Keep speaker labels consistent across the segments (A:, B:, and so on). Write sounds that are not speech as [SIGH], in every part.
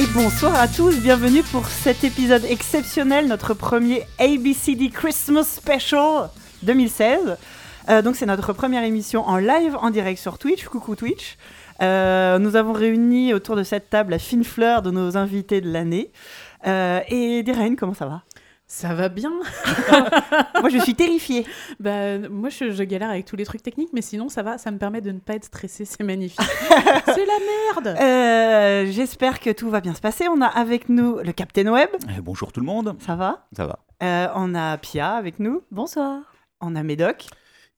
A: Et bonsoir à tous, bienvenue pour cet épisode exceptionnel, notre premier ABCD Christmas Special 2016. Euh, donc c'est notre première émission en live, en direct sur Twitch. Coucou Twitch. Euh, nous avons réuni autour de cette table la fine fleur de nos invités de l'année. Euh, et Diraine, comment ça va
B: Ça va bien.
A: [LAUGHS] Moi je suis terrifiée.
B: Bah, moi, je, je galère avec tous les trucs techniques, mais sinon, ça va. Ça me permet de ne pas être stressée. C'est [LAUGHS] magnifique. c'est la merde.
A: Euh, J'espère que tout va bien se passer. On a avec nous le Captain Web,
C: Eh, bonjour tout le monde.
A: ça va
C: Ça va.
A: Euh, On a Pia avec nous.
D: Bonsoir.
A: On a Médoc.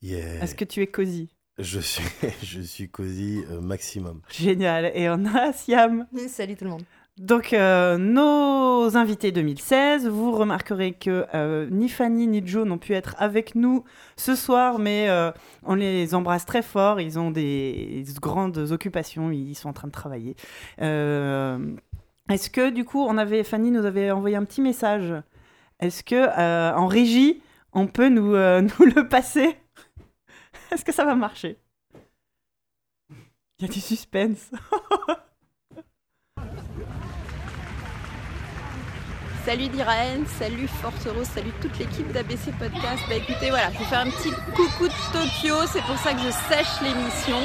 C: Eh.
E: Yeah.
A: Est-ce que tu es cosy
E: Je suis, [LAUGHS] je suis cosy euh, maximum.
A: Génial. Et on a Siam.
D: Salut tout le monde.
A: Donc, euh, nos invités 2016, vous remarquerez que euh, ni Fanny ni Joe n'ont pu être avec nous ce soir, mais euh, on les embrasse très fort. Ils ont des grandes occupations, ils sont en train de travailler. Euh, Est-ce que, du coup, on avait, Fanny nous avait envoyé un petit message Est-ce que, euh, en régie, on peut nous, euh, [LAUGHS] nous le passer Est-ce que ça va marcher Il y a du suspense.
F: Salut Diraen, salut Force Rose, salut toute l'équipe d'ABC Podcast. Bah écoutez, voilà, faut faire un petit coucou de Tokyo, c'est pour ça que je sèche l'émission.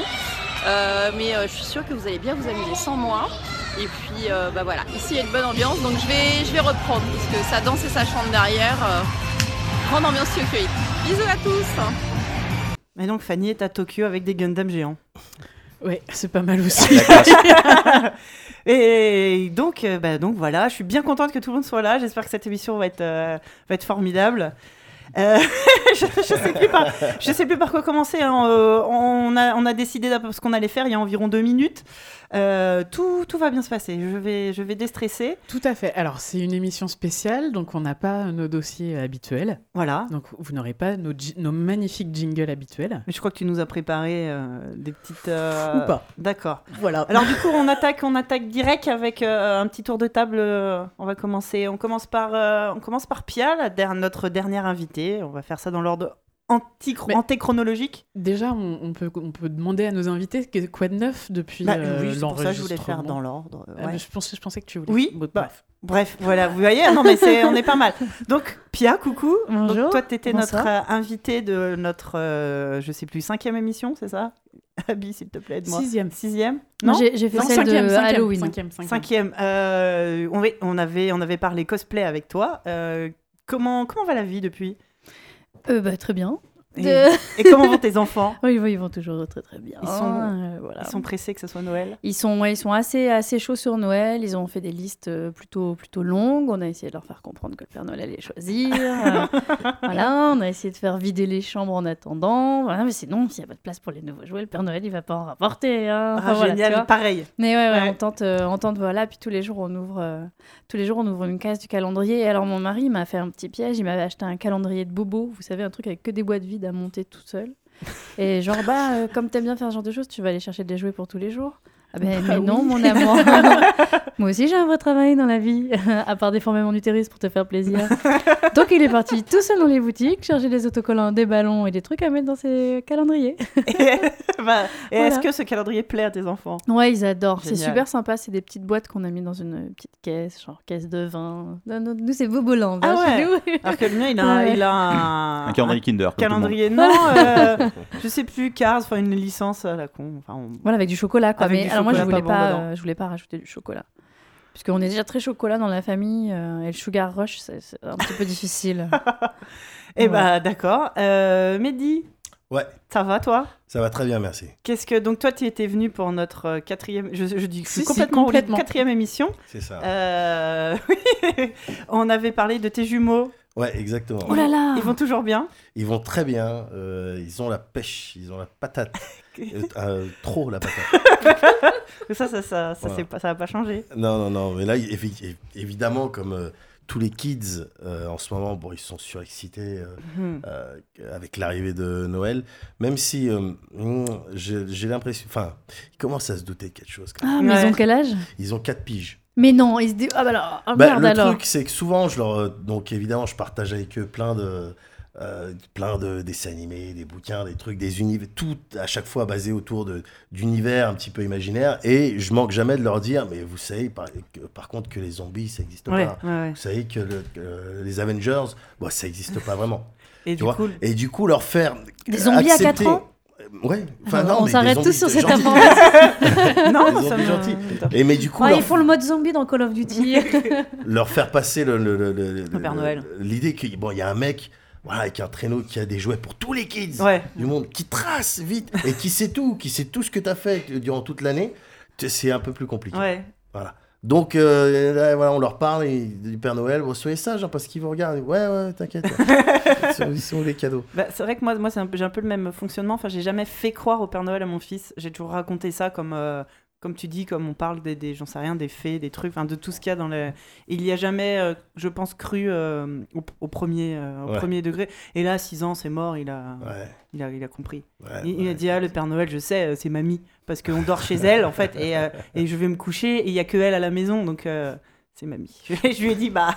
F: Euh, mais euh, je suis sûre que vous allez bien vous amuser sans moi. Et puis euh, bah voilà, ici il y a une bonne ambiance, donc je vais, je vais reprendre, parce que ça danse et ça chante derrière. euh, grande ambiance Tokyoïte. Bisous à tous
A: Mais donc Fanny est à Tokyo avec des Gundam géants.
B: Ouais, c'est pas mal aussi. [LAUGHS]
A: Et donc, euh, bah, donc voilà, je suis bien contente que tout le monde soit là. J'espère que cette émission va être, euh, va être formidable. Euh, [LAUGHS] je, je sais plus
E: [LAUGHS]
A: par, je sais plus par quoi commencer. hein. Euh, on, a, on a décidé d'à peu- ce qu'on allait faire il y a environ deux minutes. Euh, tout, tout va bien se passer. Je vais, je vais déstresser.
B: Tout à fait. Alors, c'est une émission spéciale, donc on n'a pas nos dossiers habituels.
A: Voilà.
B: Donc, vous n'aurez pas nos, ji- nos magnifiques jingles habituels.
A: Mais je crois que tu nous as préparé euh, des petites. euh,
B: Ou pas.
A: D'accord.
B: Voilà.
A: Alors du coup, on attaque, on attaque direct avec euh, un petit tour de table. euh, on va commencer. On commence par, euh, on commence par Pia, la der- notre dernière invitée. On va faire ça dans l'ordre anti
B: Mais-
A: antéchronologique.
B: Déjà, on, on peut, on peut demander à nos invités que- quoi de neuf depuis
A: Bah,
B: euh,
A: oui, c'est pour ça que je voulais faire
B: l'enregistrement.
A: dans l'ordre. euh,
B: Ah,
A: ouais.
B: mais je, pensais, je pensais que tu voulais.
A: Oui,
B: Bon,
A: bah,
B: bref.
A: Bref, voilà, vous voyez, non mais c'est, on est pas mal. Donc Pia, coucou. Donc,
D: Bonjour,
A: toi, t'étais notre
D: bonsoir.
A: euh, invitée de notre, euh, je sais plus, cinquième émission, c'est ça Abby, s'il te plaît, aide-moi.
B: Sixième.
A: Sixième
D: Non,
A: Non.
D: j'ai j'ai fait
B: Non,
D: celle
B: cinquième,
D: de
B: cinquième,
D: Halloween.
B: Cinquième, cinquième.
A: Cinquième. euh, on, oui, on avait, on avait parlé cosplay avec toi. Euh, comment, comment va la vie depuis
D: Euh, bah, très bien.
A: et,
D: De-
A: [LAUGHS] et comment vont tes enfants
D: Oui, oui, ils vont toujours très très bien.
A: Ils sont-
D: Euh, voilà.
A: Ils sont pressés que ce soit Noël.
D: Ils sont, ouais, ils sont assez, assez chauds sur Noël. Ils ont fait des listes euh, plutôt, plutôt longues. On a essayé de leur faire comprendre que le Père Noël allait
A: [LAUGHS]
D: choisir. Euh, voilà, on a essayé de faire vider les chambres en attendant. Voilà, mais sinon, s'il n'y a pas de place pour les nouveaux jouets, le Père Noël, il va pas en rapporter.
A: Ah,
D: hein. Enfin, voilà, tu
A: génial,
D: vois. [LAUGHS]
A: pareil.
D: Mais ouais, ouais,
A: Ouais.
D: on tente, euh, on tente, voilà. Puis tous les jours, on ouvre, euh, tous les jours, on ouvre une case du calendrier. Et alors, mon mari m'a fait un petit piège. Il m'avait acheté un calendrier de bobo. Vous savez, un truc avec que des boîtes vides à monter tout
A: [LAUGHS]
D: seul. Et genre, bah, euh, comme t'aimes bien faire ce genre de choses, tu vas aller chercher des jouets pour tous les jours. Ah
A: Bah
D: ben, mais non, mon
A: [LAUGHS]
D: amour. Moi aussi, j'ai un vrai travail dans la vie, [LAUGHS] à part déformer mon utérus pour te faire plaisir. Donc, il est parti tout seul dans les boutiques, chercher des autocollants, des ballons et des trucs à mettre dans ses calendriers.
A: et bah, et
D: Voilà.
A: est-ce que ce calendrier plaît à tes enfants
D: Ouais, ils adorent. C'est
A: Génial.
D: super sympa. C'est des petites boîtes qu'on a mis dans une euh, petite caisse, genre caisse de vin. Non, non, nous, c'est Boboland. hein,
A: Ah
D: chez nous.
A: Alors que le mien, il a, un-
D: Ouais.
A: il a un,
C: Un calendrier Kinder.
A: un
C: comme tout le monde.
D: [LAUGHS]
A: calendrier- Non, euh, je sais plus, Cars, enfin une licence à la con. Enfin, on-
D: voilà, avec du chocolat. Quoi.
A: Avec
D: Mais
A: du
D: alors, moi, je
A: chocolat
D: voulais,
A: pas bon bah
D: pas,
A: dedans.
D: euh, je voulais pas rajouter du chocolat. Parce qu'on est déjà très chocolat dans la famille. euh, et le sugar rush, c'est c'est un petit peu [LAUGHS] difficile.
A: Eh
D: Ouais.
A: bah, d'accord. Euh, Mehdi,
E: Ouais,
A: ça va toi
E: ça va très bien, merci.
A: Qu'est-ce que donc toi tu étais venu pour notre euh, quatrième je, je dis que je suis
B: Si, si,
A: complètement, roulée,
B: complètement.
A: quatrième émission
E: C'est ça.
A: Euh, [LAUGHS] oui. on avait parlé de tes jumeaux.
E: Ouais, exactement.
D: oh là là
A: Ils vont toujours bien.
E: Ils vont très bien. euh, ils ont la pêche, ils ont la patate. Euh, euh, trop la patate.
A: Ça, ça, Ah, ça, ça,
E: Voilà.
A: c'est pas, ça va pas changer.
E: Non, non, non. Mais là, il- évi- é- évidemment, comme euh, tous les kids euh, en ce moment, bon, ils sont surexcités euh,
A: Hmm.
E: euh, avec l'arrivée de Noël. Même si euh, mm, j'ai j'ai l'impression. Enfin, ils commencent à se douter de quelque chose. quand même.
D: Ah, mais
A: Ouais.
D: ils ont quel âge
E: Ils ont quatre piges.
D: Mais non, ils se
A: Oh,
D: disent. Ah, bah alors, ah,
E: Bah,
D: merde
E: le
D: alors.
E: euh, truc, c'est que souvent, je leur... donc évidemment, je partage avec eux plein de, euh, plein de dessins animés, des bouquins, des trucs, des univers, tout à chaque fois basé autour de- d'univers un petit peu imaginaire. Et je manque jamais de leur dire, mais vous savez, par, que- par contre, que les zombies, ça n'existe
A: Ouais,
E: pas.
A: ouais, ouais.
E: Vous savez que le- que les Avengers, bon, ça n'existe pas vraiment.
A: Et
E: Tu
A: du
E: vois
A: coup,
E: Et du coup, leur faire.
G: Des zombies à
E: accepter-
G: quatre ans
E: Ouais.
A: Ah,
E: Enfin, non,
G: on
E: mais
G: s'arrête
E: des
G: tous
E: zombies
G: sur
E: de
G: cette
E: gentils.
G: information.
E: [LAUGHS]
A: non,
E: Ils ont
A: ça
E: été
A: me-
E: gentils. Et mais du coup,
D: Ah,
G: Ouais,
E: leur,
G: ils font le mode zombie dans Call of
D: [LAUGHS]
G: Duty.
E: leur faire passer le, le- le- le- le-
A: Père
E: le-
A: Noël.
E: L'idée qu'il bon, il y a un mec voilà, avec un traîneau qui a des jouets pour tous les kids
A: Ouais.
E: du monde, qui trace vite et qui sait tout, qui sait tout ce que tu as fait durant toute l'année, tu- c'est un peu plus compliqué.
A: Ouais.
E: Donc euh, là, voilà, on leur parle et du Père Noël, bon, soyez sages hein, parce qu'ils vous regardent. Ouais, ouais, t'inquiète. hein.
A: [LAUGHS]
E: ils, sont, ils sont les cadeaux.
A: Bah, c'est vrai que moi, moi c'est un peu- j'ai un peu le même fonctionnement. Enfin, j'ai jamais fait croire au Père Noël à mon fils. J'ai toujours raconté ça comme, euh, comme tu dis, comme on parle des, des j'en sais rien, des fées, des trucs, enfin, de tout ce qu'il y a dans le. Il y a jamais, euh, je pense, cru euh, au, au premier, euh, au
E: Ouais.
A: premier degré. Et là, 6 ans, c'est mort. Il a,
E: Ouais,
A: il a, il a compris.
E: ouais,
A: Il, il a
E: ouais.
A: dit ah le Père Noël, je sais, euh, c'est mamie parce qu'on dort chez elle en fait et, euh, et je vais me coucher et il y a que elle à la maison donc. euh, c'est mamie. [LAUGHS] Je lui ai dit, bah,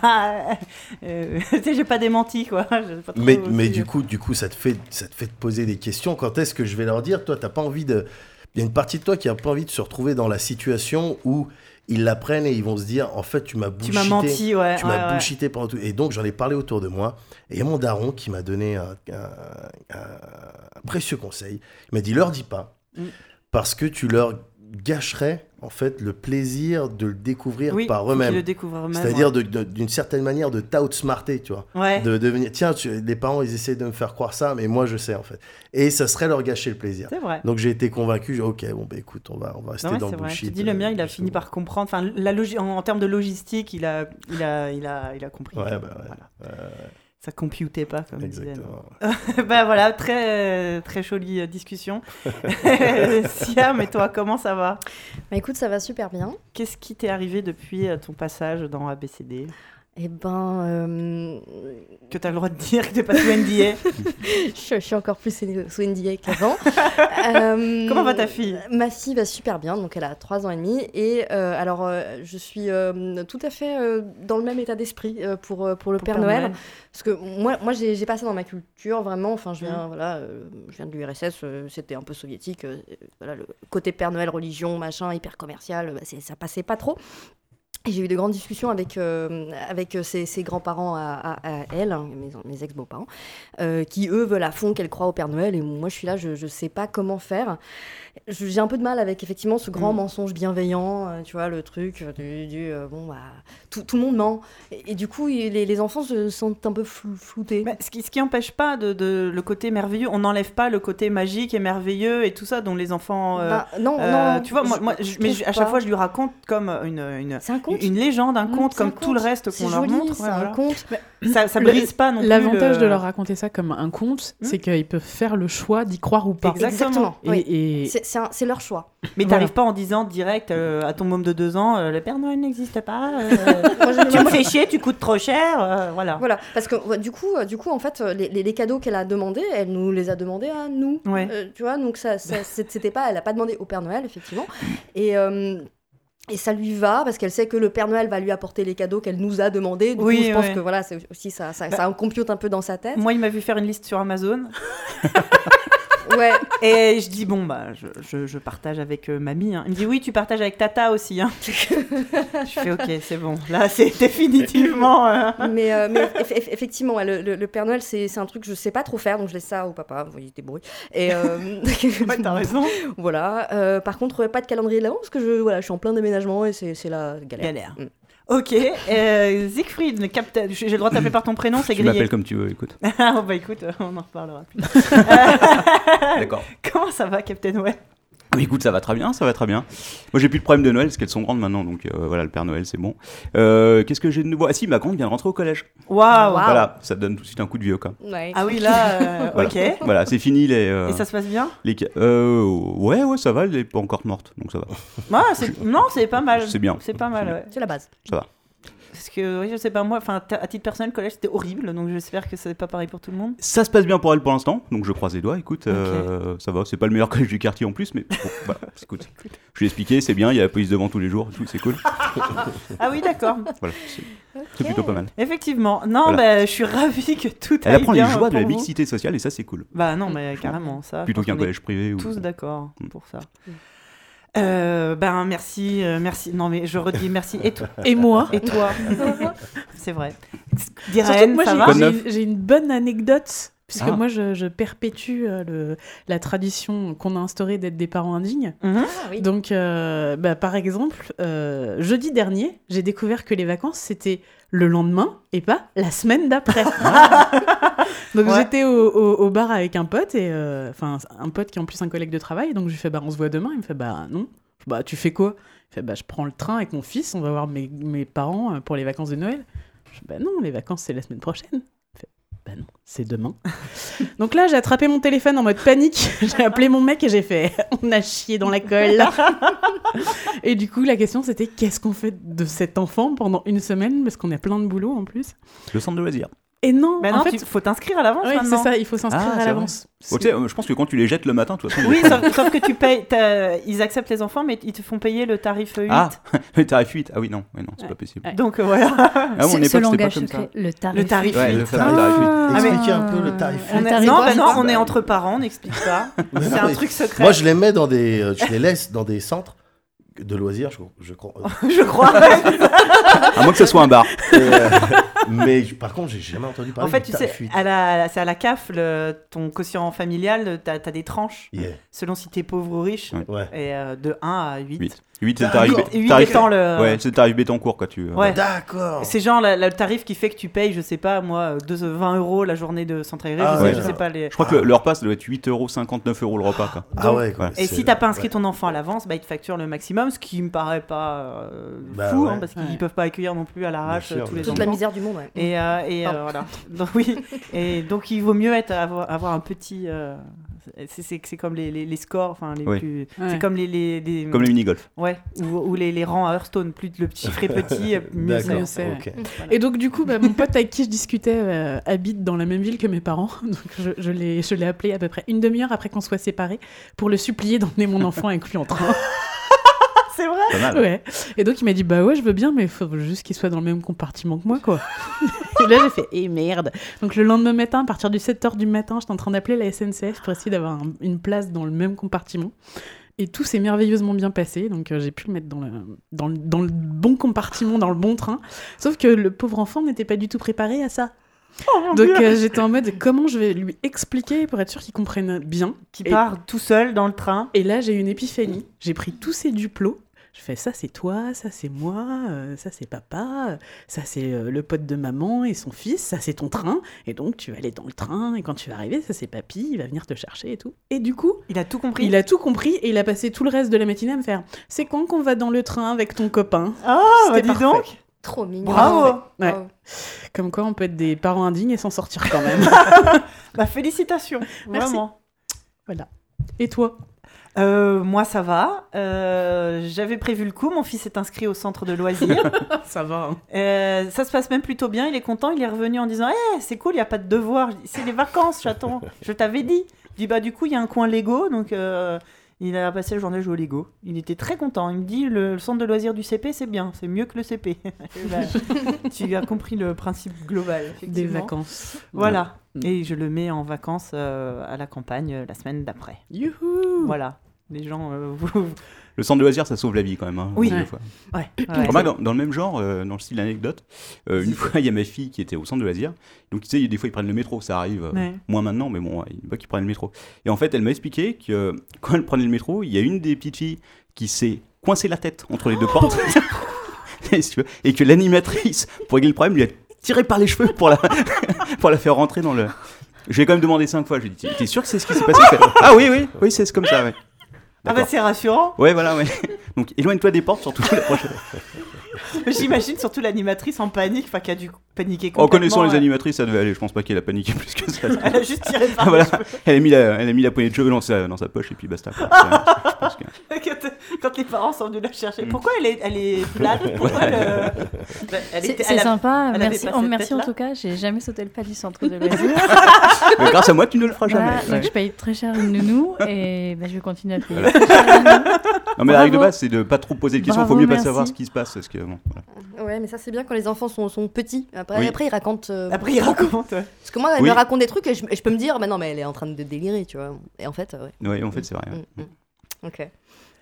A: euh, tu sais, j'ai pas démenti, quoi. [LAUGHS] Je sais pas trop
E: Mais,
A: aussi,
E: mais
A: euh.
E: du coup, du coup, ça te fait, ça te fait te poser des questions. Quand est-ce que je vais leur dire, toi, t'as pas envie de. Il y a une partie de toi qui a pas envie de se retrouver dans la situation où ils l'apprennent et ils vont se dire, en fait, tu m'as
A: Tu
E: bullshité.
A: m'as menti, ouais.
E: Tu
A: ouais,
E: m'as
A: ouais.
E: bullshité pendant tout. Et donc, j'en ai parlé autour de moi. Et il y a mon daron qui m'a donné un, un- un précieux conseil. Il m'a dit, leur dis pas.
A: Mm.
E: Parce que tu leur gâcherais, en fait, le plaisir de le découvrir
A: Oui, faut
E: par
A: qu'ils
E: eux-mêmes.
A: le découvrent eux-mêmes.
E: C'est-à-dire, de- de- d'une certaine manière, de t'outsmarter, tu vois
A: ouais. Ouais.
E: de devenir tiens tu- les parents ils essaient de me faire croire ça mais moi je sais en fait et ça serait leur gâcher le plaisir
A: C'est vrai.
E: donc j'ai été convaincu j'ai- ok bon bah écoute on va on va rester
A: Non, mais
E: dans
A: c'est
E: le
A: vrai. Je
E: bullshit
A: te
E: [LAUGHS]
A: dis, le mien, il a
E: euh,
A: fini par comprendre. Enfin, la logi- en, en termes de logistique, il a, il a, il a, il a compris.
E: Ouais, bah ouais,
A: Voilà. Ça computait pas, comme ils disaient.
E: exactement
A: [LAUGHS] bah voilà, très, très jolie euh, discussion. [LAUGHS] Siam, et toi, comment ça va
H: Bah écoute, ça va super bien.
A: Qu'est-ce qui t'est arrivé depuis euh, ton passage dans ABCD
H: Eh ben, euh,
A: Que t'as le droit de dire que t'es pas sous NDA
H: [LAUGHS] je, je suis encore plus sous sous NDA [LAUGHS] qu'avant. Euh,
A: Comment va ta fille
H: Ma fille va super bien, donc elle a 3 ans et demi. Et euh, alors, euh, je suis euh, tout à fait euh, dans le même état d'esprit euh, pour, euh, pour le
A: Pour
H: Père, Noël. Parce que moi, moi j'ai j'ai pas ça dans ma culture, vraiment. Enfin, je viens, voilà, euh, je viens de l'URSS, euh, c'était un peu soviétique. euh, voilà, le côté Père Noël, religion, machin, hyper commercial, euh, bah, c'est- ça passait pas trop. Et j'ai eu de grandes discussions avec, euh, avec euh, ses, ses grands-parents à, à- à elle, hein, mes, mes ex-beaux-parents, euh, qui eux veulent à fond qu'elle croit au Père Noël. Et moi, je suis là, je, je sais pas comment faire. Je- J'ai un peu de mal avec effectivement ce grand
A: Mm.
H: mensonge bienveillant, euh, tu vois, le truc euh, du, du, euh, bon, bah, tout, tout le monde ment. Et, et du coup, il- les, les enfants se sentent un peu flou- floutés.
A: Bah, ce, qui, ce qui empêche pas de, de- le côté merveilleux, on n'enlève pas le côté magique et merveilleux et tout ça dont les enfants. euh,
H: Bah, non,
A: euh,
H: non.
A: tu vois, moi,
H: je-
A: moi,
H: je
A: je- mais
H: trouve
A: je- à chaque
H: pas.
A: fois, je lui raconte comme une, une,
H: C'est un conte.
A: une légende, un
H: Mm,
A: conte,
H: c'est
A: comme
H: un
A: tout le
H: conte.
A: reste
H: C'est
A: qu'on leur
H: joli,
A: montre.
H: c'est
A: ouais,
H: un
A: voilà.
H: conte.
A: Ça, ça
B: Le-
A: brise pas non plus.
B: L'avantage
A: le-
B: de leur raconter ça comme un conte,
A: Hmm.
B: c'est qu'ils peuvent faire le choix d'y croire ou pas.
A: Exactement.
H: Exactement.
B: Et,
H: oui.
B: et-
H: C'est- C'est un- c'est leur choix.
A: Mais
B: Voilà.
A: t'arrives pas en disant direct euh, à ton môme de deux ans, euh, le Père Noël n'existe pas. euh,
H: [LAUGHS] Moi, je-
A: tu me fais chier, tu coûtes trop cher, euh, voilà.
H: Voilà, parce que ouais, du coup, euh, du coup, en fait, euh, les, les- les cadeaux qu'elle a demandés, elle nous les a demandés à nous.
A: Ouais.
H: Euh, tu vois, donc ça, ça- c'est- c'était pas, elle a pas demandé au Père Noël effectivement, et euh, et ça lui va parce qu'elle sait que le Père Noël va lui apporter les cadeaux qu'elle nous a demandés. Du
A: Oui,
H: coup, je pense
A: ouais.
H: que voilà, c'est aussi ça, ça,
A: Bah-
H: ça en compute un peu dans sa tête.
A: Moi, il m'a vu faire une liste sur Amazon
H: Ouais,
A: et je dis bon bah je, je- je partage avec euh, mamie. hein. Il me dit oui, tu partages avec Tata aussi. [LAUGHS] hein. je fais ok, c'est bon. Là, c'est
H: [LAUGHS]
A: définitivement. euh,
H: mais, euh, mais eff- eff- effectivement, ouais, le, le- le Père Noël, c'est c'est un truc que je sais pas trop faire, donc je laisse ça au papa. Vous voyez, débrouille. Et euh,
A: [LAUGHS] Ouais, t'as raison.
H: [LAUGHS] voilà. Euh, par contre, pas de calendrier de l'avant parce que je, voilà, je suis en plein déménagement et c'est c'est la galère.
A: Galère.
H: Mm.
A: Ok, euh, Siegfried, le capitaine. J'ai j'ai le droit de t'appeler par ton prénom, c'est
I: Tu
A: grillé.
I: m'appelles comme tu veux, écoute.
A: [LAUGHS] Ah, bah écoute, euh, on en reparlera plus. tard.
I: [LAUGHS] D'accord.
A: [LAUGHS] Comment ça va, Captain Web
I: Ah, Mais écoute, ça va très bien, ça va très bien. Moi, j'ai plus de problème de Noël parce qu'elles sont grandes maintenant, donc euh, voilà, le Père Noël, c'est bon. Euh, Qu'est-ce que j'ai de nouveau Ah si, ma grande vient de rentrer au collège.
A: Waouh
H: Waouh.
I: Voilà, ça donne tout de suite un coup de vieux, quoi.
H: Ouais.
A: Ah oui, là, euh, [LAUGHS]
I: Voilà.
A: ok.
I: Voilà, c'est fini les. euh,
A: Et ça se passe bien
I: les ca- euh, ouais, ouais, ça va, elle est pas encore morte, donc ça va.
A: Ah, c'est- Non, c'est pas mal.
I: C'est bien.
A: C'est pas mal,
I: C'est
A: ouais.
H: C'est la base.
A: Parce que, oui, je sais pas, moi, enfin, t- à titre personnel, le collège, c'était horrible, donc j'espère que c'est pas pareil pour tout le monde.
I: Ça se passe bien pour elle pour l'instant, donc je croise les doigts. Écoute, euh, ça va, c'est pas le meilleur [LAUGHS] collège du quartier en plus, mais bon,
A: [LAUGHS]
I: voilà, écoute.
A: [LAUGHS]
I: Je lui ai expliqué, c'est bien, il y a la police devant tous les jours, et tout, c'est cool.
A: Ah oui, d'accord.
I: [LAUGHS] Voilà, c'est- C'est plutôt pas mal.
A: Effectivement. Non,
I: Voilà.
A: bah, je suis ravie que tout
I: Elle
A: aille
I: apprend les
A: bien
I: joies de
A: pour
I: la
A: vous.
I: mixité sociale et ça, c'est cool.
A: Bah non, mais carrément, ça. je
I: Plutôt
A: pense
I: qu'un
A: qu'on est
I: collège privé. Ou...
A: tous d'accord
I: Mm.
A: pour ça. Euh, ben merci, euh, merci. Non mais je
I: [LAUGHS]
A: redis merci et toi.
B: Et moi
A: Et
B: [LAUGHS]
A: toi, c'est vrai.
B: Surtout que
A: Diren,
B: moi,
A: ça
B: j'ai-
A: va
I: Bonne
B: j'ai
I: neuf.
B: une- j'ai une bonne anecdote, puisque
I: Ah.
B: moi, je, je perpétue euh, le, la tradition qu'on a instaurée d'être des parents indignes.
H: oui.
B: Donc, euh, bah, par exemple, euh, jeudi dernier, j'ai découvert que les vacances, c'était le lendemain et pas la semaine d'après. [LAUGHS] donc,
A: Ouais.
B: j'étais au, au- au bar avec un pote, et euh, enfin, un pote qui est en plus un collègue de travail. Donc, je lui fais, bah, on se voit demain. Il me fait, bah, non. Je fais, Bah, tu fais quoi Il fait, bah, je prends le train avec mon fils, on va voir mes, mes parents euh, pour les vacances de Noël. Je fais, bah, non, les vacances, c'est la semaine prochaine. Il fait, bah, non, c'est demain. Donc là, j'ai attrapé mon téléphone en mode panique. [LAUGHS] J'ai appelé mon mec et j'ai fait On a chié dans la colle. et du coup, la question c'était Qu'est-ce qu'on fait de cet enfant pendant une semaine Parce qu'on a plein de boulot en plus.
I: Le centre de loisirs.
B: Et non,
A: Ben
B: en
A: non,
B: fait,
A: tu- faut t'inscrire à l'avance
B: oui, c'est
A: maintenant.
B: ça, il faut s'inscrire
I: Ah,
B: à
I: c'est
B: l'avance.
I: Bon, tu sais, euh, je pense que quand tu les jettes le matin, de toute façon.
A: Oui, sauf, sauf que tu payes, t'as- ils acceptent les enfants, mais ils te font payer le tarif 8.
I: Ah, [LAUGHS] le tarif 8. Ah oui, non, ouais, non c'est pas possible.
B: Ouais.
A: Donc euh, [LAUGHS] voilà.
I: Ah, mon
G: Ce- ce
I: époque, c'était pas
G: langage
I: comme ça.
G: secret, le tarif.
A: Le tarif
I: Ouais,
A: 8.
I: le
E: Ah,
I: fameux tarif 8.
G: Ah,
E: Expliquez
G: mais-
E: un peu le tarif.
A: On est-
G: tarif
A: Non,
G: huit.
A: ben non, on est
E: Bah,
A: entre parents, on n'explique pas.
E: Mais
A: C'est
E: non,
A: un
E: mais-
A: truc secret.
E: Moi, je
A: [LAUGHS]
E: les mets dans des. euh, Je les laisse dans des centres de loisirs, je, je crois.
A: [LAUGHS] je crois.
I: À moins que ce soit un [LAUGHS] bar.
E: Et, euh, [LAUGHS] mais je- par contre, j'ai jamais entendu
A: en
E: parler
A: fait,
E: du
A: tu
E: tarif
A: sais,
E: huit.
A: à la- c'est à la CAF, le- ton quotient familial, t'as as des tranches
E: Yeah,
A: selon si t'es pauvre ou riche,
I: Ouais.
E: ouais.
A: et euh, de 1 à 8.
I: 8. 8, c'est le tarif.
E: D'accord.
A: Et 8
I: tarif-
A: étant le.
I: Ouais, c'est le tarif Bétancourt quand tu. euh,
A: Ouais.
E: D'accord.
A: C'est genre la- la- le tarif qui fait que tu payes, je sais pas, moi, 2, 20 euros la journée de centre aéré,
E: Ah
A: je, sais,
I: ouais.
A: je sais pas les.
I: Je crois que le- leur passe doit être 8 euros, 59 euros le repas. Quoi.
E: Ah ouais, quoi.
I: Ouais.
A: Et
E: C'est-
A: si t'as pas inscrit
E: ouais.
A: ton enfant à l'avance, bah ils te facturent le maximum, ce qui me paraît pas euh,
E: Bah
A: fou,
E: ouais.
A: hein, parce qu'ils
B: Ouais.
A: peuvent pas accueillir non plus à l'arrache euh,
E: Bien sûr,
A: tous
E: bien
A: les
E: sûr.
A: enfants.
H: Toute la misère du monde, ouais. Oh.
A: Et, euh, et euh,
H: Pardon.
A: voilà. [LAUGHS] Donc, oui. Et donc il vaut mieux être avoir, avoir un petit. euh, c'est- c'est c'est comme les, les, les scores, enfin les
I: Oui.
A: plus.
B: Ouais.
A: C'est comme les, les, les-
I: Comme les mini-golf.
A: ouais ou, ou les, les rangs à Hearthstone, plus le chiffre est petit,
E: [LAUGHS]
A: mieux c'est.
E: D'accord.
B: mieux c'est, ouais.
E: ok.
B: Et donc, du coup, bah, mon pote avec qui je discutais euh, habite dans la même ville que mes parents. [LAUGHS] Donc, je, je l'ai je l'ai appelé à peu près une demi-heure après qu'on soit séparés pour le supplier d'emmener mon enfant avec lui en train.
A: [LAUGHS] C'est vrai.
I: Pas mal.
B: Ouais. Et donc il m'a dit bah ouais je veux bien mais faut juste qu'il soit dans le même compartiment que moi quoi. [LAUGHS] et là j'ai fait eh merde. Donc le lendemain matin à partir du 7h du matin j'étais en train d'appeler la SNCF pour essayer d'avoir un- une place dans le même compartiment. Et tout s'est merveilleusement bien passé, donc euh, j'ai pu le mettre dans le, dans, le, dans le bon compartiment, dans le bon train. Sauf que le pauvre enfant n'était pas du tout préparé à ça. Donc euh, j'étais en mode comment je vais lui expliquer pour être sûr qu'il comprenne bien.
A: Qui
B: Et-
A: part tout seul dans le train.
B: et là, j'ai eu une épiphanie. J'ai pris tous ces duplos. Je fais ça, c'est toi, ça, c'est moi, euh, ça, c'est papa, euh, ça, c'est euh, le pote de maman et son fils, ça, c'est ton train. Et donc, tu vas aller dans le train. Et quand tu vas arriver, ça, c'est papy, il va venir te chercher et tout. Et du coup,
A: Il a tout compris.
B: il a tout compris et il a passé tout le reste de la matinée à me faire C'est quand qu'on va dans le train avec ton copain
A: Ah, bah
B: C'était
A: dis
B: parfait.
A: donc.
H: Trop mignon.
A: Bravo.
B: Ouais.
H: Bravo.
B: Comme quoi, on peut être des parents indignes et s'en sortir
A: [LAUGHS]
B: quand même.
A: Bah félicitations,
B: Merci.
A: vraiment.
B: et toi
A: Euh, moi, ça va. Euh, J'avais prévu le coup. Mon fils est inscrit au centre de loisirs.
B: [LAUGHS] Ça va. hein.
A: Euh, ça se passe même plutôt bien. Il est content. Il est revenu en disant Eh, c'est cool, il n'y a pas de devoir. Je dis, C'est les vacances, chaton. Je t'avais dit. Je dis Bah, du coup, il y a un coin Lego. Donc, euh, il a passé la journée à jouer au Lego. Il était très content. Il me dit Le, le centre de loisirs du CP, c'est bien. C'est mieux que le CP. Et [LAUGHS] bah, tu as compris [LAUGHS] le principe global.
B: Des
A: effectivement.
B: vacances.
A: Voilà.
B: Mm.
A: Et je le mets en vacances euh, à la campagne euh, la semaine d'après.
B: Youhou
A: Voilà. Les gens, euh, vous,
I: Le centre de loisirs, ça sauve la vie quand même. hein,
A: Oui.
I: des
B: Ouais.
I: fois.
A: Ouais.
I: Remarque, dans, dans le même genre, euh, dans le style anecdote, euh, une fois, il y a ma fille qui était au centre de loisirs. Donc, tu sais, des fois, ils prennent le métro, ça arrive. euh,
A: Ouais.
I: Moins maintenant, mais bon, ouais, il voit qu'ils prennent le métro. Et en fait, elle m'a expliqué que [LAUGHS] euh, quand elle prenait le métro, il y a une des petites filles qui s'est coincée la tête entre les deux
A: Oh
I: portes. [LAUGHS] Et si tu veux, et que l'animatrice, pour régler le problème, lui a tiré par les cheveux pour la, [LAUGHS] pour la faire rentrer dans le. Je l'ai quand même demandé cinq fois. Je lui ai dit T'es sûr que c'est ce qui s'est
A: [LAUGHS]
I: passé Elle fait, Ah oui, oui, oui, c'est comme ça, ouais.
A: Ah bah
I: D'accord.
A: c'est rassurant.
I: Ouais, voilà, ouais. [LAUGHS] Donc éloigne-toi des portes, surtout la prochaine.
A: [LAUGHS] J'imagine surtout l'animatrice en panique, enfin qui a dû paniquer complètement.
I: En connaissant les
A: ouais.
I: animatrices, ça devait aller. Je pense pas qu'elle a paniqué plus que ça. Ah,
A: Elle a juste tiré par
I: Voilà.
A: les cheveux.
I: Elle a mis la, elle a mis la poignée de cheveux dans sa, dans sa poche et puis basta. quoi. Je pense que-
A: euh, [LAUGHS] Quand- Quand les parents sont venus la chercher.
I: Mm.
A: Pourquoi elle est,
I: [LAUGHS]
A: elle est plate Pourquoi le- Bah, elle
G: C'est
A: était-
G: c'est
A: elle a-
G: sympa,
A: elle avait
G: merci,
A: pas
G: en,
A: cette
G: merci en
A: tête-là.
G: tout cas. J'ai jamais sauté le pas du centre
A: [LAUGHS]
G: de loisirs.
I: Mais grâce à moi, tu ne le feras jamais.
G: Voilà, donc je paye très cher une nounou et bah, je vais continuer à payer.
I: Voilà.
G: [LAUGHS] très cher une nounou.
I: Non, mais la
G: Bravo.
I: règle de base, c'est de pas trop poser de questions.
G: Bravo,
I: Faut mieux
G: merci.
I: pas savoir ce qui se passe. Parce que, bon, voilà.
H: Ouais, mais ça c'est bien quand les enfants sont, sont petits. Après,
I: Oui.
H: après ils racontent. euh,
A: Après, il raconte. ouais.
H: Parce que moi, elle
I: Oui.
H: me raconte des trucs et je, et je peux me dire, bah non, mais elle est en train de délirer, tu vois. Et en fait, euh, ouais.
I: Ouais, en fait, c'est vrai. ouais.
H: Mm, mm. Ok.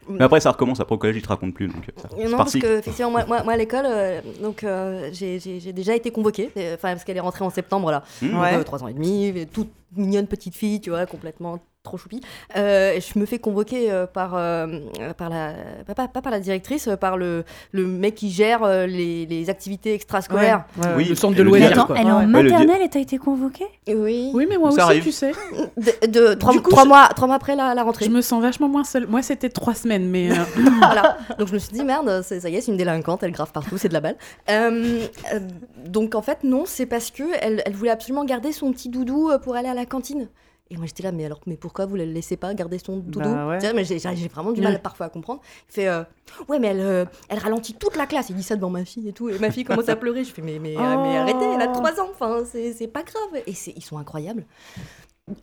I: Mais après, ça recommence. Après, au collège, ils te racontent plus. Donc, euh, ça-
H: Non,
I: c'est
H: parce
I: parti.
H: que effectivement, moi, moi, moi, à l'école, euh, donc euh, j'ai- j'ai j'ai déjà été convoquée, euh, enfin parce qu'elle est rentrée en septembre là,
I: Mmh.
A: Ouais.
H: Euh, trois ans et demi, et toute mignonne petite fille, tu vois, complètement trop choupie. Euh, et je me fais convoquer euh, par euh, euh, par la pas, pas- pas par la directrice, euh, par le le mec qui gère euh, les, les activités extrascolaires.
A: Ouais,
I: Oui,
A: ouais.
B: le centre
I: et
B: de
I: lien-
B: loisirs,
G: Attends,
B: quoi.
G: elle est en
I: Ouais, le dia-
G: maternelle et t'as été convoquée
H: Oui.
B: Oui, mais moi
I: Ça
B: aussi,
I: arrive.
B: tu sais.
H: De, de- trois,
B: coup,
H: trois
B: je-
H: mois trois mois après la, la rentrée.
B: Je me sens vachement moins seule. Moi, c'était trois semaines, mais. euh,
H: [LAUGHS] voilà. Donc je me suis dit merde, c'est- ça y est, c'est une délinquante, elle grave partout, c'est de la balle. Euh, euh, donc en fait non, c'est parce que elle, elle voulait absolument garder son petit doudou euh, pour aller à la cantine. Et moi j'étais là, mais alors mais pourquoi vous la laissez pas garder son doudou
A: Bah ouais.
H: Tu sais, mais j'ai, j'ai- j'ai vraiment du mal
B: Ouais.
H: parfois à comprendre. Il fait euh, ouais mais elle, euh, elle ralentit toute la classe. Il dit ça devant ma fille et tout. Et ma fille commence
B: [LAUGHS]
H: à pleurer. Je fais mais mais, euh, mais
A: Oh.
H: arrêtez, elle a 3 ans. Enfin c'est, c'est pas grave. Et c'est- ils sont incroyables.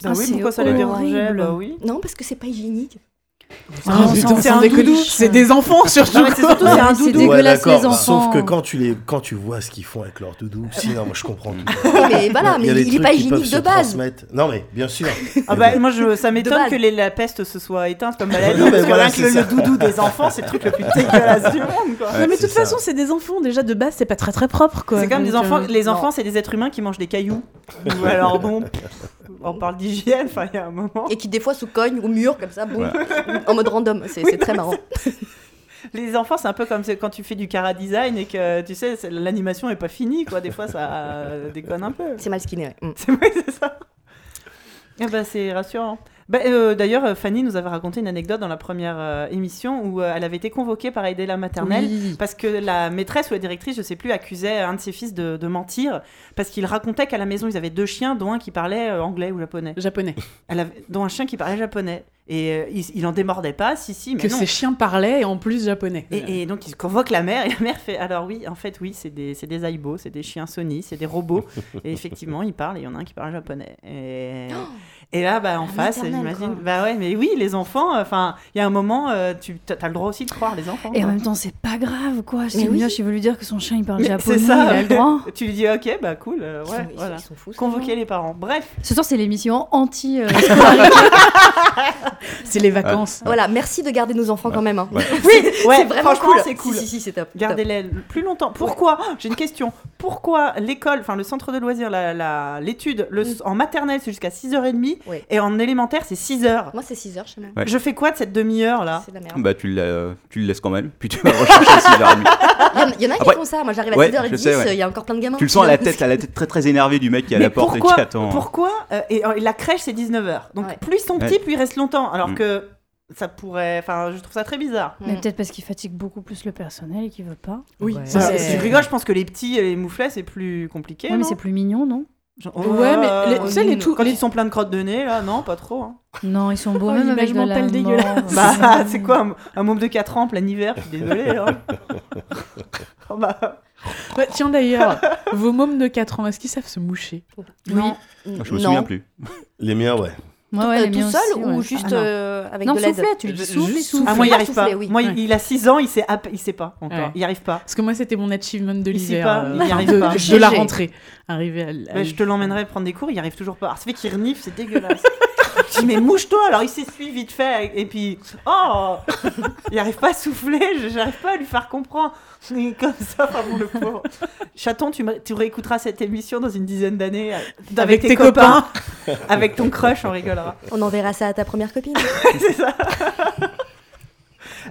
A: Ah oui,
G: c'est
A: pourquoi ça les dérangeait
G: horrible.
A: Bah oui.
H: Non parce que c'est pas hygiénique.
B: Ah,
G: c'est
B: putain,
G: un
B: sans déconner,
G: doudou.
B: C'est des
A: [LAUGHS]
B: enfants, surtout.
A: Non, mais c'est surtout, c'est un
G: C'est
A: doudou.
G: dégueu- dégueulasse,
E: d'accord.
G: les enfants.
E: Sauf que quand tu, les, quand tu vois ce qu'ils font avec leur
H: [LAUGHS]
E: doudou, sinon, moi je comprends tout.
H: Mais voilà, mais
E: y a
H: il,
E: des
H: il est
E: trucs
H: pas
E: qui peuvent
H: hygiénique
E: se
H: de base.
E: transmettre. Non, mais
H: [LAUGHS]
E: bien sûr.
A: Ah
E: Mais
A: bah,
E: bon.
A: moi, je, [LAUGHS] ça m'étonne
H: base.
A: que les- la peste se soit éteinte comme maladie.
E: Non, mais
A: parce que
E: voilà,
A: rien que
E: c'est
A: le,
E: ça.
A: le doudou des enfants, c'est le truc le plus dégueulasse
B: [LAUGHS]
A: du monde. quoi.
B: Non, mais de
E: c'est
B: toute
E: ça.
B: façon, c'est des enfants. Déjà, de base, c'est pas très très propre, quoi.
A: C'est comme des
B: Donc,
A: enfants.
B: euh,
A: Les enfants, c'est des êtres humains qui mangent des cailloux. Ou alors bon, on parle d'hygiène. Enfin, il y a un moment.
H: et qui des fois se cogne au mur comme ça, boum, en mode random. C'est
A: Oui,
H: c'est très marrant.
A: Les enfants, c'est un peu comme c'est- quand tu fais du cara design et que tu sais, c'est- l'animation est pas finie. Quoi, des fois, ça euh, déconne un peu.
H: C'est mal skinné. ouais. Mm.
A: [LAUGHS] C'est vrai, c'est ça. Eh ben, c'est rassurant. Bah, euh, D'ailleurs, euh, Fanny nous avait raconté une anecdote dans la première euh, émission où euh, elle avait été convoquée par aider la maternelle
B: oui.
A: parce que la maîtresse ou la directrice, je sais plus, accusait un de ses fils de, de mentir parce qu'il racontait qu'à la maison, ils avaient deux chiens, dont un qui parlait euh, anglais ou japonais,
B: Japonais.
A: Elle avait- dont un chien qui parlait japonais. Et euh, il, il en démordait pas, si, si, mais
B: Que
A: non.
B: ces chiens parlaient et en plus japonais.
A: Et, et donc il convoque la mère et la mère fait alors oui en fait oui c'est des c'est des aibos, c'est des chiens Sony c'est des robots et effectivement ils parlent et il y en a un qui parle japonais et,
G: Oh
A: et là bah en face
H: maternelle,
A: j'imagine
H: quoi.
A: bah ouais mais oui les enfants enfin il y a un moment euh, tu as le droit aussi de croire les enfants
G: Et en
A: quoi.
G: même temps, c'est pas grave, quoi. C'est
H: Mais oui.
G: mioche, il veut lui dire que son chien, il parle
A: Mais
G: japonais,
A: c'est ça
G: il a le
A: [LAUGHS]
G: droit.
A: tu lui dis ok bah cool euh,
H: Ils,
A: ouais
H: sont, ils sont-
A: voilà
H: ils sont fous. ces
A: convoquer les parents
G: [LAUGHS]
A: bref
G: Ce soir, c'est l'émission anti... euh,
B: C'est les vacances.
H: gens. Voilà, Ah, merci de garder nos enfants quand même. hein.
I: Ouais.
H: [LAUGHS]
A: oui
H: c'est vraiment
A: franchement
H: cool.
A: c'est cool
H: Si, si, si, c'est top. top.
A: Gardez-les le plus longtemps. Pourquoi Oh, J'ai une question. Pourquoi l'école, enfin le centre de loisirs, la- la- l'étude le- en maternelle c'est jusqu'à 6h30
H: Mm. Ouais.
A: et en élémentaire c'est 6h
H: Moi, c'est 6 heures chez moi.
I: Ouais.
A: Je fais quoi de cette demi-heure là
H: C'est de la merde.
I: Bah, tu le, la- tu le laisses quand même, puis tu vas rechercher à 6h30.
H: Ah, Il y en- il y en a qui
I: Après-
H: font ça. Moi, j'arrive à
I: Ouais,
H: 6h10,
I: je sais, ouais.
H: il y a encore plein de gamins.
I: Tu le sens à la tête, à la tête très très énervée du mec qui est à
A: Mais
I: la porte et
A: pourquoi,
I: qui attend.
A: pourquoi euh, et, euh, la crèche c'est 19h. Donc
H: Ouais.
A: plus ils sont petits,
I: Ouais.
A: plus ils restent longtemps. Alors
I: Mm.
A: que ça pourrait. Enfin, je trouve ça très bizarre.
G: Mais peut-être parce qu'il fatigue beaucoup plus le personnel et qu'il veut pas.
B: Oui,
H: Ouais.
B: ça,
A: Enfin,
B: c'est-
A: si tu rigoles, je pense que les petits et les mouflets c'est plus compliqué.
G: Ouais, mais
A: non
G: c'est plus mignon, non
A: Genre,
B: Ouais, mais
A: euh,
B: les- tu sais, les tout-
A: Quand
B: les-
A: ils sont pleins de crottes de nez là, non, pas trop. hein.
G: Non, ils sont beaux
B: Oh,
G: même avec de
B: l'image
G: la [LAUGHS]
B: mentale dégueulasse.
G: mort.
A: Bah, [LAUGHS] c'est quoi un, un môme de 4 ans, plein hiver, je suis désolée.
G: [LAUGHS]
A: hein. Oh, bah,
B: Ouais, tiens d'ailleurs, vos mômes de 4 ans, est-ce qu'ils savent se moucher
G: Oui.
H: Mm.
I: Je me souviens plus.
E: Les miens, ouais.
G: Moi,
A: euh,
G: ouais, les
H: tout
G: miens
H: seul
G: aussi,
H: ou
G: ouais.
H: juste
G: Ah, non.
H: euh, avec
G: Non,
H: de l'aide
G: souffler, tu lui dis
B: Juste
G: souffle, souffle.
B: souffler.
A: Ah, moi, il n'y arrive
H: souffler,
A: pas.
H: oui.
A: Moi, il-
B: Ouais.
A: il a 6 ans, il sait, à pe- il sait pas encore.
B: Ouais.
A: Il n'y arrive pas.
B: Parce que moi, c'était mon achievement de
A: Il sait
B: l'hiver,
A: pas,
B: euh,
A: il y arrive
B: de,
A: pas.
B: de
H: Chier.
B: la rentrée. Arrivé à, l- à
A: Bah,
B: l-
A: je te l'emmènerai prendre des cours, il y arrive toujours pas. Alors, ça fait qu'il renifle, c'est dégueulasse. [LAUGHS] je dis, mais mouche-toi Alors, il s'essuie vite fait, et puis, oh [LAUGHS] Il arrive pas à souffler, je- j'arrive pas à lui faire comprendre. Et comme ça, vraiment le pauvre. Chaton, tu, m'a- tu réécouteras cette émission dans une dizaine d'années euh, avec, tes, copains. [LAUGHS] avec ton crush, on rigolera.
H: On enverra ça à ta première copine.
A: c'est ça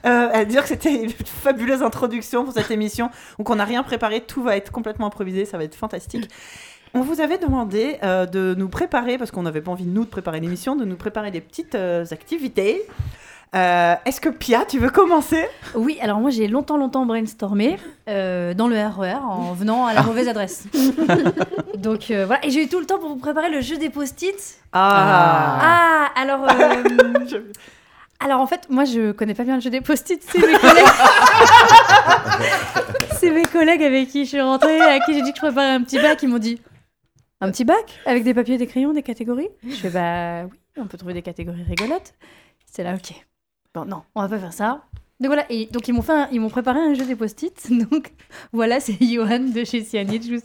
A: Euh, à dire que c'était une fabuleuse introduction pour cette émission. Donc on n'a rien préparé, tout va être complètement improvisé, ça va être fantastique. On vous avait demandé euh, de nous préparer, parce qu'on n'avait pas envie, nous, de préparer l'émission, de nous préparer des petites euh, activités. Euh, Est-ce que Pia, tu veux commencer
G: Oui, alors moi j'ai longtemps, longtemps brainstormé euh, dans le RER
A: [LAUGHS]
G: en venant
A: Ah.
G: à la mauvaise adresse. Donc euh, voilà, et j'ai eu tout le temps pour vous préparer le jeu des post-it.
A: Ah,
G: Ah, alors. euh,
A: [LAUGHS] Je-
G: alors en fait, moi je connais pas bien le jeu des post-it, c'est mes
A: [LAUGHS]
G: collègues. c'est mes collègues avec qui je suis rentrée, à qui j'ai dit que je préparais un petit bac, ils m'ont dit Un petit bac Avec des papiers, des crayons, des catégories Je fais Bah oui, on peut trouver des catégories rigolotes. C'est là, ok. Bon, non, on va pas faire ça.
D: Donc voilà, et donc ils m'ont fait, un- ils m'ont préparé un jeu des post-it. [LAUGHS] Donc voilà, c'est Johan de chez Cyanide, je vous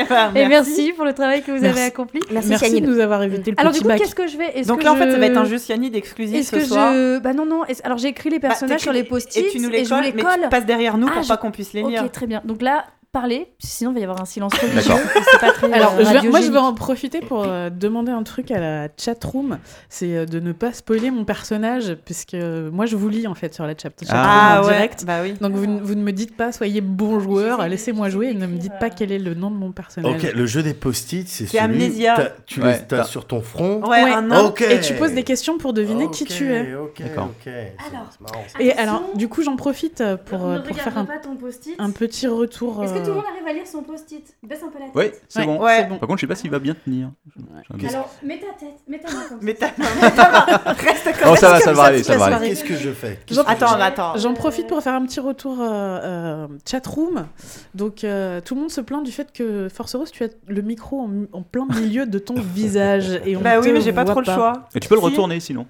A: [LAUGHS] Eh ben,
D: Et merci pour le travail que vous
B: Merci.
D: avez accompli.
H: Merci,
B: Merci
H: Cyanide.
B: de nous avoir évité le
D: Alors
B: petit
D: du coup,
B: bac.
D: qu'est-ce que je vais est-ce
A: Donc
D: que
A: là, en fait, ça va être un
D: je-
A: jeu cyanide exclusif
D: Est-ce
A: ce
D: que
A: soir.
D: je. Bah non, non. est-ce- Alors j'ai écrit les
A: Bah,
D: personnages sur les
A: t'écris-
D: post-it
A: et, tu nous les
D: je vous
A: colles,
D: les
A: mais
D: colle.
A: tu passes derrière nous
D: Ah,
A: pour
D: je-
A: pas qu'on puisse les lire.
D: Ok, très bien. Donc là, parlez, sinon il va y avoir un silence religieux.
I: D'accord.
D: C'est pas très.
B: Alors, je
D: euh,
B: vais- moi, je
D: radiogénique.
B: vais en profiter pour euh, demander un truc à la chat room, c'est euh, de ne pas spoiler mon personnage, puisque euh, moi, je vous lis en fait sur la chat, chat
I: Ah.
B: room en
A: ouais.
B: direct.
A: Bah oui.
B: Donc, vous, ne- vous ne me dites pas, soyez bon joueur, laissez-moi jouer, et ne me
D: euh,
B: dites pas quel est le nom de mon personnage.
E: Ok, le jeu des post-it, c'est
A: C'est
E: celui
A: Amnesia.
E: t'as- tu
I: Ouais,
E: les- t'as
I: t'as-
E: sur ton front.
A: Ouais,
B: Ouais.
A: un nom.
E: Ok.
B: Et tu poses des questions pour deviner qui
E: Ok,
B: tu es.
E: Ok,
I: D'accord.
E: ok. C'est-
D: Alors.
E: c'est marrant.
B: Et
D: Attention.
B: alors, du coup, j'en profite euh, pour,
D: Ne
B: euh, pour
D: regarde
B: faire un,
D: pas ton post-it.
B: un petit retour.
D: Est-ce que tout
B: euh,
D: le monde arrive à lire son post-it Baisse un peu la tête.
I: Ouais, c'est
B: Ouais.
I: bon.
A: Ouais.
B: c'est bon.
I: Par contre, je sais pas s'il va bien tenir. J'ai un doute.
D: Alors, mets ta tête, mets ta main comme ça.
A: Mais t'as- mais t'as- [LAUGHS] Reste comme
I: Oh, ça va,
A: reste
I: ça
A: comme
I: va aller,
A: toute
I: ça
A: la
I: va aller.
A: soirée.
E: Qu'est-ce que je fais Qu'est-ce
B: J'en-
E: que je
A: Attends,
E: fais
A: attends.
B: J'en profite pour faire un petit retour euh, euh, chatroom. Donc, euh, tout le monde se plaint du fait que, Force Rose, tu as le micro en, en plein milieu de
E: [LAUGHS]
B: ton visage. Et on
A: Bah
B: te
A: oui, mais j'ai pas
B: voit
A: trop le choix.
I: Et tu peux le
A: Si.
I: retourner sinon.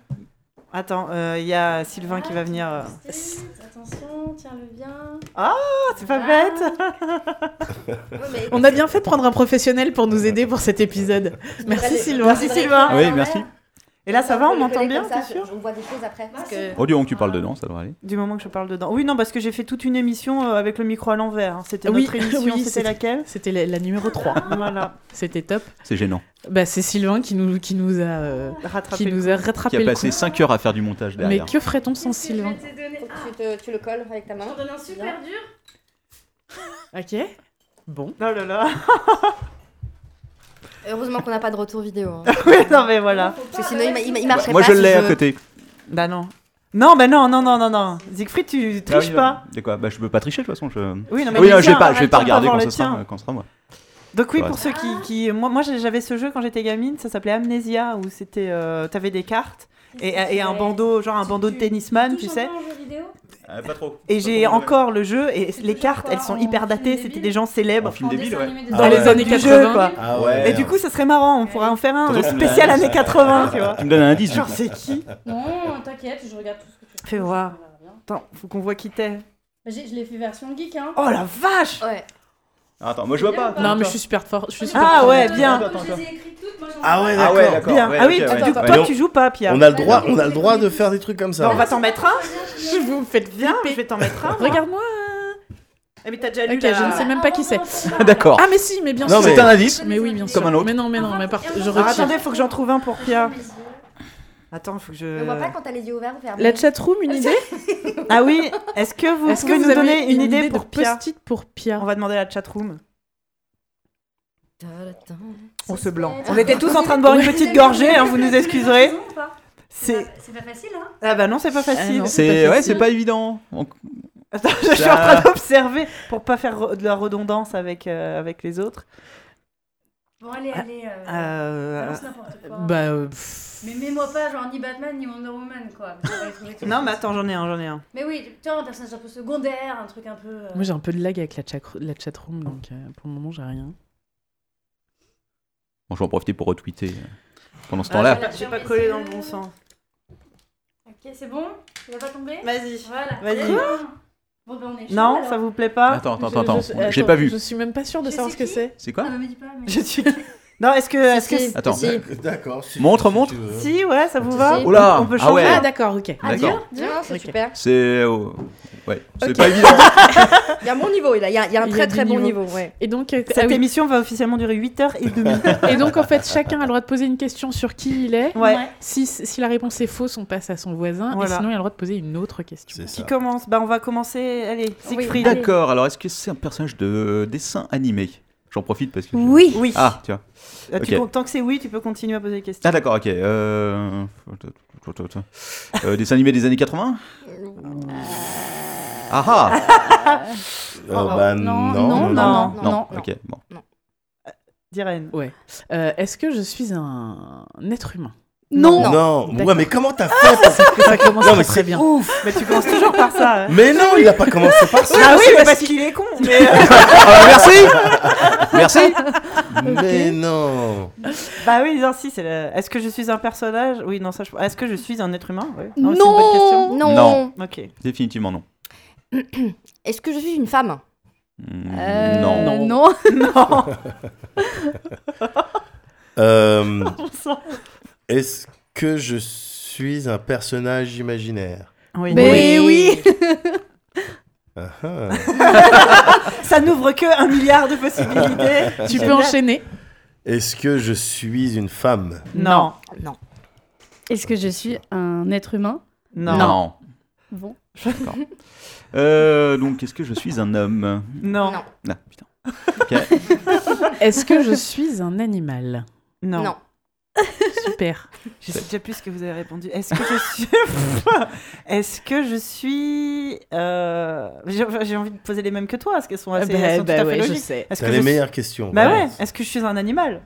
A: Attends, il y a Sylvain qui va venir. euh.
D: Christine, Attention, tiens-le bien.
A: Ah, c'est pas bête Ah,
B: [LAUGHS] On a bien fait de prendre un professionnel pour nous aider pour cet épisode. Merci Sylvain.
A: Merci
B: Ah,
A: Sylvain.
I: Ah Oui, merci.
A: Et là, ça va, on m'entend
H: coller
A: bien,
H: comme ça,
A: t'es sûr
H: On voit des choses après.
A: Bah,
H: parce que-
I: Oh, du moment que tu parles dedans, ça devrait aller.
A: Du moment que je parle dedans. Oui, non, parce que j'ai fait toute une émission euh, avec le micro à l'envers. hein. C'était
B: Oui, [LAUGHS]
A: notre émission,
B: oui,
A: c'était
B: c'était-
A: laquelle
B: C'était la, la numéro 3.
A: [LAUGHS] Voilà, [LAUGHS]
B: C'était top.
I: C'est gênant.
B: Bah, c'est Sylvain qui nous, qui nous a, euh, qui
A: rattraper.
B: nous a
I: Qui
B: rattrapé
I: a
B: le
I: passé
B: coup.
I: 5 heures à faire du montage
B: Mais
I: derrière.
B: que ferait-on sans
D: Qu'est-ce que je
B: Sylvain
D: vais te donner
H: Faut
D: Ah,
H: que tu, te- tu le colles avec ta
D: je t'en
H: main.
D: donne un super dur.
B: Ok. Bon.
A: Oh là là.
H: Heureusement qu'on n'a pas de retour vidéo. hein.
A: Ouais, non, mais voilà.
H: Parce que sinon, il, ma- il, ma- il
I: Bah,
H: marcherait
I: moi
H: pas.
I: je
H: si
I: l'ai à côté.
A: Bah non. Non, bah non, non, non, non, non. Siegfried, tu triches pas.
I: De quoi Ah Bah je peux pas tricher de toute façon. Je... Ah
A: Oui, non,
I: Oui, non,
A: le
I: je vais
A: tien,
I: pas, je vais pas
A: attends
I: regarder
A: avant
I: quand
A: le
I: ce sera,
A: tien.
I: quand ce sera moi.
A: Donc oui,
I: Ouais.
A: pour ceux qui, qui- moi, moi j'avais ce jeu quand j'étais gamine, ça s'appelait Amnesia, où c'était, euh, t'avais des cartes et, et un bandeau, genre un bandeau de tennisman, tu sais.
I: Ah, pas trop.
A: Et j'ai encore le jeu et les cartes, elles sont hyper datées, c'était des gens
I: un
A: célèbres
I: film débile, ouais.
A: dans les
E: ouais.
A: années
B: Du
A: 80.
B: jeu, quoi.
E: Ah
I: ouais.
A: Et du coup, ça serait marrant, on pourrait en faire un
I: Surtout
A: euh,
I: qu'on
A: spécial
I: l'a-
A: années 80, tu vois.
I: Tu me donnes un indice du
A: Genre,
I: coup.
A: c'est qui
D: Non, t'inquiète, je regarde tout ce que tu fais.
A: Fais voir. Attends, faut qu'on voit qui t'es.
D: Bah, Je l'ai fait version geek, hein.
A: Oh la vache
H: Ouais.
I: Attends, moi je vois pas.
B: Non, mais je suis super fort. Je suis super
A: Ah
B: forte.
A: ouais, bien.
D: Je les ai écrites toutes, moi j'en ai
E: Ah ouais,
I: Ah
E: d'accord.
I: ouais, d'accord.
A: Bien.
I: ouais,
A: ah oui,
I: ok,
A: tu-
I: ouais.
A: tu-
I: Bah,
A: toi
I: non,
A: tu joues pas, Pierre.
E: On a le droit, on a le droit de faire des trucs comme ça.
A: Bah, on va t'en mettre un.
B: Je vous faites
A: Viens, je
B: flipper.
A: vais t'en mettre un.
B: Regarde-moi.
A: Eh, mais t'as déjà lu
B: Ok,
A: la-
B: je ne sais même pas qui c'est.
I: D'accord.
B: Ah mais si, mais bien
E: Non,
B: sûr.
I: C'est un indice.
B: Mais oui, bien sûr.
I: Comme un autre.
B: Mais non, mais non, mais par-
D: Ah,
B: je
A: Alors,
B: retire.
A: attendez, faut que j'en trouve un pour Pierre. Attends, faut que
H: On voit pas
A: je.
H: quand t'as les yeux ouverts ou fermés.
B: Euh, La
H: Oh,
B: chatroom,
A: [LAUGHS]
B: une idée
A: Ah oui, est-ce que vous
B: Est-ce que
A: pouvez
B: vous
A: nous
B: avez
A: donner une idée pour
B: de
A: Pierre
B: post-it pour
A: On
B: Pierre
A: va demander à la chatroom.
H: Ta-da-da.
A: On se blanc. On était tous en train de boire une [LAUGHS] petite gorgée, hein, vous nous excuserez. C'est.
D: C'est pas facile, hein.
A: Ah bah non, c'est pas
B: Ah
A: facile.
B: non.
I: C'est
B: pas
I: ouais,
B: facile.
I: c'est pas évident. On-
A: Attends, je suis en train d'observer pour pas faire re- de la redondance avec, euh, avec les autres.
D: Bon, allez, allez. euh,
A: Euh,
D: balance n'importe quoi.
B: Bah, euh, pff,
D: Mais mets-moi pas genre ni Batman ni Wonder Woman quoi. Ça
A: [LAUGHS]
D: va être ridicule.
A: Non, mais attends, j'en ai un, j'en ai un.
D: Mais oui, tu vois, un personnage un peu secondaire, un truc un peu. euh,
B: moi j'ai un peu de lag avec la, chacro- la chatroom, donc euh, pour le moment j'ai rien.
I: Bon, je vais en profiter pour retweeter euh, pendant ce
A: Ah,
I: temps-là.
A: j'ai- J'ai pas collé dans le bon sens.
D: Ok, c'est bon Il va pas tomber
A: Vas-y.
D: Voilà.
A: Vas-y.
D: Bien. Bon, ben on est chaud,
A: Non,
D: alors.
A: ça vous plaît pas
I: Attends, attends,
B: Je-
I: attends,
B: je-
I: attends. J'ai
B: attends,
I: pas vu.
B: Je suis même pas sûre de
D: Je
B: savoir
D: sais
B: ce que
D: qui.
B: c'est.
I: C'est
D: Ah,
I: quoi
D: ne me dis pas. Mais...
A: Je suis. Non,
B: [LAUGHS]
A: est-ce que. Est-ce que...
H: Si,
I: Attends.
H: si.
E: [LAUGHS] D'accord. Oh, si-
I: Montre,
E: si
I: montre.
E: tu veux.
A: Si, ouais, ça vous va
H: Si.
I: Oh là
A: On peut
I: Ah
A: changer.
I: ouais.
B: Ah d'accord, ok.
D: Ah,
I: D'accord.
D: dur, dur.
H: Non, c'est
B: Ok.
H: super.
I: C'est oh, ouais, c'est pas évident.
H: Il y a mon niveau, il y a, il y a- il y a un
B: Il y a
H: très
B: du
H: très bon
B: niveau.
H: niveau. ouais. [CLEARS THROAT]
B: Et donc, euh, ah
A: Cette
B: oui.
A: émission va officiellement durer [LAUGHS] 8h30.
B: et donc en fait chacun a le droit de poser une question sur qui il est.
A: Ouais.
B: Si, si la réponse est fausse, on passe à son voisin.
A: Voilà.
B: Et sinon, il a le droit de poser une autre question.
E: C'est
A: Qui
E: ça.
A: commence Bah, on va commencer. Allez, Siegfried.
I: D'accord. Alors, est-ce que c'est un personnage de dessin animé J'en profite parce que. je-
H: Oui.
A: Oui.
I: Ah, tu vois.
A: Euh, tu
I: ok.
A: con- Tant que c'est oui, tu peux continuer à poser des questions.
I: Ah d'accord, ok. Euh... euh, dessin animé des années 80 Ah ah
E: Euh, bah,
G: non,
E: non,
G: non, non, non,
I: Non,
G: non.
I: ok, bon.
A: Diren.
B: Euh, Est-ce que je suis un être humain
G: Non.
E: Non,
H: D'accord.
E: ouais, mais comment t'as
A: Ah,
E: fait pour-
B: Ça commence
E: Non, mais
B: très, très
E: c'est
B: bien.
A: Ouf Mais tu commences toujours par ça. hein.
E: Mais non, il a pas commencé par ça.
A: Ah oui, mais parce qu'il est con. Mais euh,
I: Ah, merci
A: [LAUGHS]
I: Merci
E: Mais non.
A: bah oui, non, si, c'est le- Est-ce que je suis un personnage Oui, non, ça. Je... Est-ce que je suis un être humain Ouais.
G: Non,
A: c'est une bonne question.
H: Non.
I: Non.
A: Ok.
I: Définitivement non.
H: Est-ce que je suis une femme
I: Mm,
G: Euh,
I: Non.
B: Non.
A: [LAUGHS]
H: [LAUGHS]
G: non.
A: Non.
E: Euh,
A: on s'en-
E: Est-ce que je suis un personnage imaginaire
A: oui.
G: Mais oui.
E: Ah, ah.
A: [LAUGHS] Ça n'ouvre que un milliard de possibilités.
B: [LAUGHS] Tu peux enchaîner.
E: Est-ce que je suis une femme
A: Non.
H: Non.
G: Est-ce que je suis un être humain
A: Non. Non.
I: Non.
G: Bon.
I: D'accord. Euh, donc, est-ce que je suis un homme
A: Non.
H: Non.
I: Ah, putain.
B: Est-ce que je suis un animal
H: Non.
B: Super.
A: Je sais déjà plus ce que vous avez répondu. Est-ce que je suis. [LAUGHS] Est-ce que je suis. euh, J'ai j'ai envie de poser les mêmes que toi, parce qu'elles
B: Eh
A: sont assez. elles sont tout à fait
B: ben, je
A: logiques.
B: sais.
A: Est-ce
E: T'as
A: que
E: les
A: je suis-
E: meilleures questions.
A: Bah
E: voilà.
A: ouais, est-ce que je suis un animal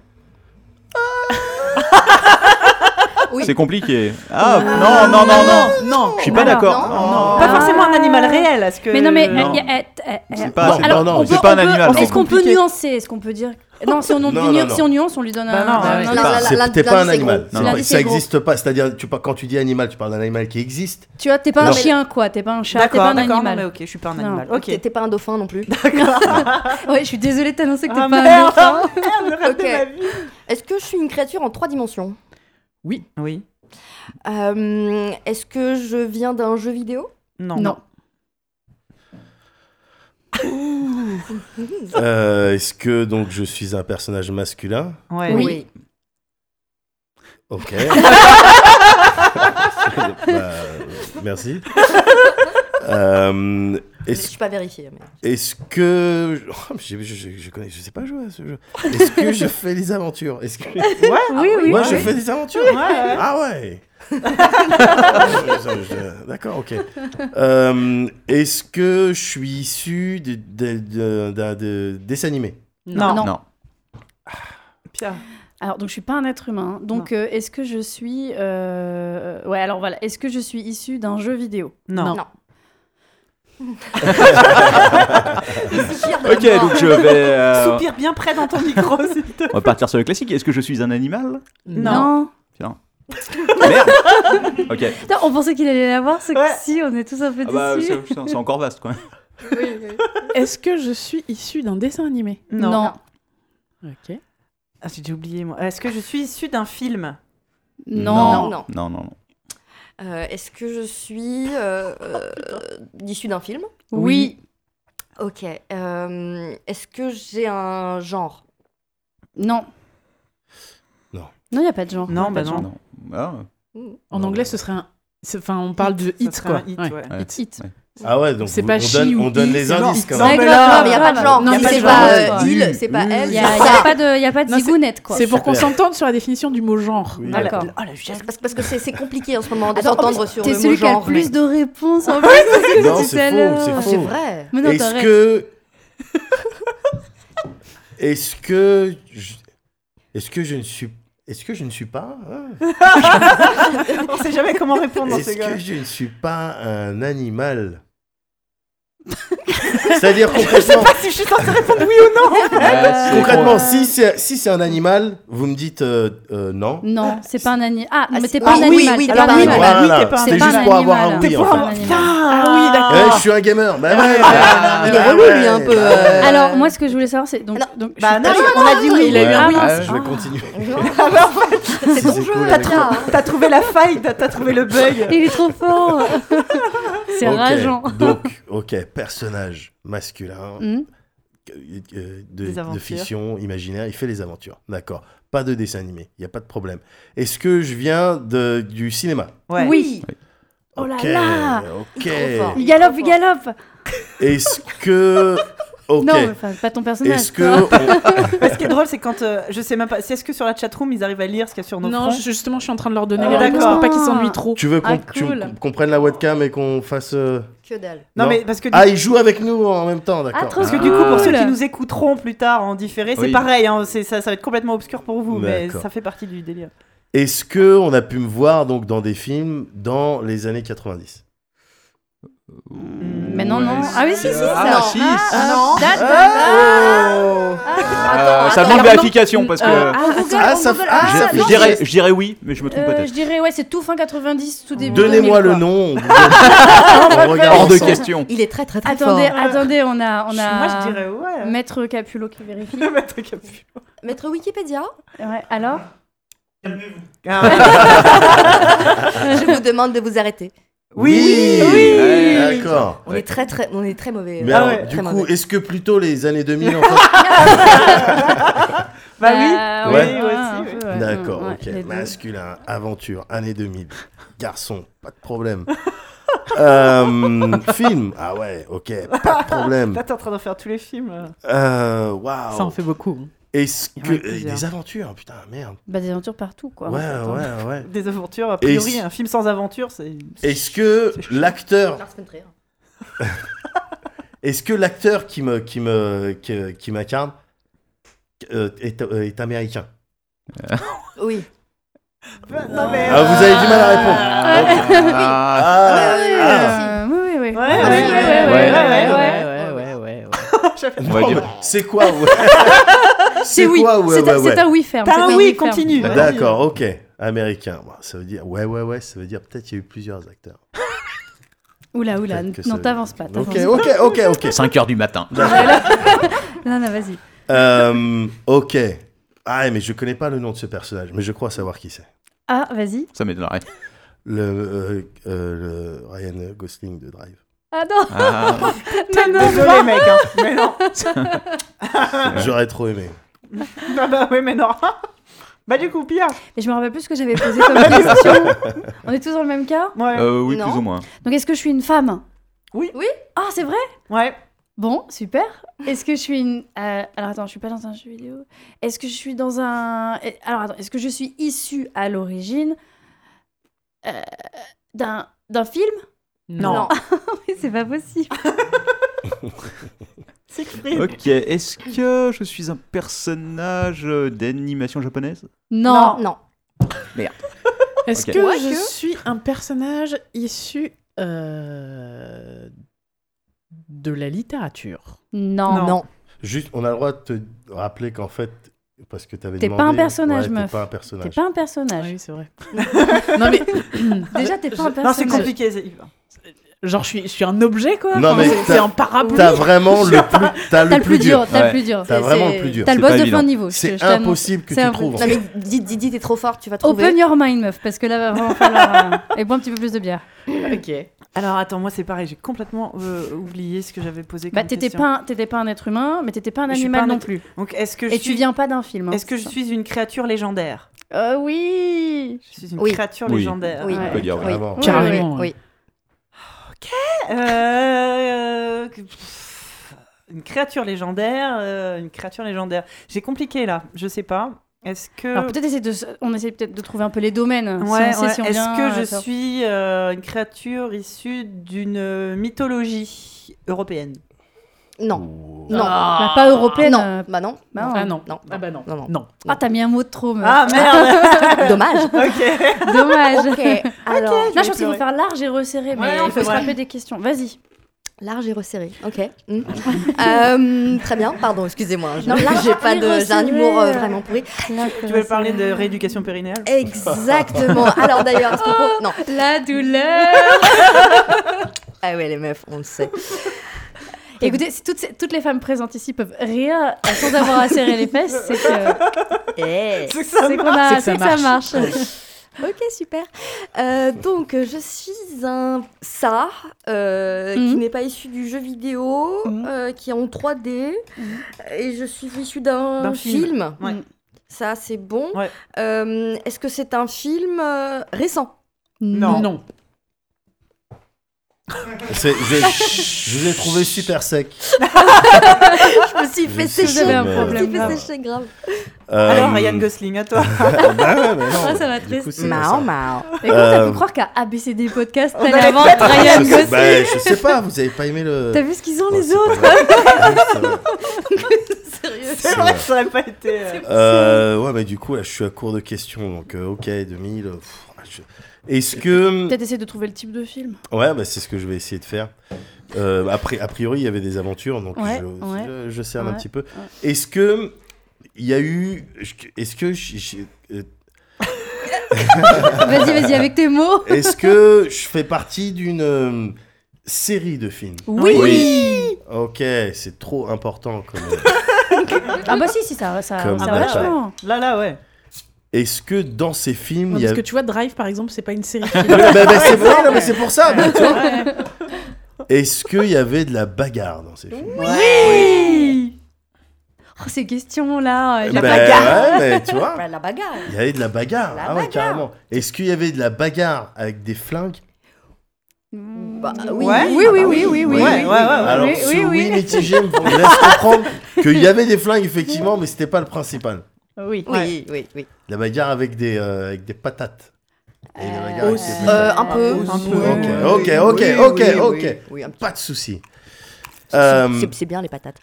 H: Oui.
I: C'est compliqué. Ah, non, non, non, non
B: Non.
I: Je suis pas
G: Alors,
I: d'accord.
H: non,
I: Non.
A: Pas
G: Ah.
A: forcément un animal réel, est-ce que.
D: Mais non, mais.
I: Non.
D: euh, y a- euh, euh, euh,
I: C'est pas,
E: Non,
I: c'est-
E: alors,
I: non,
E: on
I: non, c'est
D: peut-
I: pas un
D: on peut-
I: animal. non.
D: Est-ce qu'on peut
A: Compliqué.
D: nuancer Est-ce qu'on peut dire Non, si on,
E: Non,
D: on nu-
E: non, non.
D: si on nuance, on lui donne
A: Bah
D: un.
A: non,
D: un-
A: ouais.
D: un-
I: C'est pas-
H: la-
E: C'est
H: la-
E: t'es
H: la-
E: pas
H: c'est
E: un
H: gros.
E: animal.
I: Non,
E: C'est
I: non.
E: pas-
D: La-
E: ça
D: c'est gros.
E: existe pas. C'est-à-dire, tu par- quand tu dis animal, tu parles d'un animal qui existe.
D: Tu vois, t'es pas
E: Non,
D: un
E: mais-
D: chien, quoi. T'es pas un chat, t'es
A: D'accord,
D: pas un
A: d'accord, Oh non, mais
D: animal.
A: ok, je suis pas un
D: Non.
A: animal.
H: Ok.
A: Ok.
H: T'es pas un dauphin non plus. [LAUGHS]
D: Ouais, je suis désolée de t'annoncer que t'es
A: Ah,
D: pas un
A: merde.
D: enfant.
A: Merde, le rêve de
H: Ok.
A: ma vie.
H: Est-ce que je suis une créature en trois dimensions
A: Oui.
H: Euh, Est-ce que je viens d'un jeu vidéo
A: Non.
G: Non.
H: [LAUGHS]
E: Euh, Est-ce que donc je suis un personnage masculin
A: Ouais.
H: [LAUGHS]
E: Ok. Bah,
H: [LAUGHS]
E: merci. Euh,
H: Je
E: Est-ce
H: suis pas vérifiée. mais-
E: Est-ce que. Oh, mais je, je, je- je connais, je sais pas jouer à ce jeu. Est-ce que je fais des aventures Est-ce que...
D: Oui, oui.
E: Moi,
A: ah
E: je
A: oui.
E: fais des aventures
A: Ouais, ouais.
E: Ah ouais Je- je- je- D'accord, ok. Euh, Est-ce que je suis issu de- de- de- d'un de- dessin animé
A: Non.
G: Non.
I: Non.
A: Pierre.
G: Alors donc je suis pas un être humain. Donc euh, est-ce que je suis euh, ouais alors voilà est-ce que je suis issu d'un jeu vidéo
A: Non.
H: Non.
I: Ok, donc je vais. euh, Oh,
A: Soupire bien près dans ton micro, [LAUGHS] s'il te plaît.
I: on va partir sur le classique. Est-ce que je suis un animal
A: Non.
I: Merde Ok.
D: Putain, on pensait qu'il allait l'avoir, c'est
A: Ouais.
D: que si, on est tous un peu
I: Ah bah,
D: déçus.
I: c'est c'est
D: [LAUGHS]
I: encore vaste quoi.
B: Est-ce que je suis issu d'un dessin animé
G: Non. Non.
B: Ok.
A: Ah, j'ai déjà oublié, moi. Est-ce que je suis issue d'un film
G: Non.
H: Non.
I: Non, non, non.
H: Euh, Est-ce que je
D: [LAUGHS]
H: suis
D: Oh,
H: euh, euh, issue d'un film
G: Oui.
H: Ok. euh, Est-ce que j'ai un genre
G: Non.
E: Non.
G: Non, il n'y a pas de genre.
A: Non,
G: Y a pas
A: bah
G: de
A: non.
G: genre.
I: Non. Ah,
B: En
E: Non.
B: anglais, ce serait un. c'est- Enfin, on parle de
A: Ça
B: hit,
A: serait
B: quoi.
A: un hit,
B: Ouais.
A: ouais.
I: ouais.
G: Hit. Hit.
E: Ah ouais, donc
B: C'est
E: vous-
B: pas
E: on
B: chi
E: donne,
B: ou
E: on donne
B: hi,
E: les
B: c'est genre
E: indices
B: hit.
E: quand
A: Non,
E: même.
A: mais
D: grave,
A: là,
D: grave,
H: Non, mais il n'y a pas de genre.
A: Non,
H: Si
A: y a pas
H: c'est
A: de
H: pas
A: genre.
H: euh, il, c'est pas
E: Oui,
H: elle,
D: Il
E: oui,
D: n'y
H: c'est
D: a,
H: ça.
D: il y a pas de, il y a pas de
B: Non, c'est-
D: zigounette, quoi.
B: C'est pour qu'on
E: Super.
B: s'entende sur la définition du mot genre.
E: Oui.
A: Ah, la-
G: D'accord.
A: Oh, la geste.
H: Parce, parce que c'est c'est compliqué en ce moment de
D: Attends, en
H: s'entendre sur
D: T'es
H: le
D: celui
H: mot
D: qui a le
H: genre. mais-
D: plus de réponses
H: [LAUGHS]
D: en plus. parce que
E: Non,
D: tout à
E: c'est faux,
D: l'heure.
E: c'est
H: Ah,
E: faux.
H: c'est vrai.
D: Mais non,
E: Est-ce
D: t'arrêtes.
E: que. [LAUGHS] Est-ce que. je- Est-ce que je ne suis. Est-ce que je ne suis pas. hein
A: On sait jamais comment répondre dans
E: Est-ce
A: ces gars.
E: que je ne suis pas un animal C'est-à-dire concrètement, euh,
A: Si je suis censée répondre oui ou non
E: concrètement si c'est si c'est un animal, vous me dites euh, euh, non.
G: Non, c'est pas un animal. Ah,
H: Ah,
G: mais t'es
H: c'est-
G: pas
H: oui,
G: un
H: oui,
G: animal.
H: oui,
G: t'es
H: t'es
G: pas
H: pas un
G: un animal.
A: oui, t'es
E: Voilà,
A: pas un-
E: c'était
A: t'es pas
E: juste
G: un
E: pour avoir
G: animal.
E: un
G: T'es
E: oui
G: pas
E: en
G: un
E: fait.
G: animal.
A: Putain, ah oui,
E: Eh, je
A: d'accord.
E: suis un gamer. Bah ouais. bah
H: Il est relou, lui, un peu. euh,
E: Ouais. Ah,
G: Alors moi, ce que je voulais savoir, c'est donc,
H: Non.
G: donc je
A: Bah
G: suis
A: non,
G: pas-
A: on a dit oui. bah,
E: Ouais,
I: Ah, mince.
E: ouais, bah, je vais continuer. [LAUGHS]
H: C'est ton
E: C'est
H: jeu,
E: cool
H: là,
E: avec toi.
A: T'as trouvé la faille, t'as- t'as trouvé le bug.
D: Il est trop fort.
E: [LAUGHS]
D: c'est
E: Ok,
D: rageant.
E: [LAUGHS] Donc, ok, personnage masculin
G: Hmm.
E: euh, euh, de,
A: Des
E: de
A: aventures.
E: fiction imaginaire, il fait les aventures. D'accord. Pas de dessin animé, il n'y a pas de problème. Est-ce que je viens de, du cinéma
A: Ouais.
D: Oui. Ah
G: Oh là
E: Ok,
G: là
E: Ok.
H: Trop fort.
D: Il galope, il galope.
E: Est-ce que. Ok.
G: Non, mais enfin, pas ton personnage.
E: Est-ce
G: toi.
E: que. on-
A: [LAUGHS]
E: [LAUGHS]
A: Mais Ce qui est drôle, c'est quand euh, je sais même pas. C'est est-ce que sur la chatroom ils arrivent à lire ce qu'il y a sur nos fronts
B: Non, je- justement, je suis en train de leur donner
A: Ah,
B: les réponses
A: d'accord.
B: pour pas qu'ils s'ennuient trop.
E: Tu veux qu'on
G: Ah,
E: tu-
G: cool.
E: qu'on prenne la webcam et qu'on fasse. euh,
H: Que dalle.
A: Non,
E: Non.
A: mais parce que. du-
E: Ah, il joue avec nous en même temps, d'accord.
D: Ah, trop
A: Parce que
D: cool.
A: du coup, pour ceux qui
D: Cool.
A: nous écouteront plus tard en différé, c'est
I: Oui.
A: pareil, hein, c'est- ça, ça va être complètement obscur pour vous, mais
E: D'accord.
A: ça fait partie du délire.
E: Est-ce que on a pu me voir donc dans des films dans les années 90
G: Mais non, non. Ah oui, si, si, ça.
I: Ah, si,
G: Ah,
H: non.
G: date de-
I: Euh, ça demande
G: attends,
I: vérification parce que
B: Euh, ah,
D: On Google,
E: ah,
D: on
E: ça-
D: Google.
E: ah,
D: Ah,
I: je,
D: non,
I: je dirais, je dirais oui, mais je me trompe
D: euh,
I: peut-être.
D: je dirais, ouais, c'est tout fin 90, tout début.
E: Donnez-moi
D: 2000,
E: le
D: quoi.
E: nom. on
I: Hors
E: regarde
I: de
E: ensemble.
I: question.
H: Il est très très très
D: Attendez,
H: fort.
D: attendez, on a, on a.
A: Moi, je dirais ouais.
D: Maître Capulot qui vérifie.
A: Le maître Capu.
H: Maître Wikipédia,
D: Ouais, alors
A: Ah,
H: [LAUGHS] je vous demande de vous arrêter.
A: oui,
I: Ouais.
E: D'accord.
H: On
I: Ouais.
H: est très très on est très mauvais.
E: Mais
H: euh,
E: alors,
A: ouais.
E: du
H: très
E: coup,
H: mauvais.
E: est-ce que plutôt les années 2000
H: [LAUGHS]
E: en fait
A: Bah oui.
D: Bah,
E: oui,
A: oui,
D: un
A: aussi,
D: peu, ouais.
E: D'accord,
D: Ouais, les
E: ok.
D: deux.
E: Masculin, aventure, années 2000. Garçon, pas de problème. [LAUGHS] Euh, film, ah ouais, ok, pas de
A: [LAUGHS]
E: problème.
A: Là, t'es en train de faire tous les films. là.
E: Euh, Waouh.
B: Ça en fait beaucoup. hein.
E: Est-ce
B: Il y en
E: que.
B: a
E: et
B: plusieurs.
E: Des aventures, putain, merde.
G: Bah, des aventures partout, quoi.
E: Ouais,
G: en fait, hein.
E: ouais, ouais.
A: Des aventures, a priori,
E: Et-
A: un film sans aventure, c'est.
E: Est-ce que
A: C'est chaud.
E: l'acteur
H: Lars von Trier.
E: Est-ce que l'acteur qui me qui me qui, qui m'incarne euh, est, euh, est américain
H: Oui.
A: Bah, non, mais.
E: Ah, vous avez du mal à répondre.
G: Ah.
I: Ah,
E: Ah, ah.
G: Euh, oui, oui, oui.
A: Ouais, ouais,
I: ouais,
A: ouais, ouais, ouais, ouais.
B: ouais, ouais, ouais.
E: [LAUGHS]
I: on va
E: Non,
I: dire.
E: mais C'est quoi ouais
G: [LAUGHS] C'est oui.
E: quoi, ouais,
G: C'est un-
E: ouais, ouais.
G: c'est un oui ferme. c'est
A: T'as
G: un
A: un oui,
G: ferme.
A: continue. vas-y.
E: Ah, D'accord, ok, américain. Bon, ça veut dire ouais ouais ouais, ça veut dire peut-être il y a eu plusieurs acteurs.
G: Oula, oula.
E: Peut-être que ça
G: Non,
E: veut
G: t'avances
E: dire-
G: pas.
E: Ok,
G: t'avances pas.
E: ok, ok,
G: [LAUGHS]
E: ok.
I: 5 heures du matin.
G: Non, non, vas-y.
E: Euh, ok. Ah, mais je connais pas le nom de ce personnage, mais je crois savoir qui c'est.
G: Ah, vas-y.
I: Ça m'étonnerait.
E: Le, euh, euh, le Ryan Gosling de Drive.
D: Ah non,
G: [LAUGHS]
I: Ah,
D: mais non.
A: Désolé, mec. hein. Mais non.
E: [LAUGHS] J'aurais trop aimé.
A: [LAUGHS] Non, bah oui, mais non. Bah, du coup, pire.
D: Mais je me rappelle plus ce que j'avais
A: [LAUGHS]
D: posé comme question. on est tous dans le même cas.
A: Ouais.
I: euh, oui,
H: Non.
I: plus ou moins.
D: Donc est-ce que je suis une femme
A: Oui.
D: Oui. Ah c'est vrai.
A: Ouais.
D: Bon, super. Est-ce que je suis une... euh, alors attends, je suis pas dans un jeu vidéo. Est-ce que je suis dans un... eh, Alors attends, est-ce que je suis issue à l'origine euh, d'un d'un film [LAUGHS]
B: Non.
D: Mais c'est pas possible.
A: Siegfried.
I: Ok, est-ce que je suis un personnage euh, d'animation japonaise
D: Non.
H: non.
B: Est-ce
I: Ok.
B: que
H: Ouais,
B: je
H: que-
B: suis un personnage issu euh, de la littérature
D: Non.
A: Non.
H: Non.
E: Juste, on a le droit de te rappeler qu'en fait, parce que t'avais
G: T'es
E: demandé...
G: pas un personnage,
E: ouais,
G: meuf.
E: T'es pas un
G: T'es
E: personnage.
G: pas un personnage.
B: oui, c'est
D: [LAUGHS]
B: vrai. non mais
D: Déjà, t'es pas un
A: Non, c'est
D: personnage.
A: compliqué. c'est-
B: genre je suis, je suis un objet quoi.
E: Non,
B: Enfin,
E: mais
B: c'est-
E: t'as-
B: c'est un parapluie.
E: T'as vraiment le plus, t'as
G: T'as le plus dur, t'as
I: Ouais.
G: le plus dur.
E: T'as
H: C'est-
E: vraiment
H: c'est-
E: le plus dur.
G: T'as le
I: C'est
G: boss
I: pas
G: de
I: évident.
G: fin de niveau. je te-
E: C'est
G: je t'annonce.
E: impossible que
G: C'est
E: tu
G: un-
E: trouves. en
H: Non
E: fait.
H: mais dis, dis, dis, t'es trop fort, tu vas trouver.
G: Open your mind, meuf, parce que là, va vraiment falloir. euh, Et bois un petit peu plus de bière.
B: ok.
A: Alors, attends, moi, c'est pareil. J'ai complètement euh, oublié ce que j'avais posé comme
G: Bah, t'étais
A: question.
G: pas, un- t'étais pas un être humain, mais t'étais pas un
A: Je suis
G: animal
A: pas un
G: non
A: être-
G: plus.
A: Donc, est-ce que je
G: Et
A: suis...
G: tu viens pas d'un film. hein,
A: Est-ce que je
G: c'est
A: suis une créature légendaire
G: ça. Euh, oui.
A: Je suis une
H: Oui.
A: créature
I: Oui.
A: légendaire.
H: Oui.
I: On peut dire, oui.
E: Vraiment.
G: Oui,
B: Carrément,
H: Oui.
A: Euh, que- pff, Une créature légendaire, euh, une créature légendaire. J'ai compliqué là, je sais pas. Est-ce que
G: Alors peut-être essayer de, se- on essaie peut-être de trouver un peu les domaines. si
A: Ouais,
G: on sait
A: ouais.
G: si on
A: Est-ce
G: vient,
A: que
G: euh,
A: je
G: ça-
A: suis euh, une créature issue d'une euh, mythologie européenne Ah.
H: Non.
E: Ouh.
H: Non.
G: Bah, pas européenne. euh,
H: Non. Bah non.
G: bah,
B: Ah non.
H: Non.
B: Ah bah non.
H: Non, non.
G: Ah, t'as mis un mot de trop. meuf.
A: Ah
G: [LAUGHS]
A: merde
H: [LAUGHS] Dommage.
A: Ok.
G: Dommage.
H: Ok. Alors.
G: Là,
A: vais
G: je pense qu'il faut
A: pleurer.
G: faire large et resserré, mais
A: Ouais, non,
G: il faut
A: c'est
G: se
A: vrai.
G: rappeler des questions. Vas-y.
H: Large et resserré. Ok. Mm. [LAUGHS] Euh, très bien. Pardon. Excusez-moi. Je-
G: Non,
H: Là,
G: large
H: j'ai pas
G: et
H: de. J'ai un
G: resserré.
H: humour euh, vraiment pourri.
A: Tu veux parler de rééducation périnéale
H: Exactement.
A: [LAUGHS]
H: Alors d'ailleurs, à ce propos. Non.
D: La douleur.
E: [LAUGHS]
H: Ah ouais, les meufs, on le sait.
G: Écoutez, si toutes, ces- toutes les femmes présentes ici peuvent rire euh, sans avoir à serrer les
A: [LAUGHS]
G: fesses, c'est euh, que
H: Eh.
A: C'est ça.
G: c'est qu'on a-
B: C'est que ça
G: c'est que ça marche.
H: [LAUGHS] Ok, super. Euh, donc, euh, je suis un ça euh, qui
G: Mhm.
H: n'est pas issu du jeu vidéo,
G: Mhm.
H: euh, qui est en 3D, et je suis issu d'un
A: D'un
H: film.
A: film.
G: Ouais.
A: Mm.
H: Ça, c'est bon.
A: Ouais.
H: Euh, Est-ce que c'est un film euh, récent
A: Non.
B: Non.
G: [LAUGHS]
H: [LAUGHS]
E: C'est- je, je l'ai trouvé super sec.
H: [LAUGHS] Je me suis fait
E: Je sais
H: sécher.
G: J'avais un
E: mais-
H: Je me suis
G: problème.
H: fait
G: grave.
H: sécher grave.
E: Euh,
A: Alors Ryan Gosling, à
E: [LAUGHS]
A: toi.
E: bah ouais, mais non.
G: Ah, ça va
E: Du
G: triste.
E: coup, c'est pas
H: Mao,
E: ça.
H: mao.
G: Et comment t'as
E: Euh,
G: pu croire qu'à ABCD Podcast,
A: On
G: t'allais
A: allait
G: avoir
A: mettre
G: Ryan
E: Je sais-
G: Gosling
E: bah, je sais pas, vous avez pas aimé le.
G: T'as vu ce qu'ils ont,
H: [LAUGHS]
E: Ouais,
G: les [LAUGHS]
E: c'est
G: autres
E: pas vrai. Oui, c'est vrai.
A: C'est vrai que ça aurait pas été. euh,
E: Euh, ouais, mais du coup, là, je suis à court de questions. Donc, euh, ok, 2000. pff, je- Est-ce que.
D: Peut-être essayer de trouver le type de film.
E: Ouais, bah, c'est ce que je vais essayer de faire. Euh, après, a priori, il y avait des aventures, donc
D: Ouais,
E: je,
D: ouais.
E: je, je cerne un
D: Ouais,
E: petit peu. Est-ce que. Il y a eu. Est-ce que. je- je- euh,
D: [LAUGHS] Vas-y, vas-y, avec tes mots.
E: Est-ce que je fais partie d'une euh, série de films
D: Oui.
E: Ok, c'est trop important quand même.
D: [LAUGHS] Ah bah si, si, ça, ça,
E: Comme
D: ça
A: un
D: vachement.
A: Là, là, ouais.
E: Est-ce que dans ces films,
B: Parce
E: il y a...
B: que tu vois, Drive, par exemple, c'est pas une
E: [LAUGHS]
B: série.
E: Bah, bah, c'est vrai, non, mais c'est pour ça. bah, tu vois. Est-ce qu'il y avait de la bagarre dans ces films
D: Oh, ces questions-là. euh,
E: Bah,
H: bagarre.
E: ouais, mais tu vois,
H: Bah, la bagarre.
E: il y avait de la bagarre.
H: La
E: ah ouais,
H: bagarre.
E: carrément. Est-ce qu'il y avait de la bagarre avec des flingues
H: Bah, oui.
A: Ouais. Ah
D: Oui, oui, oui, oui,
A: Ouais,
D: oui.
A: ouais, ouais.
E: Alors,
D: oui,
E: ce
D: oui, oui.
E: mitigé me laisse comprendre qu'il y avait des flingues, effectivement, mais c'était pas le principal.
A: Oui.
H: Oui, oui, oui.
E: La bagarre avec des, euh, avec des patates. Et la bagarre avec des
D: Euh,
E: patates.
H: Euh, un peu.
A: Un peu.
E: Ok,
A: Ouais.
H: Oui,
E: ok, ok,
H: oui,
E: ok,
H: oui,
E: ok.
H: oui, oui, un petit-
E: Pas de souci.
H: c'est-
E: Euh,
H: c'est- C'est bien les patates.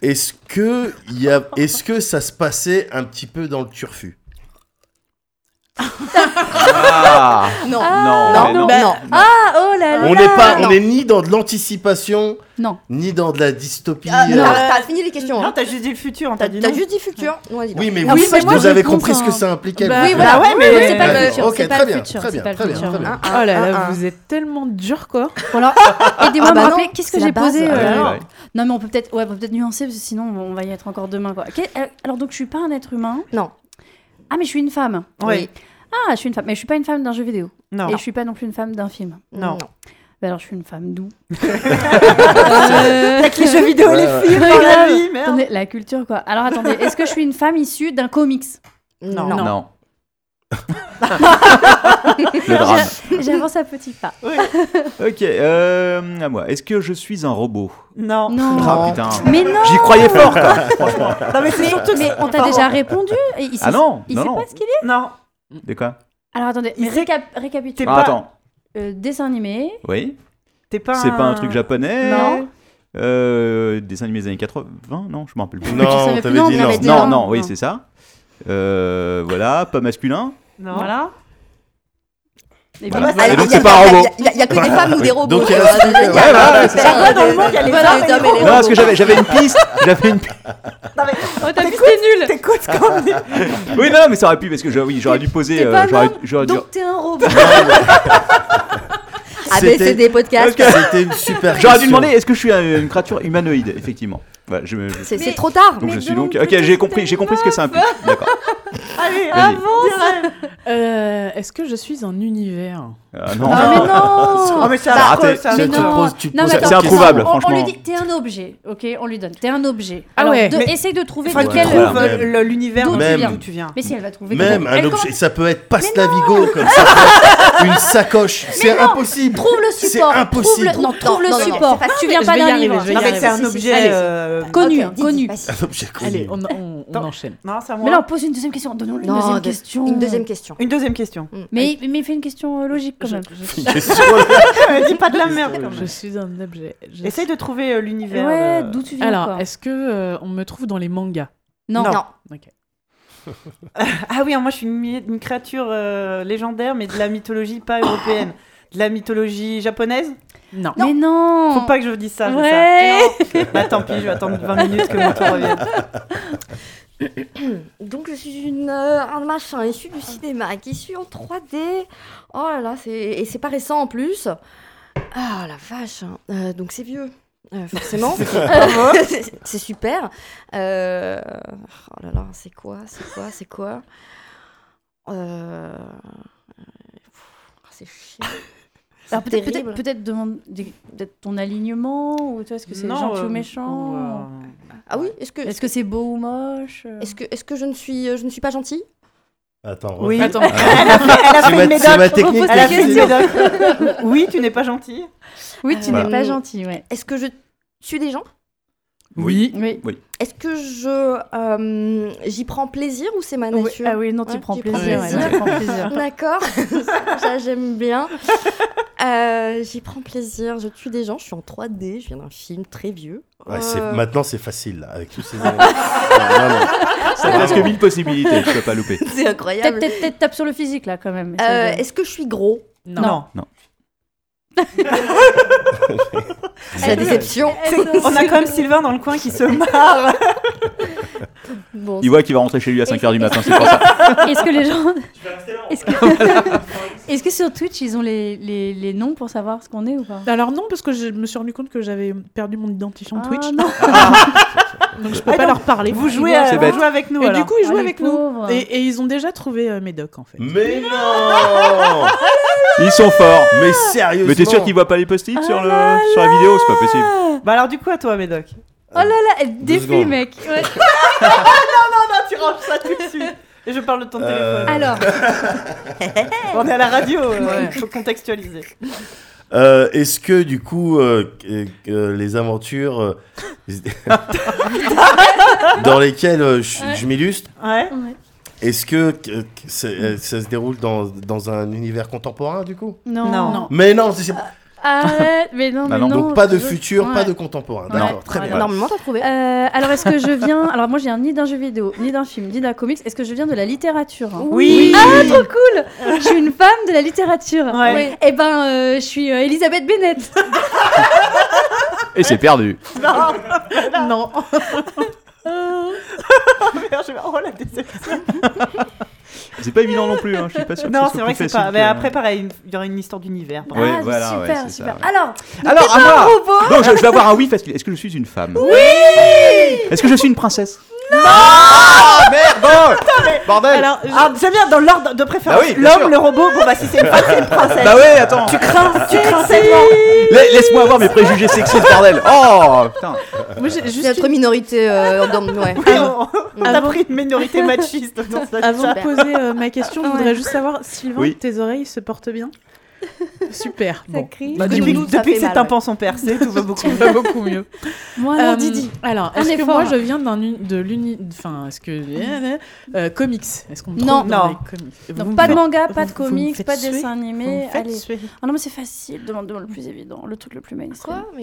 E: Est-ce que il y a, est-ce que ça se passait un petit peu dans le turfu
I: Ah
H: Non.
I: Non, mais
H: non,
I: non.
H: bah, non.
D: Ah, oh là là.
E: On n'est pas, on
H: Non.
E: n'est ni dans de l'anticipation,
D: Non.
E: ni dans de la dystopie.
H: Ah,
E: euh,
H: non, t'as fini les questions.
A: Non,
H: hein.
A: t'as juste dit le futur, on
H: T'as
A: t'a dit non.
H: t'as juste dit futur. Ouais, dis donc.
E: Oui, mais
D: Ah
E: vous,
D: oui, mais moi,
E: vous
D: je
E: avez
D: pense
E: compris ce
D: à
E: que
D: un-
E: ça impliquait.
B: Bah,
E: le
B: oui,
E: truc.
A: Bah ouais, mais.
D: c'est pas le futur,
E: Ok,
D: c'est pas
E: très
D: le
E: bien,
D: futur,
E: très
D: c'est
E: bien,
D: pas le
E: très bien,
D: futur.
E: très bien.
H: Ah,
B: Oh là
H: ah,
B: là,
H: ah.
B: vous êtes tellement dur, quoi.
D: Bon, alors, aidez-moi
H: Ah bah
D: à me
H: non,
D: rappeler, qu'est-ce que
H: c'est
D: j'ai
H: la base.
D: posé
A: Ah
I: Ouais,
D: euh,
I: ouais, ouais.
D: Non, mais on peut peut-être ouais, on peut peut-être nuancer, parce que sinon, on va y être encore demain, quoi. Que- euh, Alors, donc, je suis pas un être humain.
H: Non.
D: Ah, mais je suis une femme.
A: Oui.
D: Ah, je suis une femme. Mais je suis pas une femme d'un jeu vidéo.
A: Non.
D: Et je suis pas non plus une femme d'un film.
A: Non.
D: Bah alors, je suis une
A: [LAUGHS]
D: femme d'où Euh,
A: Avec les jeux vidéo,
E: Ouais,
A: les
E: ouais.
A: films, dans la vie, merde.
D: Attendez, la culture, quoi. Alors, attendez, est-ce que je suis une femme issue d'un comics
H: Non.
A: Non. [LAUGHS]
I: Non. le drame.
D: J'avance à petits pas.
I: Ok, euh, à moi. Est-ce que je suis un robot
A: Non.
D: Non.
I: Ah putain.
D: Mais non
I: J'y croyais fort, quoi.
A: [LAUGHS] Non, mais c'est surtout que
D: Mais
A: c'est-
D: on t'a déjà répondu et il sait,
I: Ah non,
D: il
I: non,
D: sait
I: non.
D: pas ce qu'il est
A: Non.
I: De quoi
D: Alors attendez,
A: Il
D: mais
A: sait-
D: récap- récapitule.
A: T'es
I: Ah,
A: pas-
I: attends.
D: Euh, dessin animé,
I: Oui.
A: T'es pas.
I: C'est pas un truc japonais
A: Non.
I: Euh, dessin animé des années 80 Non, je me rappelle plus.
D: Je savais
E: Non,
D: plus.
E: t'avais
D: Non,
E: dit
D: mais
E: non.
D: t'avais dit
I: Non,
D: Non,
I: non, oui,
D: non.
I: c'est ça. Euh, voilà, pas masculin.
A: Non.
D: voilà. Et puis,
A: bah,
H: Ah,
I: Et
H: il y a-
I: donc,
H: il y a-
I: c'est pas un robot.
H: Il y a- il y a que des femmes ou des robots.
E: Donc, il y a-
H: Euh, il y a-
E: ouais,
H: il y a-
I: voilà,
A: c'est ça. Ouais, dans le monde, il y a les
H: Voilà,
A: hommes et les
H: hommes et les
I: Non,
H: robots.
I: parce que j'avais, j'avais une piste. J'avais une piste.
D: Oh, t'as vu, c'est nul
A: T'écoutes quand on dit.
I: Oui, non, mais ça aurait pu, parce que je- oui, j'aurais dû poser. euh,
D: T'es pas
I: j'aurais,
D: un homme,
I: j'aurais dû.
D: Donc, [LAUGHS] t'es un robot.
H: ABCD podcast.
I: Ok.
E: C'était une super.
I: J'aurais dû
E: question.
I: demander est-ce que je suis un- une créature humanoïde, effectivement. Voilà, je, me- je-
H: C'est c'est trop tard.
I: donc je suis
D: donc,
I: donc. Ok, j'ai compris, j'ai compris ce que ça implique. D'accord.
A: Allez,
I: Vas-y.
B: Euh, Est-ce que je suis un univers
I: Ah, non.
D: Ah, mais
I: [LAUGHS]
A: Oh,
D: non
A: mais c'est
I: Bah,
A: un
I: raté.
A: peu, c'est un
E: Mais
A: peu.
E: tu
D: non.
E: poses- tu
D: Non, mais
E: poses-
D: attends,
I: c'est introuvable,
D: on- on,
I: franchement.
D: lui dit, t'es un objet, ok On lui donne, t'es un objet.
B: Ah
D: Alors,
B: ouais.
D: de-
A: Mais-
D: essaye de trouver
A: Faudrait
D: de
A: que
D: quel...
A: tu
I: Voilà.
A: trouves euh, le- l'univers
D: D'où
A: d'où
E: tu
A: tu,
E: viens.
A: viens.
D: Mais si, elle va trouver...
E: Même
D: Elle
E: un
D: commence-
E: objet, ça peut être passe la Vigo comme ça, peut être une sacoche. C'est
D: non.
E: impossible.
D: Trouve le
E: C'est
D: support.
E: impossible.
D: Trouve le, non,
H: Non,
D: trouve le
H: non, non, non,
D: support.
H: c'est
D: tu viens
B: Je
D: pas
B: vais y
D: d'un
B: arriver,
D: livre.
B: je vais y
A: Non, mais
B: arriver.
A: c'est un
D: Si, si, si,
A: objet.
D: allez.
A: euh,
D: Connu, hein,
H: Vas-y,
D: connu.
H: vas-y.
E: Un objet
D: [LAUGHS]
E: connu.
B: Allez, on, on- on
A: Attends.
B: enchaîne.
A: Non, c'est à moi.
D: Mais là, on pose une deuxième question. Donnons-lui une
H: Non,
D: deuxième
H: de-
D: question.
H: Une deuxième question.
A: Une deuxième question.
D: Mais, mais fais une question euh, logique quand
B: Je-
D: même.
I: [LAUGHS]
A: Dis pas de la merde quand
B: Je
A: même.
B: suis un objet. Je-
A: Essaye de trouver euh, l'univers. euh,
D: Ouais, d'où tu viens
B: Alors,
D: quoi.
B: est-ce que euh, on me trouve dans les mangas
D: Non.
A: Non.
B: Ok.
A: Ah oui, hein, moi je suis une, mi- une créature euh, légendaire, mais de la mythologie pas européenne. De la mythologie japonaise
B: Non.
D: Mais non.
A: Faut pas que je vous dise ça. c'est
D: Ouais.
A: ça. Bah tant pis, je vais attendre 20 minutes que mon tour revienne.
H: [CLEARS THROAT] Donc je suis une, euh, un machin issu du cinéma qui suis en 3D. Oh là là, c'est et c'est pas récent en plus. Ah la vache. Euh, donc c'est vieux. Euh, [LAUGHS] forcément, C'est- c'est super. Euh, Oh là là, c'est quoi, c'est quoi, c'est quoi Euh, pff, C'est chiant.
D: Alors, peut-être
H: terrible.
D: peut-être peut-être demande des- peut-être ton alignement ou toi est-ce que c'est
A: Non,
D: gentil
A: euh,
D: ou méchant
A: ou,
H: Ah oui, est-ce que
D: Est-ce que c'est beau ou moche euh
H: est-ce que est-ce que je ne suis euh, je ne suis pas gentille
E: Attends.
A: Oui.
E: refais.
B: Attends.
E: Ah,
A: Elle a
E: C'est
A: fait
E: ma,
A: une
E: c'est ma
A: médoc.
E: technique.
A: Elle a
E: de
A: fait une
E: cuisine.
A: médoc. Oui, tu n'es pas gentille. Bah.
D: Oui, tu
H: Voilà.
D: n'es pas gentil, ouais.
H: Est-ce que je tue des gens
B: Oui.
G: Oui.
H: Est-ce que je euh, j'y prends plaisir ou c'est ma
G: Oui.
H: nature
G: Ah oui, non, tu
H: Ouais,
G: prends
H: tu
G: plaisir.
H: prends
G: ouais, tu prends plaisir.
H: [LAUGHS] D'accord, ça j'aime bien. Euh, j'y prends plaisir, je tue des gens, je suis en 3D, je viens d'un film très vieux.
E: Ouais, c'est-
H: Euh,
E: Maintenant, c'est facile, là, avec tous ces éléments. Ouais, vraiment.
I: Ça a presque mille possibilités, tu peux pas louper.
H: [LAUGHS] C'est
G: Peut-être
H: incroyable.
G: peut-être- peut-être tape sur le physique là quand même.
H: Euh,
G: Essaye de-
H: Est-ce que je suis gros
A: Non.
H: C'est la déception.
A: On a quand même Sylvain dans le coin qui
D: [LAUGHS]
A: se marre.
H: Bon,
I: Il voit qu'il va rentrer chez lui à 5h du matin, c'est [LAUGHS] pour ça.
D: [LAUGHS] Est-ce que les gens. Est-ce que... Est-ce que [LAUGHS] sur Twitch, ils ont les, les, les noms pour savoir ce qu'on est ou pas
B: Alors non, parce que je me suis rendu compte que j'avais perdu mon identifiant
D: Ah,
B: Twitch, [LAUGHS]
D: non.
B: donc je peux
A: Ah
B: pas
A: non.
B: leur parler.
A: Vous jouez, à-
I: C'est
A: vous
I: bête.
A: jouez avec nous.
B: Et
A: alors.
B: du coup, ils
D: Ah,
B: jouent
D: les
B: avec nous.
D: pauvres.
B: Et, et ils ont déjà trouvé euh, Médoc, en fait.
E: Mais non
I: Ils sont forts.
E: Mais sérieusement
I: Mais t'es sûr qu'il voit pas les post-it sur, le... sur la vidéo C'est pas possible.
A: Bah alors du coup à toi Médoc.
D: Oh là là, elle défie,
E: secondes.
D: mec.
A: [LAUGHS]
D: Ouais.
A: Ah tu ranges ça tout de suite. Et je parle de ton
E: Euh,
A: téléphone.
E: [LAUGHS]
D: Alors,
A: On est à la radio, euh, faut
D: [LAUGHS]
A: contextualiser.
E: Euh, Est-ce que du coup, euh, que- que les aventures euh, [LAUGHS] dans lesquelles euh, je, je m'illustre,
A: Ouais.
E: est-ce que, que- que c'est- euh, ça se déroule dans, dans un univers contemporain du coup
D: non.
A: Non.
E: Mais non, c'est- c'est-
D: Arrête, Ah, mais non,
I: Bah
D: mais
I: non.
D: non.
E: donc pas de
D: je-
E: futur,
D: Ouais.
E: pas de contemporain.
D: Ouais.
E: D'accord, très
D: Ouais.
E: bien.
H: Normalement, t'as trouvé.
D: Euh, alors, est-ce que je viens. Alors, moi, je viens ni d'un jeu vidéo, ni d'un film, ni d'un comics. Est-ce que je viens de la littérature
A: Oui.
D: Ah, trop cool Je suis une femme de la littérature.
A: Ouais.
D: Oui. Eh ben, euh, je suis euh,
B: [LAUGHS]
D: Elisabeth Bennett.
I: Et c'est perdu.
D: [LAUGHS]
A: Non.
B: Non.
A: Oh, Merde, je vais- oh, la déception.
I: C'est pas évident non plus, hein. je suis pas sûr.
A: Non,
I: ce
A: c'est
I: soit
A: vrai que
I: plus
A: c'est pas.
I: facile
A: Mais
I: que-
A: après pareil, une- il y aura une histoire d'univers.
I: Ouais,
D: ah,
I: voilà,
D: super,
I: ouais, c'est ça,
D: super.
I: ouais.
D: Alors,
I: Alors, à moi Donc, je, je vais avoir un oui parce que. Est-ce que je suis une femme Oui Est-ce que je suis une princesse Non Merde Bordel
B: Alors, je-
A: Ah, c'est bien dans l'ordre de préférence.
I: Bah oui, bien sûr.
A: L'homme, le robot. Bon bah si c'est une femme, c'est une princesse.
I: Bah ouais, attends
A: Tu crains, tu crains tellement.
I: La- Laisse-moi avoir mes préjugés sexistes, bordel Oh Putain
B: moi, j'ai juste
H: Notre minorité
D: [LAUGHS]
H: euh, dans- ouais.
A: Oui,
B: [LAUGHS]
A: on, on a
B: Avant-
A: pris une minorité machiste
B: [LAUGHS]
A: dans ce
B: une- Avant de
A: chat.
B: poser euh, ma
D: [LAUGHS]
B: question, je voudrais juste savoir, Sylvain,
I: Oui.
B: tes oreilles se portent [LAUGHS] bien Super. Bon.
D: crie.
B: Bah,
A: Depuis,
B: du coup,
H: ça
A: depuis
H: fait
A: que ses
H: mal,
A: tympans sont percés, tout va
B: [LAUGHS]
A: beaucoup mieux.
B: ça va beaucoup mieux.
D: moi, alors,
B: Euh,
D: Didi.
B: Alors,
D: Un
B: est-ce que
D: effort.
B: moi je viens d'un uni- de l'uni, enfin, est-ce que euh, comics Est-ce qu'on me
D: Non.
B: trouve dans
A: Non.
B: les comics Vous
D: Donc,
B: me
D: pas de
B: faites-
D: manga,
B: vous-
D: pas de
B: vous me
D: comics,
B: faites
D: pas de
B: suer.
D: dessin
B: vous me
D: animé.
B: faites
D: Allez.
B: suer.
D: Ah non, mais c'est facile. Demande, demande le plus évident, le truc le plus mainstream.
H: Quoi Mais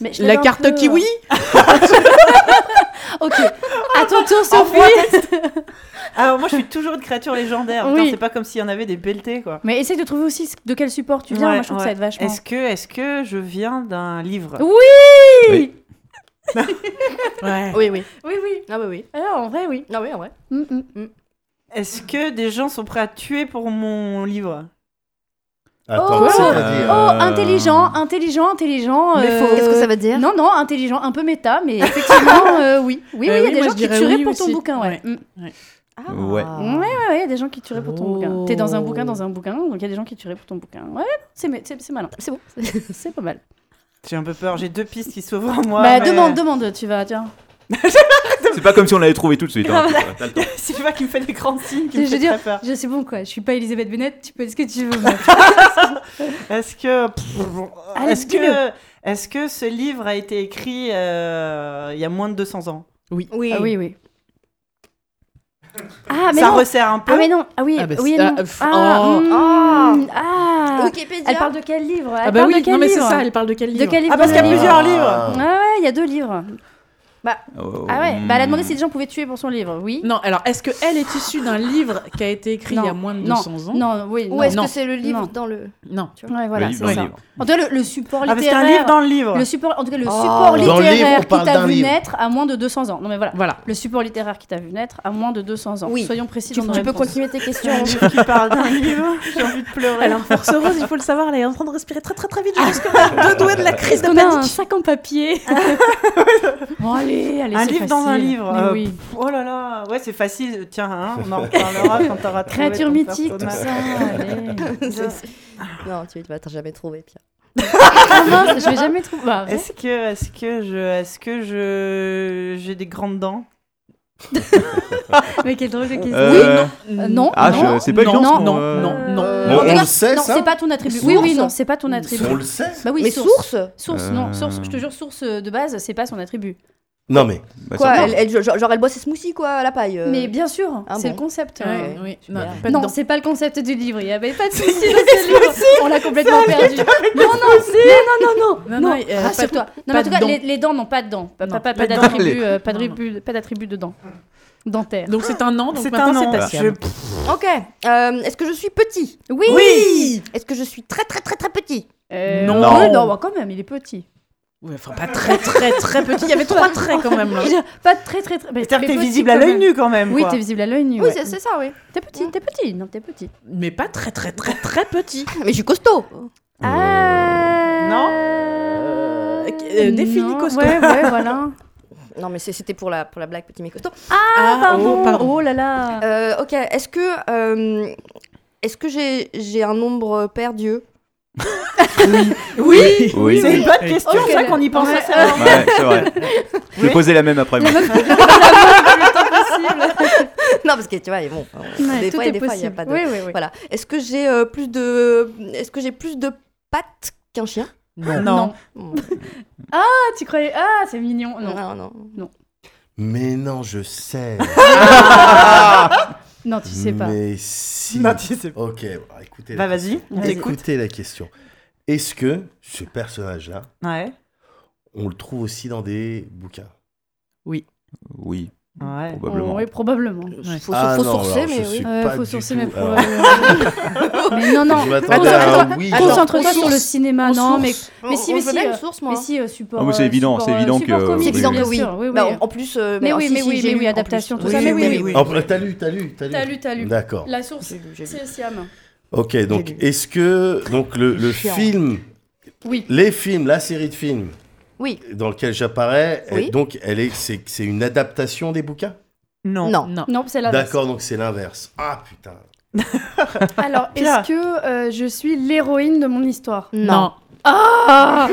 D: Mais je
B: La
D: l'avais un
B: carte
D: peu,
B: kiwi
D: euh, Ok. À ton tour, [LAUGHS]
A: Envoie
D: Sophie.
A: Alors moi je suis toujours une créature légendaire.
D: Oui.
A: Putain, C'est pas comme s'il y en avait des pelletés quoi.
D: Mais essaye de trouver aussi de quel support tu viens.
A: Ouais,
D: moi, je trouve
A: ouais.
D: que ça va être vachement.
A: Est-ce que, est-ce que je viens d'un livre
D: Oui
I: Oui.
D: oui.
B: Ouais.
H: Oui, oui.
D: oui, oui.
H: Ah bah oui.
D: Alors, en vrai, oui.
H: Ah oui, en vrai.
D: Mm, mm.
A: Est-ce que des gens sont prêts à tuer pour mon livre
E: Attends,
D: Oh,
E: c'est-à-dire.
D: Oh,
B: Euh.
D: intelligent, intelligent, intelligent. euh,
A: Mais faux.
H: Qu'est-ce que ça veut dire
D: Non, non, intelligent, un peu méta,
A: [LAUGHS]
D: mais effectivement, euh, oui. Oui, oui, il
B: Euh,
D: y a
B: oui,
D: des
B: moi,
D: gens
B: je
D: qui
B: dirais
D: tueraient
B: oui
D: pour ton
B: aussi.
D: bouquin, ouais.
B: Ouais.
D: Mm.
H: Ah.
I: Ouais.
D: Ouais, ouais, ouais, il y a des gens qui tueraient pour ton
B: Oh.
D: bouquin. T'es dans un bouquin, dans un bouquin, donc il y a des gens qui tueraient pour ton bouquin. Ouais, c'est mé- c'est- c'est malin, c'est bon, [LAUGHS] c'est
A: [LAUGHS]
D: pas mal.
A: J'ai un peu peur, j'ai deux pistes qui s'ouvrent en moi.
D: bah,
A: mais-
D: demande, demande, tu vas, tiens.
I: C'est pas comme si on l'avait trouvé tout de suite. hein. T'as le temps.
A: [LAUGHS] C'est pas qui me fait des grands signes, qui me
D: Je veux
A: fait
D: dire,
A: très peur.
D: je sais bon quoi, je suis pas Elisabeth Bennett, tu peux, est-ce que
A: [LAUGHS]
D: tu veux moi
A: Est-ce que,
D: Allez,
A: est-ce que,
D: dis-le.
A: est-ce que ce livre a été écrit euh, il y a moins de 200 ans
H: Oui.
D: Ah oui, oui. Ah, mais
A: Ça
D: non
A: resserre un peu.
D: Ah, mais non Ah oui,
B: Ah, bah,
D: oui et
B: c'est-
D: non
B: ah, pff,
D: Ah,
B: oh.
D: mm, ah.
H: Wikipédia.
D: Elle parle de quel livre Elle
B: Ah bah
D: parle
B: oui,
D: de quel
B: non mais c'est
D: livre
B: ça, elle parle de quel livre
D: De quel livre
A: Ah, parce qu'il y a
D: de-
A: plusieurs livres.
D: Ah ouais, il y a deux livres.
I: Oh,
D: Ah ouais,
I: hmm.
D: bah elle a demandé si les gens pouvaient tuer pour son livre, oui.
B: Non, alors est-ce que elle est issue d'un livre qui a été écrit il y a moins de 200 ans
D: Non, oui,
H: Ou
D: non.
H: est-ce
B: Non.
H: que c'est le livre
D: Non.
H: dans le.
B: Non.
D: Ouais,
I: Le
D: voilà,
I: livre
D: c'est
I: dans le
D: ça.
I: livre.
D: En tout cas, le, le support
A: Ah,
D: littéraire.
A: mais c'est un livre dans le livre.
D: Le support, en tout cas, le
H: Oh.
D: support
E: Dans le livre,
D: littéraire
E: on parle
D: qui t'a
E: d'un
D: vu
E: livre.
D: naître à moins de 200 ans. Non, mais voilà.
B: Voilà.
D: Le support littéraire qui t'a vu naître à moins de 200 ans.
H: Oui.
D: Soyons précis
H: Tu,
D: dans nos
H: tu peux
D: réponses.
H: continuer
D: [LAUGHS]
H: tes questions.
A: Un livre qui parle d'un
J: [LAUGHS]
A: livre, j'ai envie de pleurer.
B: Alors Force Rose, il faut le savoir, elle est en train de respirer très très très vite jusqu'à deux doigts de la crise
D: Est-ce
B: de
D: qu'on a un
B: panique.
D: sac en papier Bon, allez, allez,
A: un
D: c'est
A: livre dans un
D: facile.
A: livre.
D: Mais
A: euh,
D: oui.
A: pff, Oh là là, ouais, c'est facile. Tiens, hein, on en reparlera quand t'auras trouvé
D: Créature
A: ton
D: mythique, tout
A: personnage.
D: ça.
A: [LAUGHS]
D: allez. [LAUGHS]
H: C'est- non, tu vas t'as jamais trouvé, Pierre.
D: Ah mince, je vais jamais trouver. Bah, ouais.
A: Est-ce que, est-ce que je, est-ce que je, j'ai des grandes dents
D: mais quelle drôle de question.
I: Euh,
D: Euh, non.
I: Ah,
D: non.
I: je- c'est pas
B: non,
I: évident, ce
B: non,
I: qu'on-
B: non, non,
D: euh,
B: non.
E: Bon,
D: en tout
E: on
D: cas,
E: le sait,
D: Non,
E: ça
D: c'est pas ton attribut. Oui, oui,
H: Source.
D: non, c'est pas ton attribut.
E: On le sait
D: Bah oui,
H: Mais
D: source.
H: source
D: Source,
I: Euh.
D: non, source, je te jure, source euh, de base, c'est pas son attribut.
E: Non, mais
I: Bah,
H: Quoi,
I: ça-
H: elle, elle- genre, genre, elle boit ses smoothies, quoi, à la paille. euh.
D: Mais bien sûr,
H: Ah
D: c'est
H: bon
D: le concept.
H: Ouais.
D: euh.
B: oui.
H: super.
B: Non, pas
D: Non,
B: dedans.
D: c'est pas le concept du livre. Il n'y
B: [LAUGHS]
D: avait pas de souci dans ce livre. On l'a complètement perdu. Non, non, non, non, non,
B: Non,
D: non,
B: non, il y a pas
D: rassure-toi.
B: de-
D: Non, mais
B: pas
D: en tout cas,
B: de dents.
D: les, les dents n'ont pas de dents. Pas,
B: Non,
D: pas- pas-
B: pas
D: pas
B: de
D: d'attribut,
I: dents.
D: euh, pas
B: Non,
D: d'attribut- pas d'attribut de dents. Dentaire.
B: Donc c'est un an, donc
A: C'est un
B: maintenant
A: an.
B: c'est
A: Je-
B: passable.
A: pff,
H: Ok. Euh, Est-ce que je suis petit
D: Oui,
H: Est-ce que je suis très, très, très, très petit
D: Euh,
B: Non.
D: Non, non, bah, quand même, il est petit.
B: Ouais, enfin, pas très très très petit. Il y avait trois traits quand même. hein. là.
D: [LAUGHS] Je veux dire, Pas très très très. mais
A: C'est-à-dire que
D: mais
A: t'es
D: petit
A: visible à
D: quand
A: l'œil
D: même.
A: nu quand même.
D: Oui,
A: quoi.
D: t'es visible à l'œil nu.
H: Oui,
D: ouais.
H: c'est c'est ça, oui.
D: T'es petit, t'es petit. Non, t'es petit.
B: Mais pas très très très très petit.
H: [LAUGHS] Mais je suis costaud.
D: Euh, Ah.
A: Non.
B: Euh, euh, définis
D: Non,
B: costaud.
D: Ouais, ouais, voilà.
H: [LAUGHS] Non, mais c'est- c'était pour la, pour la blague, petit mais costaud.
B: Ah,
D: Pardon.
B: oh, pardon.
D: Oh là là.
H: Euh, ok. Est-ce que. euh, Est-ce que j'ai j'ai un nombre pair d'yeux
I: Oui, oui.
A: C'est une bonne question,
D: Ok.
A: c'est vrai qu'on y pense
D: Ouais.
A: assez rarement.
I: Ouais, c'est [LAUGHS] vrai. Je vais
A: Oui.
I: poser la même après. moi. [LAUGHS]
H: Non, parce que tu vois, bon.
D: Ouais,
H: des
D: tout
H: fois,
D: est
H: des fois, il y a
D: possible.
H: pas de.
D: Oui, oui, oui.
H: Voilà. Est-ce que j'ai euh, plus de. Est-ce que j'ai plus de pattes qu'un chien
A: Non.
H: Non,
D: Ah, tu croyais Ah, c'est mignon. Non,
H: non. non.
E: Mais non, je sais.
D: [LAUGHS] non, tu sais pas.
E: Mais si.
A: Non, tu sais pas.
E: Ok, bah, écoutez.
A: Bah
E: la
A: vas-y, on
D: Vas-y.
A: t'écoute.
E: Écoutez la question. Est-ce que ce personnage-là,
A: Ouais.
E: on le trouve aussi dans des bouquins
I: Oui,
A: Ouais.
I: probablement.
D: Oui, probablement.
H: Faut,
E: Ah
H: faut
E: non,
H: sourcer,
E: alors, je
H: mais
E: suis
H: oui.
D: Ouais,
E: pas
D: euh, faut
E: du
D: sourcer,
E: tout-
D: mais
E: alors,
H: [LAUGHS]
D: probablement. mais non, non.
E: Je m'attendais
D: Attends,
E: à un oui.
H: attends,
D: Concentre-toi
H: on
D: sur le
H: source.
D: cinéma. Non, mais mais si,
H: On
D: mais
H: veut
D: si,
H: bien
D: euh,
H: une source, moi. hein.
D: mais si euh, support.
I: Ah, mais c'est
D: euh,
I: évident,
D: support,
I: c'est
D: euh,
I: évident que-
D: support
I: oui,
D: comique,
H: C'est évident
I: oui,
H: que
D: bien
H: oui.
D: sûr, oui,
H: Bah,
D: oui.
H: en- en plus, euh,
D: Mais
H: alors,
D: oui,
H: si,
D: mais
H: si,
D: oui,
H: j'ai
D: mais
H: lu,
D: oui,
H: en
D: adaptation,
H: plus.
D: tout ça, mais oui,
E: Ah, bah, T'as lu, t'as lu, t'as lu.
D: T'as lu, t'as lu.
E: D'accord.
D: La source,
H: J'ai lu, j'ai lu.
D: c'est Siam.
E: Ok, donc
H: J'ai lu.
E: est-ce que donc le, le
H: Chiant.
E: film,
D: Oui.
E: les films, la série de films
H: Oui.
E: dans lequel j'apparais, elle-
H: Oui.
E: donc elle est, c'est, c'est une adaptation des bouquins
A: Non.
H: Non.
D: Non, c'est la
E: D'accord, donc c'est l'inverse. Ah putain.
D: Alors,
A: Pierre.
D: est-ce que euh, je suis l'héroïne de mon histoire
H: Non. [LAUGHS]
D: Ah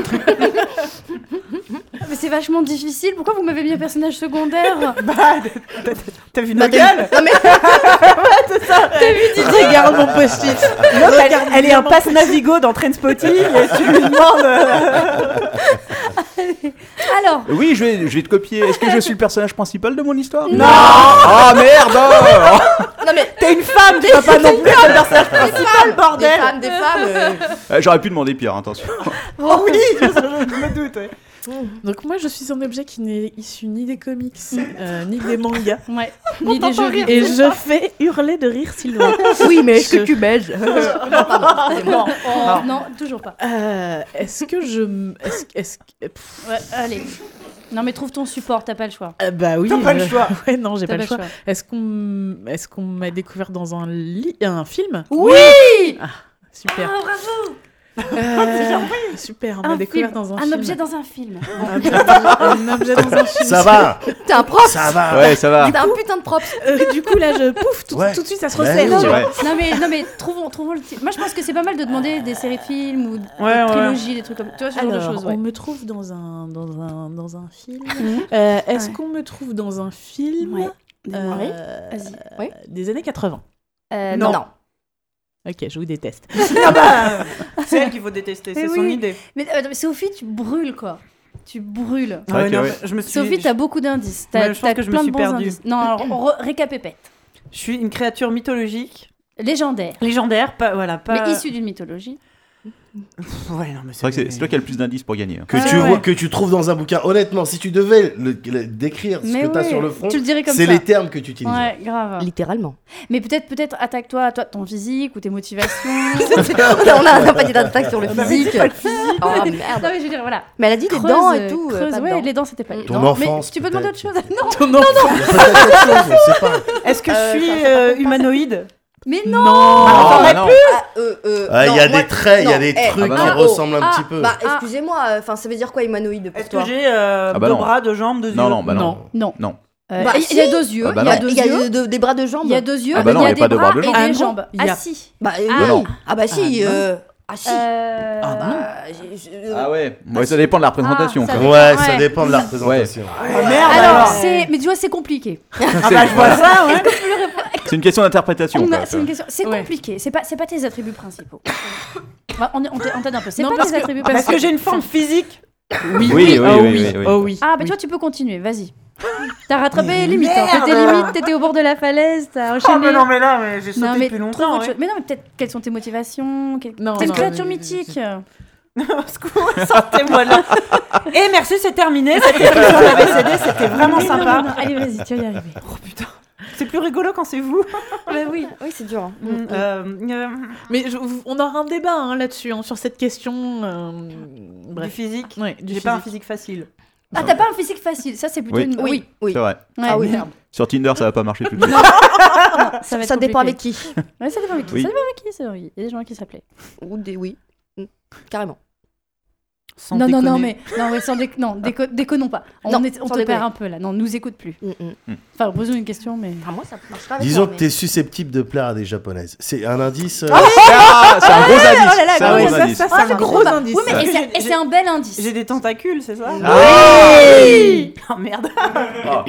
D: Mais c'est vachement difficile. Pourquoi vous m'avez mis un personnage secondaire Bah,
A: Bah, t'as- t'as vu nos gueules
H: Non, mais
B: Regarde mon
D: [LAUGHS]
B: post-it.
A: L'autre, elle, elle est un passe Navigo dans Trainspotting et tu lui demandes. euh,
D: Alors,
I: Oui, je vais, je vais te copier. Est-ce que je suis le personnage principal de mon histoire
D: Non.
I: Ah merde hein. alors
A: T'es une femme, t'es pas non plus un personnage principal,
H: des
A: bordel
H: femmes, des femmes. euh,
I: Euh, J'aurais pu demander pire, attention.
A: Oh oui, je, je me doute. ouais.
B: [LAUGHS] Donc moi je suis un objet qui n'est issu ni des comics, euh, ni des mangas.
D: ouais, ni des jeux vidéo.
B: Et je fais hurler de rire Sylvain.
H: [LAUGHS] Oui, mais est-ce
B: Je- [LAUGHS]
H: que tu baises [LAUGHS]
A: Non.
D: Oh, non, toujours pas.
B: Euh, est-ce que je... m- Est-ce, est-ce que- euh, pff,
D: Ouais, allez. Non, mais trouve ton support, t'as pas le choix.
B: euh, bah oui.
A: T'as pas le
B: je-
A: choix.
B: [LAUGHS] Ouais, non, j'ai
D: T'as
B: pas, le choix. Est-ce qu'on, m- est-ce qu'on m'a découvert dans un, li- un film
D: Oui
B: Super.
D: Ah, bravo [LAUGHS]
B: Euh, super, on m'a
D: Un
B: découvert
D: film,
B: dans un,
D: un
B: film.
D: objet dans un film.
F: [LAUGHS]
B: un objet dans un objet
I: [LAUGHS]
B: dans un film.
E: Ça
K: Ah.
E: va,
H: T'es un prof
E: ça va.
I: Ouais, ça
K: Bah.
I: va.
H: T'es un putain de prof
B: Euh, du coup là je pouf tout,
E: Ouais.
B: tout de suite ça se
E: Ouais,
B: resserre.
E: oui,
B: tu vois.
I: Ouais.
D: non, mais, non, mais trouvons, trouvons le titre. Moi, je pense que c'est pas mal de demander des séries de films ou des
A: Ouais, ouais.
D: trilogies, des trucs comme Tu vois, ce genre
B: Alors,
D: de choses,
B: on
D: ouais.
B: me trouve dans un dans un dans un film.
D: Mhm.
B: Euh, Est-ce
D: Ouais.
B: qu'on me trouve dans un film
D: Ouais.
B: euh,
H: Oui.
D: Vas-y.
H: Oui.
B: des années 80
D: Euh,
A: Non.
B: Ok, je vous
I: [LAUGHS]
B: déteste.
A: Ah
B: [LAUGHS]
A: bah, c'est elle qu'il faut détester,
B: Eh
A: c'est
D: Mais
A: son
D: oui.
A: idée.
D: Mais, euh, mais Sophie, tu brûles, quoi. Tu brûles.
I: vrai
A: Ouais,
I: que
A: non,
I: ouais.
A: mais je me suis,
D: Sophie, t'as beaucoup d'indices. T'as
A: Ouais, je pense
D: t'as
A: que je me
D: plein
A: suis
D: de bons
A: perdue.
D: indices.
A: [CLEARS THROAT]
D: Non, alors, re- récapépète.
A: je suis une créature mythologique,
D: Légendaire,
A: légendaire, pas voilà, pas.
D: mais
A: [LAUGHS]
D: issue d'une mythologie.
A: Pff, Ouais, non, mais
I: C'est vrai que c'est- c'est toi qui as le plus d'indices pour gagner. hein.
E: Que
D: Ah
E: tu
D: ouais.
E: vois, que tu trouves dans un bouquin. Honnêtement, si tu devais le- le- décrire ce que t'as
D: ouais,
E: sur le front,
D: tu le dirais comme
E: c'est
D: ça.
E: les termes que tu utilises.
D: Ouais, grave.
H: Littéralement.
D: Mais peut-être, peut-être, attaque-toi à toi, ton physique ou tes motivations.
H: [LAUGHS] on, a, on a- on a pas dit
D: [LAUGHS]
H: d'attaque sur le
A: mais
H: physique. Oh merde.
D: non, mais je veux dire, voilà.
H: Mais elle a dit des
D: Creuse,
H: dents et
D: euh,
H: tout. euh,
D: creuse,
H: pas de
D: ouais,
H: dents.
D: les dents, c'était pas les
E: Ton
D: dents.
E: enfance,
D: Mais tu peux demander autre
E: peut-être.
D: chose. Non,
B: Ton nom
E: Il y a peut-être autre chose, on sait pas.
A: Est-ce que
H: Euh,
A: je suis
H: ça, ça
A: euh,
H: raconte pas.
A: humanoïde
D: mais non. Bah,
I: Ah,
A: t'aurais
I: non.
H: Ah, euh, euh,
E: Ah, bah Il
H: non,
E: y a
H: moi-
E: des traits, il y a
H: non,
E: des
H: eh,
E: trucs
I: ah bah
E: qui
I: non.
E: ressemblent un
D: Ah,
E: petit peu.
H: Bah,
D: Ah.
H: excusez-moi, enfin, ça veut dire quoi, humanoïde pour
A: Est-ce que
H: toi
A: j'ai euh,
I: Ah bah
A: deux
I: non.
A: bras, deux jambes, deux yeux
I: [LAUGHS] Non, non, bah non.
B: Non.
D: Non.
I: Non.
D: Euh,
H: Bah,
D: il il y a
H: si.
D: deux yeux,
I: Ah bah
D: il y a
I: non.
D: deux
H: Il y a
D: yeux,
H: de- de- des bras de jambes
D: il y a deux yeux,
I: Ah bah non,
D: il y
I: il y
D: a
I: a pas
D: des
I: de bras, de
D: bras et
I: jambes.
B: Ah non,
D: des jambes.
B: il y a-
D: Assis.
H: Bah, euh,
D: Ah.
H: oui.
I: non.
H: Ah bah si.
B: Ah, non.
H: euh, Ah si.
D: Euh,
B: Ah, non.
H: Bah,
D: [LAUGHS]
H: j'ai- j'ai-
E: Euh,
I: Ah ouais. Ouais, ça dépend de la représentation.
D: Ah,
I: quoi.
D: ça
E: Ouais, ça
D: Ouais.
E: dépend de la représentation.
A: Ah, merde alors,
D: Alors,
H: ouais.
D: c'est. Mais tu vois, c'est compliqué.
A: [LAUGHS] Ah bah je vois ça, ouais
I: C'est une question d'interprétation.
D: On a-
I: quoi.
D: C'est une question. C'est
B: Ouais.
D: compliqué. C'est pas, c'est pas
H: [LAUGHS]
D: tes attributs principaux. Ouais, on est- on t'aide on t'aide un peu. C'est
B: Non,
D: pas
B: parce
D: tes
B: que-
D: attributs
H: Ah,
B: parce
D: principaux.
A: Est-ce que j'ai une forme physique
B: Oui,
I: Oui, oui,
B: oh
I: oui,
B: oui,
I: oui, oui.
B: oh oui.
D: Ah, mais toi, tu peux continuer, vas-y. T'as rattrapé les limites.
A: Merde
D: hein. T'étais limite, t'étais au bord de la falaise, t'as enchaîné.
A: Oh, mais non, mais là, mais j'ai sauté
D: Non, mais
A: depuis
D: trouve
A: longtemps.
D: autre chose. Mais non, mais peut-être quelles sont tes motivations quelles-
B: Non,
D: C'est une
B: non,
D: créature
B: mais-
D: mythique.
A: [LAUGHS] ouais. Au secours, sortez-moi là. Et Ah Eh, merci, c'est terminé. C'était plus sur la VCD, c'était vraiment
D: Mais non,
A: sympa.
D: non, non, Allez, vas-y, tu vas y arriver.
A: Oh putain. C'est plus rigolo quand c'est vous.
H: Bah oui, oui, c'est dur. hein. Mm.
A: Euh, euh,
B: Mmh. Mais je- vous- on aura un débat hein, là-dessus, hein, sur cette question. euh,
A: du
B: bref.
A: physique.
B: Ouais, du
A: J'ai pas un
B: physique.
A: physique facile.
D: Ah, t'as pas un physique facile, ça c'est plutôt
I: Oui.
D: une.
H: Oui, oui.
I: C'est vrai.
D: Ouais.
H: Ah oui,
D: Ouais,
H: merde.
I: Sur Tinder, ça va pas marcher tout [LAUGHS] de suite.
D: Ça, va être
H: ça dépend avec
D: compliqué.
H: qui.
D: Ouais, ça dépend avec qui.
I: Oui.
D: Ça dépend avec qui, c'est vrai. Il y a des gens à qui s'appelaient.
H: Ou des oui. Mm. Carrément.
A: Sans
D: Non, non, non,
A: déconner.
D: mais. Non, mais sans dé- non,
I: [LAUGHS]
D: déco- déconnons pas. On,
H: Non,
D: est- on
H: sans
D: te perd
H: déconner.
D: un peu là. Non, nous écoute plus.
H: Mm, mm.
D: Enfin, pose-nous une question, mais.
H: Enfin, moi, ça marche
D: Ah,
H: pas avec
E: Disons
H: moi,
E: que [LAUGHS]
H: mais-
E: t'es susceptible de plaire à des japonaises. C'est un indice. euh,
D: Oh,
I: Ah, c'est un gros indice.
D: là là,
I: c'est un
D: oui,
I: gros
D: ça,
I: indice.
B: ça,
D: Ah,
B: c'est
D: je
B: un
D: comprends
B: gros
D: pas.
B: indice.
D: Oui, mais et
A: Ouais.
D: c'est- et c'est un bel indice.
A: J'ai des tentacules, c'est ça
F: Ah,
A: Ah,
D: Oui
A: Oh [LAUGHS] merde.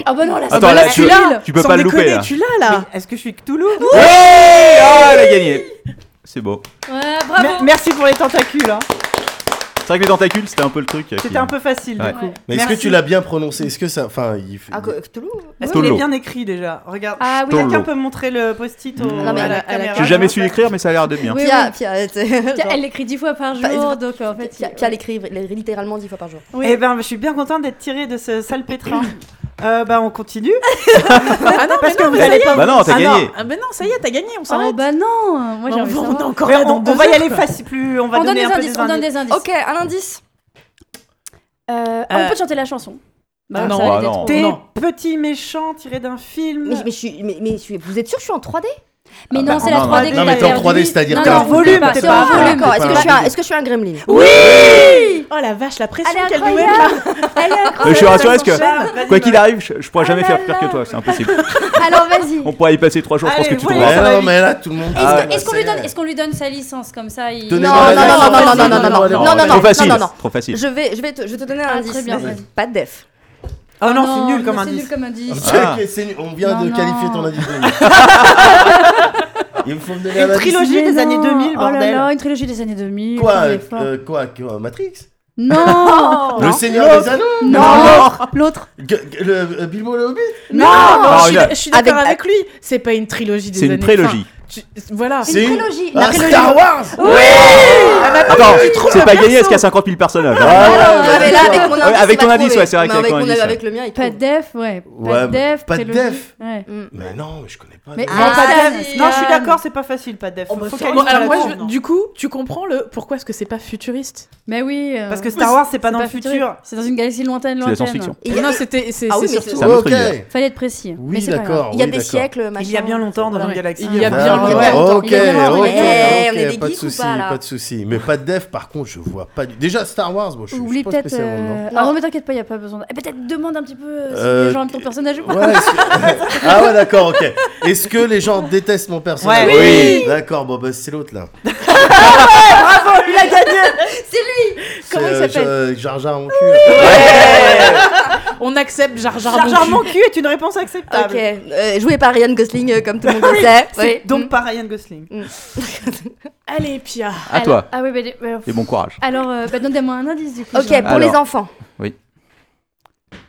D: Ah bah non, là, c'est
I: Attends,
D: pas
I: là,
D: la
I: tu-
D: celui-là.
I: tu peux
B: Sans
I: pas le louper,
B: déconner,
I: là.
B: Tu l'as là
A: Est-ce que je suis Cthulhu
I: Ouais Ah, elle a gagné. C'est beau.
D: Ouais,
A: Me-
D: bravo
A: Merci pour les tentacules. hein.
I: C'est vrai que les tentacules, c'était un peu le truc. euh,
A: C'était
I: qui-
A: un peu facile
I: Ouais.
A: du coup.
E: Mais est-ce que
A: Merci.
E: tu l'as bien prononcé Est-ce que ça. Enfin, il fait-
H: Ah, que- Cthulhu
A: Est-ce qu'il est
I: Tolo.
A: bien écrit déjà Regarde.
D: Ah oui,
I: Tolo.
A: Quelqu'un peut montrer le post-it au...
H: Non, mais
A: à la
B: à la-
A: caméra
I: J'ai jamais su l'écrire, mais ça a l'air d'être bien.
D: Oui,
H: Pia,
D: oui.
H: Pia, t'es-
D: Tiens,
H: genre-
D: Elle l'écrit dix fois par
H: Bah,
D: jour, donc en fait.
H: Pia,
D: il-
H: Pia l'écrit elle l'écrit littéralement dix fois par jour.
D: Oui.
A: Eh ben, je suis bien contente d'être tirée de ce sale pétrin. Euh, bah, on continue. Parce
B: Ah non, mais
A: que
B: non,
A: vous
B: mais ça
A: allez
B: y est.
A: pas.
I: Bah non, t'as
A: Ah non.
I: gagné.
B: Ah ben non, ça y est, t'as gagné, on
D: Oh
B: s'arrête.
D: bah non Moi j'ai
B: on,
D: envie de
B: on est
D: savoir.
B: encore
A: Mais
B: là
A: on,
B: dans deux
A: on va y
B: heures,
A: aller
B: quoi.
A: facile plus. On va
D: On donne
A: donner
D: des
A: un peu
D: indices, on donne des indices.
H: Ok, un indice.
D: Euh, ah, On peut chanter la chanson. Bah,
B: Ah
D: ça
B: non,
D: va
I: ah
D: être
I: non.
D: trop.
A: Des
B: Non.
A: petits méchants tirés d'un film.
H: Mais, mais, je suis, mais, mais je suis- vous êtes sûr que je suis en 3D
D: Mais
I: Ah
D: non,
I: bah,
D: c'est la
I: non,
D: 3D que
E: non, mais
D: t'as
E: t'es en
D: perdu.
E: 3D, c'est-à-dire
D: Non,
A: t'es
D: non,
A: en
D: non,
A: volume,
D: pas-
A: t'es
D: c'est
A: pas-
D: en volume.
H: D'accord,
E: t'es
H: est-ce
E: pas
H: que, je suis
E: là.
H: un- est-ce que je suis un gremlin
D: Oui
B: Oh la vache, la pression
D: Elle est
B: qu'elle nous met là.
D: incroyable Elle est incroyable
I: Euh, Je suis rassuré parce
A: Vas-y,
I: que,
A: Ah, vas-y,
I: quoi
A: vas-y.
I: qu'il arrive, je, je pourrais
D: Oh
I: jamais
D: là
I: faire pire que
D: là.
I: toi, c'est [LAUGHS] impossible.
D: Alors vas-y
I: On pourra y passer trois jours, je pense que
A: Allez,
I: tu
A: ouais.
I: trouveras.
A: ça
E: Mais
A: va
E: non,
A: vite.
E: mais là, tout le monde.
D: Est-ce
E: Ah,
I: bah,
D: que- est-ce qu'on
E: c'est-
D: lui donne, est-ce qu'on lui donne sa licence comme ça il...
E: Donnez-
H: Non,
E: Non,
H: non, non, non, non, non, non, non, non,
B: non,
H: non, non,
I: trop
H: non,
I: facile,
H: non, non, non.
I: trop facile.
H: Je vais, je vais, te, je vais te donner un
D: Ah,
H: indice.
D: très bien,
H: Vas-y.
D: vas-y. Ah
H: Pas de def.
A: Oh non, c'est nul comme
D: non, C'est
A: indice.
D: nul comme indice.
I: Ah.
E: Ok, c'est nul. On vient
D: Non,
E: de
D: non.
E: qualifier ton indice.
D: [LAUGHS]
E: Il me faut me donner
A: Une
E: un indice.
A: trilogie
D: Mais
A: des années
D: non,
A: 2000,
D: Oh là
A: bordel.
D: là, une trilogie des années 2000. on
E: Quoi
D: est
E: euh,
D: fort.
E: euh, Quoi quoi, Matrix
D: [LAUGHS]
I: [LAUGHS]
D: Non
E: Le Seigneur des Anneaux
D: Non L'autre
E: Gu- gu- le- euh, Bilbo le Hobbit
B: Non,
I: Non,
B: je suis,
I: regarde.
B: je suis d'accord
H: Avec-
B: avec, lui. C'est pas une trilogie des
I: C'est une
B: années-
I: prélogie.
B: enfin, tu- Voilà.
E: C'est une-
D: Trilogie La
E: Ah,
D: trilogie
E: Star Wars
I: Attends, Ah, bah, c'est pas gagné parce qu'il y a 50 000 personnages.
E: Ah, ouais,
H: Ah,
E: ouais,
H: mais là, avec mon
I: Ouais,
H: indice,
I: avec
H: il va
I: ton indice,
H: trouver.
I: ouais, c'est vrai
H: Mais
I: qu'avec ton
H: mon-
I: indice,
H: Avec le mien, il
D: Pas de
H: trouve.
D: def, ouais.
E: Ouais,
D: Pas de def,
E: pas de
D: trilogie.
E: def.
D: Ouais.
E: Mais non, mais je connais pas.
D: Mais-
E: de-
A: Non,
D: Ah,
A: pas
D: ça,
A: de-
D: c'est-
A: non, je suis d'accord, c'est pas facile, pas de def.
H: Oh, bah,
A: Faut
H: ça-
A: qu'elle
B: Bon,
A: soit
B: alors moi,
A: là-dedans,
B: je-
A: non.
B: du coup, tu comprends le pourquoi est-ce que c'est pas futuriste
D: Mais oui euh,
A: Parce que Star Wars, c'est pas dans le futur.
D: futuriste. C'est dans une galaxie lointaine,
I: C'est la
D: lointaine.
I: science-fiction.
H: Il y a-
B: Non, c'était c'est
H: Ah oui,
B: c'est
H: mais
B: surtout
I: c'est un autre
E: Ok.
I: univers.
D: Fallait être précis. mais
E: Oui,
D: c'est pas grave.
E: d'accord.
H: Il y a
E: oui,
H: des
E: d'accord.
H: siècles, machin.
A: Il y a bien longtemps dans
B: Ouais.
A: une galaxie.
B: Il y a
D: Ah,
B: bien
D: ok.
B: longtemps.
E: Ok, ok,
D: Il est vraiment
E: ok,
H: vrai. Eh, on est des
E: pas de
H: geeks ou
E: soucis,
H: pas, là
E: pas de soucis. Mais pas de dev, par contre, je vois pas du... Déjà, Star Wars, bon, je suis je
D: Oublie
E: suis pas
D: peut-être.
E: spécialement dedans.
D: euh,
H: Non.
D: Alors, mais t'inquiète pas, il a pas besoin. de- Eh, Peut-être demande un petit peu euh, si
E: Euh,
D: les gens aiment ton personnage ou pas. [LAUGHS]
E: Ouais, est-ce que- ah ouais, d'accord, ok. Est-ce que les gens détestent mon personnage
A: Ouais. Oui.
E: D'accord, bon, bah, c'est l'autre là.
A: Il a gagné
D: [LAUGHS]
E: Comment
B: il
E: s'appelle euh, Jar Jar mon cul.
B: On accepte Jar Jar
A: Jar Jar
B: Binks.
A: mon cul Ah, est une réponse acceptable. [LAUGHS]
H: Ok, euh, joué par Ryan Gosling, euh, comme tout le monde le sait.
A: C'est
H: Oui.
D: Mm.
A: donc par Ryan Gosling.
B: Allez Pia.
I: À
D: Alors-
I: toi,
D: Ah, oui, mais. mais-
I: et bon courage.
D: Alors, euh, bah, donne-moi un indice du coup.
H: Ok, pour
I: Alors.
H: les enfants.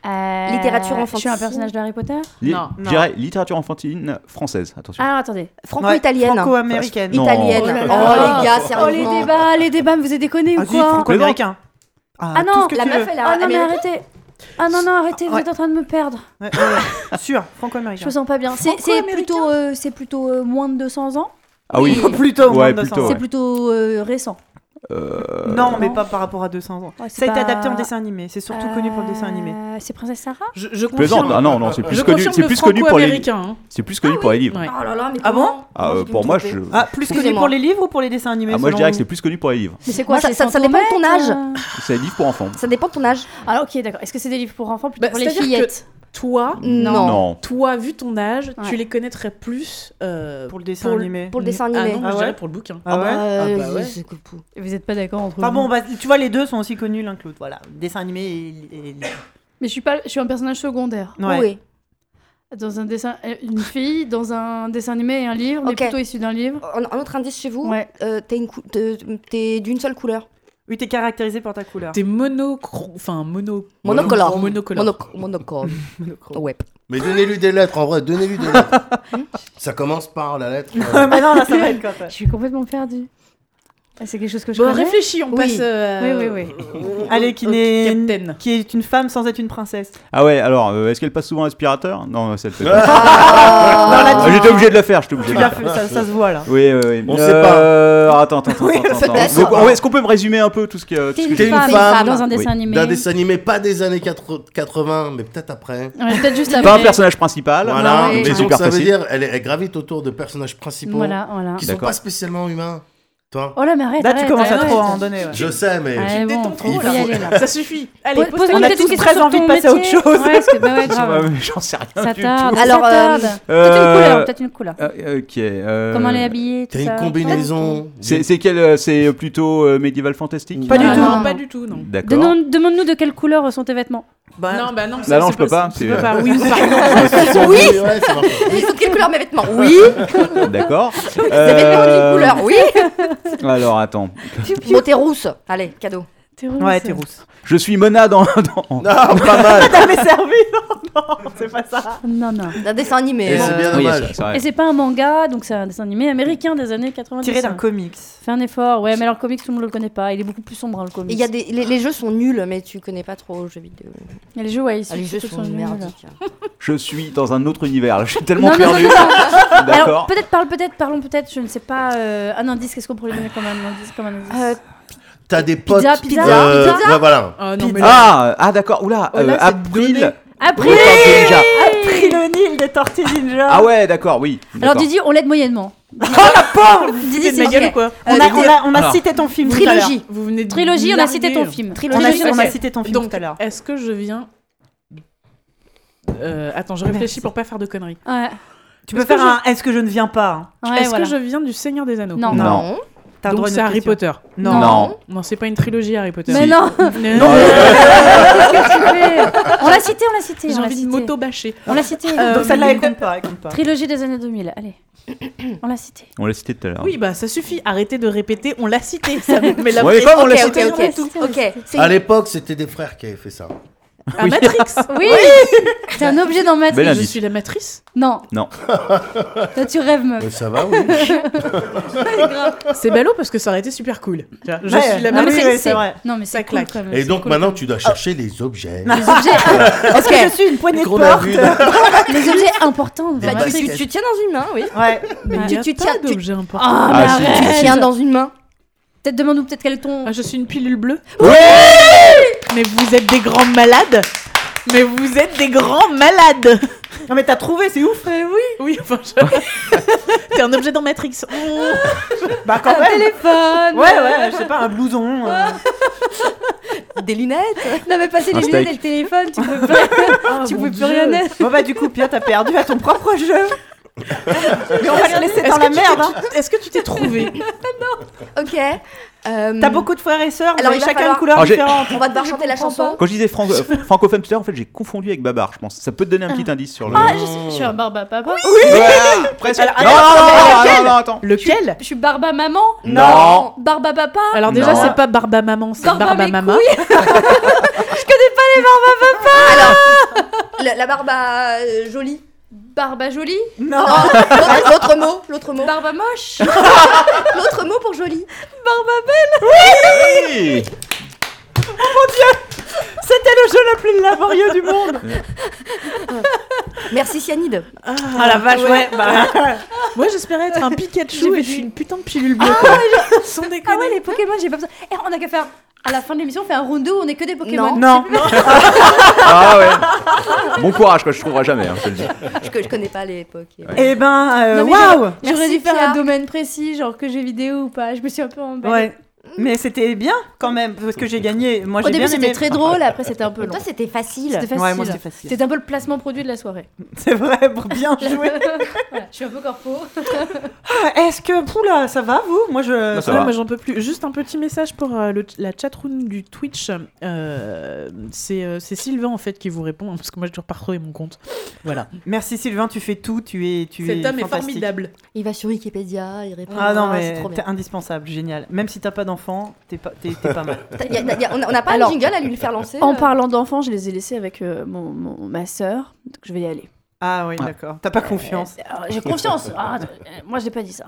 D: Euh,
H: Littérature
D: Je suis
H: enfantine.
D: un personnage de Harry Potter
I: Li-
B: Non,
I: Je dirais littérature enfantine française, attention.
D: Alors, attendez.
A: Ouais,
H: Franco-italienne.
A: Franco-américaine.
I: Non.
H: Italienne.
I: Oh
H: Oh,
D: là là.
H: les gars,
D: Oh, les
H: sérieusement.
D: débats, les débats, mais vous êtes déconnés ou
A: Ah si,
D: quoi
A: franco-américain.
D: Ah
A: tout
D: non,
A: ce que
H: La
A: tu
H: meuf,
A: veux.
H: elle
D: Ah
H: a.
D: non, mais arrêtez Ah non, non, arrêtez, vous
A: Ouais.
D: êtes en train de me perdre.
A: Ouais, ouais, ouais. [LAUGHS] Sûr,
D: Je
A: franco-américain.
D: me sens pas bien. C'est- C'est
B: Franco-américain
D: plutôt, euh, c'est plutôt euh, moins de 200 ans
I: Ah oui,
A: [LAUGHS] Plutôt au
I: Ouais,
A: moins de 200
I: plutôt,
A: ans.
D: C'est
I: ouais.
D: plutôt euh, récent.
I: euh,
A: Non, mais
D: Non.
A: pas par rapport à 200 ans. Ça
D: Ouais,
A: a
D: c'est
A: été
D: pas-
A: adapté en dessin animé. C'est surtout connu pour le dessin animé.
D: Euh, C'est Princesse Sarah
B: je, je
I: plaisante.
B: confirme.
I: Ah non, non, c'est
B: je
I: plus connu,
B: confirme
I: c'est
B: le
I: plus connu pour les,
B: franco-américain, hein.
I: c'est plus connu pour les livres.
B: Ouais.
H: Oh là là, mais
A: Ah bon
H: comment
I: Ah, euh,
H: Moi, j'ai dû
I: pour
H: me
I: moi,
H: tromper.
I: je-
A: Ah, plus connu
H: Excusez-moi.
A: pour les livres ou pour les dessins animés
I: Ah, moi je
A: selon
I: dirais que
A: vous
I: c'est plus connu pour les
D: [LAUGHS]
I: livres.
D: Mais c'est quoi
H: Moi, ça-
D: c'est
H: ça- ça dépend de ton
D: Fantomètre,
H: âge.
D: euh
I: C'est les livres pour enfants.
H: Ça dépend de ton âge.
D: Ah ok, d'accord. Est-ce que c'est des livres pour enfants plutôt
B: Bah,
D: pour les
B: c'est-à-dire que-
D: fillettes
B: Toi,
H: Non.
I: Non.
B: toi, vu ton âge, tu
D: Ouais.
B: les connaîtrais plus euh,
A: pour le dessin
B: pour le-
A: animé.
H: Pour le dessin animé.
B: Ah non, moi,
A: Ah
B: je
A: ouais
B: dirais pour le bouquin.
A: Ah ouais
B: Ah bah ouais.
H: c'est que pou-
D: Vous n'êtes pas d'accord entre
A: Enfin
D: vous
A: bon, bah, tu vois, les deux sont aussi connus l'un que l'autre. Voilà, dessin animé et. et-
G: Mais je suis, pas, je suis un personnage secondaire.
A: Ouais.
H: Oui.
G: Dans un dessin, euh, une fille, dans un dessin animé et un livre, mais
H: Ok.
G: plutôt issu d'un livre.
H: Un, un autre indice chez vous
G: Ouais.
H: euh, T'es une cou- t'es- t'es d'une seule couleur.
A: Oui, t'es caractérisé par ta couleur.
B: T'es mono... Enfin, mono...
H: Monocolore.
B: Monocolore.
H: Monoc-
A: [LAUGHS]
H: Monochrome. [LAUGHS]
A: Monochrome.
H: Oh, Ouais.
E: Mais donnez-lui des lettres, en vrai, donnez-lui des lettres. ça commence par la lettre. euh,
D: bah
A: mais Ah non, là,
E: [LAUGHS]
A: ça va
D: [LAUGHS]
A: être quand même.
D: Je suis complètement perdue. Ah, C'est quelque chose que je
B: Bon,
D: connais
B: réfléchis, on
H: Oui.
B: passe... euh,
D: Oui, oui, oui.
A: [LAUGHS] Allez, qui
B: au
A: n'est.
B: Captain.
A: Qui est une femme sans être une princesse.
I: Ah ouais, alors, euh, est-ce qu'elle passe souvent l'aspirateur Non, ça le fait
E: [LAUGHS]
I: pas.
A: Non, là,
I: Ah,
A: tu-
I: J'étais obligé de le faire, j'étais obligé
A: tu
I: de le
A: l'as
I: faire.
A: fait, ça, ça se voit là.
I: Oui, oui, oui.
E: On
I: Euh,
E: sait pas.
I: euh, Attends, attends, attends.
A: Oui,
I: attends,
A: c'est
I: attends.
H: pas
I: Donc,
H: ça.
I: ouais, Est-ce qu'on peut me résumer un peu tout ce que. tout
D: T'es
I: ce
D: une,
I: que-
E: T'es une
D: femme,
E: femme
D: dans un dessin animé.
E: D'un dessin animé, pas des années 80, 80, mais peut-être après.
D: Ouais, Peut-être juste
I: Pas un
D: après.
I: personnage principal.
E: Voilà,
D: ouais.
E: mais
I: C'est
E: donc
I: super
E: ça veut
I: facile.
E: dire, elle, elle gravite autour de personnages principaux
D: Voilà, voilà.
E: qui sont
I: D'accord.
E: pas spécialement humains. Toi
D: Oh là, mais arrête.
A: Là, tu
D: arrête,
A: commences à
D: arrête.
A: trop à en donner. ouais.
E: Je sais, mais.
D: Ouais, bon,
B: Détends-toi,
D: faut
E: là.
D: y aller, là.
B: Ça suffit. Allez,
D: Pose- pose-nous
A: on a
D: peut-être
A: tous
D: une question
A: très
D: sur
A: envie de
D: ton
A: passer à autre
D: métier.
A: chose.
D: Ouais, parce que,
A: [LAUGHS]
D: bah [LAUGHS] ouais, grave.
I: Ouais, mais J'en sais rien.
D: Ça
I: du
D: tarde.
I: tout.
H: Alors,
D: ça
H: euh,
D: tarde. Peut-être une
I: Euh,
D: couleur, peut-être une couleur.
I: euh, Ok. euh,
D: Comment elle est habillée, tout
E: T'as une
D: ça.
E: combinaison.
I: C'est c'est quel euh, C'est plutôt euh, médiéval fantastique
A: Pas du
B: Ah,
A: tout.
B: Non,
D: non.
B: pas du tout, non.
I: D'accord.
D: Demande- Demande-nous de quelle couleur sont tes vêtements.
B: Non, bah non.
I: non, je peux pas,
B: Je
I: c'est- euh,
B: peux pas,
I: [LAUGHS]
B: oui. pardon.
E: Oui ouais, ça marche pas.
H: Ils sont de quelle couleur mes vêtements Oui
I: D'accord. Euh,
H: Mes vêtements ont une couleur, oui
I: [LAUGHS] Alors attends,
H: Bon, t'es rousse. Allez, cadeau.
D: T'es
A: Ouais, t'es rousse.
I: je suis Mona dans. dans-
E: Non, pas
D: Ah,
E: mal
A: T'as mes servi Non, non, c'est pas ça.
D: Non, non.
H: D'un dessin
E: Et
H: animé.
E: c'est
H: hein.
E: bien
I: Oui,
E: dommage.
I: c'est- c'est vrai.
D: Et c'est pas un manga, donc c'est un dessin animé américain des années 90.
A: Tiré d'un comics.
D: Fais un effort, ouais, mais alors le comics, tout le monde le connaît pas. Il est beaucoup plus sombre, hein, le comics.
H: Il y a des, les, les jeux sont nuls, mais tu connais pas trop aux jeux vidéo.
D: Et les jeux, ouais, ils
H: Ah, les jeux
D: tous
H: sont
D: nuls, là.
H: merdiques. hein.
I: Je suis dans un autre univers. là, Je suis tellement
D: Non, non, non,
I: perdu.
D: non, non. [LAUGHS] Alors,
I: D'accord.
D: peut-être, parle peut-être, parlons peut-être, je ne sais pas, euh, un indice, qu'est-ce qu'on pourrait donner comme un indice, comme un indice
H: Euh,
E: T'as des potes.
D: Pizza, pizza,
E: euh,
D: pizza.
E: ouais, voilà.
B: Ah, non, mais là-
I: Ah, ah d'accord. Oula,
B: Oh là,
I: euh,
B: c'est donné.
I: April.
D: Après
I: Oui, Tortue Ninja.
A: Pris le Nil des Tortilles Ninja.
I: Ah ouais, d'accord, oui.
D: Alors
I: d'accord.
D: Didi, on l'aide moyennement.
H: Didi,
B: C'est ma gueule ou
H: c'est
B: quoi
A: On a, on a- on a cité ton film tout à l'heure.
H: Trilogie.
B: Vous venez de
D: Trilogie, on a
B: larguer. euh.
D: cité ton film.
A: On
D: Trilogie,
A: a,
D: on
A: on a
D: a-
A: cité ton film
B: Donc,
A: tout à l'heure.
B: est-ce que je viens... Euh, attends, je réfléchis
A: Merci.
B: pour pas faire de conneries.
D: Ouais,
A: Tu peux
B: est-ce que
A: faire un Est-ce que je ne viens pas hein
D: ouais,
B: Est-ce
D: voilà.
B: que je viens du Seigneur des Anneaux
D: Non.
I: Non.
A: T'as le droit
B: Donc
A: à une
B: c'est
A: autre
B: Harry
A: question.
B: Potter.
A: Non.
B: [LAUGHS]
I: Non.
B: Non, c'est pas une trilogie Harry Potter.
D: Mais
I: Si.
B: [LAUGHS]
D: non,
I: Non,
D: [LAUGHS]
I: euh,
D: on l'a cité, on l'a cité.
B: J'ai
D: on l'a
B: envie de
D: cité.
B: moto-bâcher.
D: On l'a cité.
A: Donc
B: Euh,
A: celle-là, elle compte pas. Elle compte pas.
D: Trilogie des années 2000, allez. On l'a cité.
I: On l'a cité tout à l'heure.
B: [LAUGHS] Oui, bah ça suffit. Arrêtez de répéter. On l'a cité.
D: [LAUGHS]
B: Ça, mais la...
I: Ouais, mais comme on
H: Ok,
I: l'a
H: ok,
I: cité.
H: ok. Ok, c'est
E: À l'époque, c'était des frères qui avaient fait ça.
B: Ah, Matrix.
D: Oui T'es un objet d'en mettre.
I: Bel
B: Je
I: indice.
B: suis la matrice.
D: Non.
B: [LAUGHS]
I: Non.
D: Toi, tu rêves, meuf.
E: Mais ça va, oui.
B: C'est ballot parce que ça aurait été super cool. Tu vois, Je
A: Ouais.
B: suis la
A: Ah
D: Non, mais
A: oui,
B: matrice.
A: oui,
D: c'est-
A: c'est vrai.
D: Non, mais
B: Ça
D: c'est cool,
B: claque.
D: quand même,
E: Et
D: c'est
E: donc
D: cool.
E: maintenant, tu dois chercher les
D: [LAUGHS]
E: objets.
D: Les objets,
A: Est-ce que je suis une poignée de
E: Qu'on a
A: porte
E: vu
I: [LAUGHS]
E: dans-
D: les objets importants.
E: Des
D: vraiment.
H: Bah, tu,
E: baskets.
H: tu- tu tiens dans une main, oui.
A: Ouais.
B: Mais
D: Ouais. Bah,
B: il y a
H: Tu- tu
B: pas
H: tiens- tu-
B: d'objet important.
D: Ah, mais
I: Ah, si.
D: arrête.
H: Tu tiens dans une main.
D: Peut-être demande-nous peut-être quel est ton.
B: Ah, je suis une pilule bleue. Mais vous êtes des grands malades. Mais vous êtes des grands malades.
A: Non mais t'as trouvé, c'est ouf. oui.
B: Oui, enfin, je... t'es un objet dans [LAUGHS] Matrix. Oh.
A: Bah quand même.
D: téléphone.
A: Ouais, ouais. Je sais pas, un blouson. euh,
H: Des lunettes.
D: Non, mais passer
I: Un
D: les lunettes et le
I: steak.
D: téléphone, tu
H: [LAUGHS]
D: peux pas.
B: Ah,
D: tu peux plus rien être.
A: Bon bah du coup, Pierre, t'as perdu à ton propre jeu. Mais on va te laisser dans
B: Est-ce
A: la
B: que tu
A: merde. hein.
B: Est-ce que tu t'es trouvé
H: Ah Ok. euh,
A: T'as beaucoup de frères et sœurs,
H: Alors,
A: mais
H: il va
A: chacun
H: falloir-
A: une couleur
I: Alors, Ah, j'ai-
A: différente.
H: On va devoir chanter la chanson.
I: Quand je disais franco- euh, francophone tout à l'heure, en fait, j'ai confondu avec Babar, je pense. Ça peut te donner un petit indice sur le.
D: Ah, je suis, je suis un barba papa.
I: Voilà, presque.
A: Alors,
I: non, non, non, non, non, non, attends.
B: Lequel
D: Je suis barba maman.
I: Non.
D: Barba papa.
B: Alors déjà,
I: Non.
B: c'est pas Barba Maman, c'est
D: Barba
B: Barba
D: mes
B: Mama.
D: [LAUGHS] Ah,
H: [LAUGHS] La, la barbe à, euh, jolie.
D: Barba jolie.
A: Non.
H: L'autre l'autre mot, l'autre mot.
D: Barba moche.
H: [LAUGHS] L'autre mot pour jolie.
I: Oui.
A: Oh, C'était le jeu le plus laborieux du
D: [LAUGHS]
A: monde.
H: Merci Cyanide.
A: Ah la vache, ouais.
D: [LAUGHS]
A: Bah,
B: Moi, j'espérais être un Pikachu et je suis une putain de pilule bleue. quoi. Sans déconner.
D: Ah ouais, les Pokémon, j'ai pas besoin. Eh, on a qu'à faire. À la fin de l'émission, on fait un round où on est que des Pokémon.
A: non.
I: Ah ouais. Bon courage, quoi, je trouverai jamais, hein, je te
D: [LAUGHS]
I: le dis.
H: [LAUGHS] Je, co- je connais pas les époques.
A: Eh ben, euh,
D: Non, mais
A: waouh.
D: J'aurais
H: Merci,
D: dû faire
H: Pierre.
D: un domaine précis, genre que j'ai vidéo ou pas. Je me suis un peu emballée.
A: Ouais. Mais c'était bien quand même parce que j'ai gagné. Moi
D: Au
A: j'ai
D: début,
A: bien aimé.
D: c'était très drôle, après, c'était un peu long.
H: Toi, c'était facile.
D: C'était facile.
A: Ouais, moi c'était facile.
D: C'était un peu le placement produit de
A: [LAUGHS]
D: la soirée.
A: [LAUGHS] C'est vrai, bon, bien
D: [LAUGHS]
A: joué.
D: Voilà, je suis un peu corpo.
A: Ah, Est-ce que poula, ça va vous Moi je.
I: Non, ça
B: Euh, Ouais,
I: va.
B: moi j'en peux plus. Juste un petit message pour euh, le- la chatroom du Twitch. Euh, c'est euh, c'est Sylvain en fait qui vous répond hein, parce que moi j'ai toujours pas retrouvé mon compte. Voilà.
A: Merci Sylvain, tu fais tout, tu es, tu es. fantastique.
H: Il va sur Wikipédia, il répond.
A: Ah non
H: c'est
A: mais
H: trop bien.
A: t'es indispensable, génial. Même si t'as pas enfants, t'es pas, t'es- t'es pas mal.
H: T'as- y a- y a- on a- on n'a pas
D: Alors-
H: un jingle à lui faire lancer
D: En
H: euh
D: parlant d'enfants, je les ai laissés avec euh, mon, mon- ma sœur, donc je vais y aller.
A: Ah oui, d'accord. T'as pas confiance.
D: Euh, alors, J'ai
A: [LAUGHS]
D: confiance. Ah, attends, euh, moi, j'ai pas dit ça.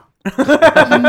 D: mais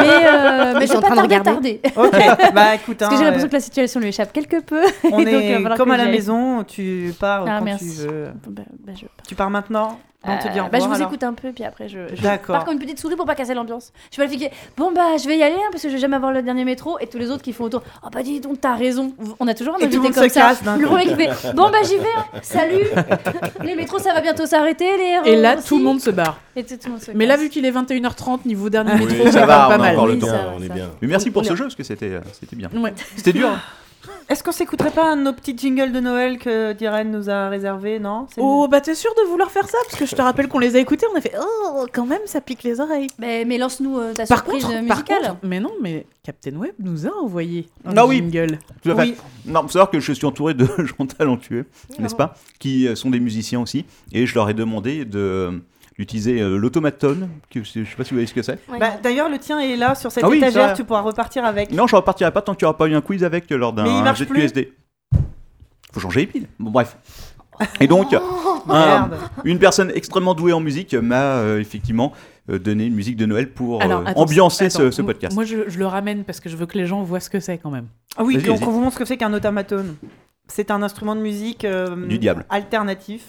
D: euh, mais je
H: Ils sont en
D: vais pas
H: train de
D: tarder,
H: regarder.
D: tarder.
A: Ok, bah écoute,
D: Parce que
A: hein, euh,
D: j'ai l'impression que la situation lui échappe quelque peu.
A: on
D: Et [LAUGHS] donc, il va
A: est
D: falloir
A: comme
D: que
A: à la
D: j'aille.
A: maison, tu pars
D: Ah,
A: quand
D: merci.
A: tu veux.
D: Bah, bah, je,
A: Tu pars maintenant On te dit
D: Euh,
A: au
D: bah, je
A: revoir,
D: vous
A: alors.
D: écoute un peu, puis après je, je
A: D'accord.
D: pars comme une petite souris pour pas casser l'ambiance. Je vais le figuer. Bon bah je vais y aller hein, parce que je vais jamais avoir le dernier métro et tous les autres qui font autour. Oh bah dis donc t'as raison. On a toujours un
A: Et tout le
D: invité
A: monde
D: comme
A: se
D: ça.
A: casse d'un
D: Le
A: coup.
D: premier qui fait bon bah j'y vais. hein. Salut. [LAUGHS] les métros ça va bientôt s'arrêter. Les
B: Et là,
E: Oh,
D: aussi.
B: tout le monde se barre.
D: Et tout, tout le monde se
B: Mais là,
D: casse.
B: vu qu'il est 21h30, niveau dernier
E: Ah Oui,
B: métro,
E: ça
B: c'est
E: va,
B: pas
E: on a
B: mal.
E: encore le
D: Oui,
E: temps,
D: ça va,
E: on
D: ça
E: est
D: va.
E: bien.
I: Mais merci pour
B: On
I: ce
B: est-
I: jeu, parce que c'était euh, c'était bien.
B: Ouais.
I: C'était dur. hein.
A: [LAUGHS] Est-ce qu'on s'écouterait pas un de nos petits jingles de Noël que Diren nous a réservé Non C'est
B: Oh, bah t'es sûr de vouloir faire ça Parce que je te rappelle qu'on les a écoutés, on a fait Oh, quand même, ça pique les oreilles.
D: Bah, Mais, mais lance-nous euh, ta
B: Par
D: surprise
B: contre,
D: euh,
B: par
D: musicale.
B: contre- mais non, mais Captain Web nous a envoyé un
I: Ah oui.
B: jingle.
I: Tout à fait.
A: Oui.
I: Non, faut savoir que je suis entouré de [LAUGHS] gens talentueux, n'est-ce pas Qui euh, sont des musiciens aussi. Et je leur ai demandé de d'utiliser euh, l'automatone, que je sais pas si vous voyez ce que c'est.
H: Ouais,
A: Bah,
H: non.
A: D'ailleurs, le tien est là sur cette
I: Ah oui,
A: étagère,
I: ça-
A: tu pourras repartir avec.
I: Non, je repartirai pas tant qu'il n'y aura pas eu un quiz avec euh, lors
A: Mais il
I: d'un
A: marche
I: jet de
A: plus.
I: QSD. Faut changer les piles. Bon, bref. Et donc, un-
A: Merde.
I: une personne extrêmement douée en musique m'a euh, effectivement euh, donné une musique de Noël pour euh,
B: attends,
I: ambiancer ce,
B: attends,
I: ce
B: m-
I: podcast.
B: Moi, je, je le ramène parce que je veux que les gens voient ce que c'est quand même.
A: Ah oui,
I: Vas-y,
A: donc
I: vas-y.
A: on vous montre ce que c'est qu'un automatone. C'est un instrument de musique euh,
I: Du diable.
A: alternatif.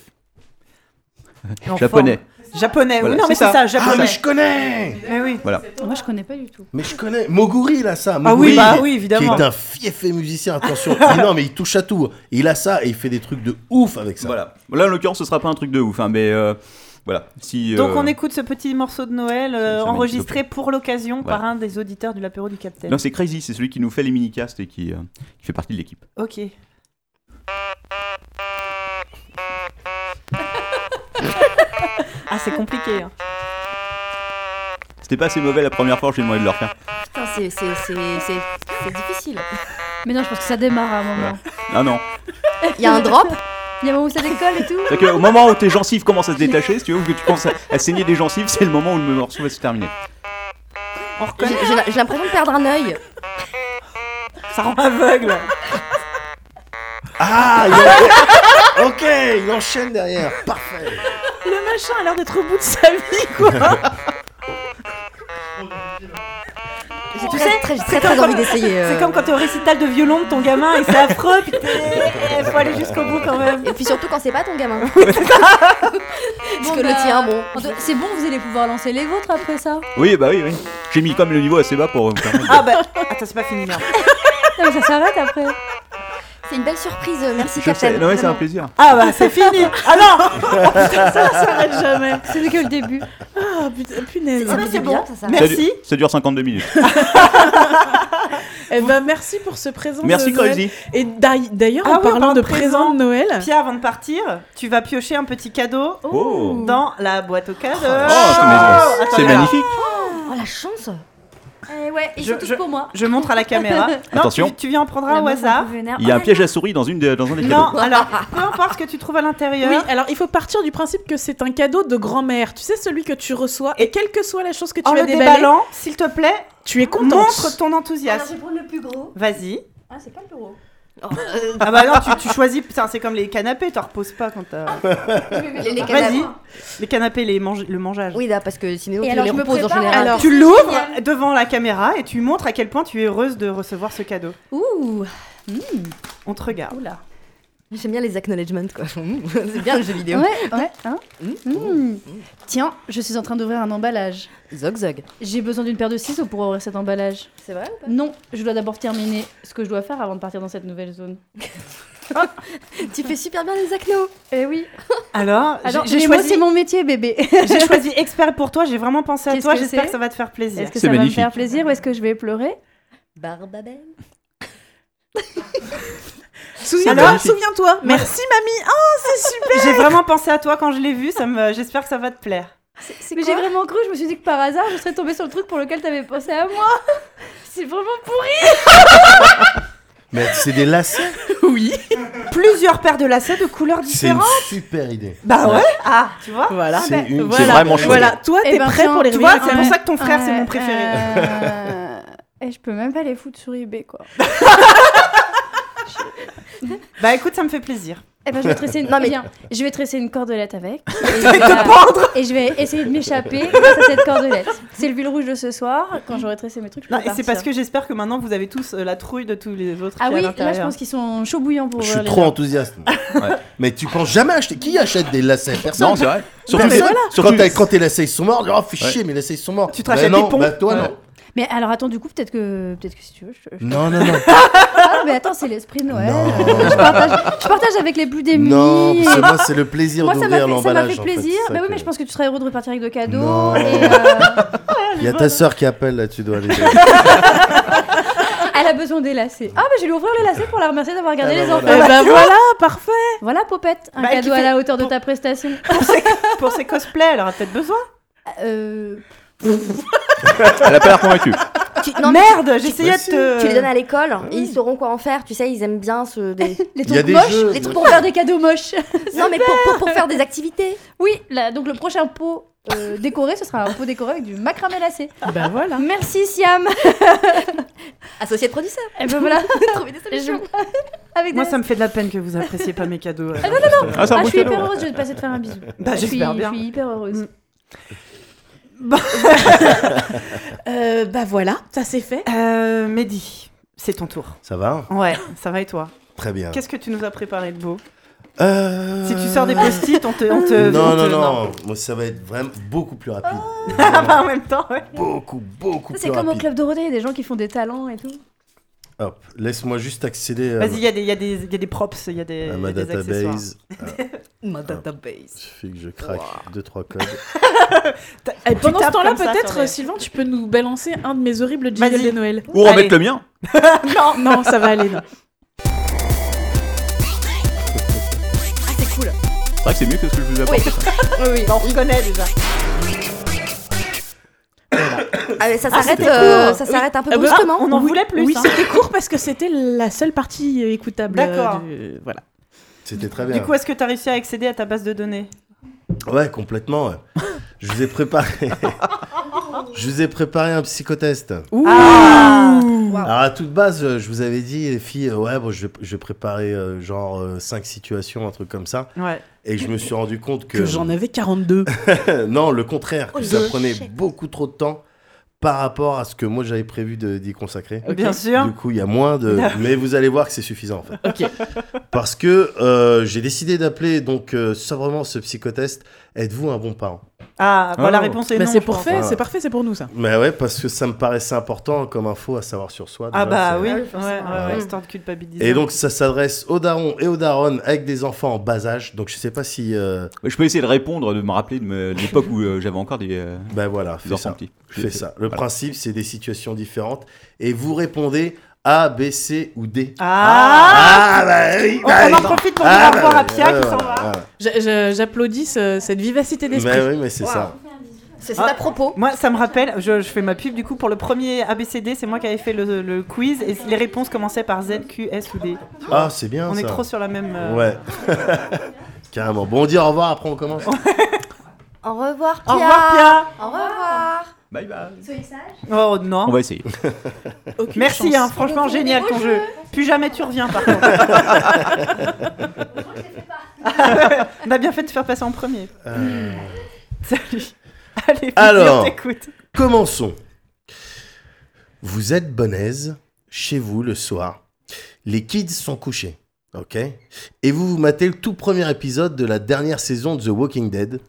A: Et
I: [LAUGHS]
A: en
I: Japonais.
A: forme. Japonais,
I: Voilà,
A: oui, non
I: c'est
A: mais c'est
I: ça.
A: ça,
E: Ah,
A: japonais.
E: mais je connais
A: Eh oui.
D: Moi je connais pas du tout.
E: Mais je connais Moguri, là, ça
A: Ah
E: Moguri,
A: oui, bah oui,
E: Qui
A: évidemment.
E: est un fief et
A: [LAUGHS]
E: musicien, attention. mais non, mais il touche à tout. Il a ça et il fait des trucs de ouf avec ça.
I: Voilà. Là, en l'occurrence, ce sera pas un truc de ouf, hein, mais euh, voilà. Si,
A: Donc
I: euh,
A: on écoute ce petit morceau de Noël euh,
I: Ça- ça
A: enregistré pour l'occasion
I: Voilà.
A: par un des auditeurs de l'apéro du Capitaine.
I: Non, c'est Crazy, c'est celui qui nous fait les mini-casts et qui, euh, qui fait partie de l'équipe.
A: Ok. ah c'est compliqué. hein.
I: C'était pas assez mauvais la première fois, j'ai demandé de le refaire.
H: Putain, c'est- c'est- c'est c'est- c'est difficile.
D: Mais non je pense que ça démarre à un moment.
I: Ah non.
H: Il y a un drop.
D: [LAUGHS] Il y a un moment où ça décolle et tout.
I: C'est-à-dire que au moment où tes gencives commencent à se détacher, si tu veux, ou que tu commences à, à saigner des gencives, c'est le moment où le morceau va se terminer.
A: On
H: J'ai
A: reconnaît,
H: j'ai l'impression de perdre un œil.
A: [LAUGHS] ça rend aveugle.
E: Ah, il en- Ok, il enchaîne derrière. Parfait.
B: Le machin a l'air d'être au bout de sa vie, quoi.
I: [LAUGHS]
H: J'ai très, très, très, très
A: comme-
H: envie d'essayer. euh.
A: C'est comme quand t'es au récital de violon de ton gamin et c'est affreux, putain, faut aller jusqu'au bout quand même.
H: Et puis surtout quand c'est pas ton
A: [LAUGHS]
H: gamin. Parce
D: Bon,
A: Euh,
H: que le
D: bah,
H: tien, bon.
D: on doit- C'est bon vous allez pouvoir lancer les vôtres après ça.
I: Oui, bah oui, oui. J'ai mis comme le niveau assez bas pour. euh, vous permettre de-
A: Ah bah, attends, c'est pas fini merde.
D: [LAUGHS] Non, mais ça s'arrête après.
H: C'est une belle surprise. euh, Merci,
I: Je sais.
H: Captain.
I: Non, mais c'est un
H: Vraiment.
I: plaisir.
A: [LAUGHS] Ah bah, c'est fini Ah non
B: Arrête jamais.
D: C'est que le début.
B: Ah, putain, punaise.
H: Ah,
A: bah,
H: mais
A: c'est
H: c'est
A: bon.
H: bien, ça, ça.
I: Ça dure-
A: Merci
I: Ça dure 52 minutes.
B: Eh ben, merci pour ce présent.
I: Merci
B: de Noël.
I: Crazy.
B: Et d'ail- d'ailleurs,
A: Ah
B: en
A: oui, on
B: parlant
A: parle
B: de
A: de
B: présent de Noël,
A: Pierre, avant de partir, tu vas piocher un petit cadeau
I: Oh.
A: dans la boîte aux cadeaux.
I: Oh, c'est magnifique.
A: Attendez,
I: c'est
A: alors,
I: magnifique.
H: Oh, la chance.
D: Eh ouais, ils
A: Je-
D: sont tous
A: je-
D: pour moi.
A: Je montre à la caméra.
H: [LAUGHS]
A: Non,
I: Attention.
A: Tu, tu viens en prendre un au hasard.
I: Il y a un piège à souris dans, une des- dans un des
A: Non,
I: cadeaux.
A: alors, peu importe ce que tu trouves à l'intérieur.
B: Oui, alors il faut partir du principe que c'est un cadeau de grand-mère. Tu sais, celui que tu reçois, et quelle que soit la chose que tu
A: en
B: vas
A: le
B: déballer,
A: déballant, s'il te plaît,
B: tu es contente.
A: montre ton enthousiasme.
D: prendre le plus gros.
A: Vas-y.
D: Ah, c'est pas le plus gros.
A: Ah bah non, tu, tu choisis. Putain, c'est comme les canapés, t'en reposes pas quand t'as.
H: Ah, Les, les
A: Vas-y.
H: canapés.
A: Les canapés, les mange- le mangeage.
H: Oui, là, parce que sinon,
D: Et
H: tu
D: alors,
H: les
D: je me
H: reposes en
D: prépare
H: général.
B: Alors,
A: Tu l'ouvres devant la caméra et tu montres à quel point tu es heureuse de recevoir ce cadeau.
D: Ouh,
A: On te regarde.
D: oula.
H: J'aime bien les acknowledgements, quoi. c'est bien le jeu vidéo.
D: Ouais, ouais, hein Mmh. Tiens, je suis en train d'ouvrir un emballage.
H: Zog zog.
D: J'ai besoin d'une paire de ciseaux pour ouvrir cet emballage.
H: C'est vrai ou
D: Non, je dois d'abord terminer ce que je dois faire avant de partir dans cette nouvelle zone.
H: pas Tu fais super bien les acnos.
D: Eh oui.
A: Alors, j'ai- Ah,
D: Alors,
A: j'ai
D: les mots,
A: choisi,
D: c'est mon métier, bébé.
A: j'ai
D: [LAUGHS]
A: choisi expert pour toi. J'ai vraiment pensé à
D: Qu'est-ce
A: toi.
D: que
A: J'espère
D: c'est
A: que ça va te faire plaisir.
D: Est-ce que
I: C'est
D: ça
I: magnifique.
D: va me faire plaisir ou est-ce que je vais pleurer
H: Barbabel.
B: Souviens-toi,
I: magnifique.
B: souviens-toi. Merci mamie. Ah,
D: Oh,
A: J'ai vraiment pensé à toi quand je l'ai vu. Ça me, j'espère que ça va te
H: [LAUGHS]
A: plaire.
D: Mais j'ai vraiment cru, je me suis dit que par hasard, je serais tombée sur le truc pour lequel t'avais pensé à moi. [LAUGHS] C'est vraiment pourri.
E: Mais c'est des lacets.
B: oui.
A: Plusieurs paires de lacets de couleurs
E: C'est une
A: différentes.
E: super idée.
A: Bah ouais. Ah, tu vois.
B: Voilà.
E: C'est une-
B: voilà.
I: c'est vraiment chouette.
B: Voilà, toi
D: Bah, Eh
B: t'es
D: ben,
B: prêt
D: tiens,
B: pour les
A: Tu vois,
B: révélations.
A: c'est pour ça que ton frère c'est mon préféré.
D: Euh, Et je peux même pas les foutre sur eBay, quoi.
A: Bah écoute, ça me fait plaisir.
D: Eh ben, je vais tresser une...
H: Non, mais-
D: eh bien, je vais tresser une cordelette avec. Et, voilà. Et je vais essayer de m'échapper grâce à cette cordelette. C'est le fil rouge de ce soir. Quand j'aurai tressé mes trucs, je
A: Non,
D: peux
A: et c'est
D: partir.
A: parce que j'espère que maintenant vous avez tous euh, la trouille de tous les autres.
D: Ah
A: qu'il y a
D: oui,
A: à
D: là, je
A: l'intérieur.
D: pense qu'ils sont chauds bouillants pour.
E: Je
D: euh,
E: suis
D: les
E: trop
D: leurs.
E: enthousiaste. [LAUGHS]
I: Ouais.
E: Mais tu penses jamais acheter. Qui achète des lacets Personne.
I: Non, c'est vrai. Surtout,
E: Personne.
I: surtout-
E: quand, t'as- quand tes lacets ils sont morts, oh, fais
I: Ouais.
E: chier, mes lacets ils sont morts.
A: Tu te rachètes
E: Bah
A: des
E: non,
A: pompes.
E: bah toi non.
D: Mais alors, attends, du coup, peut-être que, peut-être que si tu veux, je- je-
E: Non, non, non.
D: Ah, mais attends, c'est l'esprit de Noël.
E: Non.
D: Je partage, je partage avec les plus démunis.
E: non, parce que moi c'est le plaisir
D: Moi, ça m'a
E: d'ouvrir
D: fait, ça m'a
E: l'emballage.
D: fait
E: en
D: plaisir.
E: c'est ça
D: bah oui,
E: que-
D: mais je pense que tu seras heureux de repartir avec deux cadeaux.
E: Non.
D: Et,
E: [LAUGHS]
D: euh,
A: Ah,
E: Il y a ta sœur qui appelle là, tu
A: [LAUGHS]
E: dois aller.
D: elle a besoin des lacets. Ah, bah je vais lui ouvrir les lacets pour la remercier d'avoir gardé
E: Ah, bah,
D: les
E: voilà.
D: enfants.
B: Eh ben voilà, parfait.
D: Voilà, Popette, un
A: Bah,
D: cadeau
A: qui
D: à
A: fait-
D: la hauteur de
A: pour-
D: ta prestation.
A: Pour ses, [LAUGHS] pour ses cosplays, elle aura peut-être besoin.
I: [LAUGHS]
D: Euh,
I: Elle a pas l'air convaincue.
H: Ah, Tu- non, mais
A: Merde, j'essayais de
E: Bah si,
A: te. Ah
H: tu les donnes à l'école et ils sauront quoi en faire. Tu sais, ils aiment bien ce. Des...
D: les
E: [LAUGHS] Il y a
D: trucs
E: des
D: moches,
E: jeux,
D: les
E: mais-
D: trucs pour faire des cadeaux
E: [LAUGHS]
D: moches.
H: non, mais pour, pour, pour faire des activités.
D: Oui, là, donc le prochain pot euh, décoré, ce sera un pot décoré avec du macramé lacé.
B: Ben voilà.
D: Merci Siam.
H: Associé de producteur.
D: Et ben voilà,
H: Trouver des
D: je...
H: solutions. Ah,
D: avec des
A: Moi, ça me fait de la peine que vous appréciez pas mes cadeaux. alors.
I: Ah, c'est un
D: Ah,
I: bon
D: je suis
I: cadeau.
D: hyper heureuse, je vais te passer de faire un bisou.
A: Bah,
D: je, suis,
A: j'espère
D: je
A: bien. Mm.
D: suis hyper heureuse.
B: Euh, bah voilà, ça c'est fait.
A: Euh, Mehdi, c'est ton tour.
E: Ça va hein
A: Ouais, ça va et toi
E: Très bien.
A: Qu'est-ce que tu nous as préparé de beau
E: Euh,
A: Si tu sors des post-it, on te. On te
E: Non,
A: on te-
E: non, non. Moi, ça va être vraiment beaucoup plus rapide.
A: Ah [LAUGHS] bah en même temps, ouais.
E: beaucoup, beaucoup
D: C'est
E: plus
D: comme au
E: rapide.
D: Club Dorothée, il y a des gens qui font des talents et tout.
E: Hop, laisse-moi juste accéder à,
A: Vas-y, il y, a des- il y, a des- il y a des props, il y a des,
E: à
A: il y
E: Euh, ma
A: a des accessoires.
E: database. Ah.
H: [LAUGHS] Ma database.
E: Il suffit que je craque deux, trois codes.
A: T'as- eh, tu
B: Pendant ce
A: tapes
B: temps-là,
A: comme ça
B: peut-être,
A: sur les-
B: Sylvain, tu peux nous balancer un de mes horribles
A: Vas-y.
B: jingles de Noël.
I: Ou
A: Allez.
I: remettre le mien.
B: [LAUGHS] Non, non, ça va aller. Non.
H: Ah, c'est
A: [LAUGHS]
H: cool.
I: C'est vrai que c'est mieux que ce que je vous apporte.
H: Oui, oui.
A: Bah, on reconnaît déjà.
H: Ah, mais ça s'arrête
B: c'était
H: euh,
B: court.
H: ça s'arrête un peu
B: Ah, bah,
A: Ah,
H: brusquement.
A: on en
B: Oui,
A: voulait plus.
B: Oui,
A: hein.
B: c'était court parce que c'était la seule partie euh, écoutable.
A: [LAUGHS]
B: euh,
A: D'accord.
B: de- Voilà.
E: C'était très bien.
A: Du coup, est-ce que t'as réussi à accéder à ta base de données
E: Ouais, complètement. ouais. Je vous
A: [LAUGHS]
E: ai préparé. je vous ai préparé un psychotest.
A: Ah
E: Alors, à toute base, euh, je vous avais dit, les filles, euh, ouais, bon, je, vais, je vais préparer euh, genre 5 situations, un truc comme ça.
A: Ouais.
E: Et je me suis rendu compte que.
B: Que j'en avais 42.
E: non, le contraire.
H: Oh,
E: que ça
H: le
E: prenait
H: shit.
E: beaucoup trop de temps par rapport à ce que moi j'avais prévu de- d'y consacrer.
B: Ok.
A: Bien sûr.
E: Du coup, il y a moins de.
A: D'accord.
E: Mais vous allez voir que c'est suffisant en fait.
B: Ok.
E: Parce que euh, j'ai décidé d'appeler donc euh, sobrement ce psychotest Êtes-vous un bon parent
A: Ah, bah,
I: Oh.
A: la réponse est
B: Bah,
A: non.
B: c'est
A: je pense.
B: parfait,
E: pense.
B: c'est parfait, c'est pour nous ça.
E: Mais ouais, parce que ça me paraissait important comme info à savoir sur soi.
A: Ah
E: déjà,
A: bah
E: c'est-
A: oui,
H: Ah
A: ouais,
H: oui,
A: ouais,
H: forcément.
A: ouais,
E: Ouais.
A: histoire de culpabiliser.
E: Et donc ça s'adresse aux darons et aux daronnes avec des enfants en bas âge. Donc je sais pas si. euh,
I: Je peux essayer de répondre, de me rappeler de me- de l'époque où euh, j'avais encore des, euh,
E: Ben voilà,
I: des
E: fais
I: enfants
E: ça.
I: petits.
E: Fais ça. Le
I: Voilà.
E: principe, c'est des situations différentes et vous répondez A, B, C ou D.
A: Ah,
E: [LAUGHS] Ah, bah oui,
A: On-
E: bah
A: On en
E: oui.
A: profite pour
E: Ah,
A: dire au revoir
E: bah
A: à Pia
E: oui,
A: qui s'en
E: voilà,
A: va.
E: voilà.
B: Je- je- J'applaudis ce- cette vivacité d'esprit.
E: Mais oui, mais c'est
H: Wow.
E: ça.
H: C'est c'est
A: Ah.
H: à propos.
A: Moi, ça me rappelle, je, je fais ma pub du coup pour le premier ABCD, c'est moi qui avais fait le, le quiz et les réponses commençaient par Z, Q, S ou D.
E: Ah, c'est bien
A: On
E: ça.
A: est trop sur la même. euh,
E: Ouais. [LAUGHS]
A: [LAUGHS]
E: Carrément. Bon, on dit au revoir, après on commence.
H: Au revoir,
A: Au
H: Pia.
A: revoir Pia
H: Au revoir.
I: Bye bye.
A: Oh
I: On
A: non
I: va essayer.
B: Aucune
A: Merci,
B: chance.
A: hein, franchement génial ton jeu. Plus jamais tu reviens par
H: [LAUGHS]
A: contre. On a bien fait de te faire passer en premier.
E: Euh,
A: Salut. [LAUGHS] Allez,
E: Alors.
A: Alors... t'écoute.
E: Commençons. Vous êtes bonnaise chez vous le soir. Les kids sont couchés. Ok Et vous vous matez le tout premier épisode de la dernière saison de The Walking Dead.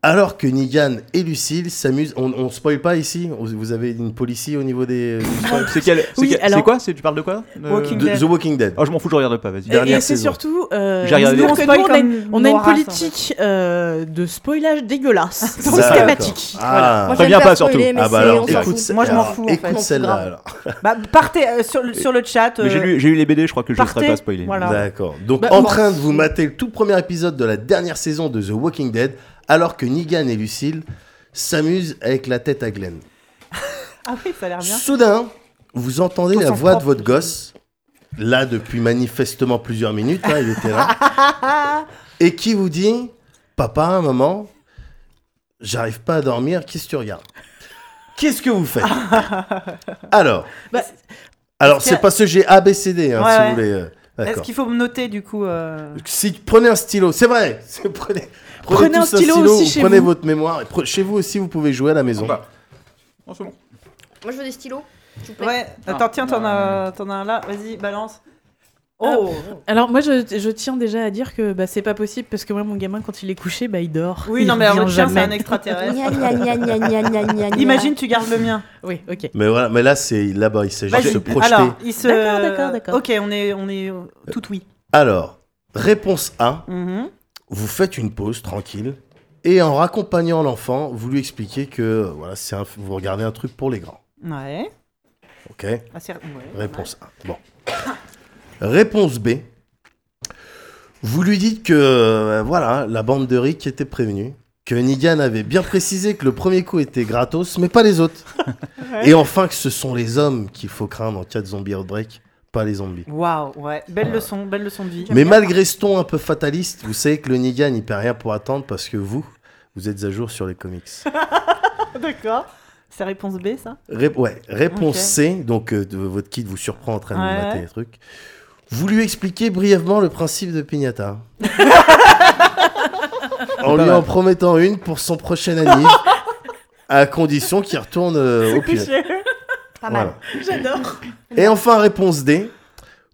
E: Alors que Negan et Lucille s'amusent. On, on spoil pas ici Vous avez une policy au niveau des. du spoil
I: C'est quel- c'est
B: Oui,
I: quel-
B: alors-
I: c'est quoi C'est- Tu parles de quoi Euh,
A: Walking
E: De
A: Dead.
E: The Walking Dead.
I: Oh, je m'en fous, je regarde pas, vas-y.
B: Et- Et,
E: Dernière
B: c'est
E: saison.
B: surtout. euh,
I: J'ai regardé.
B: nous,
I: Nous,
B: que nous, on a une, on a une politique euh, de spoilage dégueulasse. Donc, Systématique.
E: Ah,
H: Moi,
I: Très
H: j'aime
I: bien pas,
H: spoiler,
I: surtout.
H: mais
E: Ah, bah
H: c'est-
E: alors,
H: on s'en
E: écoute,
H: fout.
A: Moi, je m'en
E: alors,
A: fous, en fait.
E: Écoute celle-là alors.
A: Bah, partez euh, sur, le- sur le chat.
I: Mais j'ai
A: euh,
I: lu, j'ai lu les BD, je crois que je ne serais
A: partez.
I: pas spoilé.
A: Voilà.
E: D'accord. Donc,
A: Bah,
E: en
A: bon.
E: train de vous mater le tout premier épisode de la dernière saison de The Walking Dead, alors que Negan et Lucille s'amusent avec la tête à Glenn.
A: Ah oui, ça a l'air bien.
E: Soudain, vous entendez
A: Tout
E: la
A: son
E: voix de
A: propre
E: votre
A: jeu.
E: gosse, là depuis manifestement plusieurs minutes, hein, il
A: [LAUGHS]
E: était là, et qui vous dit Papa, maman, j'arrive pas à dormir, qu'est-ce que tu regardes Qu'est-ce que
A: [LAUGHS]
E: vous faites Alors,
B: Bah,
E: alors
A: est-ce
E: c'est
A: que-
E: pas ce G A B C D, hein,
A: Ouais,
E: si
A: ouais.
E: vous voulez. euh,
A: Est-ce
E: D'accord.
A: qu'il faut me noter du coup
E: [LAUGHS]
A: euh,
E: Si prenez un stylo, c'est vrai. c'est- Prenez,
B: Prenez un
E: tous
B: stylo aussi
E: vous
B: chez
E: prenez
B: vous.
E: votre mémoire. et pre- chez vous aussi, vous pouvez jouer à la maison.
I: Bah, non, c'est bon.
H: Moi, je veux des stylos, s'il vous plaît.
A: Ouais,
E: Ah.
A: attends, tiens, t'en as, t'en as un là, vas-y, balance.
H: Ah,
A: Oh
B: Alors moi, je, je tiens déjà à dire que bah, c'est pas possible parce que moi, mon gamin, quand il est couché, bah, il dort.
A: Oui,
B: Il
A: non, mais
B: revient
A: alors, le chien, c'est
B: jamais.
A: un
B: [LAUGHS]
A: extraterrestre.
H: Gna, gna, gna, gna, gna, gna, gna, gna.
A: Imagine, tu gardes le mien.
B: Oui, ok.
E: Mais voilà, mais là c'est là-bas, il s'agit de
A: Vas-y.
E: se projeter.
A: Alors, il se.
B: D'accord, d'accord, d'accord.
A: Ok, on est, on est euh, tout oui.
E: Alors, réponse A,
A: Mhm.
E: vous faites une pause tranquille et en raccompagnant l'enfant, vous lui expliquez que euh, voilà, c'est un- vous regardez un truc pour les grands.
A: Ouais.
E: OK
A: Assez- ouais, pas
E: Réponse A. Bon. Réponse B. Vous lui dites que euh, voilà, la bande de Rick était prévenue, que Negan avait bien précisé que le premier coup était gratos, mais pas les autres. Et enfin que ce sont les hommes qu'il faut craindre en cas de zombie outbreak, pas les zombies.
A: mal. Waouh, ouais. Belle leçon, belle leçon de vie.
E: Euh. Mais malgré ce ton un peu fataliste, vous savez que le Negan n'y perd rien pour attendre parce que vous, vous êtes à jour sur les comics.
A: [LAUGHS] D'accord. C'est réponse B, ça
E: Ré- ouais, réponse
A: Ok.
E: C, donc euh, de- votre kid vous surprend en train de
A: Ouais,
E: mater
A: ouais.
E: les trucs. Vous lui expliquez brièvement le principe
A: [LAUGHS]
E: de Pignata. en lui en promettant une pour son prochain
A: [LAUGHS]
E: anniv, à condition qu'il retourne euh, au pilote.
H: Pas mal.
B: J'adore.
E: Et enfin, réponse D,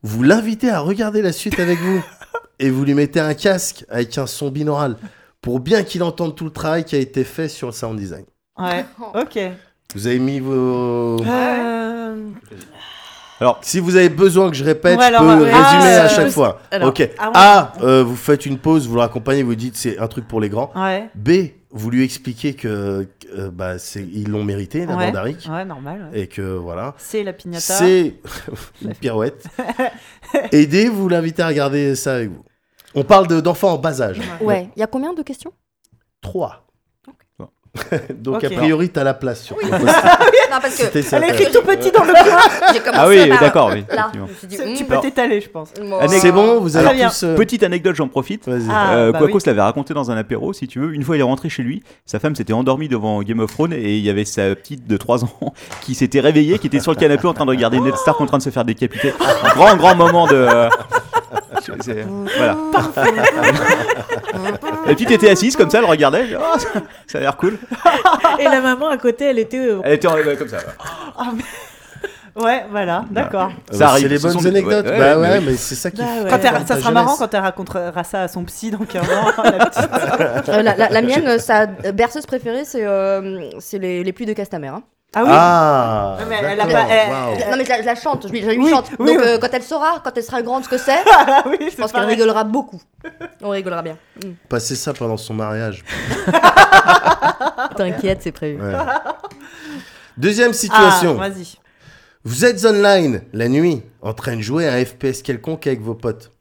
E: vous l'invitez à regarder la suite avec
A: [LAUGHS]
E: vous. Et vous lui mettez un casque avec un son binaural pour bien qu'il entende tout le travail qui a été fait sur le sound design.
H: [LAUGHS]
A: Ouais. Ok.
E: Vous avez mis vos...
A: Euh,
E: Si vous avez besoin que je répète,
A: Ouais, alors,
E: je peux
A: ouais.
E: résumer
A: Ah,
E: à
A: je
E: chaque
A: peux-
E: fois.
B: alors,
E: ok.
A: ah ouais.
E: A, euh, vous faites une pause, vous le raccompagnez, vous dites c'est un truc pour les grands.
A: Ouais.
E: B, vous lui expliquez que euh, bah, c'est- ils l'ont mérité, la
A: ouais.
E: bande à Rick,
A: Ouais, normal. ouais.
E: et que voilà.
A: C'est la pignata.
E: C, [LAUGHS]
A: [LAUGHS]
E: une pirouette. et D, vous l'invitez à regarder ça avec vous. On parle de- d'enfants en bas âge.
H: Ouais, il y a combien de questions
A: [LAUGHS]
E: 3.
I: Bon.
E: [LAUGHS] Donc
A: Ok.
E: a priori, t'as la place sur
A: [LAUGHS]
E: ton
H: Non, parce que
E: post-it, ça
A: Elle
E: t'intéresse.
A: écrit tout petit dans le.
H: [LAUGHS] j'ai commencé
I: Ah oui,
H: par-
I: d'accord, oui.
H: Là, je
I: effectivement.
H: me suis dit,
A: Tu
H: hmm,
A: peux t'étaler, je pense.
H: moi-
E: C'est bon, vous
A: Très
E: avez
A: bien.
E: tous... euh,
I: Petite anecdote, j'en profite.
E: Vas-y.
A: Ah,
I: Euh,
A: bah
I: Quacos
A: oui.
I: l'avait raconté dans un apéro, si tu veux. Une fois, il est rentré chez lui. Sa femme s'était endormie devant Game of Thrones et il y avait sa petite de 3 ans [LAUGHS] qui s'était réveillée, qui était sur le canapé en train de regarder Ned Stark en train de se faire décapiter. Un grand, grand moment
E: [LAUGHS]
I: de. Je- c'est- Voilà. La petite était assise comme ça, elle regardait. elle dit, Oh, ça- ça a l'air cool.
B: Et la maman à côté, elle était.
A: [LAUGHS]
B: euh,
I: Elle était en- ouais, comme ça.
A: Ah, Ouais, voilà, d'accord.
E: Euh,
I: Ça arrive,
E: C'est les
I: ce sont
E: bonnes
I: des-
E: anecdotes.
I: ouais, ouais,
E: bah
I: mais
E: ouais,
I: oui.
E: mais c'est ça qui.
B: Bah ouais.
A: Quand
E: fait
A: elle-
E: dans
A: ça
E: ta
A: sera marrant
E: jeunesse.
A: quand elle racontera ça à son psy dans 15 ans. hein, la petite.
E: [LAUGHS]
H: Euh, la, la- la mienne, sa berceuse préférée, c'est euh, c'est les, les pluies de Castamer. hein.
A: Ah oui
E: Ah.
A: Ouais, mais elle a
E: d'accord,
A: pas- elle-
E: waouh.
H: Non, mais je la, je la chante, je, lui- je lui
A: Oui,
H: chante.
A: oui,
H: Donc,
A: oui.
H: euh, quand elle saura, quand elle sera grande, ce que c'est,
A: Ah [LAUGHS] oui,
H: je
A: c'est
H: pense qu'elle
A: pareil.
H: rigolera beaucoup. On rigolera bien.
E: Passer ça pendant son mariage.
H: T'inquiète, c'est
A: [LAUGHS]
H: prévu.
E: Ouais. Deuxième
A: Ah,
H: [LAUGHS]
E: situation.
A: vas-y.
E: Vous êtes online la nuit, en train de jouer à un FPS quelconque avec vos potes.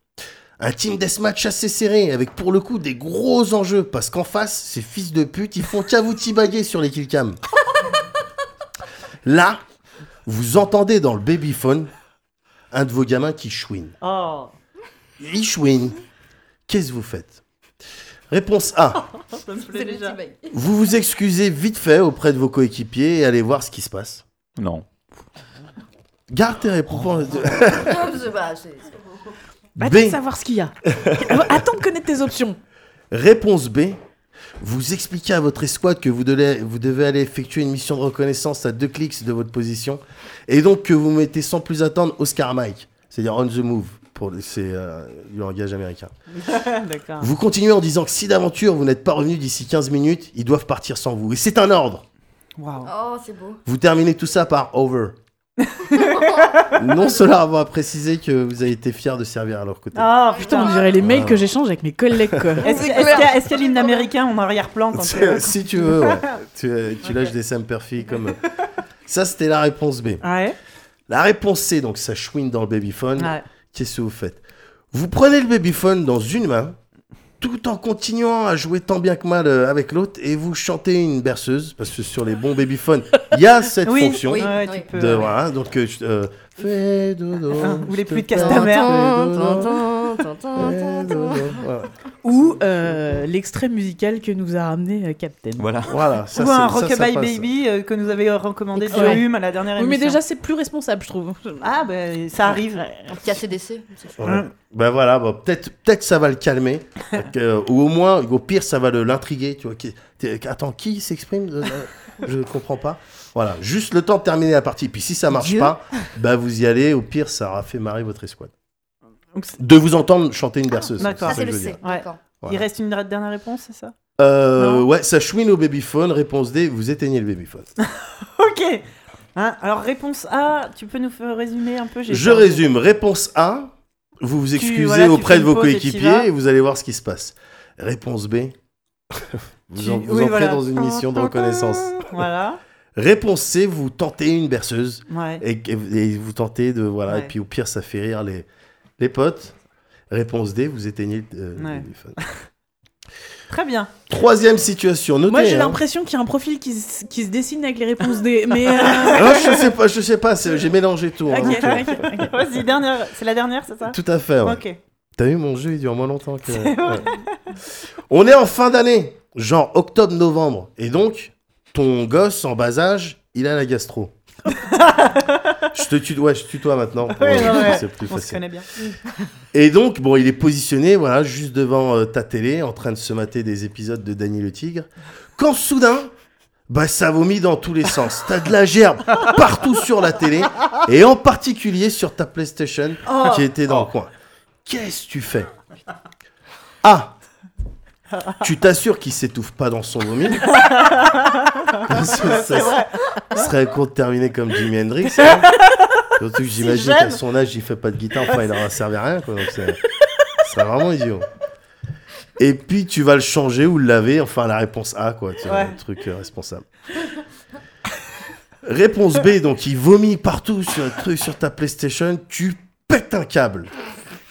E: Un team deathmatch assez serré, avec pour le coup des gros enjeux, parce qu'en face, ces fils de pute, ils font qu'à vous tibaguer sur les killcams. Là, vous entendez dans le babyphone un de vos gamins qui chouine.
A: Oh,
E: Il chouine. Qu'est-ce que vous faites Réponse
F: [LAUGHS]
E: A.
A: ça me plaît déjà.
E: Vous vous excusez vite fait auprès de vos coéquipiers et allez voir ce qui se passe.
I: Non.
E: Garde tes
B: Oh.
E: réponses. [LAUGHS]
H: Oh, bah,
E: B.
B: Attends de savoir ce qu'il y a. Attends de connaître tes options.
E: Réponse B. Vous expliquez à votre escouade que vous devez, vous devez aller effectuer une mission de reconnaissance à deux clics de votre position et donc que vous mettez sans plus attendre Oscar Mike, c'est-à-dire on the move, pour le- c'est euh, du langage américain.
A: [LAUGHS]
B: Ah.
A: D'accord.
E: Vous continuez en disant que si d'aventure vous n'êtes pas revenu d'ici 15 minutes, ils doivent partir sans vous. Et c'est un ordre.
A: Waouh.
H: Oh, c'est beau.
E: Vous terminez tout ça par
A: [LAUGHS]
E: over. non cela avoir précisé que vous avez été fier de servir à leur côté. [LAUGHS]
A: Ah
B: Putain, on
A: putain.
B: dirait les mails
E: Ah.
B: que j'échange avec mes collègues, quoi.
A: Est-ce est-ce qu'il y a- est-ce qu'il y a l'hymne américain en arrière-plan quand
E: Si- euh,
A: tu-
E: si tu
A: [LAUGHS]
E: veux, ouais. tu, euh, tu lâches des Sam Perfy comme. euh. Ça, c'était la réponse B.
A: Ouais.
E: La réponse C, donc ça chouine dans le babyphone.
A: ouais.
E: Qu'est-ce que vous faites Vous prenez le babyphone dans une main, tout en continuant à jouer tant bien que mal euh, avec l'autre, et vous chantez une berceuse, parce que sur les bons babyphones, il y a cette
A: Oui,
E: fonction.
A: ouais,
H: Oui,
A: tu
H: oui.
A: peux.
E: de-
A: ouais.
B: Hein,
E: voilà, donc, euh, je- euh, fais dodo,
A: Ou les
E: je te
A: pluies de
E: fais
A: Castamère.
E: dodo. Ouais, non, non, voilà.
B: Ou euh, l'extrait musical que nous a ramené euh, Captain.
I: [LAUGHS] Voilà.
E: Voilà, ça
A: Ou un
E: c'est- ça, ça
A: Rockabye
E: passe.
A: Baby euh, que nous avait recommandé
B: Excellent.
A: de Hume à la dernière
B: Oui,
A: émission.
B: mais déjà, c'est plus responsable, je trouve.
A: Ah,
F: bah,
A: ben ça [LAUGHS] arrive.
H: KCDC. c'est sûr.
E: Ouais.
A: Hein
E: Ben voilà, bon, peut-être peut ça va
A: [LAUGHS]
E: le calmer. Donc, euh, ou au moins, au pire, ça va le- l'intriguer. Tu vois, qui- t'es- attends, qui s'exprime euh, euh, Je comprends pas. Voilà, juste le temps de terminer la partie. Puis si ça marche
H: Dieu.
E: pas, ben vous y allez. Au pire, ça aura fait marrer votre escouade.
A: Donc, c'est-
E: De vous entendre chanter une berceuse.
A: Ah, d'accord.
H: Ça,
E: que
H: c'est le
E: je veux
H: C.
E: dire.
A: Ouais.
H: D'accord.
A: Il
E: Voilà.
A: reste une dra- dernière réponse, c'est ça
E: Euh,
A: Non.
E: ouais, ça chouine au babyphone. Réponse D, vous éteignez le babyphone.
A: Ok. Hein, alors, réponse A, tu peux nous faire résumer un peu j'ai
E: Je
A: pas-
E: résume. Réponse A, vous vous excusez
A: voilà, tu
E: auprès
A: fais
E: de
A: une
E: vos
A: pause et t'y vas.
E: coéquipiers et vous allez voir ce qui se passe.
A: [LAUGHS]
E: Réponse B, vous,
A: Tu-
E: en, vous
A: oui,
E: entrez
A: voilà.
E: dans une mission de reconnaissance.
A: [LAUGHS] Voilà.
E: Réponse C, vous tentez une berceuse
A: Ouais.
E: et, et- et vous tentez de voilà
A: Ouais.
E: et puis au pire ça fait rire les les potes. Réponse D, vous éteignez le euh, le
A: Ouais.
E: téléphone.
A: Très bien.
E: Troisième situation, notez.
B: Moi, j'ai
E: hein.
B: l'impression qu'il y a un profil qui, se- qui se dessine avec les réponses des. Mais. euh,
E: [LAUGHS] Ah, je sais pas, je sais pas, c'est- j'ai mélangé tout. hein,
B: ok,
E: donc, euh,
B: ok, ok.
A: Vas-y, dernière. C'est la dernière, c'est ça
E: tout à fait. ouais.
A: Ok.
E: T'as vu, mon jeu, il dure moins longtemps que.
A: C'est vrai.
E: Ouais. On est en fin d'année, genre octobre-novembre. Et donc, ton gosse en bas âge, il a
A: [LAUGHS]
E: la gastro. je te tutoie, ouais, je tutoie maintenant.
A: [LAUGHS]
E: pour-
A: Ouais, ouais, ouais.
E: C'est plus
A: On se
E: facile.
A: connaît bien.
E: Et donc, bon, il est positionné, voilà, juste devant euh, ta télé, en train de se mater des épisodes de Danny le Tigre. Quand soudain, bah, ça vomit dans tous les sens. T'as de la gerbe partout sur la télé, et en particulier sur ta PlayStation
A: Oh.
E: qui était dans le coin. Qu'est-ce que tu fais Ah, A.
A: Ah,
E: Tu t'assures qu'il s'étouffe pas dans
A: [LAUGHS]
E: son vomi.
F: [LAUGHS]
E: Parce que ça serait con de terminer comme Jimi Hendrix. hein. Surtout que j'imagine
A: jeune.
E: qu'à son âge, il fait pas de guitare, enfin, il n'aura servi à rien. Quoi, donc c'est- ce serait vraiment idiot. Et puis tu vas le changer ou le laver, enfin la réponse A, quoi, tu vois,
A: Ouais.
E: le truc euh, responsable. réponse B, donc il vomit partout sur le truc, sur ta PlayStation, tu pètes un câble.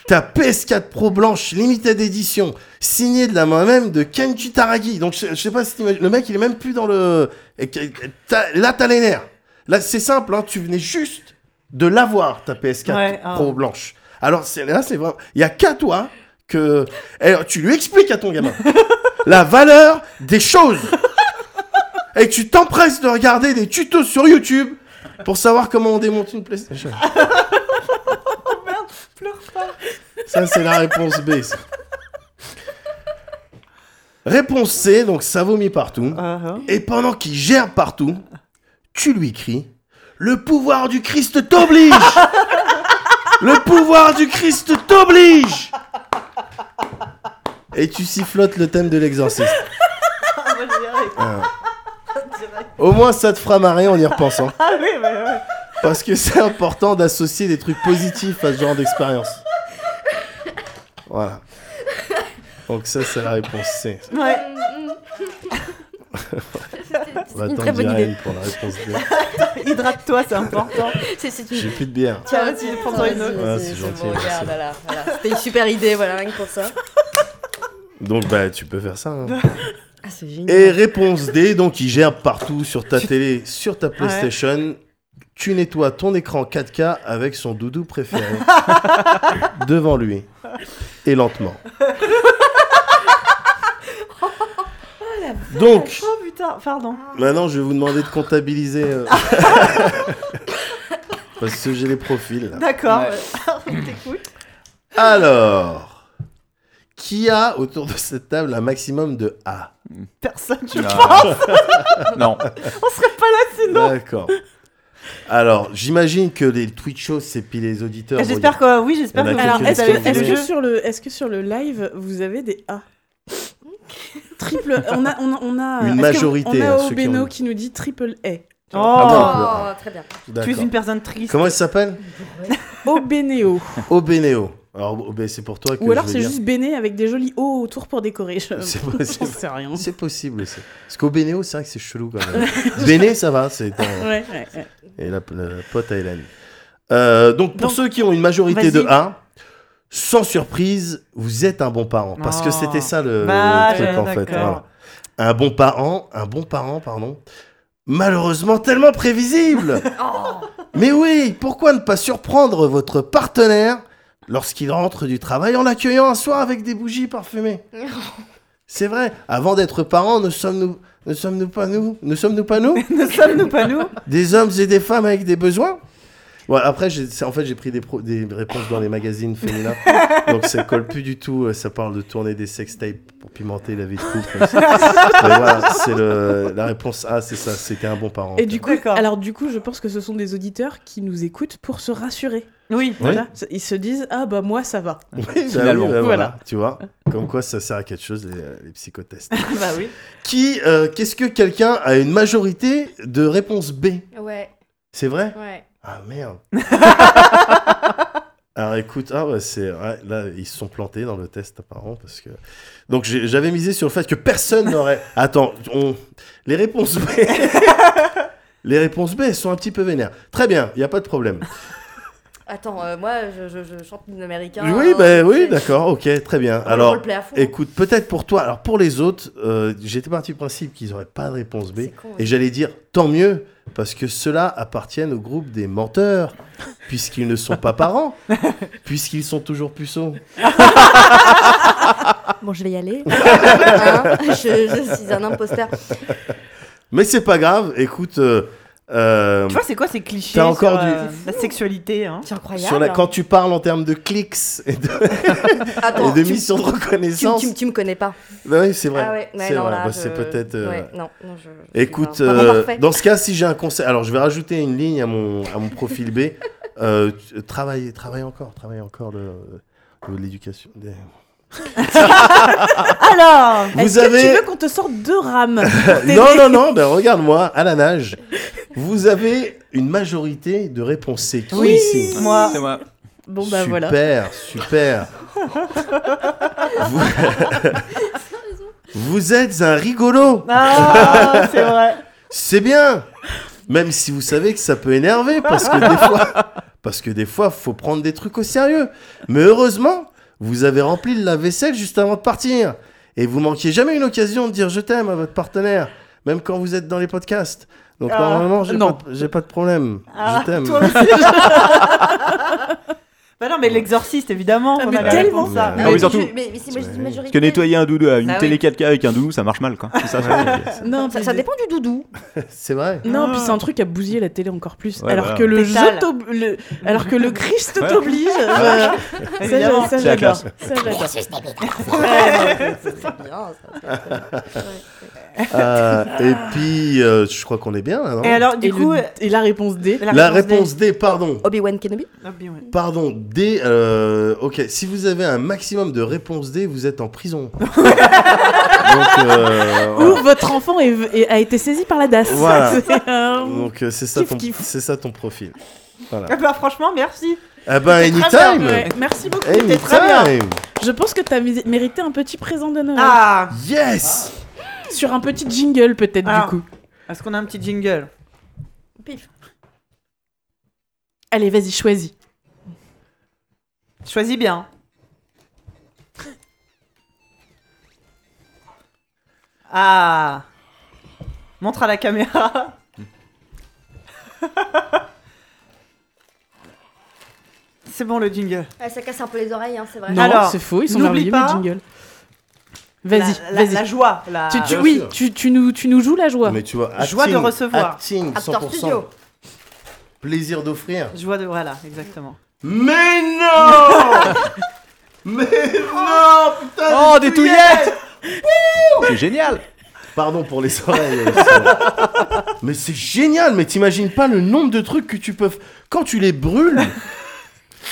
E: Ta PS4 Pro blanche, limited edition, signée de la main même de Kenji Taragi. Donc je, je sais pas si t'imagines- le mec il est même plus dans le. et que- t'as- Là t'as les nerfs. Là c'est simple, hein, tu venais juste de l'avoir ta PS4
A: Ouais, ah.
E: Pro blanche. Alors c'est- là c'est vraiment, il y a qu'à toi que Eh, tu lui expliques à ton
A: [LAUGHS]
E: gamin la valeur des choses et tu t'empresses de regarder des tutos sur YouTube pour savoir comment on démonte une PlayStation.
A: Pleure pas.
E: Ça, c'est la réponse B. ça. Réponse C, donc ça vomit partout.
A: Uh-huh.
E: Et pendant qu'il gerbe partout, tu lui cries Le pouvoir du Christ t'oblige Le pouvoir du Christ t'oblige Et tu sifflotes le thème de l'exorcisme.
A: Ah, moi, je dirais.
E: Ah. Au moins, ça te fera marrer en y repensant.
A: Ah oui, ouais, ouais.
E: Parce que c'est important d'associer des trucs positifs à ce genre d'expérience. Voilà. Donc ça, c'est la réponse C.
A: Ouais.
D: Mm,
E: Bah,
H: une
E: attends,
H: très bonne
E: Diane,
H: idée.
E: pour la réponse D.
A: Hydrate-toi, c'est important.
H: C'est- c'est une-
E: J'ai plus de bière.
A: Tiens, vas-y, prends-toi une autre.
E: Ah,
H: Vas-y,
E: c'est
H: vas-y,
E: gentil,
H: bon,
E: merci.
H: regarde, voilà, voilà. C'était une super idée, voilà, rien que pour ça.
E: Donc bah, tu peux faire ça. hein.
H: Ah, c'est génial.
E: Et réponse D, donc il gerbe partout sur ta télé, sur ta PlayStation. Tu nettoies ton écran 4K avec son
H: [LAUGHS]
E: doudou préféré devant lui et lentement. Donc,
A: Oh putain, pardon.
E: Maintenant, je vais vous demander de
A: [LAUGHS]
E: comptabiliser. euh, Parce que j'ai les profils. là.
A: D'accord.
I: Ouais.
A: [LAUGHS] ouais. T'écoutes.
E: Alors, qui a autour de cette table un maximum de A
A: Personne. je-
H: [LAUGHS]
I: Non.
A: On serait pas là sinon.
E: D'accord. Alors, j'imagine que les Twitch shows, c'est puis les auditeurs.
A: Et J'espère que oui, j'espère
E: Il
A: que
E: y en a
B: Alors,
E: Quelqu'un
B: est-ce
E: qui
B: que,
E: a
B: est-ce
E: fait
B: que
E: le
B: sur le, est-ce que sur le live, vous avez des A Triple. On a, on a, on a.
E: Une
B: est-ce que-
E: majorité,
B: On a
E: à ceux qui
B: Obeno
E: ont-
B: qui nous dit triple A.
A: Oh,
E: Ah
H: Oh, très bien.
E: bon, d'accord.
A: tu es une personne triste.
E: Comment
B: [LAUGHS]
E: il s'appelle
B: Obeneo.
E: Obénéo. Alors, oh, ben, c'est pour toi que
B: Ou alors
E: je
B: c'est
E: vais dire.
B: juste Béné avec des jolis O autour pour décorer. Je
E: [LAUGHS] C'est
B: j'en [LAUGHS]
E: possible.
B: sais rien.
E: C'est possible aussi. Parce qu'Obénéo, c'est vrai que c'est chelou
B: [LAUGHS]
E: quand même. Béné, ça va, c'est dans-
B: Ouais, ouais, ouais.
E: Et la, la pote à Hélène. Euh, donc, pour
A: Donc,
E: ceux qui ont une majorité de
A: vas-y.
E: 1, sans surprise, vous êtes un bon parent. Parce que
A: Oh.
E: c'était ça le,
A: Bah,
E: truc,
A: ouais,
E: en fait.
A: d'accord.
E: voilà. Un bon parent, un bon parent, pardon. Malheureusement,
A: [LAUGHS]
E: tellement
A: Oh.
E: prévisible. Mais oui, pourquoi ne pas surprendre votre partenaire lorsqu'il rentre du travail en l'accueillant un soir avec des bougies parfumées.
A: [LAUGHS]
E: C'est vrai, avant d'être parents, ne sommes-nous ne sommes-nous pas nous Ne sommes-nous pas nous
A: ne sommes-nous pas nous
E: Des hommes et des femmes avec des besoins Ouais, après, j'ai- c'est- en fait, j'ai pris des, pro- des réponses dans les magazines féminins, donc ça colle plus du tout. euh, Ça parle de tourner des sextapes pour pimenter la vie de couple. Mais voilà, c'est le- la réponse A, c'est ça. C'était un bon parent.
B: Et du coup,
A: D'accord.
B: alors du coup, je pense que ce sont des auditeurs qui nous écoutent pour se rassurer.
A: Oui.
B: Voilà. Ils se disent ah bah moi ça va.
E: Oui, bah oui,
I: Finalement.
E: bah voilà,
B: Voilà.
E: tu vois, comme quoi ça sert à quelque chose les, euh, les psychotests.
A: bah oui.
E: Qui, euh, qu'est-ce que quelqu'un a une majorité de réponse B
H: Ouais,
E: C'est vrai
H: ouais.
E: Ah
H: [LAUGHS]
E: merde. Alors écoute, ah ouais, c'est ouais, là ils se sont plantés dans le test apparemment parce que donc j'ai- j'avais misé sur le fait que personne n'aurait.
H: [LAUGHS]
E: Attends, on... les réponses B, les réponses B elles sont un petit peu vénères. Très bien, il y a pas de problème.
H: Attends, euh, moi, je, je, je chante euh, une américain.
E: oui, bah, oui, d'accord, ok, très bien.
H: Alors,
E: Alors Écoute, peut-être pour toi. Alors pour les autres, euh, j'étais parti du principe qu'ils n'auraient pas de réponse B.
H: C'est con, hein. ouais.
E: Et j'allais dire tant mieux, parce que ceux-là appartiennent au groupe
H: [LAUGHS]
E: des menteurs, puisqu'ils ne sont pas parents, puisqu'ils sont toujours
H: [LAUGHS]
E: puceaux.
H: Bon, je vais y aller. [LAUGHS] Hein, je, je suis un imposteur.
E: Mais c'est pas grave, écoute. euh, euh,
A: Tu vois, c'est quoi ces clichés
E: T'as encore
A: sur,
E: du-
A: euh, la sexualité hein
H: C'est incroyable.
E: sur la- quand tu parles en termes de clics et de,
H: Attends,
E: et de
H: tu,
E: mission de
H: tu-
E: reconnaissance,
H: tu- tu me connais pas.
E: Bah oui, c'est vrai.
H: Ah ouais, ouais,
E: c'est
H: non,
E: vrai.
H: là,
E: Bah,
H: je-
E: c'est peut-être. euh,
H: Ouais, non, non, je- je suis
E: Écoute,
H: un parent
E: euh,
H: parfait.
E: dans ce cas, si j'ai un conseil, alors je vais rajouter une ligne à mon, à mon
H: [LAUGHS]
E: profil B. Euh, tu- euh, travaille, travaille encore, travaille encore le, le- l'éducation. des-
A: Alors
E: Vous
B: Est-ce que
E: avez.
B: tu veux qu'on te sorte deux rames
E: [LAUGHS] Non, non, non, ben regarde-moi, à
H: [LAUGHS]
E: la nage. Vous avez une majorité de réponses C. Qui
A: Oui.
E: ici
A: Moi.
I: C'est moi.
B: Bon bah
H: ben,
E: super,
B: voilà.
E: super. vous... Vous [LAUGHS] êtes un rigolo.
A: Ah, c'est vrai.
E: C'est bien Même si vous savez que ça peut énerver, parce que des fois, parce que des fois, faut prendre des trucs au sérieux. Mais heureusement, vous avez rempli le lave-vaisselle juste avant de partir. Et vous manquiez jamais une occasion de dire je t'aime à votre partenaire, même quand vous êtes dans les podcasts. Donc
A: Ah,
E: normalement, j'ai
B: non.
E: pas, de- j'ai pas de problème.
A: Ah,
E: je t'aime.
A: toi aussi. bah non, mais l'exorciste, évidemment.
B: Ah,
A: qu'on
B: mais
A: a la
B: tellement.
A: réponse euh, à.
I: Ah oui, surtout.
H: Mais, mais c'est une majorité.
I: Parce que nettoyer un doudou, euh, une
A: Bah
H: Ah oui.
I: télé 4K avec un doudou, ça marche mal, quoi. C'est
E: [LAUGHS]
I: ça, ça.
B: Non,
H: Ça,
B: puis-
H: ça dépend du doudou.
E: C'est vrai.
B: Non,
A: Ah.
B: puis c'est un truc à bousiller la télé encore plus.
I: Ouais,
B: alors,
I: voilà.
B: que le
A: Pétale.
B: je t'ob- le- alors que le Christ
I: Ouais.
B: t'oblige.
I: [LAUGHS]
B: euh, ça,
A: Évidemment.
B: j'a- ça,
I: C'est la
B: j'adore.
I: classe.
B: Ça, j'adore.
H: [LAUGHS] C'est bien, ça.
E: Euh, et puis, euh, je crois qu'on est bien là, non
A: Et alors,
B: Et,
A: du
B: le-
A: coup.
B: et la réponse D.
E: La réponse D, pardon.
H: Obi-Wan Kenobi
A: D- Ah, bien, ouais.
E: Pardon, D. euh, ok, si vous avez un maximum de réponses D, vous êtes
B: [LAUGHS]
E: en prison. Donc, euh,
B: Ou
E: voilà.
B: votre enfant est- est- a été saisi par la DAS.
E: Voilà.
B: [LAUGHS] C'est un-
E: Donc, euh, c'est ça,
B: hein. Kiff,
E: ton-
B: kiff.
E: c'est ça ton profil. Voilà.
B: [LAUGHS]
A: Ah bah franchement, merci.
E: Ah ben,
A: très
E: anytime!
B: Ouais, merci beaucoup.
A: C'était très
E: Anytime!
B: Je pense que t'as mé- mérité un petit présent de Noël.
A: Ah,
E: Yes!
B: Sur un petit jingle, peut-être,
A: Ah.
B: du coup.
A: est-ce qu'on a un petit jingle
H: Pif.
B: Allez, vas-y, choisis.
A: Choisis
B: [LAUGHS]
A: bien. Ah Montre à la
B: [LAUGHS]
A: caméra. C'est bon le jingle.
H: Ah, ça casse un peu les oreilles, hein, c'est vrai.
B: Non,
A: Alors,
B: c'est faux, ils sont
A: n'oublie
B: merveilleux, les
A: pas-
B: jingles. Vas-y,
A: La- la,
B: vas-y.
A: la joie. La...
B: Tu, tu-
E: Bien
B: oui,
E: sûr.
B: tu, tu nous, tu nous joues la joie.
E: Mais tu vois, acting,
A: Joie de recevoir.
E: Acting,
H: Acteur
E: 100%.
H: studio.
E: Plaisir d'offrir.
A: Joie de voilà, exactement.
E: Mais
B: [LAUGHS]
E: non! Mais non! Putain!
I: Oh,
E: des
I: des
E: touillettes
I: touillettes C'est génial
E: Pardon pour les oreilles. euh, c'est- mais c'est génial, mais t'imagines pas le nombre de trucs que tu peux. f- Quand tu les brûles,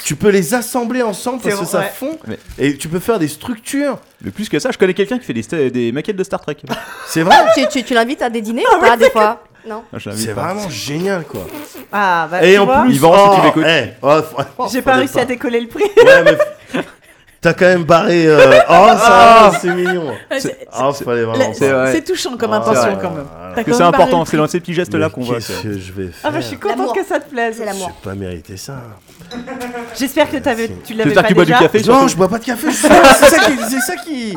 E: tu peux les assembler ensemble parce
A: C'est
E: que ça
A: vrai.
E: fond.
I: Mais-
E: Et tu peux faire des structures.
I: Mais plus que ça, je connais quelqu'un qui fait des, sta- des maquettes de Star Trek.
E: C'est vrai
A: Ah,
H: Tu, tu, tu l'invites à des dîners ou pas, des fois Non.
I: Ah, je l'invite
E: C'est
I: pas.
E: vraiment génial quoi.
A: Ah bah
E: et
A: tu
E: en
A: vois,
E: plus,
I: Yvan, si tu
E: oh,
I: m'écoutes.
E: eh, oh, franchement,
A: j'ai pas
E: fallait
A: réussi à décoller le prix.
E: Ouais, mais f- T'as quand même
I: [LAUGHS]
E: barré. euh, Oh, ça, va, c'est mignon.
B: Ah,
I: C'est-
B: c'est-
E: Oh, fallait vraiment.
B: la-
E: pas.
I: vrai.
B: C'est touchant comme
E: Ah,
B: intention
E: ouais,
B: quand même.
E: ouais, là.
B: T'as
I: que
B: quand
I: c'est
B: même parlé
I: important,
B: du
I: c'est dans ces petits gestes là
E: Mais
I: qu'on voit.
E: Qu'est-ce que je vais faire
A: Ah bah je suis contente
H: L'amour.
A: que ça te plaise.
H: C'est l'amour.
E: J'ai pas mérité ça.
A: J'espère que t'avais- tu l'avais
I: J'espère
A: pas
I: que tu bois du
A: déjà.
I: café. surtout.
E: Non, je bois pas
A: [LAUGHS]
E: de café. je suis sûr, C'est ça qui. C'est ça qui.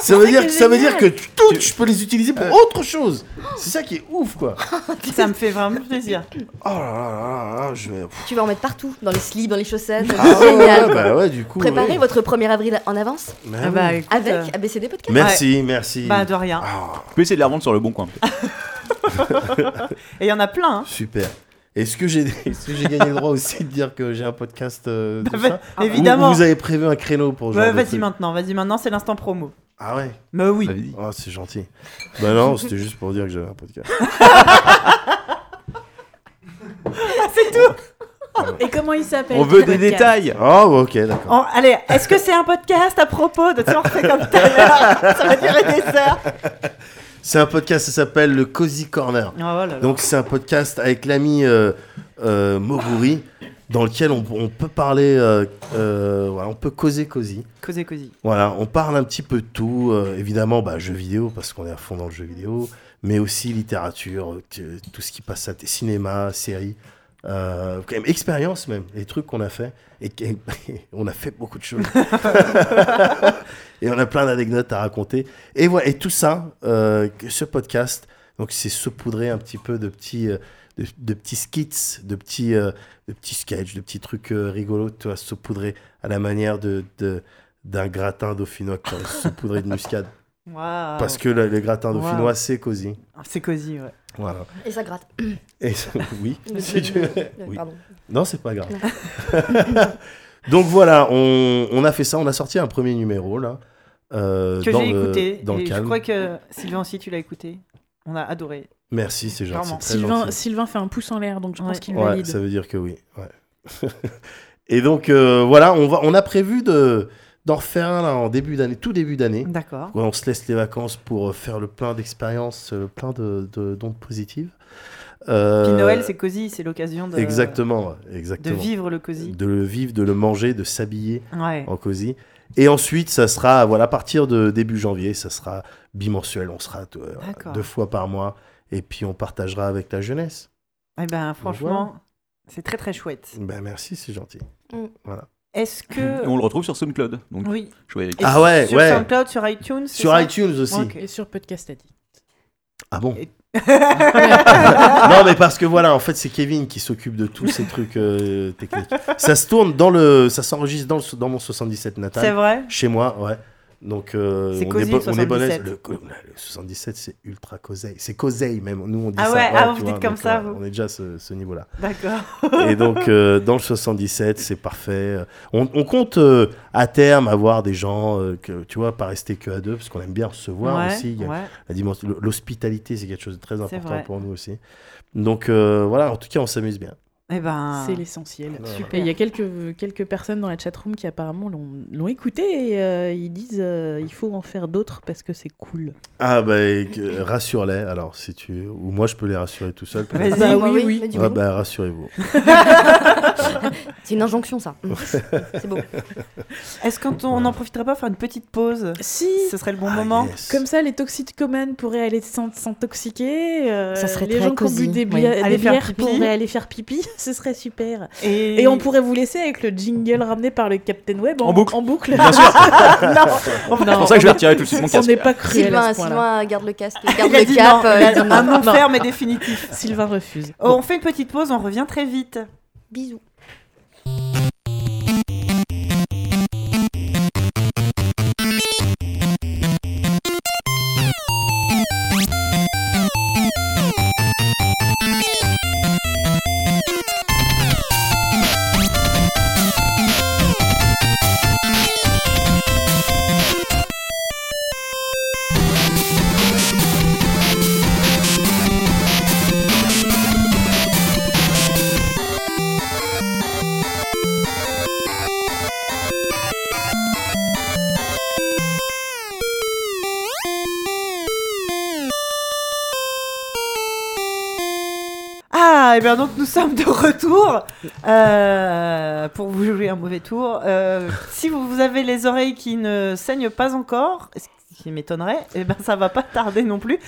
E: Ça veut dire, ça veut dire que toutes, je peux les utiliser
I: Euh.
E: pour autre chose. C'est ça qui est ouf, quoi.
A: [LAUGHS] Ça me fait vraiment plaisir.
E: Oh là là là là, là, je vais.
H: Tu vas en mettre partout, dans les slips, dans les chaussettes.
E: Ah ouais,
H: Génial.
E: ouais, bah ouais, du coup.
H: Préparez
E: ouais.
H: votre 1er avril en avance
E: Mais
A: Ah bah,
E: oui.
A: écoute, euh,
H: avec ABCD Podcast.
E: Merci, merci.
A: Bah de rien.
E: Ah,
I: Tu peux essayer de la revendre sur le bon coin. peut-être.
A: Et il y en a plein. hein.
E: [LAUGHS] super. Est-ce que j'ai est-ce que j'ai gagné le droit aussi de dire que j'ai un
A: [LAUGHS]
E: podcast euh, de
A: Bah,
E: ça
A: bah, évidemment.
E: Vous, vous avez prévu un créneau pour genre
A: Ouais,
E: de
A: vas-y
E: truc.
A: maintenant, vas-y maintenant, c'est l'instant promo. [LAUGHS]
E: Ah ouais.
A: Mais oui.
I: Vas-y.
E: Oh, c'est gentil. Bah non, c'était juste pour dire que j'avais un podcast.
A: [LAUGHS]
D: Et comment il s'appelle
I: On veut
D: ce
I: des
D: podcast
I: détails.
E: Oh, bah, ok, d'accord.
A: En- allez, est-ce que c'est un podcast à propos de tu sais, on refait comme tout à l'heure [LAUGHS] Ça va durer des heures.
E: C'est un podcast, ça s'appelle le Cozy Corner.
A: Oh là là.
E: Donc c'est un podcast avec l'ami euh, euh, Moguri dans lequel on, on peut parler, euh, euh, voilà, on peut causer cosy.
A: Cosy cosy.
E: Voilà, on parle un petit peu de tout, euh, évidemment bah, jeux vidéo parce qu'on est à fond dans le jeu vidéo, mais aussi littérature, euh, tu- tout ce qui passe à t- cinéma, séries, euh, quand même expérience même, les trucs qu'on a fait et que- [LAUGHS] on a fait beaucoup de choses. et on a plein d'anecdotes à raconter. Et voilà, et tout ça, euh, que ce podcast, donc c'est saupoudré un petit peu de petits, euh, de, de petits skits, de petits, euh, de petits sketchs, de petits trucs euh, rigolos, tu vois, saupoudré à la manière de, de- d'un gratin dauphinois qui aurait saupoudré de muscade.
A: Waouh.
E: Parce que le, le gratin
A: Wow.
E: dauphinois, c'est cosy.
A: Ah, C'est cosy, ouais.
E: Voilà.
H: Et ça gratte.
E: Et ça- [LAUGHS] oui,
H: Le-
E: si tu veux.
H: le-
E: Oui.
H: Pardon.
E: Non, c'est pas grave. [LAUGHS] Donc voilà, on, on a fait ça, on a sorti un premier numéro là. euh,
A: Que
E: dans
A: j'ai
E: le-
A: écouté.
E: Dans le
A: et je
E: calme.
A: crois que Sylvain aussi, tu l'as écouté. On a adoré.
E: Merci, c'est gentil.
A: Clairement.
E: c'est très
B: Sylvain,
E: gentil.
B: Sylvain fait un pouce en l'air, donc je pense
A: Ouais.
B: qu'il
E: Ouais,
B: valide.
E: ça veut dire que oui. ouais. [LAUGHS] Et donc euh, voilà, on, va, on a prévu de, d'en refaire un là, en début d'année, tout début d'année.
A: D'accord.
E: Ouais, on se laisse les vacances pour euh, faire le plein d'expériences, euh, le plein de, de- d'ondes positives. Euh,
A: Puis Noël, c'est cosy, c'est l'occasion de,
E: Exactement, ouais,
A: de
E: exactement.
A: vivre le cosy.
E: De le vivre, de le manger, de s'habiller
A: Ouais.
E: en cosy. Et ensuite, ça sera, voilà, à partir de début janvier, ça sera bimensuel. On sera euh,
A: D'accord.
E: deux fois par mois. Et puis, on partagera avec la jeunesse.
A: Eh ben, franchement, c'est très très chouette.
E: Ben, merci, c'est gentil.
H: Mm.
A: Est-ce que.
I: Et on le retrouve sur SoundCloud. Donc,
A: Oui.
I: je vais-
A: Et
E: Ah ouais,
A: sur
E: ouais.
A: SoundCloud, sur iTunes. c'est
E: Sur
A: ça
E: iTunes aussi.
A: Ok.
B: Et sur Podcast Addict.
E: Ah bon
A: Et-
E: [LAUGHS]
A: [LAUGHS]
E: Non, mais parce que voilà, en fait, c'est Kevin qui s'occupe de tous ces trucs euh, techniques. Ça se tourne dans le. Ça s'enregistre dans, le- dans mon 77
A: C'est
E: natal.
A: vrai
E: Chez moi, ouais. Donc, euh,
A: C'est
E: on,
A: cosy,
E: est bo- on est
A: 77.
E: bonnet. Le, co- le 77, c'est ultra coseille. C'est coseille même. Nous, on dit
A: Ah
E: ça.
A: ouais, ah, vous
E: tu
A: dites
E: vois,
A: comme
E: donc,
A: ça,
E: euh,
A: vous.
E: On est déjà à ce- ce niveau-là.
A: D'accord.
E: Et donc, euh, dans le 77, c'est parfait. Euh, On, on compte euh, à terme avoir des gens, euh, que, tu vois, pas rester que à deux, parce qu'on aime bien se voir
A: ouais,
E: aussi. Il y a
A: ouais.
E: la dimension- l- L'hospitalité, c'est quelque chose de très
A: C'est
E: important
A: vrai.
E: pour nous aussi. Donc, euh, voilà, en tout cas, on s'amuse bien.
A: Eh ben.
B: C'est l'essentiel.
A: Super.
B: Et il y a quelques, quelques personnes dans la chatroom qui apparemment l'ont l'ont écouté et euh, ils disent euh, il faut en faire d'autres parce que c'est cool.
E: Ah, bah, et que- rassure-les, alors, si tu. Ou moi, je peux les rassurer tout seul. peut-être.
A: Vas-y.
B: Bah
H: Moi,
B: oui, oui.
H: mais du
E: Ah,
H: coup,
E: bah,
B: [LAUGHS]
E: rassurez-vous.
H: [LAUGHS] C'est une
A: [LAUGHS]
H: injonction, ça. c'est beau.
A: Est-ce qu'on n'en profiterait pas pour faire une petite pause
B: Si
A: Ce serait le bon
E: Ah,
A: moment.
E: yes.
B: Comme ça, les toxicomanes pourraient aller s'in- s'intoxiquer. euh,
H: Ça serait
B: les
H: très
B: gens qui ont bu
H: cosy,
B: des,
H: oui.
B: bières-
A: Aller
B: des
A: faire
B: bières
A: pipi.
B: pourraient aller faire pipi. [LAUGHS] Ce serait super.
A: Et,
B: Et on pourrait vous laisser avec le jingle ramené par le Captain Web en,
I: En boucle.
B: Bien [LAUGHS] sûr.
I: C'est pour ça que je vais retirer tout de suite
A: [LAUGHS]
I: mon
B: on
I: casque.
B: n'est pas cruel à
H: Sylvain,
B: ce [LAUGHS] point-là.
H: Sylvain, garde le casque, garde
A: Il a
H: le
A: dit
H: cap.
A: non,
H: euh,
A: il a
H: il
A: dit
H: dit
A: un non
B: non.
A: ferme et définitif.
B: Sylvain refuse.
A: Oh, on fait une petite pause, on revient très vite.
H: Bisous.
A: Ah, et bien donc nous sommes de retour euh, pour vous jouer un mauvais tour. Euh, si vous, vous avez les oreilles qui ne saignent pas encore, est-ce- qui m'étonnerait, eh ben ça va pas tarder non plus.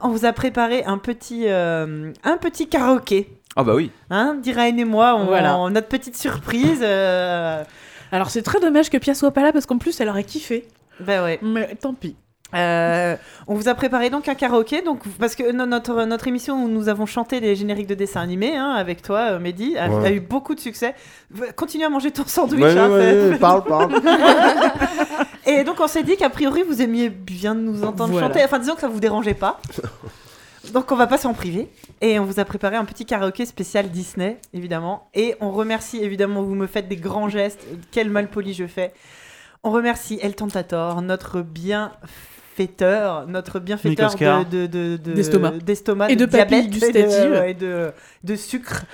A: On vous a préparé un petit, euh, un petit karaoké.
I: Ah bah oui.
A: Hein, Diraen et moi, on,
B: Voilà.
A: on- notre petite surprise. euh,
B: Alors c'est très dommage que Pia soit pas là parce qu'en plus elle aurait kiffé.
A: ben ouais.
B: Mais tant pis.
A: Euh, on vous a préparé donc un karaoké, donc parce que no- notre notre émission où nous avons chanté les génériques de dessins animés hein, avec toi, euh, Mehdi, a,
E: Ouais.
A: a eu beaucoup de succès. V- Continue à manger ton sandwich.
E: Ouais,
A: hein,
E: ouais,
A: fais-
E: ouais, parle, parle.
A: [LAUGHS] Et donc on s'est dit qu'a priori vous aimiez bien nous entendre
B: Voilà.
A: chanter, enfin disons que ça vous dérangeait
E: [LAUGHS]
A: pas. Donc on va pas s'en priver et on vous a préparé un petit karaoké spécial Disney évidemment et on remercie évidemment vous me faites des grands gestes quel malpoli je fais. On remercie El Tentator notre bienfaiteur notre bienfaiteur
I: Nick Oscar.
A: de, de- de- de-
B: D'estomac.
A: d'estomac,
B: Et
A: de
B: de papilles
A: diabète, et de-
B: gustative.
A: ouais, et de, de sucre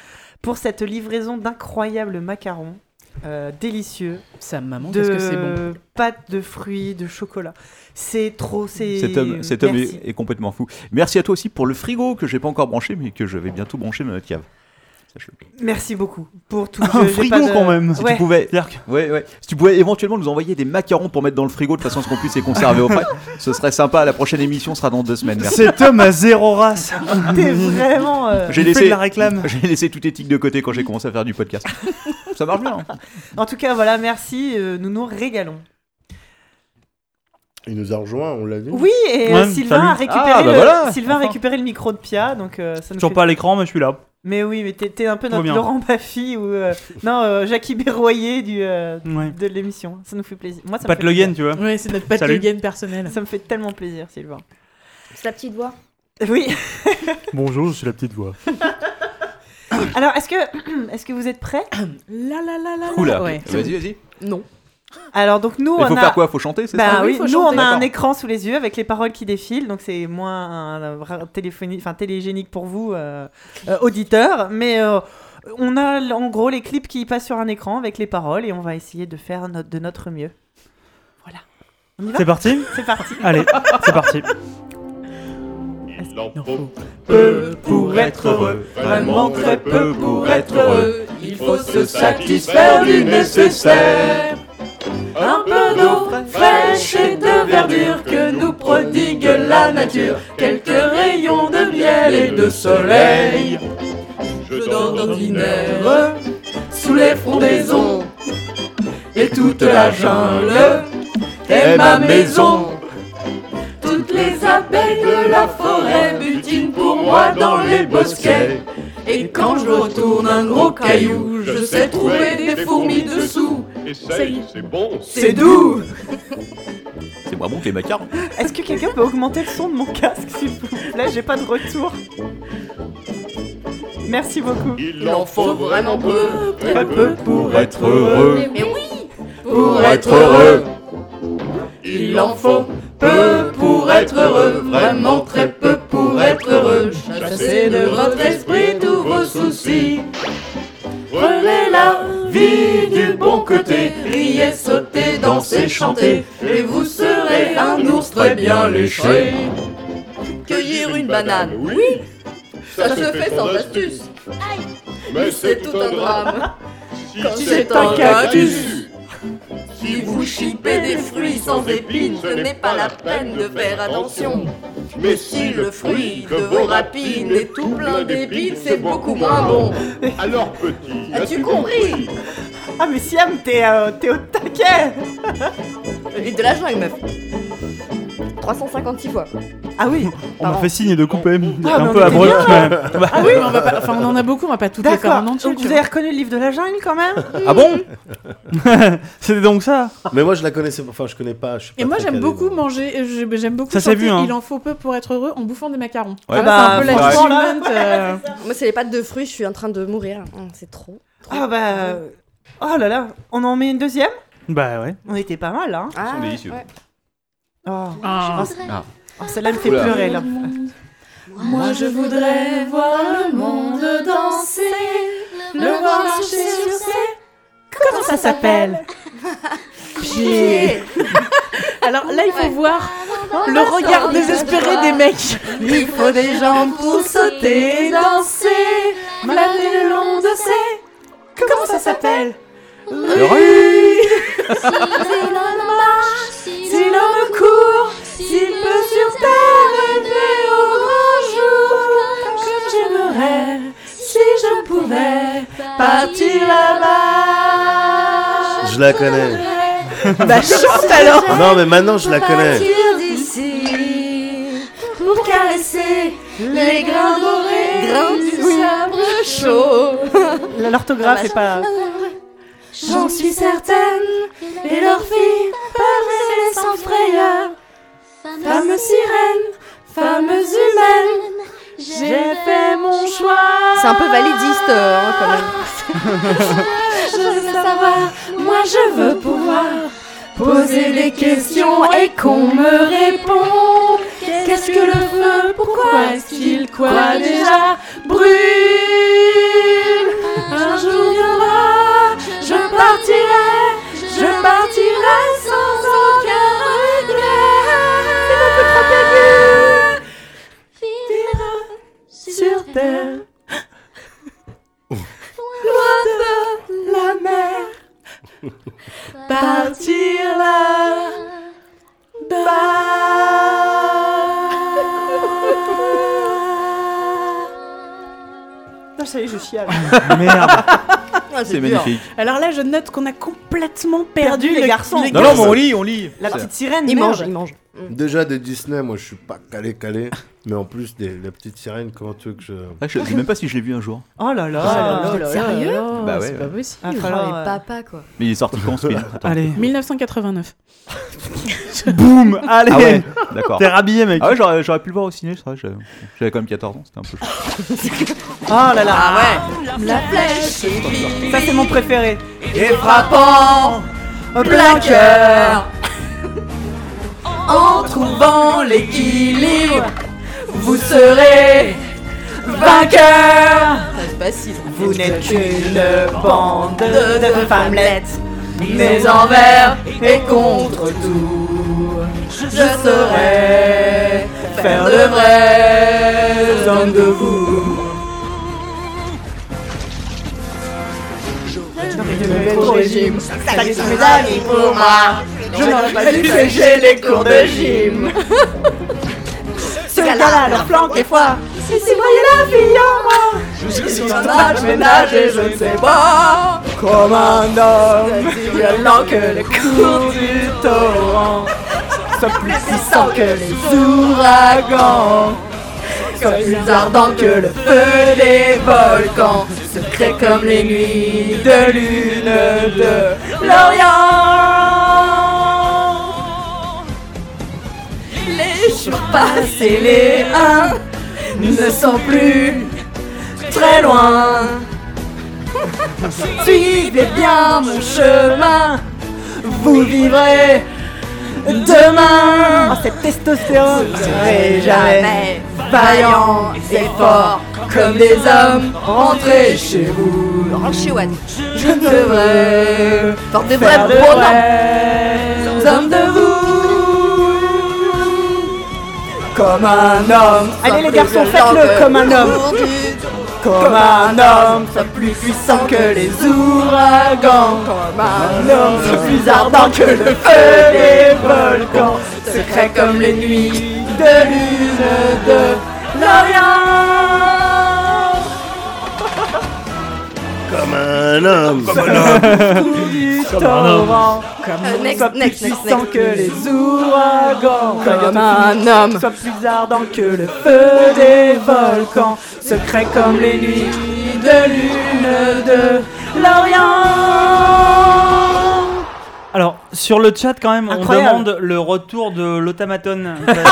A: pour cette livraison d'incroyables macarons euh, délicieux
B: Sa maman,
A: de
B: parce que c'est bon.
A: pâtes de fruits, de chocolat. C'est trop, c'est.
I: Cet homme, cet homme
A: Merci.
I: est, est complètement fou. Merci à toi aussi pour le frigo que j'ai pas encore branché, mais que je vais bientôt brancher dans notre cave. Sache-le.
A: Merci beaucoup
I: [LAUGHS]
A: pour tout.
I: Un
A: Je- j'ai
I: frigo
A: pas de-
I: quand même. Si
A: Ouais.
I: tu pouvais, c'est-à-dire que- ouais, ouais. Si tu pouvais éventuellement nous envoyer des macarons pour mettre dans le frigo de façon à ce qu'on puisse les conserver au frais, ce serait sympa. La prochaine émission sera dans deux semaines. Merci.
L: Cet homme a zéro race.
A: [LAUGHS] T'es vraiment. euh,
I: J'ai
L: Il fait
I: laissé,
L: de la réclame.
I: [LAUGHS] j'ai laissé toute éthique de côté quand j'ai commencé à faire du podcast. Ça marche bien. hein.
A: En tout cas, voilà, merci. euh, nous nous régalons.
E: Il nous a rejoint, on l'a vu.
A: Oui, et euh,
L: Ouais,
A: Sylvain
L: salut.
A: a récupéré.
I: Ah, bah
A: le...
I: voilà,
A: Sylvain a
L: enfin.
A: récupéré le micro de Pia, donc euh, ça
L: [LAUGHS]
A: nous.
L: Toujours
A: fait-
L: pas à l'écran, mais je suis là.
A: Mais oui, mais t'es t'es un peu
L: Trop
A: notre
L: bien.
A: Laurent Baffy
L: [LAUGHS]
A: ou euh, non euh, Jackie Berroyer du euh,
L: Ouais.
A: de l'émission. Ça nous fait plaisir. Moi, ça
L: Pas
A: me
L: de
A: fait
L: Logan, tu vois.
B: Ouais, c'est notre Pat
L: Salut.
B: Logan personnel.
A: plaisir. Ça me fait tellement plaisir, Sylvain.
H: C'est la petite voix.
A: Oui.
L: Bonjour, je suis la petite voix.
A: [COUGHS] Alors, est-ce que [COUGHS] est-ce que vous êtes prêts
B: [COUGHS] La la la la.
I: Oula.
B: la. Ouais.
I: Vas-y, vas-y.
H: Non.
A: Alors, donc nous,
I: Il
A: on
I: faut
A: a.
I: faire quoi Faut chanter, c'est
A: Bah
B: Ah oui,
A: oui,
B: faut
A: nous
B: chanter.
A: on a un
I: D'accord.
A: écran sous les yeux avec les paroles qui défilent, donc c'est moins euh, ra- téléphonique, enfin télégénique pour vous euh, euh, auditeurs, mais euh, on a l- en gros les clips qui passent sur un écran avec les paroles et on va essayer de faire no- de notre mieux. Voilà, on y va,
L: C'est parti
A: [LAUGHS] c'est parti.
L: Allez, c'est parti.
J: Il en
B: Non,
J: faut
B: faut-
J: peu
A: pour être
J: heureux,
A: vraiment très peu
J: pour être heureux.
K: Il
J: faut se satisfaire du nécessaire.
K: Un peu d'eau fraîche et de verdure que nous prodigue la nature. Quelques rayons de miel et de soleil.
J: Je
K: Je dors
J: dors d'ordinaire.
K: d'ordinaire sous les frondaisons. Et toute la jungle est ma maison. Toutes les abeilles de la forêt butinent pour moi dans les bosquets. Et quand je retourne un gros caillou, je sais trouver des fourmis dessous.
J: Essaye, c'est bon.
K: C'est doux
I: [LAUGHS] C'est vraiment que les macarons.
A: Est-ce que quelqu'un peut augmenter le son de mon casque s'il vous plaît J'ai pas de retour. Merci beaucoup.
I: [LAUGHS]
J: Il en faut vraiment peu.
K: Très peu
J: pour être heureux.
K: Mais oui Pour être heureux Il en faut peu pour être heureux Vraiment très peu pour être heureux Chassez de votre esprit tous vos soucis Prenez la vie du bon côté Riez, sautez, dansez, chantez Et vous serez un ours très bien léché
J: Cueillir une banane, oui. Ça, se fait sans astuce. Mais c'est tout un drame.
K: Quand
J: Si
K: c'est un cactus.
J: Si vous chipez des fruits sans épines, ce n'est pas la peine de faire attention. Mais si le fruit de vos rapines est tout plein d'épines, c'est beaucoup moins bon. Alors petit,
K: as-tu compris
A: Ah mais Siam, t'es euh, t'es au taquet
H: Et de la jungle, meuf. 356 fois.
A: [LAUGHS] Ah oui,
L: On m'a fait signe de couper.
A: Ah, mais
L: un
A: on
L: peu
A: était
L: abrupt, mais.
A: [LAUGHS]
B: Ah oui, mais on va pas. Enfin, on en a beaucoup, on va pas toutes les faire
A: d'accord.
B: en entier.
A: Donc
B: tu
A: vous
B: vois.
A: avez reconnu le livre de la jungle quand même
I: Ah bon
L: [LAUGHS] C'était donc ça
E: Mais moi, je la connaissais pas. Enfin, je connais pas. je suis
B: Et
E: pas
B: moi
E: très
B: j'aime
E: calé
B: beaucoup
E: dans-
B: manger, euh, j'ai- j'aime beaucoup
L: Ça s'est
B: chanter
L: vu, hein.
B: Il en faut peu pour être heureux en bouffant des macarons.
I: Ouais.
B: Ah
A: Ah
B: bah, c'est
A: bah,
B: un peu
A: franchement, là,
B: l'achievement, euh,
H: Moi, c'est les pâtes de fruits, je suis en train de mourir. Hum, C'est trop.
A: Ah bah. euh, Oh là là, on en met une deuxième
L: Bah ouais.
A: On était pas mal hein.
H: Ah,
I: délicieux.
H: ouais.
A: Oh,
B: Ah.
A: oh, celle-là me fait
I: Oula.
A: pleurer là.
K: Moi je voudrais voir le monde danser, le voir marcher sur ses
B: Comment ça s'appelle
H: Chier.
B: [LAUGHS] Alors là, il faut voir le regard
K: regard
B: désespéré
K: désespéré
B: des
K: des
B: mecs.
K: Il faut des jambes pour sauter, danser, planer le long de ses
B: Comment ça s'appelle
K: rues. Si l'homme marche, si
B: l'homme court,
J: S'il pleut sur terre et nuit au grand jour, comme j'aimerais, si je pouvais partir là-bas.
E: Je la connais.
J: [LAUGHS]
E: Ah
B: Bah, chante alors
E: Non, mais maintenant je la
J: Bah,
E: connais.
J: Partir d'ici pour caresser les grains dorés du sabre chaud.
A: L'orthographe
I: Ah,
A: est Ah, pas.
I: bah,
J: J'en suis certaine, et leur fille parlait sans frayeur. Femme sirène, femmes humaines, j'ai fait mon choix.
H: C'est un peu validiste, euh, hein, quand même.
J: Je veux savoir, moi je veux pouvoir poser des questions et qu'on me réponde. Qu'est-ce que le feu Pourquoi est-ce qu'il quoi déjà brûle Un jour viendra, je partirai, je partirai sans aucun regret. Vivre sur terre. la mer. Partir là. Bas.
A: Non, ça y est, je chiale.
L: [LAUGHS] Merde.
H: Ouais,
I: C'est
H: dur.
I: magnifique.
B: Alors là, je note qu'on a complètement perdu,
A: Perdu les
B: le-
A: garçons.
B: les
I: Non, non,
B: garçons.
I: mais on lit, on lit.
A: La petite sirène,
H: Il
A: merde. Mm.
H: mange, il mange.
E: Déjà de Disney, moi je suis pas calé calé. Mais en plus, des, la petite sirène, comment tu veux que je.
I: Ah, je sais même pas si je l'ai vu un jour.
A: Oh là là.
H: là là. Sérieux
I: Bah ouais,
B: C'est pas possible.
A: Ah,
H: Oh,
A: alors,
H: les
A: euh,
H: papas, quoi.
I: Mais il est sorti quand celui-là
B: [LAUGHS]
I: Attends.
L: Allez.
B: 1989.
L: [LAUGHS] Boum Allez
I: Ah ouais, d'accord.
L: T'es rhabillé, mec.
I: Ah ouais, j'aurais, j'aurais pu le voir au ciné, c'est vrai. J'avais, j'avais quand même 14 ans, c'était un peu chaud.
A: Oh là là.
J: Ah
H: La flèche
A: Ça, c'est mon préféré.
H: est frappant, plaqueur.
J: [LAUGHS] En trouvant l'équilibre, vous serez vainqueur.
H: C'est pas si drôle.
A: Vous n'êtes qu'une bande de femmelettes.
J: Mais envers et contre tout, je saurais faire de vrais hommes de vous.
A: Au régime.
J: Salut mes amis pour moi, je mange pas du que j'ai les cours de gym. [LAUGHS] Ce gars-là leur flanque est froid, si si voyez la fille en moi, je suis en âge, ménage et je ne sais pas.
A: Comme un homme.
J: Aussi violent que le cours du torrent,
A: Soit plus
J: puissant que les ouragans, comme plus ardent que le feu des volcans, secret comme les nuits de lune de l'Orient. Les surpassés, les uns ne sont plus
H: [LAUGHS]
J: très loin. Suivez bien mon chemin, vous vivrez demain.
A: Oh, cette testostérone.
J: Serez jamais vaillant et fort comme des hommes. Rentrez chez vous,
H: Orange Chihuahua.
J: je ne devrais
H: Porte de
J: faire de
H: vrai
J: vrais hommes de vous. Comme un homme,
A: Allez, les garçons,
H: Langue
A: faites-le comme un homme.
H: lourde du-
J: comme un homme, soit plus puissant que les ouragans. Comme un homme, soit plus ardent que le feu des volcans. Secret comme les nuits de lune de l'Orient.
E: Comme un homme
A: du torrent.
H: Euh, next,
A: Soit plus
H: next, next,
A: puissant
H: next.
A: que les ouragans.
J: Comme un homme.
A: Soit plus ardent que le feu des volcans. Secret comme les nuits de lune de l'Orient.
L: Alors, sur le chat, quand même,
A: Incroyable.
L: on demande le retour de l'automaton. Parce que,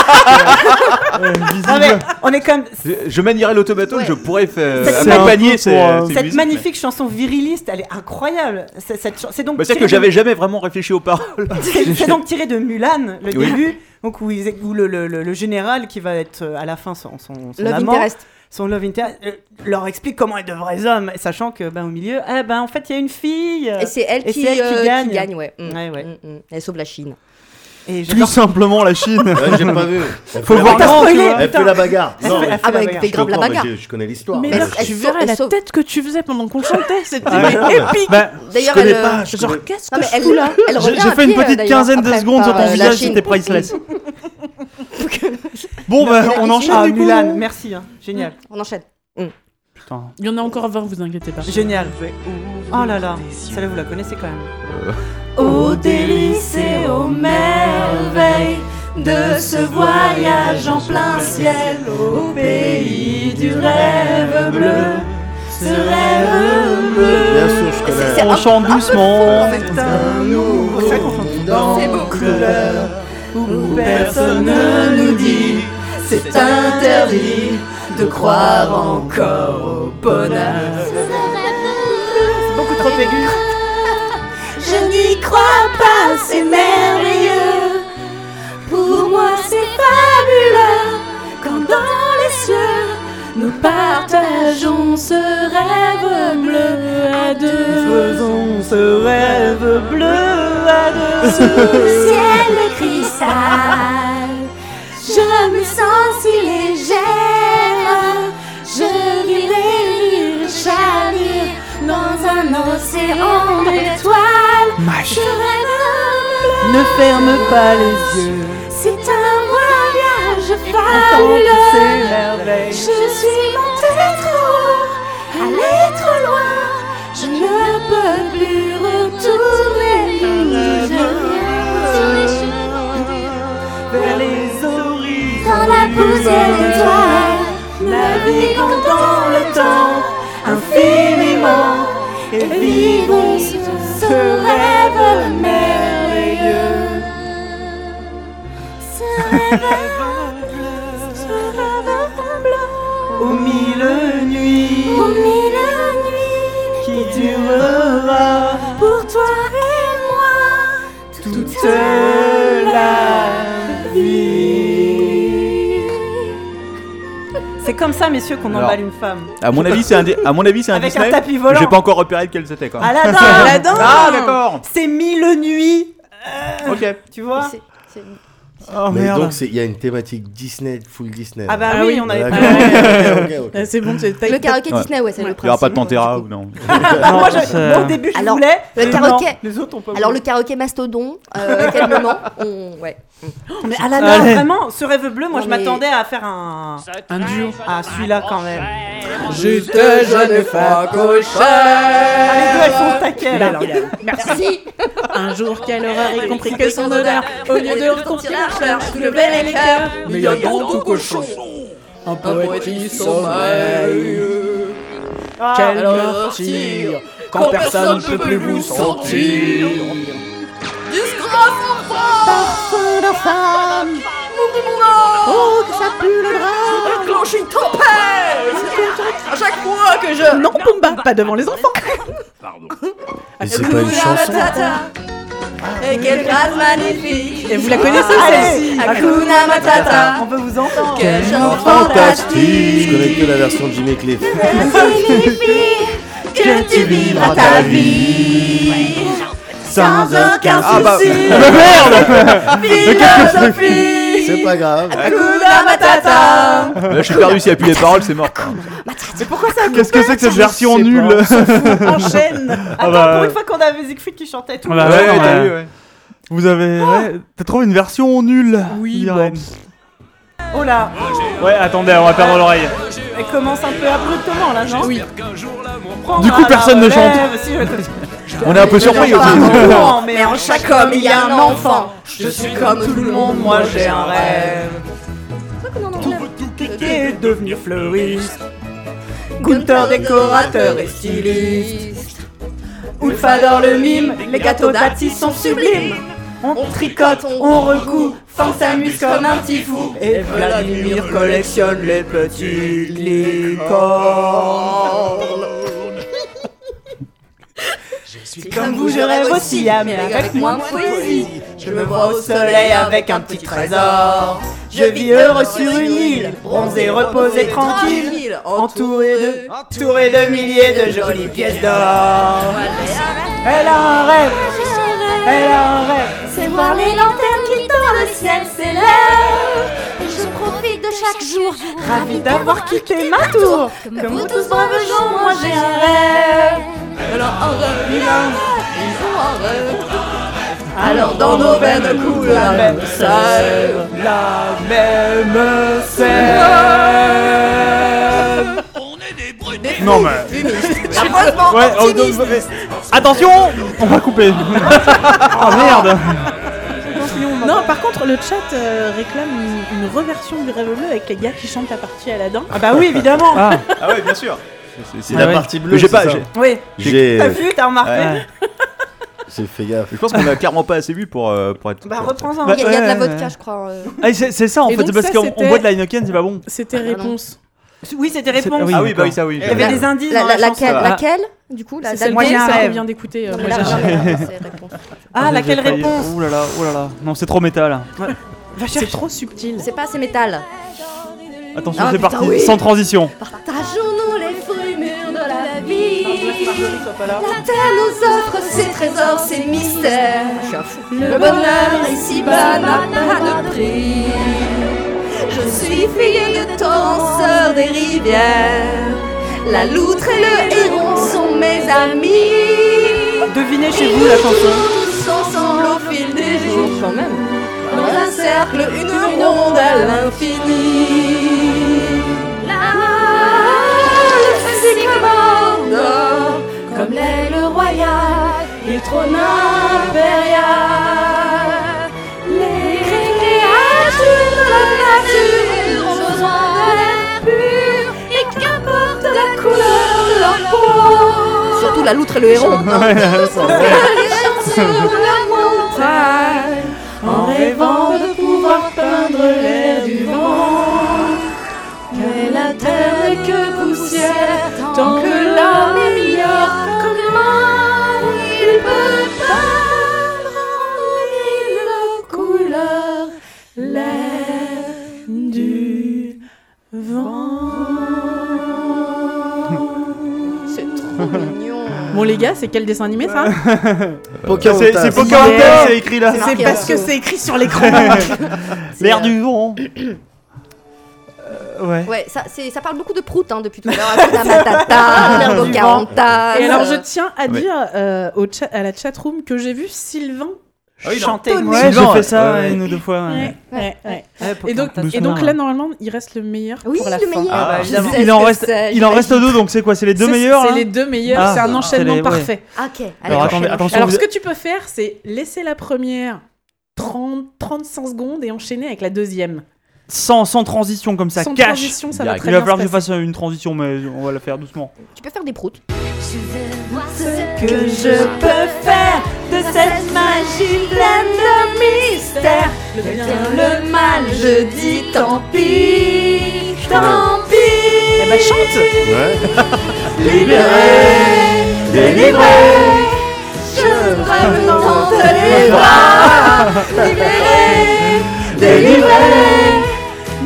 L: euh, visible-
A: Ah ouais, on est comme
I: Je, je manierais l'automaton,
H: Ouais.
I: je pourrais faire
A: Cette
I: accompagner
L: magnifique-
I: ces-
L: pour, euh,
I: ces
A: cette
I: musiques, mais-
A: magnifique chanson viriliste, elle est incroyable. C'est, cette chan- c'est donc
I: Bah, c'est-à-dire que
A: tiré de-
I: j'avais jamais vraiment réfléchi aux paroles.
A: [LAUGHS] c'est, c'est donc tiré de Mulan, le
I: Oui.
A: début, donc où, ils- où le, le- le- le général qui va être euh, à la fin son, son, son
H: Love
A: amant,
H: Interest.
A: son love interest, euh, leur explique comment être de vrais hommes, sachant que ben au milieu, ah ben en fait il y a une fille.
H: Et c'est elle,
A: Et
H: qui,
A: c'est elle qui
H: euh, qui
A: gagne.
H: gagne. ouais. Mm.
A: Ouais, ouais.
H: Mm, mm. Elle sauve la Chine.
A: Et
L: Tout
A: j'adore-
L: simplement la Chine.
E: Ouais, J'ai pas vu. Elle
L: Faut
E: fait la
L: voir
E: bagarre.
A: T'as
L: grand, tu
A: spoilé,
L: vois.
E: Elle
A: putain.
E: fait la bagarre.
A: Elle fait-
E: Non, mais-
A: elle fait
H: Ah bah,
A: la
H: écoutez,
A: bagarre.
E: je
H: grave la
E: comprends,
H: bagarre.
E: mais j'ai- Je connais l'histoire.
B: Mais
H: Elle-
B: là,
E: Je
H: elle
B: tu
H: sauve-
B: verrais
H: elle
B: la
H: sauve.
B: tête que tu faisais pendant qu'on chantait, c'était
L: Ah,
B: mais
L: ouais.
B: épique.
L: Bah,
H: D'ailleurs,
E: connais
H: elle, euh,
E: pas. je
B: Genre,
E: connais-
B: qu'est-ce
H: Non,
B: que
H: mais
B: je
H: elle-
B: fous là
H: elle
L: J'ai
H: revient
L: j'ai fait une
H: après, euh,
L: petite
H: d'ailleurs,
L: quinzaine de
H: après,
L: secondes sur ton
H: par, euh, la
L: visage,
H: Chine.
L: c'était priceless. Bon, bah, on enchaîne
A: Ah,
L: du coup.
A: Mulan, merci, hein. génial.
H: Mm,
A: Mm.
H: On enchaîne.
B: Mm.
L: Putain.
B: Il y en a encore 20, vous inquiétez pas.
A: Génial. Oh là là, celle-là vous la connaissez quand même.
J: Euh,
A: Oh.
J: Aux délices et aux merveilles de ce voyage en plein ciel, au pays du rêve bleu, ce rêve bleu.
E: Bien sûr, je connais.
L: On chante doucement.
A: C'est vrai qu'on chante.
J: dans
H: C'est beau.
J: couleur où personne ne nous dit c'est interdit de croire encore au bonheur.
A: Beaucoup trop aigu.
J: Je n'y crois pas, c'est merveilleux. Pour moi, c'est fabuleux. Quand dans les cieux, nous partageons ce rêve bleu à deux.
A: Faisons ce rêve bleu à
J: Sous
A: deux.
J: le ciel de cristal, je me sens si légère. Je vis les nuits chavir dans un océan d'étoiles. Je rêve bleu.
A: ne ferme pas les yeux.
J: C'est un voyage
A: Tant que
J: fabuleux.
A: c'est merveille.
J: Je suis montée trop haut, allée trop loin. Je ne peux plus retourner. Je viens sur les chemins
A: Vers les horizons.
J: dans la poussière d'étoiles, naviguons dans le temps infiniment et vivons ce rêve merveilleux. Ce rêve bleu, ce rêve bleu,
A: Aux mille nuits
J: aux mille nuits
A: qui durera
J: pour toi et moi,
A: toute la vie. C'est comme ça, messieurs, qu'on
I: Alors.
A: emballe une femme.
I: À mon avis,
A: [LAUGHS]
I: c'est un, di- à mon avis, c'est un
A: Avec
I: Disney.
A: un tapis volant.
I: J'ai pas encore repéré lequel c'était quoi.
A: Aladdin
B: Aladdin
I: Ah, d'accord.
A: C'est mille nuits, Euh,
I: Ok.
A: tu vois
H: C'est- c'est-
L: Oh
E: Mais
L: merde.
E: donc, c'est- il y a une thématique Disney, full Disney.
A: Ah bah
B: Ah
A: oui,
B: oui.
A: on avait
E: Ah,
A: pas...
E: ok, ok, ok.
B: Là, c'est bon, c'est
H: Le karaoké
I: Ouais.
H: Ah, Disney, ouais, c'est le
I: Il y aura
H: principe.
I: pas de Pantera
H: euh,
I: ou non.
A: Ah, Moi,
L: Non,
A: je-
L: c'est-
A: moi, au [LAUGHS] début, je
H: Alors,
A: voulais.
H: le
A: mais
H: karaoké.
A: non, Les autres, on peut
H: Alors le karaoké mastodon, euh, calmement, on... ouais.
A: Oh, Mais Alain,
I: Ah,
L: Allez.
A: vraiment, ce rêve bleu, moi,
H: Non,
A: je
H: mais-
A: m'attendais à faire un.
B: Un duo.
A: Ah, celui-là quand même.
B: J'étais jeune femme.
A: Ah, les deux, elles sont au taquet,
B: Ah,
A: là. [LAUGHS]
B: [LAUGHS]
H: Merci.
B: Un jour qu'elle aurait compris que son odeur,
J: odeur,
B: au lieu de reconstruire la fleur, sous le bel éclair, mais y a dans tout cochon. Un poète qui sommeille,
A: Ah,
B: quelle
A: alors,
B: martyre, quand personne ne peut plus vous sentir.
H: Oh, que ça pue le drame
J: Déclenche une tempête à chaque fois que je
B: Non, Pumba, pas devant les enfants.
E: Mais c'est pas une chanson.
J: Et quelle grâce magnifique
B: Et vous la connaissez celle-ci
J: Hakuna Matata
A: On peut vous entendre.
J: Quel chant
E: Je
J: fantastique
E: connais que la version de
H: [LAUGHS]
E: Jimmy Cliff.
J: signifie que tu vivras ta vie Sans aucun
E: Ah bah-
J: souci
A: [LAUGHS]
J: Philosophie
E: C'est pas grave.
J: Hakuna Matata
I: Là, je suis perdu. S'il n'y a plus les paroles, c'est mort.
L: Qu'est-ce que c'est que cette version
E: sais pas.
L: nulle [LAUGHS]
A: Enchaîne. Attends,
L: bah,
A: pour
L: ouais.
A: une fois qu'on a Music Fruit qui chantait tout.
L: Ah bah
I: Ouais,
L: ouais, non,
I: t'as
L: mais-
I: vu, ouais.
L: Vous avez. ouais, T'as trouvé une version nulle
B: Oui,
L: Irène.
A: Oh là,
L: Ouais, attendez, on va perdre l'oreille.
A: elle commence un peu abruptement là, non Oui.
L: Du coup, personne ne chante. On est un peu surpris aussi. [LAUGHS]
A: Non, mais
J: Mais en chaque homme il y a un enfant Je suis comme tout le monde, moi j'ai un rêve
A: est devenu fleuriste.
J: Goûteur, décorateur et styliste. Oulfador le mime, les gâteaux d'artistes sont sublimes.
A: On
J: On tricote, on recoue, Fan s'amuse comme un petit fou. Et Vladimir collectionne les petites licornes. Si comme vous, je rêve aussi, ah, mais avec moins de poésie. Je me vois au soleil avec un petit trésor. Je vis heureux sur une île, bronzé, reposé, tranquille, entouré de
A: Entouré de milliers de jolies pièces d'or. Elle a un rêve, elle a un rêve.
J: C'est voir les lanternes qui dans le ciel s'élèvent. Et je profite de chaque jour,
A: Ravi d'avoir quitté ma tour.
J: Comme vous tous braves gens, moi j'ai un rêve. Alors un rêve, il a un rêve, ils ont un rêve. Alors dans nos veines coule la même sève.
K: La même sève.
L: Non mais.
J: Humides, affreusement
L: Ouais, on-
J: optimistes.
L: on- Attention On va couper Oh merde
B: Non, par contre, le chat euh, réclame une, une reversion du Rêve bleu avec les gars qui chantent la partie à la dent.
A: Ah bah oui, évidemment.
L: Ah
I: Ah ouais, bien sûr. C'est-
E: C'est
I: c'est-
E: la
L: ouais.
E: partie bleue.
I: Mais j'ai
E: c'est
I: pas-
E: ça
I: j'ai-
A: Oui.
E: J'ai
A: T'as vu, t'as remarqué
L: Ouais.
E: j'ai fait gaffe.
I: Je pense qu'on a clairement pas assez bu pour, euh, pour être.
A: Bah
I: pour-
A: reprends-en.
L: Bah,
H: Il y, a- il y a de la
L: Ouais, ouais,
H: vodka,
L: ouais.
H: je crois. euh.
L: Ah, C'est c'est ça en
B: Et
L: fait,
B: donc
L: parce
B: ça,
L: qu'on
B: c'était-
L: on boit de la Heineken, c'est pas bon.
B: C'était
H: Ah, pardon.
B: réponse.
A: Oui, c'était réponse.
L: Ah oui,
I: Ah oui, bah
L: d'accord.
I: oui, ça oui.
A: Il y avait
I: j'avais-
A: des indices.
H: La-
A: dans
H: la-
A: la chanson.
H: laquelle,
L: Ah.
H: laquelle Du coup, la,
B: C'est
H: la-
B: celle
A: moi,
B: que-
A: j'ai un
B: celle
A: rêve.
B: qu'on vient d'écouter. euh,
H: Non, mais
B: moi,
H: la-
B: j'ai un
H: la-
B: rêve.
H: la-
B: [LAUGHS]
H: la- c'est réponse.
A: Ah,
L: j'ai
A: laquelle
L: failli-
A: réponse
L: Ouh là là, ouh là là. Non, c'est trop métal.
A: Va
B: C'est
A: chercher.
B: trop subtil.
H: C'est pas assez métal.
L: Attention,
H: Ah,
L: c'est
H: putain,
L: parti,
H: oui.
L: sans transition.
J: Partageons-nous les fruits mûrs de la vie.
A: Voilà.
J: La terre nous offre ses trésors, ses mystères. Le bonheur ici-bas n'a pas
A: [LAUGHS]
J: de prix. Je suis fille de torrent, sœur des rivières. La loutre et le héron sont mes amis.
A: Devinez chez vous la chanson.
J: Tous ensemble au fil des jours, quand même. Dans un cercle, une ronde à l'infini. Là, Ah, le cyclamore dort, comme l'aile royale, du trône impérial. Les créatures de la nature ont besoin d'air pur, et qu'importe la couleur de leur peau.
H: Surtout la loutre et le héron.
J: Sur la montagne, en rêvant de pouvoir peindre l'air du vent. Que la terre n'est que poussière, tant que l'homme est meilleur, comment il peut peindre en mille couleurs l'air du
H: C'est trop mignon.
B: Bon, les gars, c'est quel dessin
L: [LAUGHS]
B: animé ça
L: Euh, C'est
E: Pocahontas.
L: c'est Pocahontas,
B: Yeah.
L: c'est écrit là.
B: C'est
H: marqué
B: parce
H: en
B: que
H: dessous.
B: c'est écrit
L: [LAUGHS]
B: sur
J: [LAUGHS]
B: l'écran.
L: L'air
H: euh,
L: du
F: Eh
L: vent. Euh,
F: ben,
L: Ouais.
H: Ouais, ça, c'est- ça parle beaucoup de prout hein, depuis tout à l'heure.
A: [LAUGHS]
H: Hakuna
L: Ah,
A: Ah,
H: Matata, Pocahontas.
B: Et alors, je
H: euh,
B: tiens à
I: Ouais.
B: dire euh, au chat- à la chatroom que j'ai vu Sylvain.
A: Chanter.
L: Ouais, j'ai
I: Sylvain,
L: fait ça
I: ouais.
L: une ou deux fois. ouais.
B: Ouais, ouais, ouais.
A: Ouais,
B: Et donc, et
L: Doucement,
B: donc
L: ouais.
B: là, normalement, il reste le meilleur
H: Oui,
B: pour la
H: le
B: fin.
H: meilleur.
I: Ah, bah,
H: Je
L: évidemment.
H: sais
L: Il
H: ce
L: en
H: que
L: reste-
H: c'est,
L: Il en
H: j'imagine.
L: reste deux, donc c'est quoi C'est les deux
B: C'est-
L: meilleurs
B: C'est
L: là
B: les deux meilleurs,
L: Ah,
B: c'est un
L: c'est
B: enchaînement
L: les- ouais.
B: parfait.
H: Ok, allez,
L: Alors, attendez,
H: enchaîne, enchaîne.
L: attention,
B: Alors,
L: vous-
B: ce que tu peux faire, c'est laisser la première 30, 35 secondes et enchaîner avec la deuxième.
L: sans, sans transition comme ça,
B: Sans
L: cache.
B: transition, ça va
I: Direct.
L: Il
B: très
L: va
B: bien
L: falloir que
B: se
L: je
B: passer.
L: fasse une transition, mais on va la faire doucement.
H: Tu peux faire des proutes.
A: que je peux faire de cette magie pleine de mystère.
B: Le bien,
J: le mal, je dis tant pis, tant pis.
B: Eh bah, chante
E: Ouais.
J: Libéré, délivré, je brave dans les bras. Libéré, délivré,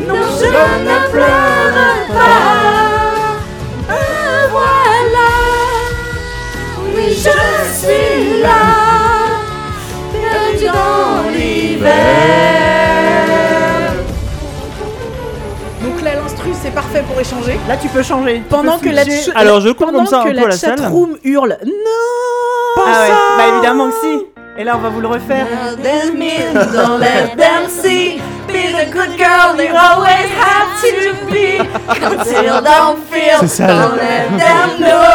J: non je ne pleure pas. Me voilà, oui je suis là, perdu dans l'hiver.
B: Donc là, l'instru, c'est parfait pour échanger.
A: Là, tu peux changer.
B: Pendant que la, ch-
L: Alors, je coupe
B: pendant
L: comme ça un
B: que
L: peu
B: la
L: la salle.
B: chatroom hurle « Non !»
A: Ah ouais, bah évidemment que si. Et là, on va vous le refaire.
J: Don't let them see. Be the good girl you always have to be. Conceal, [LAUGHS] don't feel.
L: C'est ça, là.
J: Don't let them know.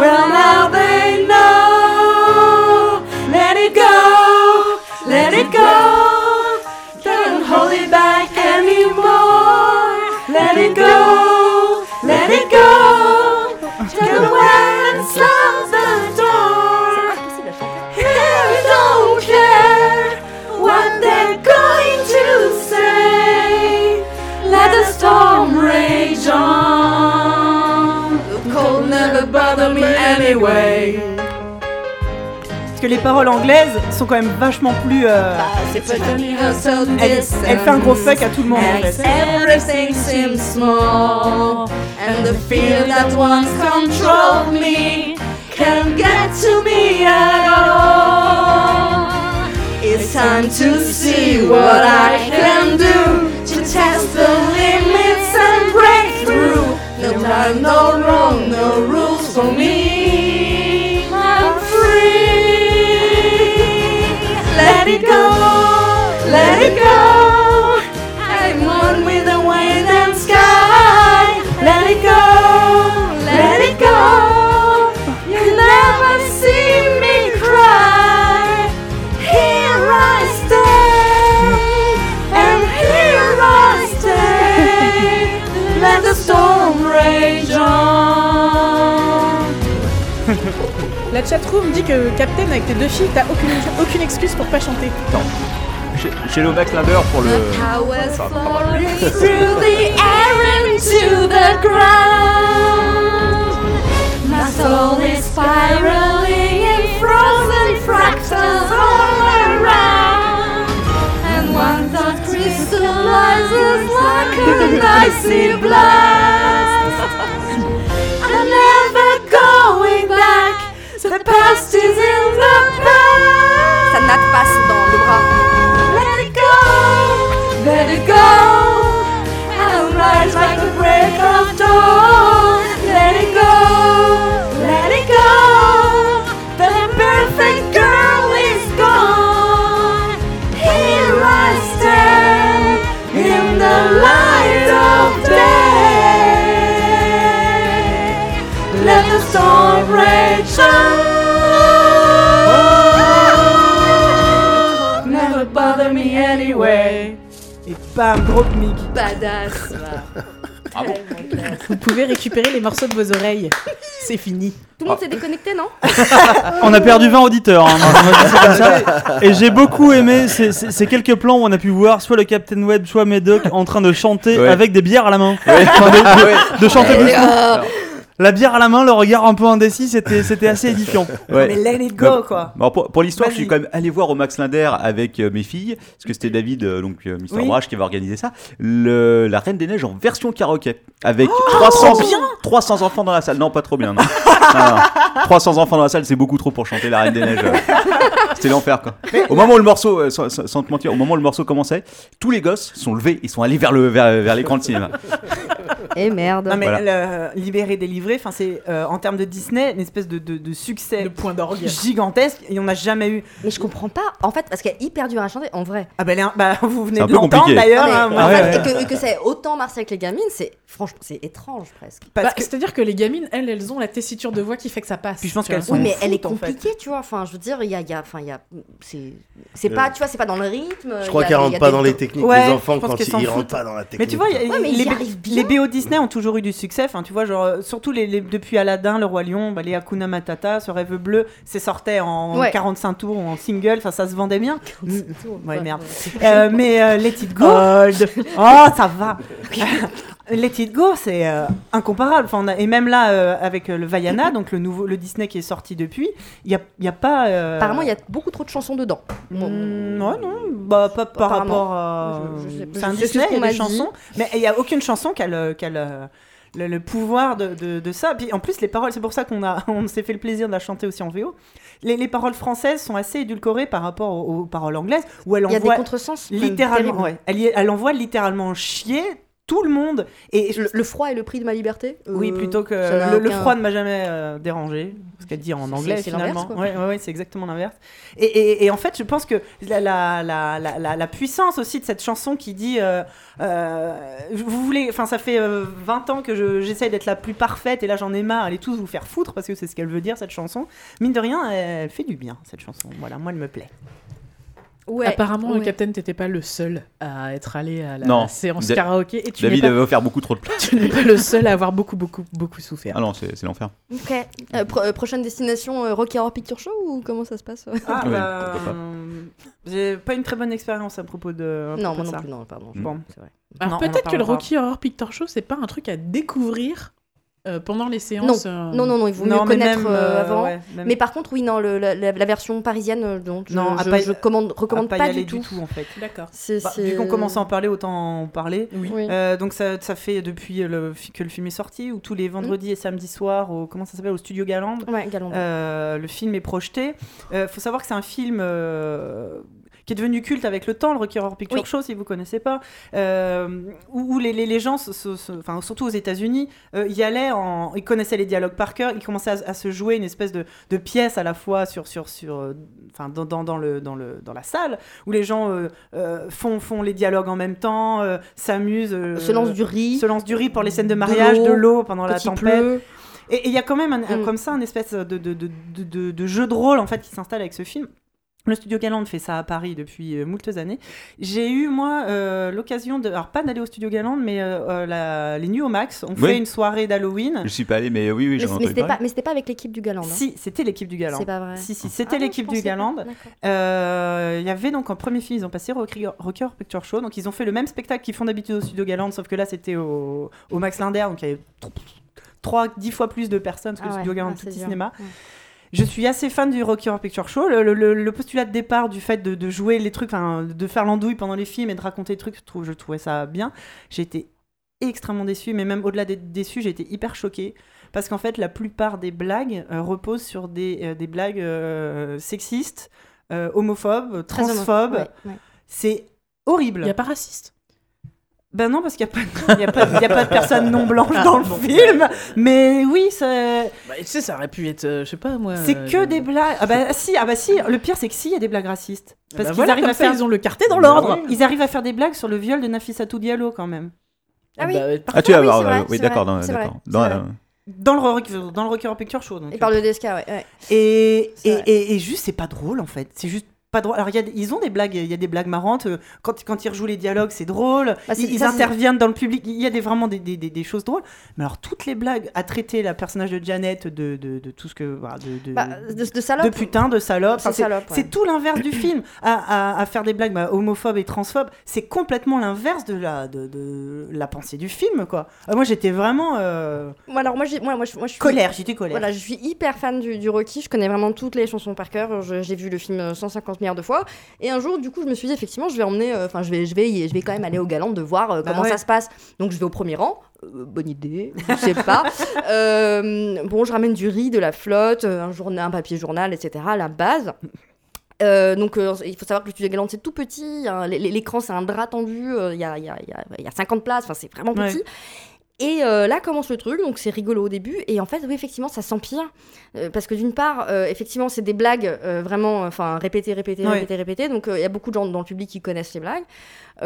J: Well, now they know. Let it go. Let it go. Don't hold it back anymore. Let it go. Let it go. Turn away and slam the door. They don't care what they're going to say. Let the storm rage on. The cold never bothered me anyway.
A: Parce que les paroles anglaises sont quand même vachement plus. euh,
J: But only her so
A: elle, elle fait un gros fuck à tout le monde en
J: Makes
A: fait.
J: everything seem small, and the fear that once controlled me can't get to me at all. It's time to see what I can do to test the limits and break through. No right, no wrong, no rules for me. I'm
B: [LAUGHS]
J: free.
B: La chatroom dit que Captain, avec tes deux filles, t'as aucune, aucune excuse pour pas chanter.
I: Chez, chez le Max Linder pour le.
A: Ah,
J: Powers
I: Enfin,
J: falling through the air into the ground. My soul is spiraling in frozen fractals all around. And one thought crystallizes like an icy blast. I'm never going back. The past is in the past.
H: Ça natte passe dans le bras.
J: Let it go, let it go. I'll rise like the break of dawn. Let it go, let it go. The perfect girl is gone. Here I stand in the light of day. Let the storm rage on. Oh, Never bother me anyway.
A: Et bam, drop mic.
J: Badass.
I: Bravo.
B: Vous pouvez récupérer les morceaux de vos oreilles. C'est fini.
H: Tout le monde s'est déconnecté, non
B: Ah.
L: On a perdu 20 auditeurs. hein, on va dire ça comme ça. Et j'ai beaucoup aimé ces, ces- ces quelques plans où on a pu voir soit le Captain Web, soit Medoc en train de chanter
I: Ouais.
L: avec des bières à la main.
I: Ouais.
L: Enfin, de, de- de chanter
A: euh,
L: doucement.
I: Ah.
L: La bière à la main, le regard un peu indécis, c'était c'était assez édifiant.
I: Ouais.
A: Mais let it
I: Bah,
A: go, quoi.
I: Bon, pour pour l'histoire, je suis
A: Vas-y.
I: quand même allé voir au Max Linder avec euh, mes filles, parce que c'était David, euh, donc euh, Mister
A: Oui.
I: Brash, qui va organiser ça. Le- la Reine des Neiges en version karaoké, avec
A: Oh,
I: 300, 300 enfants dans la salle. Non, pas trop bien. non. Non, non. 300 enfants dans la salle, c'est beaucoup trop pour chanter la Reine des Neiges. euh. C'était l'enfer, quoi. Au moment où le morceau, euh, sans, sans- sans te mentir, au moment où le morceau commençait, tous les gosses sont levés, ils sont allés vers le vers, vers l'écran de cinéma.
H: Eh merde.
A: Non, mais le- euh, Libéré, délivré, enfin, c'est euh, en termes de Disney, une espèce de, de- de succès
B: Le point d'orgue.
A: gigantesque et on n'a jamais eu.
H: Mais je comprends pas, en fait, parce qu'elle est hyper dure à chanter, en vrai.
A: Ah, bah, elle est un- bah, [LAUGHS] vous venez
I: C'est un
A: de
I: peu
A: l'entendre
I: compliqué.
A: d'ailleurs.
H: Non, mais
A: hein, moi,
H: en
L: ouais,
H: fait,
L: ouais.
H: et que, et que c'est autant marché avec les gamines, c'est franchement, c'est étrange presque.
A: parce
B: Bah,
A: que-
B: C'est-à-dire que les gamines, elles, elles ont la tessiture de voix qui fait que ça passe.
A: Puis je pense
B: tu vois.
A: qu'elles sont-
H: Oui, mais
A: foutent,
H: elle est
A: en fait.
H: compliquée, tu vois. Enfin, je veux dire, il y a, il y a- enfin, il y a, c'est, c'est
E: Euh,
H: pas, tu vois, c'est pas dans le rythme.
E: Je
H: il
E: crois
H: y a-
E: qu'elle
H: il y a
E: rentre pas
H: des-
E: dans les techniques.
A: Ouais,
E: les enfants,
A: je pense
E: quand
A: qu'ils s'en
E: ils, ils rentrent
A: foutent.
E: pas dans la technique.
A: Mais tu vois, y a-
H: Ouais, mais ils
A: les,
H: y arrivent bien.
A: les BO Disney ont toujours eu du succès. Enfin, tu vois, genre, euh, surtout les, les- depuis Aladdin, Le Roi Lion, bah, les Hakuna Matata, Ce Rêve Bleu, c'est sortait en
H: Ouais.
A: 45 tours ou en single. Enfin, ça se vendait bien. Ouais,
H: Ouais,
A: merde. Euh, mais euh, Let It Go. Oh, ça va. [LAUGHS] Let It Go, c'est euh, incomparable. Enfin, on a- et même là, euh, avec euh, le Vaiana, donc le nouveau, le Disney qui est sorti depuis, il n'y a, il y a pas. euh,
H: Apparemment, il y a beaucoup trop de chansons dedans. Moi,
A: Mm, ouais, non, bah, pas par
H: Apparemment.
A: rapport à.
H: Je- je sais-
A: C'est un
H: je sais
A: Disney,
H: ce
A: il y
H: qu'on
A: a
H: m'a
A: des
H: dit.
A: chansons. Mais il n'y a aucune chanson qui a le, qui a le, le- le pouvoir de, de- de ça. Puis en plus, les paroles, c'est pour ça qu'on a- [LAUGHS] on s'est fait le plaisir de la chanter aussi en VO. Les, les paroles françaises sont assez édulcorées par rapport aux, aux paroles anglaises, où elle
H: Il y a des
A: envoie
H: contresens. enfin,
A: littéralement.
H: terribles.
A: ouais. elle, y- elle envoie littéralement chier tout le monde. Et
H: Le, le froid est le prix de ma liberté. euh,
A: oui, plutôt que
H: ça n'a
A: le, le
H: aucun-
A: froid ne m'a jamais euh, dérangé, ce qu'elle dit en
H: C'est-
A: anglais
H: c'est l'inverse,
A: finalement.
H: quoi.
A: Ouais, ouais, ouais, c'est exactement l'inverse. Et, et- et en fait, je pense que la, la, la, la, la- la puissance aussi de cette chanson qui dit, euh, euh, vous voulez, enfin, ça fait euh, 20 ans que je- j'essaye d'être la plus parfaite et là j'en ai marre, allez tous vous faire foutre parce que c'est ce qu'elle veut dire cette chanson. Mine de rien, elle fait du bien cette chanson. Voilà, moi elle me plaît.
H: Ouais.
B: Apparemment,
H: ouais.
B: euh, Captain, t'étais pas le seul à être allé à la
I: Non.
B: séance
I: Da-
B: karaoké et tu n'es
I: David
B: pas,
I: avait offert beaucoup trop de place.
B: tu n'es pas le seul à avoir beaucoup, beaucoup, beaucoup souffert.
I: Ah non, c'est c'est l'enfer.
H: Ok. Euh, pro- euh, prochaine destination, euh, Rocky Horror Picture Show ou comment ça se passe euh?
A: Ah,
I: Ouais,
A: bah,
I: pourquoi pas.
A: euh, j'ai pas une très bonne expérience à propos de. à
H: Non,
A: propos
H: moi
A: de ça.
H: non plus, non, pardon. je-
A: Bon.
H: c'est vrai.
A: Non,
B: Alors
A: on en
B: peut-être que le
A: parlera.
B: Rocky Horror Picture Show, c'est pas un truc à découvrir euh, pendant les séances. euh,
H: Non, non, non, il vaut mieux
A: Non, mais
H: connaître
A: même,
H: euh,
A: euh,
H: avant.
A: ouais, même-
H: Mais par contre, oui, non, le- la, la- la version parisienne, euh, donc, je,
A: Non, à
H: je-
A: pas-
H: je commande- recommande
A: à
H: pas,
A: y aller
H: du tout.
A: en fait.
B: D'accord.
H: C'est-
A: Bah,
H: c'est-
A: vu qu'on commence à en parler, autant en parler.
H: Oui.
A: Euh, donc ça, ça fait depuis le, que le film est sorti, ou tous les vendredis et samedis soirs, au, comment ça s'appelle, au Studio Galande,
H: Mm. Ouais, Galand.
A: euh, le film est projeté. Euh, faut savoir que c'est un film euh, qui est devenu culte avec le temps, le Rocky Horror Picture
H: Oui.
A: Show, si vous connaissez pas, euh, où, où les, les, les gens, se- se- se- enfin, surtout aux États-Unis, euh, y allaient, en, ils connaissaient les dialogues par cœur, ils commençaient à, à se jouer une espèce de, de pièce à la fois sur, sur, sur, euh, enfin, dans, dans, dans, le, dans, le, dans la salle, où les gens euh, euh, font, font les dialogues en même temps, euh, s'amusent. euh,
H: Se lance du riz.
A: se lance du riz pour les scènes de
H: De
A: mariage,
H: l'eau,
A: de l'eau pendant la
H: quand il
A: tempête.
H: pleut.
A: Et et il y a quand même un- un-
H: Mm.
A: comme ça un espèce de, de, de, de, de- de jeu de rôle en fait qui s'installe avec ce film. Le studio Galante fait ça à Paris depuis euh, moultes années. J'ai eu, moi, euh, l'occasion de. Alors, pas d'aller au studio Galante, mais euh, euh, la- les Nuits au Max ont
I: Oui.
A: fait une soirée d'Halloween.
I: Je suis pas allé, mais oui, oui,
H: Mais,
I: j'en ai
H: mais
I: entendu
H: c'était pas,
I: parler.
H: mais c'était pas avec l'équipe du Galand. hein.
A: Si, c'était l'équipe du Galand.
H: C'est pas vrai.
A: Si, si, c'était
H: Ah,
A: l'équipe
H: je
A: du
H: pensais pas.
A: Galand.
H: D'accord.
A: Euh, Il y avait donc en premier film, ils ont passé Rocky Rocker Picture Show. Donc ils ont fait le même spectacle qu'ils font d'habitude au Studio Galant, sauf que là c'était au, au Max Linder, donc il y avait 3 10 fois plus de personnes parce que
H: Ah
A: le
H: ouais,
A: Studio Galant
H: ah,
A: est tout
H: c'est
A: petit
H: dur.
A: cinéma.
H: Ouais.
A: Je suis assez fan du Rocky Horror Picture Show. Le, le- le- le postulat de départ du fait de, de jouer les trucs, enfin, de faire l'andouille pendant les films et de raconter des trucs, je, trouve, je trouvais ça bien. J'ai été extrêmement déçue, mais même au-delà d'être déçue, j'ai été hyper choquée. Parce qu'en fait, la plupart des blagues euh, reposent sur des, euh, des blagues euh, sexistes, euh, homophobes,
H: Très homophobe,
A: transphobes.
H: ouais, ouais.
A: C'est horrible.
B: Il n'y a pas raciste.
A: Ben non, parce qu'il n'y a, pas- il y a pas de personne non blanche
B: Ah,
A: dans le
B: bon.
A: film. bah, Mais oui, c'est...
B: Bah, tu sais, ça aurait pu être, euh, je sais pas moi.
A: C'est
B: euh,
A: que des blagues. Ah bah si, ah bah si. Le pire c'est que si, il y a des blagues racistes.
B: Ah bah
A: Parce qu'ils
B: voilà,
A: arrivent
B: comme
A: à
B: ça,
A: faire,
B: ils ont le quartier dans l'ordre.
A: ils arrivent à faire des blagues sur le viol de Nafissatou Diallo quand même.
H: Ah oui.
B: Bah, ouais, par-
I: Ah, tu vas
H: oui,
I: voir,
H: c'est vrai,
I: euh, oui,
H: c'est
I: d'accord,
H: vrai,
I: non,
H: c'est vrai,
I: d'accord.
H: c'est
I: Dans,
H: vrai.
I: euh,
A: Dans le Rock- dans le Rocky Horror Picture Show. donc. euh.
H: Il parle de DSK, ouais. ouais.
A: Et et,
H: C'est vrai.
A: et- et juste c'est pas drôle en fait. C'est juste pas drôle. Alors il y a des- ils ont des blagues, il y a des blagues marrantes. euh, Quand quand ils rejouent les dialogues, c'est drôle.
H: Bah, c'est-
A: ils ils
H: ça, c'est-
A: interviennent dans le public. Il y a des vraiment des, des- des- des choses drôles. Mais alors toutes les blagues à traiter la personnage de Janet de, de, de tout ce que voilà, de- de-
H: Bah, de, de salope.
A: de putain, de salope.
H: C'est
A: Enfin, c'est
H: salope, ouais.
A: c'est tout l'inverse du film. À, à- à faire des blagues bah, homophobes et transphobes, c'est complètement l'inverse de la, de, de la pensée du film, quoi. Euh, moi, j'étais vraiment euh,
H: Moi, alors, moi, j'ai- moi, moi, je, moi, je suis.
A: colère, j'étais colère.
H: Voilà, je suis hyper fan du, du Rocky, je connais vraiment toutes les chansons par cœur, je- j'ai vu le film euh, 150 milliards de fois. Et un jour, du coup, je me suis dit, effectivement, je vais emmener, euh, enfin, je, vais, je, vais, y- je vais quand même aller au galant de voir euh,
A: Bah
H: comment
A: ouais.
H: ça se passe. Donc, je vais au premier rang, Euh, bonne idée, je sais pas. Euh, bon, je ramène du riz, de la flotte, euh, un, journal, un papier journal, etc., la base. Euh, donc, euh, il faut savoir que le studio Galant, c'est tout petit. hein. L- l- L'écran, c'est un drap tendu. euh, Il y, a, il y a- il y a- il y a 50 places. Enfin, c'est vraiment
A: Ouais.
H: petit. Et euh, là commence le truc, donc c'est rigolo au début, et en fait, oui, effectivement, ça s'empire. Euh, parce que d'une part, euh, effectivement, c'est des blagues euh, vraiment enfin, répétées, répétées,
A: Ouais.
H: répétées, répétées. Donc euh, il y a beaucoup de gens dans le public qui connaissent les blagues.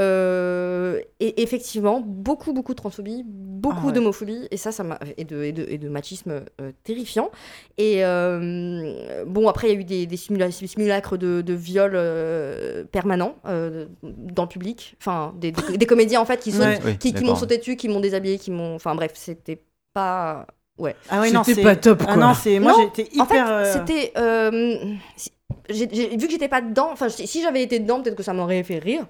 H: Euh, et effectivement, beaucoup, beaucoup de transphobie, beaucoup
A: Ah ouais.
H: d'homophobie, et ça, ça m'a. Et de, et, de, et de machisme euh, terrifiant. Et euh, bon, après, il y a eu des, des simula- simulacres de, de viol euh, permanents euh, dans le public. Enfin, des, des, des comédiens, en
A: [LAUGHS]
H: fait, qui, sautent,
A: Ouais.
I: Oui,
H: qui, qui
I: d'accord.
H: m'ont sauté dessus, qui m'ont déshabillé, qui m'ont. Enfin, bref, c'était pas.
A: Ah ouais, non,
B: C'était
A: c'est-
B: pas top quoi.
A: Ah non, c'est moi
H: Non,
A: j'étais hyper.
H: En fait,
A: euh,
H: c'était. euh, si- j'ai- j'ai- vu que j'étais pas dedans, enfin, si si j'avais été dedans, peut-être que ça m'aurait fait rire.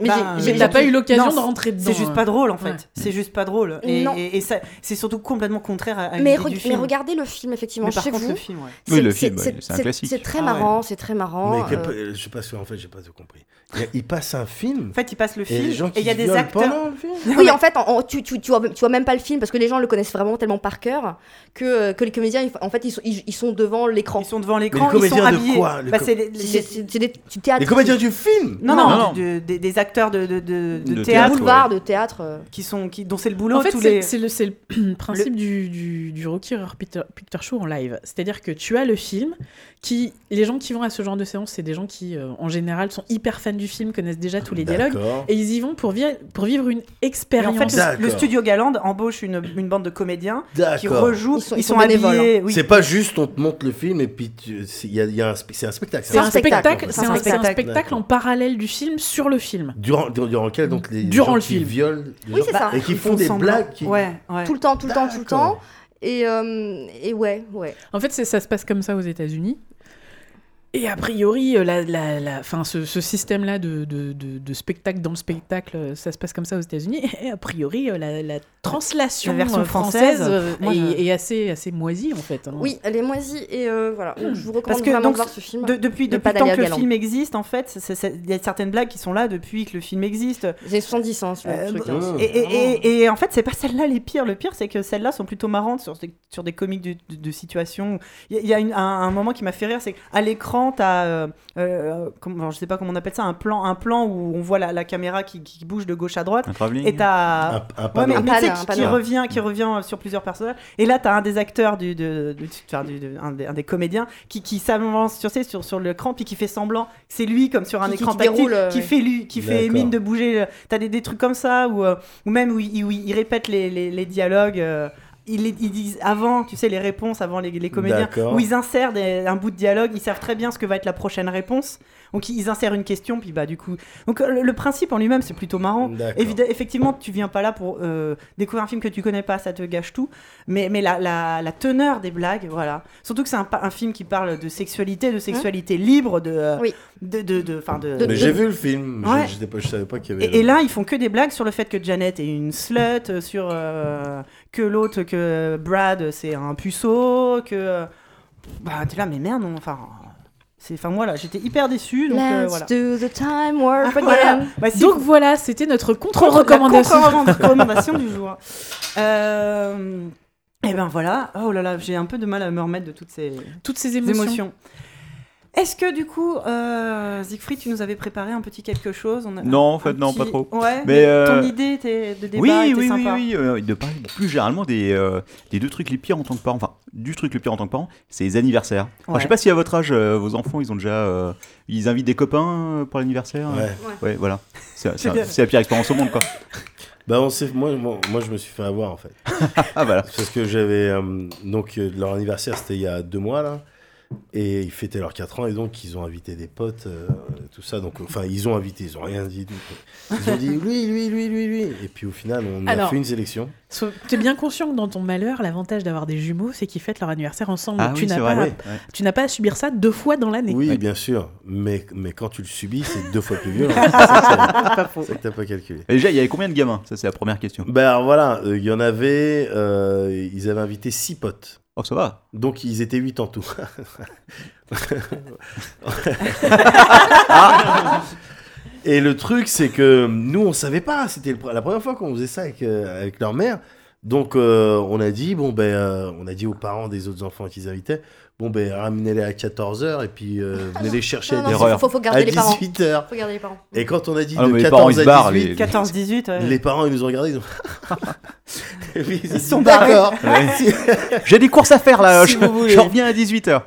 H: Mais
A: Bah,
H: j'ai-
A: mais
H: j'ai
B: T'as
A: tu-
B: pas eu l'occasion
A: non,
B: de rentrer dedans. hein.
A: C'est juste pas drôle en fait.
B: Ouais.
A: C'est juste pas drôle. Et,
H: Non.
A: et- et ça, c'est surtout complètement contraire à, à l'idée
H: Mais, re-
A: Ah, du
H: mais
A: film.
H: regardez le film, effectivement,
A: Mais par
H: chez
A: contre,
H: vous.
A: le film, ouais.
I: Oui, le film,
H: c'est-
I: ouais, c'est un
H: c'est-
I: classique.
H: C'est très
A: Ah ouais.
H: marrant, c'est très
E: Mais
H: marrant.
E: que-
H: euh,
E: je sais pas ce en fait, j'ai pas tout compris. Il, y a- il passe un film
A: En fait, il passe le
E: et
A: film
E: les gens qui
A: et il y a
E: se
A: des
E: violent
A: acteurs.
E: pendant le film.
H: [LAUGHS] Oui, en fait, en- en- tu, tu, tu, vois, tu vois même pas le film parce que les gens le connaissent vraiment tellement par cœur que, que les comédiens, ils- en fait, ils sont, ils, ils sont devant l'écran.
A: Ils sont devant l'écran, ils
E: comédiens
A: sont
E: de
A: habillés.
E: quoi, les
A: Bah,
E: com-
A: c'est les- les-
H: C'est- C'est c'est des du théâtre.
E: Les comédiens du film
A: Non,
I: Non,
A: non,
I: non.
A: du- du- des, des acteurs de, de- de- de
I: De
A: théâtre
I: théâtre.
H: boulevard, de théâtre. euh.
A: qui sont qui dont c'est le boulot
B: En fait,
A: tous
B: c'est
A: les.
B: c'est le, c'est le [CLEARS THROAT] principe Du, du, du Rocky Horror Picture, Picture Show en live. C'est-à-dire que tu as le film, qui les gens qui vont à ce genre de séance, c'est des gens qui, euh, en général, sont hyper fans du film, connaissent déjà tous les dialogues,
E: D'accord.
B: et ils y vont pour, vi- pour vivre une
A: Et en
B: expérience.
A: fait, le-
E: D'accord.
A: le studio Galand embauche une, une bande de comédiens qui
E: D'accord.
A: rejouent.
H: Ils sont- ils sont
A: habillés.
H: bénévoles, hein.
A: oui.
E: C'est pas juste on te montre le film et puis tu- c'est il y a- il y a un spe- c'est un spectacle. hein.
B: c'est
H: un
B: un spectacle, c'est un, c'est un
A: spectacle.
B: spectacle en parallèle du film sur le film.
E: Durant, durant, durant lequel donc les
B: Durant
E: gens
B: le
E: qui
B: film.
E: violent les
H: Oui,
E: gens-
H: c'est ça.
E: et qui
A: Bah, Ils
E: font des
A: semblant.
E: blagues qui-
A: Ouais, ouais.
H: Tout le temps, tout le temps, tout le temps.
E: D'accord.
H: Et, euh, et ouais, ouais.
A: Oh,
B: En fait, c'est- ça se passe comme ça aux États-Unis. Et a priori, euh, la, la, la- enfin, ce, ce système-là de, de, de- de spectacle dans le spectacle, euh, ça se passe comme ça aux États-Unis. [LAUGHS] Et a priori, euh, la, la translation
A: La version
B: euh, française,
A: française,
B: euh,
A: moi,
B: est,
A: je-
B: est assez, assez moisie, en fait. hein.
H: Oui, elle est moisie et euh, voilà. Donc, je vous recommande
A: Hmm. Parce que,
H: vraiment
A: donc,
H: de voir ce film.
A: De- depuis
H: Ne
A: depuis
H: pas
A: le temps
H: d'aller
A: que le
H: à Galand.
A: film existe, en fait, c'est- c'est- il y a certaines blagues qui sont là depuis que le film existe.
H: J'ai 70 ans, ce
A: Euh,
H: truc.
E: bah,
H: hein.
A: Et, et- et- et en fait, c'est pas celles-là les pires. Le pire, c'est que celles-là sont plutôt marrantes sur des, sur des comiques de, de- de situation. Il y a- il y a, une- un, un moment qui m'a fait rire, c'est qu'à l'écran, t'as, euh, euh, comment, je sais pas comment on appelle ça, un plan, un plan où on voit la, la caméra qui, qui bouge de gauche à droite,
I: Un travelling.
A: et t'as
E: Un, un
A: Ouais,
E: panneau.
A: mais,
H: Un
A: mais tu sais,
H: panneau,
A: qui,
H: un
A: qui
H: panneau.
A: revient, qui revient euh, sur plusieurs personnages. Et là, t'as un des acteurs, du, de, de- enfin, du- de- un, des, un des comédiens, qui, qui s'avance sur, tu sais, sur, sur l'écran, puis qui fait semblant que c'est lui, comme sur un
H: Qui- qui-
A: écran
H: qui
A: tactile,
H: déroule, euh,
A: qui
H: ouais.
A: fait, lui, qui fait
E: D'accord.
A: mine de bouger. T'as des, des trucs comme ça, ou euh, ou même où il, où il- il répète les, les- les dialogues. euh, ils, ils disent avant, tu sais, les réponses avant les, les comédiens,
E: D'accord.
A: où ils insèrent des- un bout de dialogue, ils savent très bien ce que va être la prochaine réponse. Donc ils insèrent une question, puis bah du coup. Donc le, le principe en lui-même, c'est plutôt marrant.
E: D'accord.
A: Évidemment, effectivement, tu viens pas là pour euh, découvrir un film que tu connais pas, ça te gâche tout. Mais, mais la, la- la teneur des blagues, voilà. Surtout que c'est un, pa- un film qui parle de sexualité, de sexualité libre, de. euh,
H: Oui.
A: de, de, de- enfin, de-
E: Mais j'ai vu le film, je-
A: Ouais.
E: j'étais pas- je savais pas qu'il y avait.
A: et, et là, ils font que des blagues sur le fait que Janet est une slut, euh, sur euh, que l'autre, que Brad, euh, c'est un puceau, que. euh, Bah, t'es là, mais merde, non, enfin. c'est- Enfin, moi, là, j'étais hyper déçu, donc euh,
H: Let's
A: voilà.
H: do the time warp again.
A: Voilà. Bah, si,
B: Ah, Donc voilà, c'était notre
A: contre-
B: contre-recommandation.
A: la contre-recommandation du jour. Euh, et ben voilà. Oh là là, j'ai un peu de mal à me remettre de toutes ces
B: Toutes ces
A: émotions.
B: émotions.
A: Est-ce que du coup, euh, Siegfried, tu nous avais préparé un petit quelque chose on a-
I: Non, en fait,
A: un
I: non, pas trop.
A: Ouais,
I: Mais,
A: mais ton
I: euh,
A: idée était de débat
I: Oui,
A: était
I: oui, oui,
A: sympa.
I: oui, euh, de parler plus généralement des, euh, des deux trucs les pires en tant que parent, enfin, du truc le pire en tant que parent, c'est les anniversaires. Enfin,
A: Ouais.
I: je sais pas si à votre âge, euh, vos enfants, ils ont déjà. euh, ils invitent des copains euh, pour l'anniversaire. euh.
E: Ouais.
I: Ouais, voilà.
E: [LAUGHS]
I: C'est c'est- c'est la pire expérience au monde, quoi.
E: Bah on sait, moi, moi, moi, je me suis fait avoir en fait.
I: [LAUGHS] Ah, voilà.
E: Parce que j'avais. euh, donc euh, leur anniversaire c'était il y a deux mois là. Et ils fêtaient leurs 4 ans et donc ils ont invité des potes, euh, tout ça. Donc, enfin, ils ont invité, ils ont rien dit. du tout. Ils
I: [LAUGHS]
E: ont dit lui, lui, lui, lui, lui. Et puis au final, on a
B: Alors.
E: fait une sélection.
B: So- T'es bien conscient que dans ton malheur, l'avantage d'avoir des jumeaux, c'est qu'ils fêtent leur anniversaire ensemble.
I: Ah,
B: tu
I: oui,
B: n'as
I: c'est
B: pas,
I: vrai. ouais, ouais.
B: tu n'as pas à subir ça deux fois dans l'année.
E: Oui, bien sûr. Mais, mais quand tu le subis, c'est deux fois plus [LAUGHS] violent. C'est ça que- c'est ça que t'as pas calculé.
I: Et déjà, il y avait combien de gamins Ça, c'est la première question.
E: Ben alors voilà, euh, il y en avait, euh, ils avaient invité six potes.
I: Oh, ça va.
E: Donc ils étaient huit
I: [LAUGHS]
E: en tout.
I: Ah.
E: Et le truc, c'est que nous, on savait pas. C'était le pr- la première fois qu'on faisait ça avec, euh, avec leur mère. Donc euh, on a dit, bon ben, euh, on a dit aux parents des autres enfants qu'ils invitaient, bon ben, ramenez-les à 14h et puis euh, venez les chercher
H: Non, non,
E: à
I: Erreur.
H: faut, faut
E: 18h.
H: garder les parents.
E: à 18h.
H: Faut garder les parents.
E: Et quand on a dit
I: Ah non,
E: de
I: mais les parents,
E: 14
I: ils se
E: à
I: barrent.
E: 18,
I: Les...
A: 14-18, ouais.
E: les parents, ils nous ont regardés, ils ont...
A: [LAUGHS]
E: Et puis, ils,
A: sont
E: d'accord. [LAUGHS] Si-
I: J'ai des courses à faire, là.
E: Si
I: je,
E: vous voulez.
I: je reviens à 18h.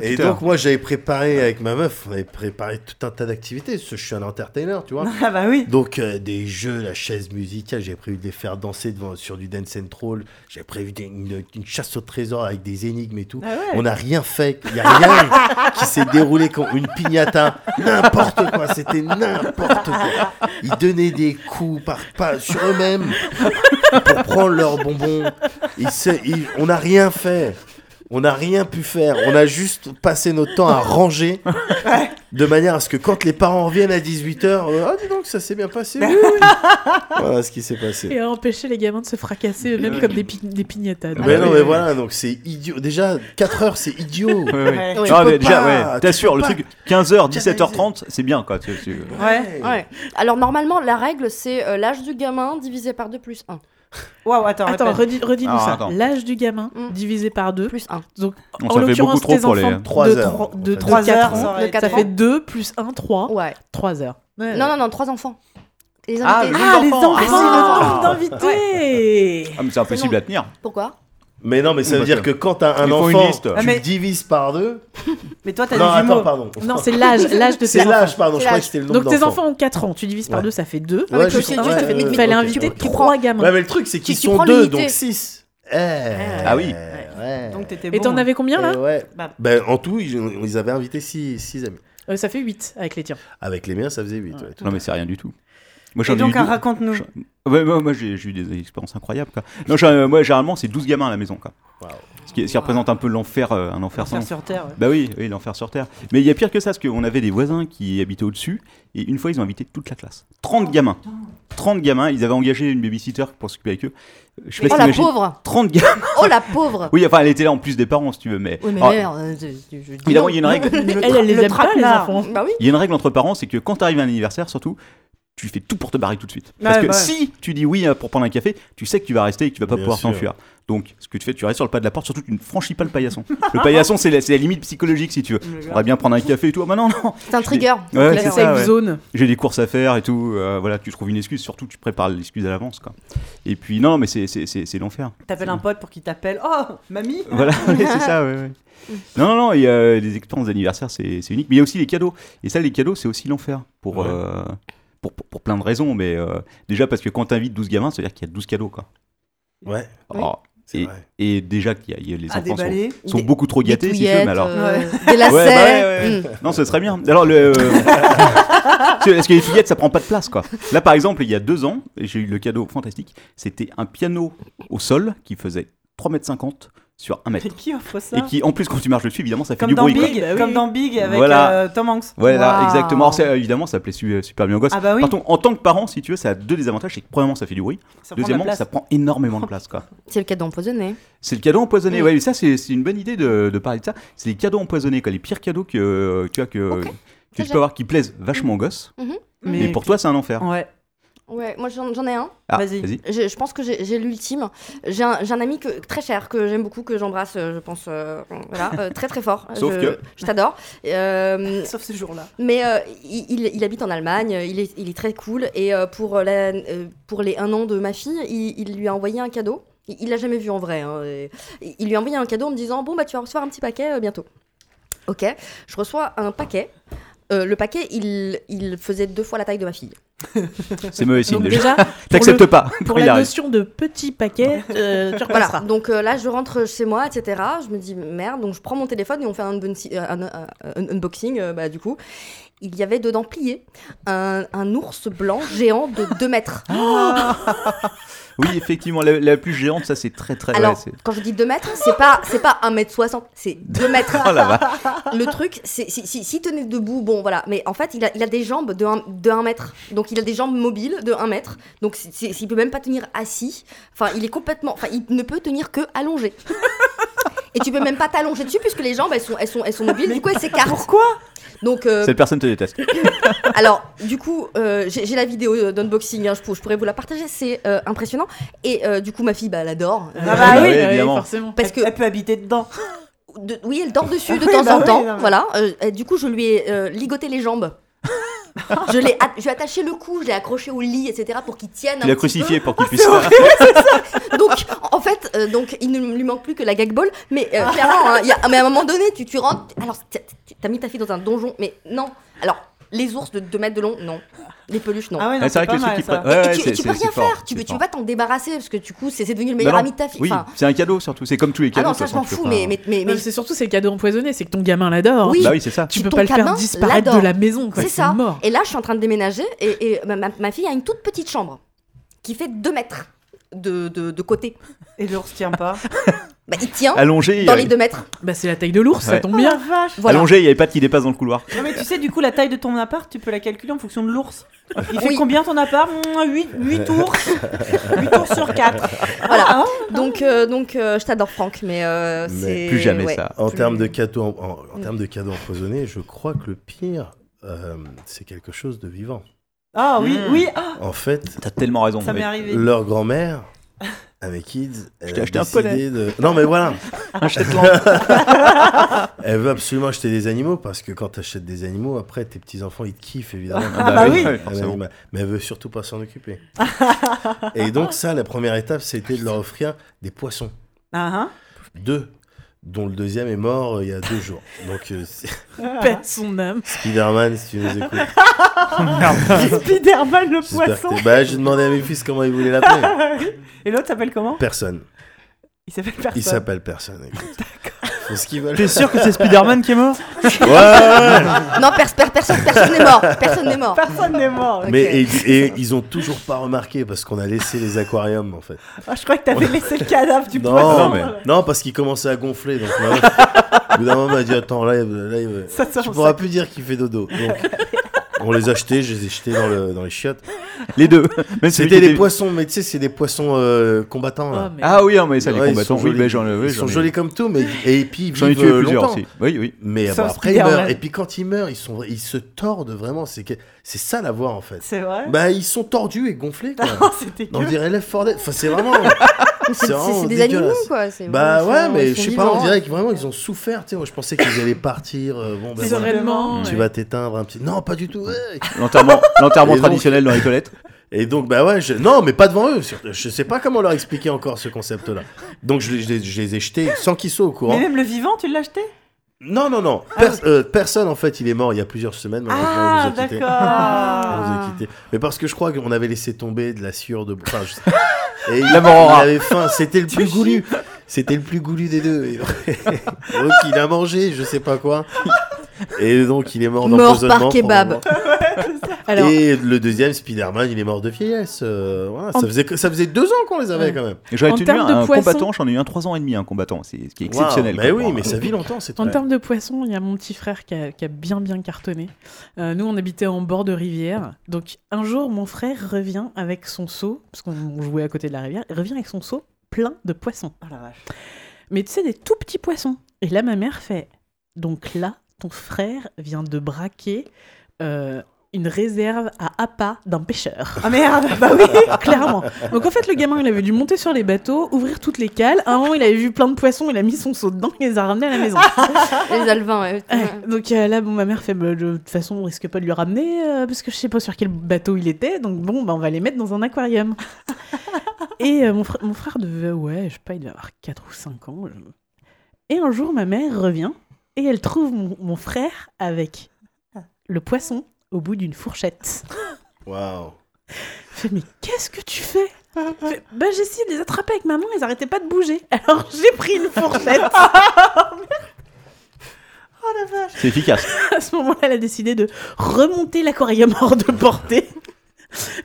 E: Et donc, moi, j'avais préparé avec ma meuf, on avait préparé tout un tas d'activités. parce que Je suis un entertainer, tu vois.
A: [LAUGHS] Ah bah oui.
E: Donc, euh, des jeux, la chaise musicale, j'avais prévu de les faire danser devant, sur du dance and troll. J'avais prévu des- une, une chasse au trésor avec des énigmes et tout.
A: Ah ouais.
E: On n'a rien fait. Il n'y
A: [LAUGHS]
E: a rien qui s'est déroulé comme une piñata. N'importe quoi. C'était n'importe quoi. Ils donnaient des coups par pas sur eux-mêmes pour prendre leurs bonbons. Ils se- ils- on n'a rien fait. On n'a rien pu faire. On a juste passé notre temps à ranger de manière à ce que quand les parents reviennent à 18h, ah dis donc, ça s'est bien passé. oui, oui. voilà ce qui
H: [LAUGHS]
E: s'est passé.
B: Et à empêcher les gamins de se fracasser eux-mêmes comme des, pi- des
A: Ah,
B: pignatades.
E: Mais Ah, bah non, mais voilà, donc c'est idiot. Déjà, 4 heures, c'est idiot.
I: Ouais, ouais.
A: Ouais.
I: Ah,
E: peux
I: mais déjà,
E: pas,
I: ouais,
E: tu
I: t'assures,
E: peux
I: le
E: pas.
I: truc 15h, 17h30, c'est bien quoi. tu- euh. tu-
A: Ouais.
H: Ouais. Alors normalement, la règle, c'est euh, l'âge du gamin divisé par 2 plus 1.
A: Waouh, attends,
B: Attends,
A: répète.
B: redis, nous
I: Alors,
B: ça.
I: attends.
B: L'âge du gamin
H: Ah, Mm.
B: divisé par 2.
H: Plus 1.
B: Donc,
I: Donc,
B: en
I: ça fait beaucoup
B: l'occurrence,
I: trop
B: tes
I: pour les.
B: enfants
E: Trois
B: de,
E: heures,
B: trois-
E: en
B: de
E: fait.
B: 3
A: Trois heures,
B: heures,
A: ça aurait
H: de
A: été-
B: ça
H: quatre
B: fait 2 plus 1, 3.
H: Ouais.
B: 3 heures. Ouais.
H: Non, non, non, 3 enfants. Les
I: Ah,
H: invités.
B: Ah, les enfants,
A: Ah,
B: c'est le nombre d'invités
I: Ah, mais c'est impossible à tenir. [LAUGHS]
H: Pourquoi
E: Mais non, mais ça
I: Oui,
E: veut
I: parce
E: dire
I: que-
E: que quand t'as un
I: Ils font une
E: enfant,
I: liste.
E: tu
A: Ah, mais-
E: le divises par deux.
A: Mais toi, t'as
E: Non,
A: des jumeaux.
E: attends, pardon.
B: Non, c'est l'âge,
H: [LAUGHS]
B: l'âge de ces
E: C'est
B: enfants.
E: l'âge, pardon. Je
H: C'est
E: croyais
H: l'âge.
E: que c'était le nombre
B: Donc tes
E: d'enfants.
B: enfants ont 4 ans, tu divises par
E: Ouais.
B: 2, ça fait 2.
E: Ouais,
H: Avec le
E: juste-
H: procédure,
E: ouais,
H: tu fais
E: ouais,
H: vite,
B: Il
E: ouais,
B: fallait
E: ok,
B: inviter
E: ouais.
B: 3 gamins.
E: Ouais, mais le truc, c'est qu'ils
H: Tu- tu
E: sont
H: prends
E: deux,
H: l'unité.
E: donc 6.
I: Ah oui.
A: Donc t'étais
B: Et
A: bon,
B: t'en
A: hein.
B: avais combien
H: Euh,
B: là
E: ouais.
A: Bah.
E: Ben, en tout, ils, ils avaient invité 6 amis.
B: Euh, Ça fait 8 avec les tiens.
E: Avec les miens, ça faisait 8. Ouais.
I: Non, mais c'est rien du tout. Moi,
A: Et
I: j'en ai eu
A: donc,
H: ah,
B: ah,
I: deux.
A: raconte-nous.
I: J'en- Ouais, moi, moi, j'ai j'ai eu des expériences incroyables. Quoi. Non, j'ai- euh, moi, généralement, c'est 12 gamins à la maison. Quoi.
E: Waouh.
I: Ce qui, ce qui représente un peu l'enfer, euh, un enfer sans.
A: Faire sur Terre. ouais.
I: Bah oui, oui l'enfer sur Terre. Mais il y a pire que ça, parce qu'on avait des voisins qui habitaient au-dessus, et une fois, ils ont invité toute la classe. 30 gamins. 30 gamins, ils avaient engagé une babysitter pour s'occuper avec eux. Je sais pas
H: Oh
I: si
H: la
I: t'imagines.
H: pauvre
I: 30 gamins. [LAUGHS]
H: Oh la pauvre
I: Oui, enfin, elle était là en plus des parents, si tu veux, mais.
H: Oui, mais
I: Alors,
H: merde. euh, je- je dis
I: Évidemment,
H: non.
I: il y a une
H: [LAUGHS]
I: règle.
B: Elle, elle les
A: le
B: aime pas les
A: traquenard.
B: enfants.
H: Bah oui.
I: Il y a une règle entre parents, c'est que quand tu arrives à un anniversaire, surtout, tu fais tout pour te barrer tout de suite. Parce
A: Ouais,
I: que
A: bah ouais.
I: si tu dis oui euh, pour prendre un café, tu sais que tu vas rester et que tu vas pas
E: Bien
I: pouvoir
E: sûr.
I: t'enfuir. Donc, ce que tu fais, tu restes sur le pas de la porte, surtout tu ne franchis pas le paillasson. le paillasson, c'est la, c'est la limite psychologique si tu veux.
A: Le gars.
I: On va bien prendre un café et tout. Ah, bah non, non,
H: C'est un trigger.
I: Ouais,
B: La
I: c'est
B: safe
I: ça, ouais.
B: zone.
I: j'ai des courses à faire et tout. euh, voilà, tu trouves une excuse, surtout tu prépares l'excuse à l'avance. quoi. Et puis, non, mais c'est- c'est c'est- c'est l'enfer.
A: T'appelles un pote pour qu'il t'appelle. Oh, mamie [LAUGHS]
I: Voilà, [LAUGHS] ouais, c'est ça, ouais, ouais. Non, non, non, il y a les expériences d'anniversaire, c'est c'est unique. Mais il y a aussi les cadeaux. Et ça, les cadeaux, c'est aussi l'enfer. Pour,
E: Ouais.
I: euh, pour, pour, pour plein de raisons. Mais euh, déjà, parce que quand t'invites 12 gamins, ça veut dire qu'il y a 12 cadeaux, quoi.
E: Ouais.
I: Alors,
E: C'est
I: Et,
E: vrai.
I: et déjà, qu'il y a- il y a- les
A: À
I: enfants sont,
A: déballer.
I: sont
H: Des-
I: beaucoup trop
H: Des
I: gâtés, si tu veux, mais alors. [LAUGHS]
H: touillettes, euh, des lacets.
I: Ouais, bah ouais, ouais, ouais.
H: Mm.
I: Non, ce serait bien. Alors, le. euh, Parce que les fillettes, ça prend pas de place, quoi. Là, par exemple, il y a deux ans, j'ai eu le cadeau fantastique. C'était un piano au sol qui faisait 3m50 sur 1 m.
A: Mais qui offre ça
I: Et qui, en plus, quand tu marches dessus, évidemment, ça fait
A: Comme
I: du
A: dans
I: bruit. quoi.
A: Big,
H: Bah
A: comme dans Big avec
I: Voilà.
A: euh, Tom Hanks.
I: Voilà,
B: Waouh.
I: exactement. Alors, c'est- évidemment, ça plaît su- euh, super bien aux gosses.
A: Ah bah oui.
I: Par contre, en tant que parent, si tu veux, ça a deux désavantages. C'est que, premièrement, ça fait du bruit.
A: Ça prend de la
I: Deuxièmement,
A: place.
I: ça prend énormément de place, quoi.
H: C'est le cadeau empoisonné.
I: C'est le cadeau empoisonné.
H: Mm.
I: Ouais, mais ça, c'est c'est une bonne idée de, de parler de ça. C'est les cadeaux empoisonnés, quoi. Les pires cadeaux que euh, tu as que.
H: Ok.
I: Que tu
H: Ça, j'ai- Mm.
I: peux avoir qui plaisent vachement aux gosses, mais, pour toi c'est un enfer.
A: Ouais.
H: Mhm. Ouais, moi j'en j'en ai un.
I: Ah,
A: Vas-y.
H: Je, je pense que j'ai j'ai l'ultime. J'ai un, j'ai un ami que, très cher que j'aime beaucoup, que j'embrasse, euh, je pense, euh, voilà, euh, très très fort.
I: Sauf
H: je,
I: que-
H: Je t'adore. Euh,
A: Sauf ce jour-là.
H: mais euh, il, il- il habite en Allemagne, euh, il est, il est très cool. Et euh, pour, la- euh, pour les un an de ma fille, il, il lui a envoyé un cadeau. Il il l'a jamais vu en vrai. hein, et- il lui a envoyé un cadeau en me disant Bon, bah, tu vas recevoir un petit paquet euh, bientôt. Ok, je reçois un paquet. Euh, le paquet, il, il faisait deux fois la taille de ma fille.
I: C'est mauvais signe
B: Donc
I: déjà.
B: déjà,
I: T'acceptes
B: le-
I: pas quand
B: pour
I: il
B: la
I: arrive.
B: notion de petit paquet, euh, tu repasseras.
H: Voilà, donc euh, là je rentre chez moi, etc. Je me dis merde, donc je prends mon téléphone et on fait un, unboxi- euh, un- un- un unboxing, euh, bah, du coup. Il y avait dedans plié un, un ours blanc géant de 2 mètres.
B: Ah.
I: Oui, effectivement, la, la plus géante, ça c'est très très.
H: Alors,
I: ouais, c'est-
H: quand je dis 2 mètres, c'est pas, c'est pas 1 mètre 60, c'est 2 mètres.
I: [LAUGHS] oh la vache.
H: Le truc, c'est si, si, s'il tenait debout, bon voilà, mais en fait il a, il a des jambes de 1, de un mètre. Donc il a des jambes mobiles de 1 mètre. Donc c'est- c'est- il peut même pas tenir assis. Enfin, il est complètement. Enfin, il ne peut tenir que allongé. Et tu peux même pas t'allonger dessus puisque les jambes elles sont, elles sont, elles sont mobiles, du coup elles s'écartent. Pourquoi Donc euh,
I: Cette personne te
H: [LAUGHS]
I: déteste.
H: alors, du coup, euh, j'ai j'ai la vidéo euh, d'unboxing, hein, je, pour- je pourrais vous la partager, c'est euh, impressionnant. Et euh, du coup, ma fille, bah, elle adore. Euh,
A: Ah bah oui,
I: évidemment.
B: forcément.
H: parce que,
A: Elle peut habiter dedans.
H: [LAUGHS] de- oui,
A: [LAUGHS]
H: elle dort dessus de
A: Oui,
H: temps
A: bah
H: en
A: oui,
H: temps.
A: non, mais-
H: Voilà. Euh, et du coup, je lui ai euh, ligoté les
A: [LAUGHS]
H: jambes. je l'ai at- je lui ai attaché le cou, je l'ai accroché au lit, etc. pour qu'il tienne. un
I: Tu l'as
H: petit Oh,
I: crucifié
H: [LAUGHS]
I: pour qu'il puisse.
H: peu. Donc, en fait, euh, donc, il ne lui manque plus que la gag ball. Mais euh, clairement, hein, il y a- mais à un moment donné, tu, tu rentres. Alors, t'as- t'as mis ta fille dans un donjon, mais non. Alors, les ours de 2 mètres de long, non. Les peluches, non.
A: Ah ouais, non,
I: Ah, c'est vrai
A: pas
I: que le truc
A: mal,
I: qui
A: ça.
I: prend- Ouais,
H: Et
I: ouais,
H: tu,
I: c'est-
H: tu
I: c'est-
H: peux rien
I: c'est fort,
H: faire,
I: c'est
H: tu, peux- tu
I: fort.
H: vas t'en débarrasser parce que du coup c'est c'est devenu le
I: Bah
H: meilleur
I: non.
H: ami de ta fille.
I: Oui,
H: Enfin,
I: c'est un cadeau surtout. C'est comme tous les
H: ah
I: cadeaux.
H: non,
I: de
H: ça
I: toute
H: je
I: façon,
H: m'en
I: tu peux
H: fous,
I: pas-
H: mais, mais, mais,
B: Non,
H: mais
B: mais c'est surtout c'est le cadeau empoisonné, c'est que ton gamin l'adore.
H: Oui.
I: Bah oui, c'est ça.
B: Tu
H: Ton
B: peux pas le
H: gamin
B: faire disparaître de
H: l'adore.
B: la maison, quoi.
H: c'est ça.
B: mort.
H: Et là je suis en train de déménager et, et ma, ma- ma fille a une toute petite chambre qui fait 2 mètres de, de, de côté.
A: Et l'ours tient pas.
H: Bah, il tient
I: Allongé.
H: dans
I: euh,
H: les 2 mètres.
B: Bah c'est la taille de l'ours, ça
I: Ouais.
B: tombe bien.
A: vache
H: Voilà.
I: Allongé, il y avait pas de qui dépasse dans le couloir.
A: Non mais tu sais du coup la taille de ton appart, tu peux la calculer en fonction de l'ours. Il fait
H: Oui.
A: combien ton appart 8,
I: [LAUGHS]
A: 8 ours. 8 ours sur 4.
H: [LAUGHS] Voilà. Donc, euh, donc euh, je t'adore Franck, mais, euh,
E: Mais
H: c'est.
I: Plus jamais
H: ouais.
I: ça.
E: En
H: Plus-
E: termes de cadeaux, en, en- en termes de cadeaux empoisonnés, je crois que le pire, euh, c'est quelque chose de vivant.
A: Ah oui,
I: Mm.
A: oui, ah,
E: En fait,
I: T'as tellement raison.
A: ça
I: mais-
A: m'est arrivé.
E: leur grand-mère, avec Kids,
I: Je
E: elle
I: t'ai
E: a
I: acheté un
E: décidé de. Non, mais voilà.
I: [LAUGHS] Un Shetland.
E: [LAUGHS] Elle veut absolument acheter des animaux parce que quand t'achètes des animaux, après tes petits enfants ils te kiffent évidemment.
A: Ah bah oui.
E: Un animal. Mais elle veut surtout pas s'en occuper. Et donc ça, la première étape, c'était de leur offrir des poissons,
A: Ah, hein.
E: deux, dont le deuxième est mort euh, il y a deux jours. Donc euh, c'est- [LAUGHS]
B: Pète son âme.
E: Spider-Man, si tu
A: [LAUGHS]
E: nous écoutes. [LAUGHS]
A: Spider-Man le
E: J'espère
A: poisson.
E: que t'es- bah, j'ai demandé à mes fils comment ils voulaient
A: [LAUGHS]
E: l'appeler.
A: Et l'autre s'appelle comment
E: Personne.
A: Il s'appelle
E: Ils
A: personne.
E: s'appellent personne. écoute. Ils font ce qu'ils veulent.
L: T'es sûr que c'est Spider-Man qui est mort
H: Non, pers- pers- personne, personne n'est mort. Personne n'est mort.
A: Personne n'est mort.
E: Mais et, et ils ont toujours pas remarqué parce qu'on a laissé les aquariums en fait.
A: Ah, je crois que t'avais laissé le cadavre du
E: non,
A: poisson.
E: mais-
A: là.
E: non, parce qu'il commençait à gonfler. Donc, maman- au bout d'un moment, elle m'a dit Attends, là, il- là, il-
A: Ça sort
E: tu
A: ça.
E: pourras plus dire qu'il fait dodo. Donc,
A: [LAUGHS]
E: on les a jetés, je les ai jetés dans, le, dans les chiottes.
I: Les deux. Même celui qui
E: C'était des
I: était-
E: poissons, mais tu sais, c'est des poissons euh, combattants.
B: Oh,
E: Là.
B: mais-
I: Ah oui, non, mais ça, les
E: Ouais, ils
I: combattants.
E: sont
I: Oui,
E: jolis.
I: mais j'en ai.
E: Ils sont jolis comme tout, mais et puis ils
I: J'en ai
E: vivent,
I: tué
E: euh,
I: plusieurs
E: longtemps.
I: aussi. Oui, oui.
E: Mais euh,
A: Sauf
E: bon, après, ils meurent.
A: Spider-Man.
E: Et puis quand ils meurent, ils, sont, ils se tordent vraiment. C'est que- c'est ça la voix en fait.
A: C'est vrai
E: Bah, ils sont tordus et gonflés.
A: Oh,
E: Quoi.
A: C'était
E: on
A: que.
E: dirait Left 4 Dead. Enfin, c'est vraiment.
H: Mais C'est
E: vraiment
H: c'est- c'est des animaux
E: dégueulasse.
H: quoi. c'est-
E: Bah
H: ils sont-
E: ouais, mais
H: ils
E: je
H: sont
E: sais pas, on
H: vivants.
E: dirait que vraiment ils ont souffert. Tu sais, moi je pensais qu'ils allaient partir. euh, bon, ben, voilà,
B: Sereinement.
E: tu
B: ouais.
E: vas t'éteindre un petit. Non, pas du tout. ouais.
I: Mmh.
E: [LAUGHS]
I: L'enterrement l'enterrement
E: Et donc-
I: traditionnel dans les toilettes.
E: Et donc, bah ouais, je... non, mais pas devant eux. sur- Je sais pas comment leur expliquer encore ce concept-là. Donc je les, je les- je les ai jetés sans qu'ils soient au
A: Mais
E: courant.
A: même le vivant, tu l'as acheté
E: Non, non, non. Pers- euh, personne en fait, il est mort il y a plusieurs semaines. malheureusement,
A: Ah,
E: on nous a quittés.
A: d'accord.
E: On nous a quittés. Mais parce que je crois qu'on avait laissé tomber de la sciure de. Enfin, je- Et il,
I: La Morora.
E: il avait faim, c'était le plus goulu. C'était le plus goulu des deux. Et [LAUGHS] donc il a mangé, je sais pas quoi. Et donc il est mort
H: Mort
E: d'empoisonnement.
H: par kebab.
E: probablement.
B: Alors,
E: Et le deuxième, Spider-Man, il est mort de vieillesse. euh, voilà,
B: En-
E: ça, faisait, que- ça faisait deux ans qu'on les avait
B: Ouais.
E: quand même.
I: J'aurais hein.
B: En
I: été
B: termes
I: un,
B: de
I: un
B: poisson-
I: combattant, j'en ai eu un 3 ans et demi, un combattant. C'est ce qui est exceptionnel.
E: Waouh, Mais
I: quoi,
E: oui,
I: pour un-
E: mais ça vit longtemps, c'est
B: En termes de poissons, il y a mon petit frère qui a, qui a bien bien cartonné. Euh, nous, on habitait en bord de rivière. Donc un jour, mon frère revient avec son seau, parce qu'on jouait à côté de la rivière, il revient avec son seau plein de poissons.
A: Oh la vache.
B: Mais tu sais, des tout petits poissons. Et là, ma mère fait, donc là, ton frère vient de braquer euh, une réserve à appât d'un pêcheur.
A: Ah
B: [LAUGHS]
A: merde, bah oui.
B: Clairement. Donc en fait, le gamin, il avait dû monter sur les bateaux, ouvrir toutes les cales. À un moment, il avait vu plein de poissons, il a mis son seau dedans, il les a ramenés à la maison.
H: Les alvins, ouais.
B: Ouais. Donc euh, là, bon, ma mère fait, bah, de toute façon, on risque pas de lui ramener euh, parce que je sais pas sur quel bateau il était. Donc bon, bah, on va les mettre dans un aquarium. et euh, mon, frère, mon frère devait, ouais, je sais pas, il devait avoir 4 ou 5 ans. je- Et un jour, ma mère revient et elle trouve mon, mon frère avec le poisson au bout d'une fourchette.
E: Waouh.
B: Elle fait, mais qu'est-ce que tu fais Elle fait, Bah j'ai essayé de les attraper avec ma main, ils arrêtaient pas de bouger. [LAUGHS] Alors j'ai pris
A: [LAUGHS]
B: une fourchette.
A: Oh,
B: Oh,
I: C'est efficace.
B: à ce moment-là, elle a décidé de remonter l'aquarium [LAUGHS] hors de portée.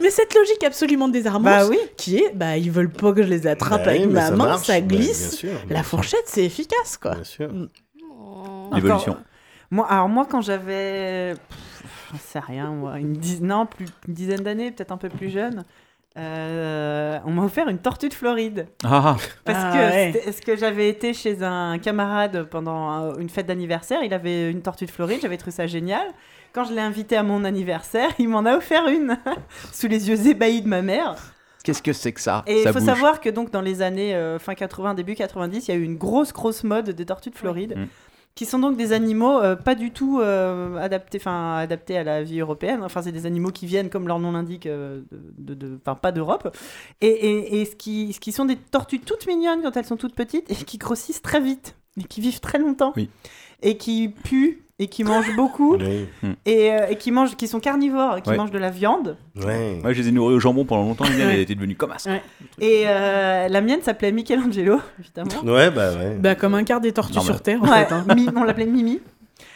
B: Mais cette logique absolument désarmante,
A: Bah oui.
B: qui est, bah ils veulent pas que je les attrape
E: Bah
B: avec
E: oui, mais
B: ma main,
E: marche,
B: ça
E: bah, bien
B: glisse.
E: sûr, bien
B: La
E: sûr,
B: fourchette, c'est efficace, quoi.
E: Bien sûr.
H: Oh.
A: Encore-
I: L'évolution.
A: Moi, alors moi, quand j'avais, pff, j'en sais rien, moi, une dix- non, plus une dizaine d'années, peut-être un peu plus jeune, euh, on m'a offert une tortue de Floride
I: Ah,
A: parce
B: Ah
A: que
B: ouais.
A: c'était- est-ce que j'avais été chez un camarade pendant euh, une fête d'anniversaire, il avait une tortue de Floride, j'avais trouvé ça génial. Quand je l'ai invité à mon anniversaire, il m'en a offert une [LAUGHS] sous les yeux ébahis de ma mère.
I: qu'est-ce que c'est que ça
A: Et il
I: Ça
A: faut
I: bouge.
A: savoir que donc dans les années euh, fin 80, début 90, il y a eu une grosse, grosse mode des tortues de Floride,
I: Mm.
A: qui sont donc des animaux euh, pas du tout euh, adaptés, enfin adaptés à la vie européenne. Enfin, c'est des animaux qui viennent, comme leur nom l'indique, euh, de, de- enfin pas d'Europe. Et, et- et ce, qui, ce qui sont des tortues toutes mignonnes quand elles sont toutes petites et qui grossissent très vite et qui vivent très longtemps
I: Oui.
A: et qui puent et qui mangent beaucoup
E: Oui.
A: et, euh, et qui mangent, qui sont carnivores, et qui
I: Mm. Ouais.
A: mangent de la viande.
E: Ouais.
I: Moi, je les ai nourris au jambon pendant longtemps. mais
B: Ouais.
I: Elle était devenue comme
E: [LAUGHS]
I: ça.
A: Et euh, la mienne s'appelait Michelangelo, [LAUGHS] évidemment.
E: [LAUGHS] Ouais, bah ouais.
B: Bah comme un quart des tortues
I: Normal.
B: sur Terre, en
A: Ouais,
B: fait. hein.
A: Mi- on l'appelait Mimi.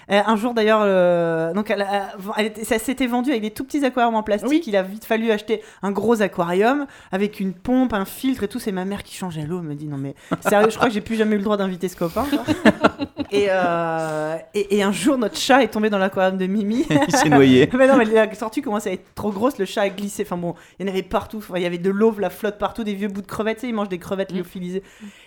A: Euh, un jour d'ailleurs, euh, donc elle, a- elle était- ça s'était vendu avec des tout petits aquariums en plastique.
B: Oui.
A: Il a vite fallu acheter un gros aquarium avec une pompe, un filtre et tout. C'est ma mère qui changeait l'eau. Elle me dit non mais sérieux, je crois que j'ai plus jamais eu le droit d'inviter hein, ce copain. quoi. et, euh, et, et un jour, notre chat est tombé dans l'aquarium de Mimi.
I: [LAUGHS] Il s'est noyé.
A: [LAUGHS] Mais non, mais la tortue commençait à être trop grosse, le chat a glissé. Enfin bon, il y en avait partout. Enfin, il y avait de l'eau, la flotte partout, des vieux bouts de crevettes. Tu sais, ils mangent des crevettes lyophilisées.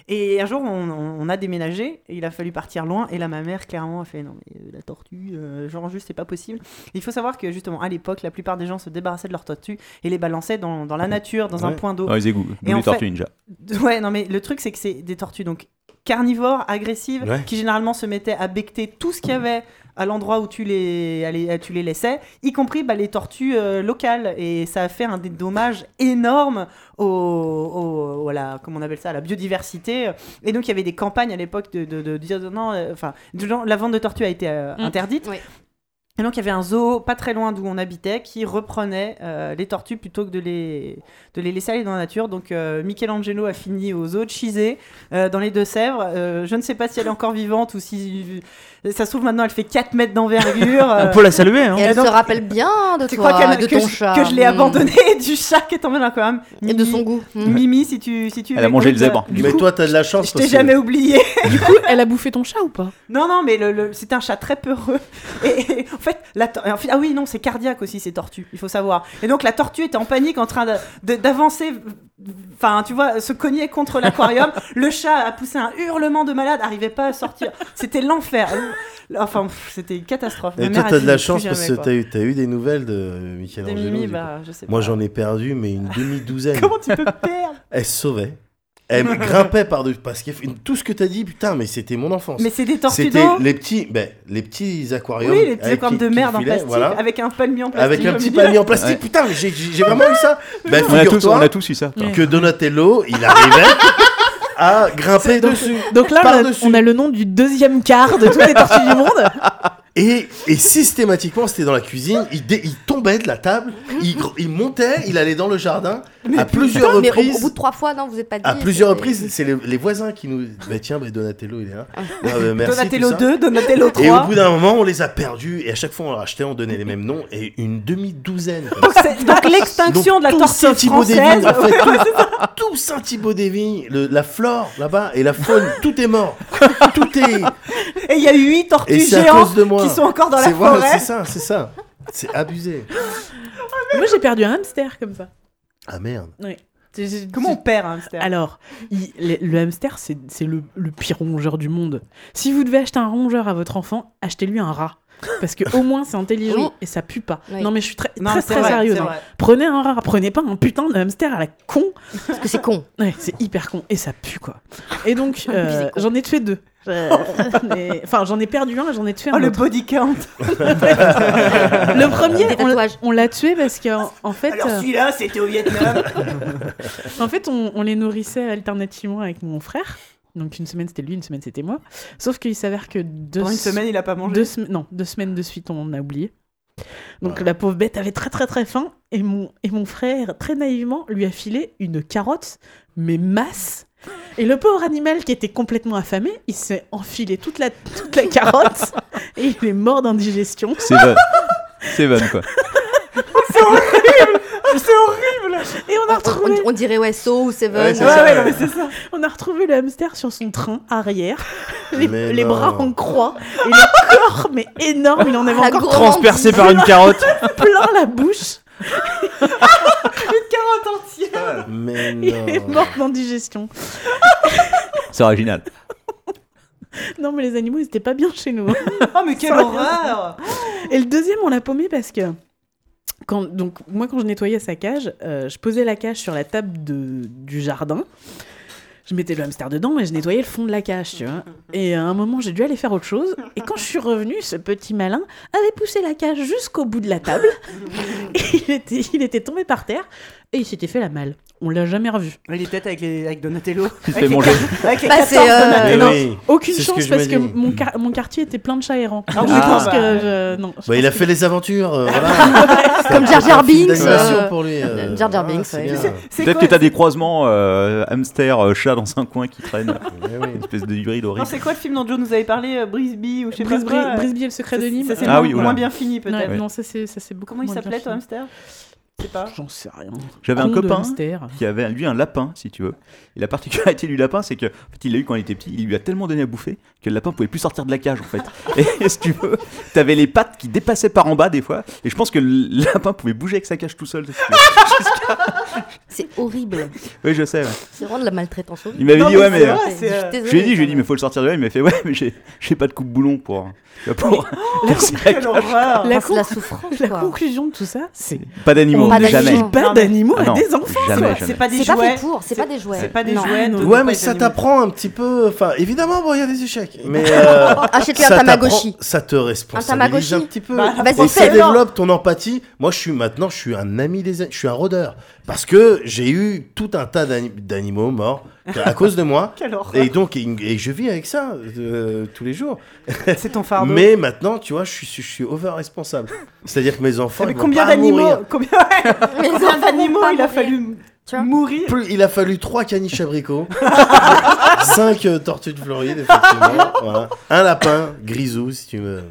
A: Et un jour, on, on a déménagé, et il a fallu partir loin. Et là, ma mère, clairement, a fait Non, mais euh, la tortue, euh, genre, juste, c'est pas possible. Et il faut savoir que, justement, à l'époque, la plupart des gens se débarrassaient de leurs tortues et les balançaient dans, dans la nature, dans un
E: Ouais.
A: point d'eau.
I: Dans les égouts. d'où
A: en
I: les
A: fait-
I: tortues ninja.
A: [LAUGHS] Ouais, non, mais le truc, c'est que c'est des tortues donc carnivores, agressives,
E: Ouais.
A: qui généralement se mettaient à becter tout ce qu'il y avait à l'endroit où tu les, à les- tu les laissais, y compris bah, les tortues euh, locales. Et ça a fait un des dommages énormes au, au- à la- comment on appelle ça, à la biodiversité. Et donc, il y avait des campagnes à l'époque de, de, de dire non, euh, enfin, du genre, la vente de tortues a été euh,
B: Mm.
A: interdite.
H: Oui.
A: Et donc, il y avait un zoo pas très loin d'où on habitait qui reprenait euh, les tortues plutôt que de les, de les laisser aller dans la nature. Donc euh, Michelangelo a fini au zoo de Chizé, euh, dans les Deux-Sèvres. Euh, je ne sais pas si elle est encore vivante ou si. Ça se trouve maintenant, elle fait 4 mètres d'envergure.
L: On
A: Euh,
L: peut la saluer, hein.
H: Et elle
A: donc-
H: se rappelle bien de
A: tu
H: toi,
A: crois qu'elle-
H: de
A: que,
H: ton
A: je-
H: chat.
A: que je l'ai
H: Mm.
A: abandonnée et du chat qui est tombé dans l'aquarium
H: Et de son goût. Mm.
A: Mimi, si tu. Si tu
I: Elle a mangé le
A: m'écoutes,
I: zèbre.
A: euh,
E: Mais toi, t'as de la chance.
A: Je
E: parce
A: t'ai
E: que-
A: jamais oublié.
B: [LAUGHS] Elle a bouffé ton chat ou pas
A: Non, non, mais le, le- c'était un chat très peureux. Et, et en fait, la tor- en fait- ah oui, non, c'est cardiaque aussi ces tortues, il faut savoir. Et donc la tortue était en panique, en train de- de- d'avancer, enfin, tu vois, se cogner contre l'aquarium. le chat a poussé un hurlement de malade, n'arrivait pas à sortir. C'était l'enfer. Enfin, pff, c'était une catastrophe. Ma
E: Et toi,
A: mère a
E: t'as de
A: dit,
E: la
A: plus
E: chance parce
A: jamais,
E: que
A: quoi.
E: t'as eu, t'as eu des nouvelles de euh,
A: De
E: Michelangelo.
A: Mimi,
E: du coup.
A: bah, je sais pas.
E: Moi, j'en ai perdu, mais une demi-douzaine.
A: Comment tu peux perdre
E: [LAUGHS] Elle se sauvait.
A: [LAUGHS]
E: Elle me grimpait par-dessus. Parce que tout ce que t'as dit, putain, mais c'était mon enfance.
A: Mais c'est des tortues
E: C'était
A: d'eau.
E: les petits, ben, les petits aquariums.
A: Oui, les petits
E: avec
A: aquariums
E: qui-
A: de
E: qui
A: merde en
E: filaient,
A: plastique,
E: voilà.
A: avec un palmier en plastique.
E: Avec un
A: au
E: petit
A: milieu.
E: palier en plastique.
I: Ouais.
E: Putain, mais j'ai- j'ai j'ai vraiment eu
A: [LAUGHS]
E: ça. Ben,
I: On a, tous, on
E: figure-toi
I: a tous eu ça.
E: que Donatello, il arrivait à grimper
B: donc-
E: dessus.
B: Donc là, on a,
E: Par-dessus.
B: on a le nom du deuxième quart de toutes les tortues du monde.
E: [LAUGHS] Et, et systématiquement, c'était dans la cuisine, il, dé- il tombait de la table, il, gr- il montait, il allait dans le jardin, À plusieurs
H: mais au, au
E: reprises.
H: bout de trois fois, non, vous n'êtes pas dit.
E: À plusieurs
H: c'est-
E: reprises, c'est les, les voisins qui nous. Bah tiens, bah Donatello, il est là.
B: Ah.
E: Non, bah, merci,
A: Donatello
E: tout ça.
A: 2, Donatello
E: Et au
A: 3.
E: bout d'un moment, on les a perdus, et à chaque fois, on leur achetait, on donnait les mêmes noms, et une demi-douzaine. comme
B: [LAUGHS]
E: ça.
A: C'est- Donc l'extinction de la
E: tout
A: tortue
E: Saint-Thibaud des Vignes,
A: française. [LAUGHS]
E: en fait, tout, tout Saint-Thibaud des Vignes, le- la flore là-bas et la faune, [LAUGHS] tout est mort. Tout est.
A: Et il y a eu 8
E: Et
A: tortues
E: c'est à cause
A: géantes
E: de moi.
A: qui sont encore dans la
E: C'est voilà,
A: forêt.
E: C'est ça, c'est ça. C'est abusé.
B: Moi, j'ai perdu un hamster comme ça.
E: Ah merde.
B: J'ai- j'ai-
A: Comment on perd un hamster
B: Alors, il- le, le hamster, c'est c'est le, le pire rongeur du monde. Si vous devez acheter un rongeur à votre enfant, achetez-lui un rat. Parce que au moins c'est intelligent
H: Oui.
B: et ça pue pas.
H: Oui.
B: Non mais je suis très
A: Non,
B: très,
A: c'est
B: très
A: vrai,
B: sérieuse.
A: c'est
B: hein.
A: vrai.
B: Prenez un rat, prenez pas un putain de hamster à la con.
H: Parce que c'est con.
B: Ouais, c'est hyper con et ça pue quoi.
A: [LAUGHS]
B: Et donc
H: puis
B: euh,
H: c'est con.
B: j'en ai tué deux. Mais- Enfin j'en ai perdu un et j'en ai tué un.
A: Oh, le
B: autre.
A: body
E: [LAUGHS]
A: count.
B: Le premier,
H: Des
B: on l'a-
H: tatouages.
B: on l'a tué parce qu'en en fait.
A: Alors
B: euh,
A: celui-là, c'était au Vietnam.
B: [LAUGHS] En fait, on, on les nourrissait alternativement avec mon frère. Donc une semaine c'était lui, une semaine c'était moi. Sauf qu'il s'avère que deux,
A: Pendant une
B: se-
A: semaine, il a pas mangé.
B: deux sem- non, deux semaines de suite on en a oublié. Donc la pauvre bête avait très très très faim et mon, et mon frère très naïvement lui a filé une carotte, mais masse. Et le pauvre animal qui était complètement affamé, il s'est enfilé toute la, toute la
A: [LAUGHS]
B: carotte et il est mort d'indigestion.
I: C'est bon. C'est bon, quoi.
B: Ah, Et on a retrouvé
H: On, on dirait ouais, So ou Seven.
E: Ouais, c'est
A: Ouais,
E: ça,
A: ouais,
E: ouais.
A: non, mais c'est ça.
B: On a retrouvé le hamster sur son train arrière, les,
E: Mais
B: les
E: non.
B: bras en croix, et le corps, mais énorme, il en avait
H: La
B: encore
H: grosse-
L: Transpercé par une carotte.
B: [LAUGHS] plein la bouche,
E: Mais
B: il est
I: Oh.
E: non.
B: mort d'indigestion.
I: C'est original.
B: Non mais les animaux, ils étaient pas bien chez nous.
A: Oh, mais quelle
B: Ça-
A: horreur
B: Et le deuxième, on l'a paumé parce que... Quand, donc moi quand je nettoyais sa cage, euh, je posais la cage sur la table de, du jardin. Je mettais le hamster dedans et je nettoyais le fond de la cage, tu vois. Et à un moment, j'ai dû aller faire autre chose. Et quand je suis revenue, ce petit malin avait poussé la cage jusqu'au bout de la [LAUGHS] table. Et il était, il était tombé par terre et il s'était fait la malle. On l'a jamais revu.
A: Il est peut-être avec, les... avec Donatello.
I: Il se
A: Avec
I: fait
A: les-
I: manger.
A: [LAUGHS] Avec les
H: Bah,
A: 14
H: c'est, euh,
E: Mais
B: non.
E: oui.
B: Aucune
E: C'est ce
B: chance
E: que je
B: parce
E: me
B: que
E: dis.
B: mon, car- mon quartier était plein de chats errants.
A: Ah
B: Donc
A: oui,
B: je pense
A: bah.
B: que je- non. je
E: Bah, il a
B: pense
E: fait
B: que-
E: les aventures.
B: [LAUGHS]
E: euh, voilà.
H: Comme Jar Jar
E: Un film
H: Binks,
E: d'animation
H: euh,
E: pour lui. euh,
H: Jar Jar
E: voilà,
H: Binks,
E: c'est
H: ouais.
E: bien.
H: Tu sais,
A: C'est
I: Peut-être que
A: quoi-
I: t'as des croisements euh, hamster, euh, chat dans un coin qui
E: [LAUGHS]
I: traîne.
E: Mais Eh oui.
I: Une espèce de hybride
A: Non,
I: horrible.
A: c'est quoi le film dont Joe nous avait parlé euh, Brisby ou je sais pas
B: Brisby,
A: quoi euh,
B: Brisby et le secret de Nîmes.
A: Ça, c'est
I: Ah
A: moins-
I: oui, oula.
A: moins bien fini, peut-être.
B: Ouais, Non, ça c'est ça, c'est beaucoup.
A: Comment il
B: moins bien
A: s'appelait, ton
B: fini.
A: hamster Je sais pas.
B: J'en sais rien.
I: J'avais un
B: Con de
I: copain
B: hamster.
I: qui avait lui un lapin, si tu veux. Et la particularité du lapin, c'est que en fait, il l'a eu quand il était petit. Il lui a tellement donné à bouffer que le lapin pouvait plus sortir de la cage, en
E: [LAUGHS]
I: fait. Et, si tu veux, t'avais les pattes qui dépassaient par en bas des fois. Et je pense que le lapin pouvait bouger avec sa cage tout seul. si tu veux.
H: C'est horrible.
I: oui, je sais. ouais.
H: C'est vraiment de la maltraitance horrible.
I: Il m'avait
A: Non,
I: dit ouais, mais.
A: c'est
I: euh,
A: vrai,
H: Ouais,
A: c'est,
H: je suis
A: euh,
I: je
H: désolée,
I: lui ai dit, je lui ai dit,
H: quand
I: mais faut le sortir de là. Il m'a fait, ouais, [LAUGHS] mais j'ai, j'ai pas de coupe-boulon pour. euh, [LAUGHS] pour
A: oh,
I: casser la
A: Quelle
I: cage.
A: horreur
B: La,
H: Ah, c'est la
B: conc-
H: souffrance,
B: la
H: quoi.
B: conclusion de tout ça, c'est
I: Pas d'animaux,
H: Pas
I: jamais.
H: d'animaux.
A: Non,
B: pas
A: mais-
B: d'animaux
I: Ah
B: à
I: non,
B: des enfants.
I: Jamais,
A: C'est
I: jamais.
A: pas des
H: C'est pas
A: jouets.
H: fait pour, c'est pas des jouets.
A: C'est pas des
H: Non.
A: jouets. de- de
E: Ouais, mais
A: pas
E: ça
A: des animaux.
E: t'apprend un petit peu. Enfin, évidemment, bon, il y a des échecs. Mais [LAUGHS]
A: [LAUGHS]
E: euh,
H: Achète-lui un
E: ça
H: Tamagotchi.
E: t'apprend- ça te responsabilise
H: Tamagotchi
E: un petit peu.
A: Bah,
H: Vas-y,
E: Et ça
H: fais-le.
E: développe ton empathie. Moi, je suis maintenant, je suis un ami des, a- je suis un rôdeur parce que j'ai eu tout un tas d'ani- d'animaux morts
A: [LAUGHS]
E: à cause de moi.
A: Quelle horreur
E: Et donc, et, et je vis avec ça euh, tous les jours.
A: C'est ton fardeau.
E: Mais maintenant, tu vois, je suis, je suis over responsable. C'est-à-dire que mes enfants.
A: Ah, mais
E: ils vont
A: combien
E: pas
A: d'animaux
E: mourir.
A: [LAUGHS] Combien combien
H: enfants vont
A: d'animaux
H: pas
A: il a
H: mourir.
A: fallu
H: Tu vois
A: mourir
E: Plus- il a fallu trois
A: [LAUGHS]
E: caniches abricots, cinq euh, tortues de
B: [LAUGHS]
E: Floride, effectivement. voilà. Un lapin, grisou, si tu veux.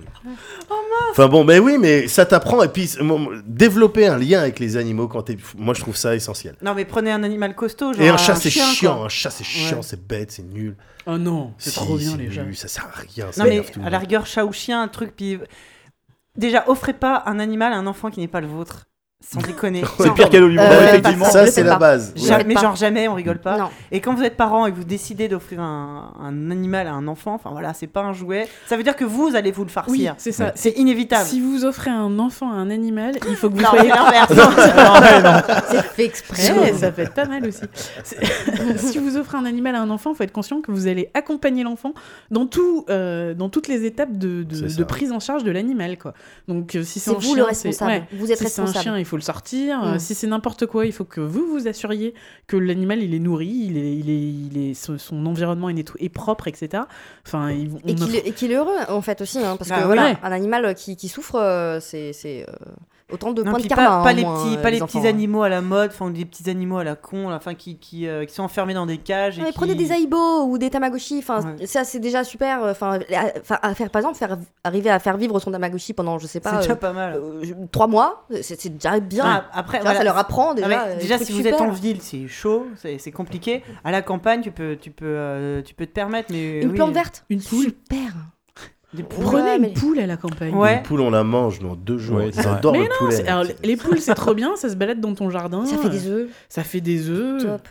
B: Oh,
E: Enfin bon, mais oui, mais ça t'apprend. Et puis, c'est- mon- mon- développer un lien avec les animaux, quand t'es. Moi, je trouve ça essentiel.
A: Non, mais prenez un animal costaud. Genre
E: Et un chat, c'est
A: chien,
E: chiant.
A: quoi.
E: Un chat, c'est
A: Ouais.
E: chiant, c'est bête, c'est nul.
B: Oh non, c'est
E: Si,
B: trop bien les
E: nul,
B: gens.
E: Ça sert à rien. ça
A: Non, mais
E: énerve tout le
A: à la
E: monde.
A: rigueur, chat ou chien, un truc. Puis... Déjà, offrez pas un animal à un enfant qui n'est pas le vôtre. Sans bah, déconner.
I: C'est le
A: Genre,
I: pire cadeau du monde,
H: Euh,
I: effectivement.
E: Ça,
H: Je
E: c'est
H: sais
E: la
H: pas.
E: base.
H: J'ai-
A: Jamais,
H: pas.
A: genre jamais, on rigole pas.
H: Non.
A: Et quand vous êtes parent et que vous décidez d'offrir un, un animal à un enfant, enfin voilà, c'est pas un jouet. Ça veut dire que vous allez vous le
B: Oui,
A: farcir.
B: c'est ça.
A: C'est inévitable.
B: Si vous offrez un enfant à un animal, il faut que vous
A: Non,
B: soyez
A: c'est l'inverse.
B: [LAUGHS]
H: C'est fait exprès.
B: Ouais, ça peut être pas mal aussi. C'est- [LAUGHS] si vous offrez un animal à un enfant, il faut être conscient que vous allez accompagner l'enfant dans, tout, euh, dans toutes les étapes de, de-
E: C'est ça.
B: de prise en charge de l'animal. quoi. Donc, euh, si c'est
H: C'est
B: un
H: vous
B: chien,
H: le
B: c'est-
H: responsable.
B: ouais.
H: Vous êtes
B: Si c'est un
H: responsable.
B: chien, il faut le sortir. Euh,
H: Mm.
B: Si c'est n'importe quoi, il faut que vous vous assuriez que l'animal il est nourri, il est, il est, il est, son- son environnement est, netto- est propre, etc. Enfin, ils- on
H: Et qu'il
B: offre-
H: et qu'il est heureux, en fait, aussi. hein, parce
A: Ah,
H: que voilà,
B: ouais.
H: un animal qui, qui souffre, euh, c'est c'est, euh, Autant de
A: Non,
H: points de
A: puis
H: karma.
A: pas,
H: hein,
A: pas
H: au
A: les
H: moins,
A: petits,
H: euh,
A: pas les
H: les
A: petits
H: enfants, hein.
A: animaux à la mode, enfin des petits animaux à la con, là, enfin qui, qui, euh, qui sont enfermés dans des cages. Et
H: Non, mais
A: qui-
H: prenez des Aibo ou des Tamagotchi, enfin
A: Ouais.
H: ça c'est déjà super. euh, Enfin, à, enfin, à faire par exemple, faire arriver à faire vivre son Tamagotchi pendant je
A: [LAUGHS]
H: sais
A: C'est
H: pas
A: déjà
H: euh,
A: pas mal.
H: euh, je- trois mois, c'est c'est déjà bien.
A: Ah, après,
H: Tu vois,
A: voilà,
H: ça leur apprend
A: Ah,
H: déjà.
A: mais
H: euh, des
A: déjà,
H: trucs
A: si vous
H: super.
A: êtes en ville, c'est chaud, c'est c'est compliqué. À la campagne, tu peux, tu peux, euh, tu peux te permettre, mais
H: une
A: oui,
H: plante verte,
B: Eh Une poule.
H: super.
A: Des poules.
B: Prenez
H: Ouais,
B: une
H: mais-
B: poule à la campagne.
A: Ouais.
E: Une poule, on la mange dans deux jours.
I: Ouais, c'est
E: Ils adorent
B: vrai.
E: le poulet.
B: C'est- alors, les poules, c'est trop bien, ça se balade dans ton jardin.
H: Ça fait des œufs,
B: Ça fait des œufs.
H: top.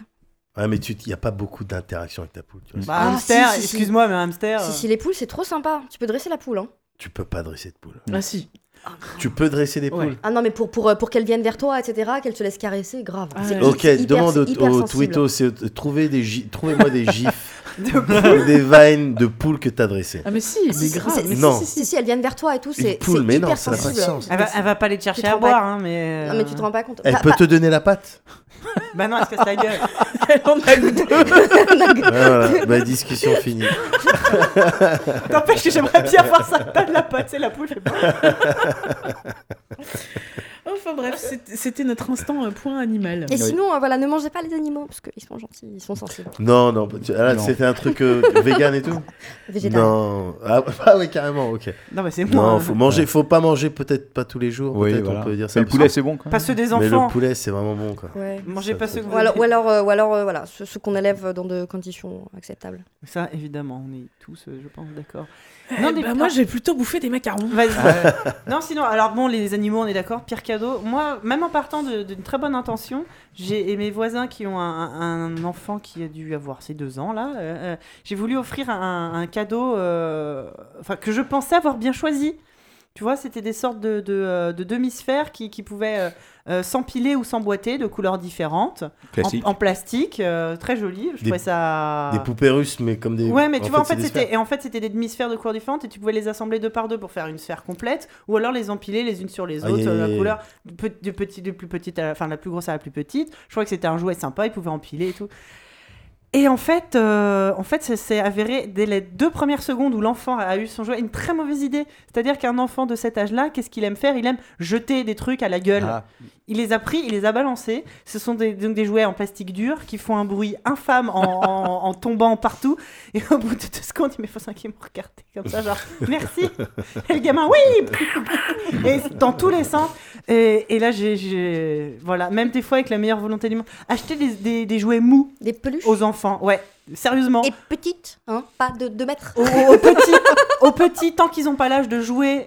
E: Ouais, mais il n'y a pas beaucoup d'interaction avec ta poule. Tu, vois.
A: Bah,
H: Ah,
A: hamster,
H: si, si, si.
A: excuse-moi, mais hamster.
H: Si, si les poules, c'est trop sympa. Tu peux dresser la poule. Hein.
E: tu peux pas dresser de poule.
B: Ah si.
E: Tu peux dresser des
B: Ouais.
E: poules.
H: Ah non, mais pour, pour, euh, pour qu'elle vienne vers toi, etc., qu'elle te laisse caresser, grave.
B: Ah,
H: C'est
B: ouais.
A: Euh,
H: hyper-
E: Ok,
H: hyper-
E: demande
H: c'est hyper
E: au, au
H: sensible.
E: Twitto, c'est euh, trouvez des gi- trouvez-moi des
A: [LAUGHS]
E: gifs ou des vines de poules que t'as dressées.
B: Ah mais si,
H: Ah,
B: mais
H: si,
B: grave.
H: c'est-
B: mais si,
E: Non.
B: si, si.
H: Si, si, elles viennent vers toi et tout, c'est.
E: Une poule,
H: c'est
E: mais non,
H: hyper
E: ça n'a pas de
H: sensible.
E: sens.
A: euh, Elle va, elle va pas les
H: Tu
A: chercher
H: te
A: à
H: rends pas-
A: boire, hein, mais. [LAUGHS]
H: Non, mais tu te rends pas compte.
E: Elle
H: Pas-
E: peut
H: pas-
E: te donner la patte.
A: Bah
H: [LAUGHS]
A: non, elle se casse la gueule.
E: Ouais, voilà. Bah, discussion
A: [LAUGHS]
E: finie.
A: T'empêches que j'aimerais bien voir ça. Pas de la pote, c'est la poule.
B: Oh, Enfin bref, c'était- c'était notre instant euh, point animal.
H: Et sinon, euh, voilà, ne mangez pas les animaux, parce qu'ils sont gentils, ils sont sensibles.
E: Non, non, bah, tu- ah, là,
I: Non.
E: c'était un
A: [LAUGHS]
E: truc euh, vegan et tout
H: Végétariens.
E: Non. Ah, [LAUGHS] ah ouais, carrément, ok.
A: Non, mais c'est moi.
E: Non,
A: hein.
E: faut manger, faut pas manger peut-être pas tous les jours,
I: Oui,
E: peut-être
I: voilà.
E: on peut dire ça.
I: Mais le
E: parce que-
I: poulet, c'est bon, quand
A: Pas
I: même.
A: ceux des
E: Mais
A: enfants.
E: le poulet, c'est vraiment bon, quoi.
H: Ouais.
A: Mangez pas ceux que vous
H: Ou alors, ou
A: avez.
H: alors, euh, ou alors euh, voilà, ceux, ceux qu'on élève dans de conditions acceptables. [LAUGHS]
A: Ça, évidemment, on est tous, euh, je pense, d'accord.
B: Non,
A: Non, des-
B: Eh ben, moi j'ai plutôt bouffé des macarons.
A: Vas-y. Ah non, sinon, alors bon, les animaux, on est d'accord, pire cadeau. Moi, même en partant de- d'une très bonne intention, j'ai et mes voisins qui ont un, un enfant qui a dû avoir ses deux ans, là, euh, euh, j'ai voulu offrir un, un cadeau euh, enfin que je pensais avoir bien choisi. Tu vois, c'était des sortes de, de, euh, de demi-sphères qui, qui pouvaient euh, euh, s'empiler ou s'emboîter de couleurs différentes, en,
I: Classique.
A: en plastique, euh, très joli. Je
E: Des-
A: trouvais ça.
E: Des poupées russes, mais comme des.
A: Ouais, mais tu vois, en
E: c'est
A: fait,
E: des sphères.
A: c'était et en fait c'était des demi-sphères de couleurs différentes et tu pouvais les assembler deux par deux pour faire une sphère complète, ou alors les empiler les unes sur les
E: Aïe,
A: autres,
E: aïe,
A: euh,
E: aïe.
A: la couleur du, pe- du petit, du plus petite, à la, enfin de la plus grosse à la plus petite. Je crois que c'était un jouet sympa, ils pouvaient empiler et tout. Et en fait, euh, en fait, ça s'est avéré dès les deux premières secondes où l'enfant a eu son jouet une très mauvaise idée. C'est-à-dire qu'un enfant de cet âge-là, qu'est-ce qu'il aime faire Il aime jeter des trucs à la gueule.
I: Ah.
A: Il les a pris, il les a balancés. Ce sont des, donc des jouets en plastique dur qui font un bruit infâme en, en- en tombant partout. Et au bout de deux secondes, il me faut ça qui me regardait comme ça, genre
B: [LAUGHS]
A: merci. Et le gamin, oui Et dans tous les sens. Et, et là, j'ai- j'ai. Voilà, même des fois avec la meilleure volonté du monde. Acheter des, des- des jouets mous
H: Des peluches.
A: aux enfants, ouais, sérieusement.
H: Et petites, hein, pas de 2 mètres.
A: Aux, aux- aux [LAUGHS] petits, aux petits, tant qu'ils n'ont pas l'âge de jouer.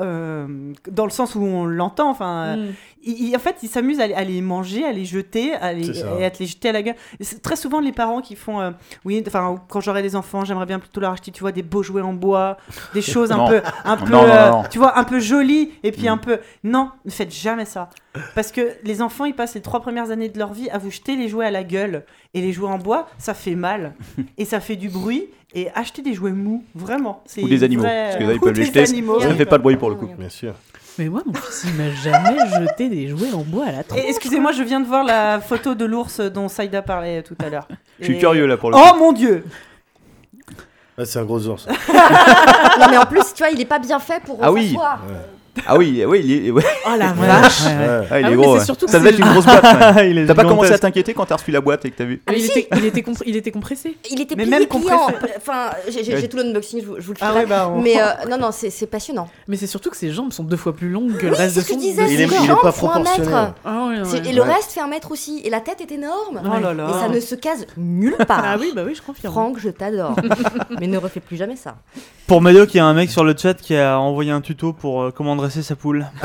A: euh, dans le sens où on l'entend, enfin, euh,
H: Mm.
A: il- il- en fait, ils s'amusent à, les- à les manger, à les jeter, à les,
E: C'est ça.
A: et à te les jeter à la gueule. Et C'est très souvent les parents qui font, euh, oui, enfin, quand j'aurai des enfants, j'aimerais bien plutôt leur acheter, tu vois, des beaux jouets en bois,
E: [LAUGHS]
A: des choses un
I: Non.
A: peu, un peu,
I: Non, non,
A: euh,
I: non.
A: tu vois, un peu jolies, et puis
I: Mm.
A: un peu, non, ne faites jamais ça, parce que les enfants, ils passent les trois premières années de leur vie à vous jeter les jouets à la gueule, et les jouets en bois, ça
I: [LAUGHS]
A: fait mal, et ça fait du bruit, et acheter des jouets mous, vraiment, c'est
I: Ou des
A: une
I: animaux,
A: vraie- [LAUGHS]
I: parce que là, ils
A: Ou
I: peuvent les
A: des
I: jeter,
A: animaux.
I: Ça ne fait pas de bruit pour le coup.
E: Bien sûr.
B: Mais moi mon fils il m'a jamais jeté des jouets en bois à la tronche.
A: Et Excusez-moi, je viens de voir la photo de l'ours dont Saïda parlait tout à l'heure.
I: Je suis
A: Et-
I: curieux, là, pour le coup.
A: Oh mon dieu
E: Ah, c'est un gros ours.
H: non, mais en plus, tu vois, il est pas bien fait pour euh,
I: Ah oui.
H: s'asseoir.
I: Ah oui, oui, il est, ouais,
B: Oh la
E: Ouais.
B: vache.
E: Ouais.
I: ah, il
B: Ah
I: est
B: oui,
I: gros.
B: mais c'est
I: ouais.
B: surtout que
I: ça devait être
B: c'est-
I: une
B: [LAUGHS]
I: grosse
E: [LAUGHS]
I: boîte. ouais.
L: il est
I: T'as pas commencé à
L: gigantesque.
I: t'inquiéter quand t'as reçu la boîte et que t'as vu.
H: Ah, mais
B: il,
H: si.
B: était, il, était compr- il était compressé.
H: Il était
A: Mais
H: plié,
A: même
H: plié en- Enfin, j'ai j'ai-
E: Euh,
I: Ouais.
H: j'ai tout l'unboxing, je vous, je vous le
A: Ah
H: ferai.
A: ouais, bah, on- [LAUGHS]
H: Mais euh, non, non, c'est c'est passionnant.
B: Mais c'est surtout que ses jambes sont deux fois plus longues que le
H: Oui,
B: reste
H: c'est
B: de
H: ce que
B: son
H: je disais,
E: Il est,
H: ses
E: il est
H: jambes
E: pas
H: font un
E: proportionnel.
H: mètre.
B: Ah, ouais, ouais.
H: C'est- Et le reste fait un mètre aussi. Et la tête est énorme.
A: Oh là là
H: Et ça ne se case nulle part.
B: Ah oui, bah oui, je confirme.
H: Franck,
A: [LAUGHS]
H: je t'adore. mais ne refais plus jamais ça.
L: Pour Médoc, il y a un mec sur le chat qui a envoyé un tuto pour euh, comment dresser sa poule. [LAUGHS]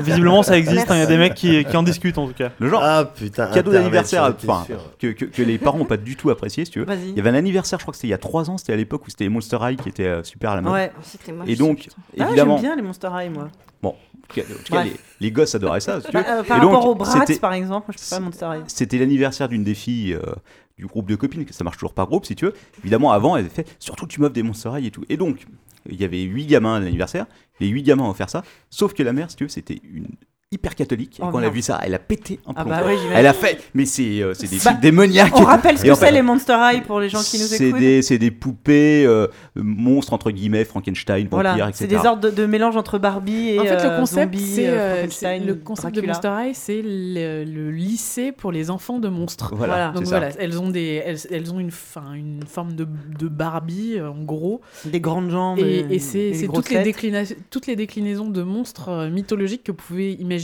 L: Visiblement, ça existe. hein, Il y a des mecs qui, qui en discutent en tout cas.
I: Le genre,
E: Ah putain.
I: cadeau
E: Internet,
I: d'anniversaire,
E: j'en étais
I: enfin,
E: sûr.
I: que, que- que les parents n'ont pas du tout apprécié, si tu veux.
A: Vas-y.
I: Il y avait un anniversaire, je crois que c'était il y a 3 ans, c'était à l'époque où c'était les Monster High qui était euh, super à la mode.
A: Ouais.
H: C'était moche.
I: Et donc,
A: Ah,
I: évidemment,
A: j'aime bien les Monster High, moi.
I: en tout cas- en tout cas,
A: Bref.
I: les, les gosses adoraient ça. si tu
A: Bah,
I: veux.
A: euh, par
I: Et donc,
A: rapport aux Bratz,
I: c'était-
A: par exemple, moi, je fais pas Monster High.
I: C'était l'anniversaire d'une des filles euh, du groupe de copines, que ça marche toujours par groupe si tu veux. Évidemment, avant, elle avait fait surtout tu meufs des Monster High et tout. Et donc, il y avait 8 gamins à l'anniversaire, les 8 gamins ont offert ça, sauf que la mère, si tu veux, c'était une hyper catholique. Et
A: Oh,
I: quand elle a
A: merde.
I: vu ça, elle a pété un
A: Ah
I: plomb.
A: bah oui, j'imagine.
I: elle a fait. Mais c'est euh, c'est des
A: Bah,
I: films démoniaques.
A: On rappelle ce
I: Et
A: que
I: en fait,
A: c'est les Monster High pour les gens qui nous
I: C'est
A: écoutent.
I: des, c'est des poupées euh, monstres, entre guillemets, Frankenstein, vampires,
A: Voilà,
I: etc.
A: c'est des ordres de, de mélange entre Barbie et
B: En fait, le
A: euh,
B: concept,
A: zombie,
B: c'est
A: euh,
B: euh, c'est-
A: Frankenstein,
B: le concept de
A: Dracula.
B: Monster High, c'est le, le lycée pour les enfants de monstres.
I: Voilà,
A: Voilà.
B: Donc
I: c'est ça.
B: voilà, elles ont des, elles, elles ont une, fin, une forme de, de Barbie euh, en gros,
A: Des grandes jambes.
B: et, et
A: et
B: c'est
A: des
B: c'est
A: grosses
B: toutes, les
A: têtes.
B: déclina- toutes les déclinaisons de monstres euh, mythologiques que vous pouvez imaginer,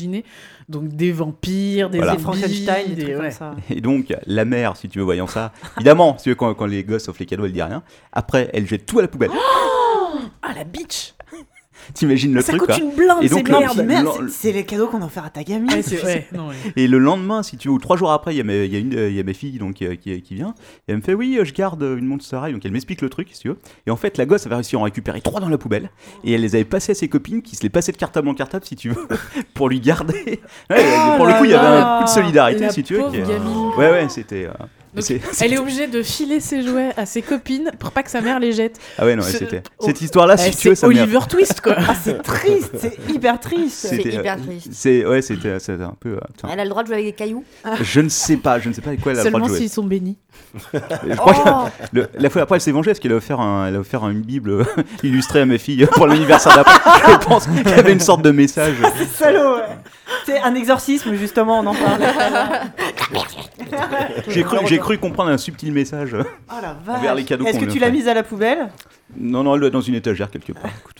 B: donc des vampires, des
I: Voilà.
A: Des
B: zombies,
A: Frankenstein, des
B: des-
A: trucs
B: ouais.
A: comme ça.
I: Et donc, la mère, si tu veux, voyant ça, [LAUGHS] évidemment, si tu veux, quand, quand les gosses offrent les cadeaux, elle dit rien. Après, elle jette tout à la
A: [GASPS]
I: poubelle.
B: Ah la bitch,
I: T'imagines le
B: ça
I: truc,
B: coûte
I: quoi.
B: une blinde,
I: Et
B: c'est
I: donc,
A: Non,
I: l'enfant-
A: puis merde,
B: merde.
I: l'en-
A: c'est- c'est les cadeaux qu'on a offert à ta gamine.
B: Ouais, c'est- ouais, non, ouais.
I: Et le lendemain, si tu veux, ou trois jours après, il y a ma- il y, a une- il y a ma fille donc, euh, qui, qui vient. Et elle me fait Oui, euh, je garde euh, une Monster High. Donc elle m'explique le truc, si tu veux. Et en fait, la gosse avait réussi à en récupérer trois dans la poubelle. Et elle les avait passées à ses copines qui se les passaient de cartable en cartable, si tu veux, [LAUGHS] pour lui garder. Ouais, et pour le
B: Oh
I: coup, il y avait
A: là.
I: un coup de solidarité,
B: La
I: si tu veux.
B: pauvre
I: qui est- euh,
B: gamine.
I: Ouais, ouais, c'était. euh,
B: Donc,
I: c'est-
B: [LAUGHS] Elle est obligée de filer ses jouets à ses copines pour pas que sa mère les jette.
I: Ah ouais, non, ouais,
B: Ce-
I: c'était.
B: oh.
I: Cette histoire-là,
B: Eh,
I: si tu
B: c'est
I: veux, ça m'a-
B: Oliver Twist quoi.
A: [LAUGHS] Ah, c'est triste, c'est hyper triste.
I: c'était,
H: hyper
I: euh,
H: triste.
I: C'est ouais, c'était c'était un peu. euh, putain.
H: Elle a le droit de jouer avec
I: [LAUGHS]
H: des cailloux.
I: je ne sais pas, je ne sais pas avec quoi elle a le droit de
B: Seulement
I: jouer.
B: s'ils
I: [LAUGHS]
B: sont bénis.
I: Je crois
A: Oh.
I: que le- la fois après, elle s'est vengée parce qu'elle a offert, un- elle a offert une Bible [LAUGHS] illustrée à mes filles pour l'anniversaire d'après. [LAUGHS] Je pense qu'il y avait une sorte de
A: [LAUGHS]
I: message.
A: Salaud, ouais. C'est un exorcisme, justement, on en parle.
I: [LAUGHS] [LAUGHS] J'ai cru, j'ai cru comprendre un subtil message.
A: Oh la
I: [LAUGHS]
A: vache.
I: Envers les cadeaux
A: Est-ce
I: qu'on
A: que
I: lui
A: tu l'as
I: offrait.
A: mise à la poubelle
I: Non, non, elle doit être dans une étagère quelque part. Écoute.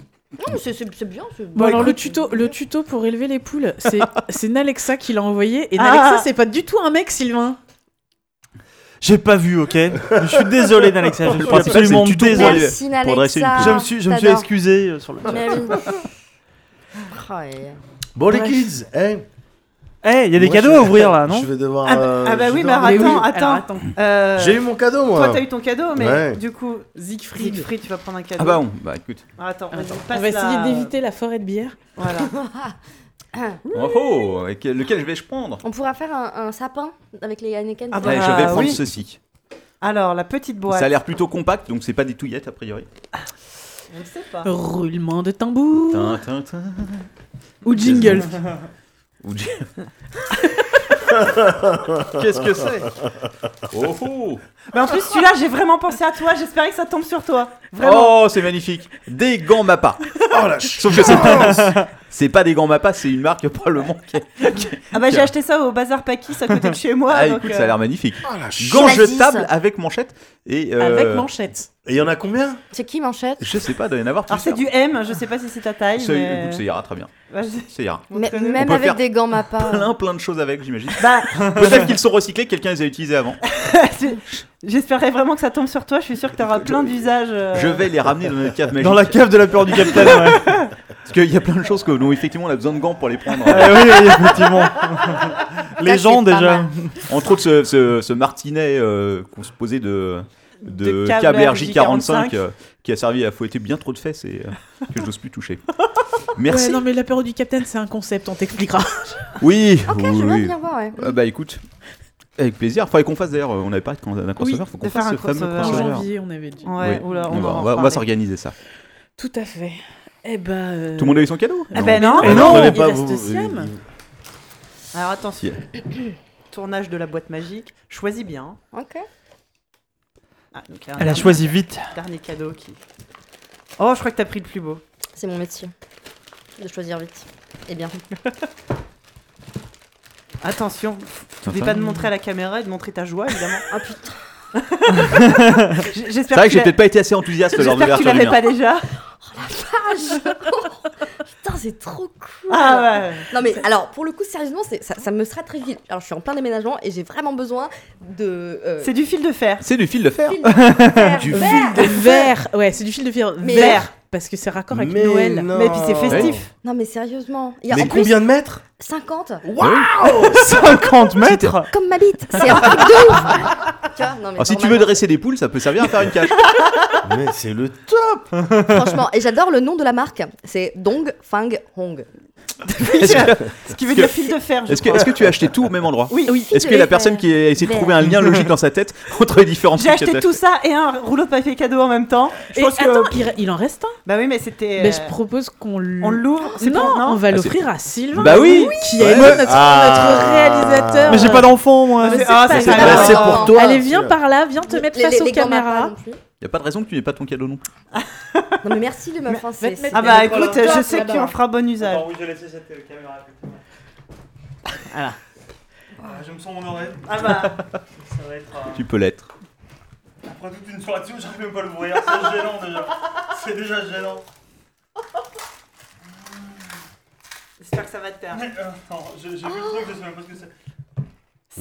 H: Hum, c'est- C'est c'est bien. c'est-
B: Bon, alors le
H: écoute,
B: tuto,
H: c'est
B: le
H: bien.
B: tuto pour élever les poules,
A: [LAUGHS]
B: c'est c'est Nalexa qui l'a envoyé. Et
A: Ah.
B: Nalexa, c'est pas du tout un mec, Sylvain.
L: J'ai pas vu, ok Je suis désolé, Alexia. Je suis
I: principal, c'est le
L: absolument
I: tuto. Désolé.
L: désolé.
H: Merci
I: Pour dresser une
H: Nalexa.
L: Je me suis, je me suis
H: t'adore.
L: excusé euh, sur le.
H: Mais
E: [LAUGHS]
H: oui. Oh, et-
E: Bon, les
B: Bref.
E: kids, eh
L: Eh, il y a des
E: Moi,
L: cadeaux
E: je-
L: à ouvrir là, non
E: Je vais devoir.
A: Ah bah-
E: euh,
A: ah bah
E: je
A: oui,
E: dois-
A: bah,
B: Mais
A: attends,
B: oui, alors,
A: attends. Euh,
E: J'ai eu mon cadeau,
A: Toi,
E: moi.
A: t'as eu ton cadeau, mais
E: Ouais.
A: du coup,
B: Siegfried.
A: Siegfried, tu vas prendre un cadeau.
I: Ah bah bon, bah écoute.
A: Attends, on,
B: Attends,
A: passe
B: on va essayer
A: la-
B: d'éviter la forêt de bière.
A: Voilà.
I: [LAUGHS] Oh, oh, avec lequel je vais je prendre
H: On pourra faire un, un sapin avec les Heineken.
A: Ah
H: ça
A: bah,
I: Eh,
H: va
I: Je vais prendre
A: oui.
I: ceci.
A: Alors, la petite boîte.
I: Ça a l'air plutôt compact, donc c'est pas des touillettes a priori.
A: Je ne sais pas.
B: [LAUGHS] Roulement de tambour
I: Tin, tin, tin.
B: ou [LAUGHS] jingle.
I: Ou
A: [LAUGHS]
I: Jim. Qu'est-ce que c'est Oh, oh.
A: Mais Bah, en plus, celui-là, j'ai vraiment pensé à toi. J'espérais que ça tombe sur toi. Vraiment. Oh,
I: Oh, c'est magnifique Des gants
A: [LAUGHS]
I: Mappa Sauf que c'est pas, c'est pas des gants Mappa, c'est une marque probablement qui
A: ah bah j'ai acheté ça au bazar Paki, à côté de chez moi.
I: Ah,
A: donc,
I: écoute,
A: euh,
I: ça a l'air magnifique.
E: Oh, la ch-
I: Gants
H: Choisis.
I: jetables avec manchette et... euh,
B: Avec manchette.
E: Et il y en a combien
H: C'est qui Manchette
I: Je sais pas, doit y en avoir
A: Alors c'est
I: plusieurs.
A: du M, je sais pas si c'est ta taille.
I: Ça,
A: mais-
I: écoute, ça ira très bien.
A: Bah, je-
I: Ça ira.
H: Mais-
A: connaît.
H: Même
I: peut
H: avec
I: faire
H: des gants Mappa.
I: Plein, plein de choses avec, j'imagine.
A: Bah,
I: [LAUGHS] Peut-être qu'ils sont recyclés, quelqu'un les a utilisés avant.
A: j'espérais vraiment que ça tombe sur toi. Je suis sûr que tu auras plein d'usages. euh,
I: Je vais les ramener dans notre cave magique.
L: Dans la cave de la peur du capitaine, ouais.
I: [LAUGHS] Parce qu'il y a plein de choses que, dont effectivement on a besoin de gants pour les prendre.
L: [LAUGHS] Eh oui, oui,
E: [LAUGHS]
L: effectivement. Les
H: Ça,
L: gens,
H: c'est pas
L: déjà.
H: mal.
I: Entre autres, ce, ce, ce martinet euh, qu'on se posait de, de,
A: De câble
I: câble RJ45
A: RJ45,
I: euh, qui a servi à fouetter bien trop de fesses et euh, que je n'ose plus
A: [LAUGHS]
I: toucher. Merci.
B: Ouais, non, mais l'apéro du capitaine, c'est un concept,
A: [LAUGHS]
B: on t'expliquera.
I: Oui,
H: Ok,
I: oui,
H: je veux
I: oui.
H: bien voir, ouais.
I: Ah bah écoute, avec plaisir. Faudrait qu'on fasse d'ailleurs, euh, on avait parlé d'un crossover, faut qu'on
A: de faire
I: fasse
A: un
I: ce fameux
A: crossover.
B: En
A: Ouais.
I: crossover.
B: janvier, on avait dit.
A: Ouais,
I: Oui.
A: oula, on,
I: on
A: va,
I: va, on va-
A: en
I: on va
A: reparler.
I: s'organiser ça.
B: Tout à fait. Eh ben. euh,
I: Tout le monde a eu son cadeau
A: Ah ben non.
L: Eh
E: Vous
L: non,
E: prenez
B: il reste
E: vous-
B: Siam.
A: Mmh. Alors attention. [COUGHS] Tournage de la boîte magique. Choisis bien.
H: Ok.
A: Ah, donc, il y a un
L: Elle a
A: dernier-
L: choisi vite.
A: Dernier cadeau qui. Oh, je crois que t'as pris le plus beau.
H: C'est mon métier. De choisir vite. Et bien.
A: [LAUGHS] Attention, n'oublie pas de montrer à la caméra et de montrer ta joie, évidemment.
H: [LAUGHS] Ah putain.
A: [LAUGHS] J-
I: C'est
A: J'espère
I: vrai que j'ai
A: que, tu l'as-
I: peut-être pas été assez enthousiaste lors de
A: j'espère que tu
I: l'ouverture du
A: l'avais
I: mien.
A: pas déjà.
H: Ah, je- [LAUGHS] putain, c'est trop cool.
A: Ah ouais.
H: Non mais alors pour le coup sérieusement c'est- ça, ça me sera très vite. Alors je suis en plein déménagement et j'ai vraiment besoin de euh,
A: C'est du fil de
H: [LAUGHS]
A: fer.
I: C'est du fil de fer.
H: fil de fer
I: Du
H: vert.
B: De vert Ouais, c'est du fil de fer
H: Mais-
B: vert. Parce que c'est raccord avec
E: Mais
B: Noël.
E: non.
A: Mais puis c'est festif.
H: Non mais sérieusement, il y a
E: Mais
H: en plus
E: combien de mètres
H: 50 [LAUGHS]
B: [LAUGHS]
L: 50 mètres
H: comme ma bite. C'est un truc de ouf. Tu vois, non, mais
I: Alors Ah, si tu veux
H: normalement,
I: dresser des poules, ça peut servir à faire une cage.
E: Mais c'est le.
H: franchement et j'adore le nom de la marque, c'est Dong Fang Hong.
A: Ce qui veut dire fil de fer. je
I: Est-ce que,
A: crois.
I: est-ce que tu as acheté tout au même endroit
A: Oui.
I: Est-ce que la personne qui a essayé de trouver un lien logique dans sa tête [LAUGHS] entre les différents
A: J'ai
I: trucs
A: acheté tout ça et un rouleau de papier cadeau en même temps. Je
B: Et
A: pense que.
B: attends, il, il en reste un.
A: Bah oui, mais c'était.
B: Mais
A: euh,
B: je propose qu'on l-
A: On l'ouvre, c'est
B: non,
A: pour-
B: on va
I: Ah, c'est-
B: l'offrir à Sylvain.
I: Bah oui
B: Qui est
E: Ouais.
B: notre, notre
E: Ah.
B: réalisateur.
L: Mais j'ai pas d'enfant, moi.
A: c'est-
B: c'est
A: ah,
B: pas
A: c'est
B: grave.
E: Bah, c'est pour toi.
B: Allez, viens par là, viens te mettre
H: Les-
B: face
H: les-
B: aux
H: les gants
B: caméras.
H: m'appellent non plus.
I: Il a pas de raison que tu n'aies pas ton cadeau non plus.
H: Non, mais merci les meufs. hein, c'est- c'est-
A: Ah bah
H: c'est-
A: écoute, je sais qui en fera bon usage.
L: oui, j'ai laissé cette euh, caméra.
B: Voilà.
L: Je me sens honoré.
A: Ah bah,
L: [LAUGHS] Ça va être. euh,
I: Tu peux l'être.
L: Après toute une soirée dessus, j'arrive même pas à l'ouvrir. C'est gênant déjà. C'est déjà gênant.
A: j'espère que ça va te faire.
L: euh, j'ai vu le truc, je sais même pas ce que c'est.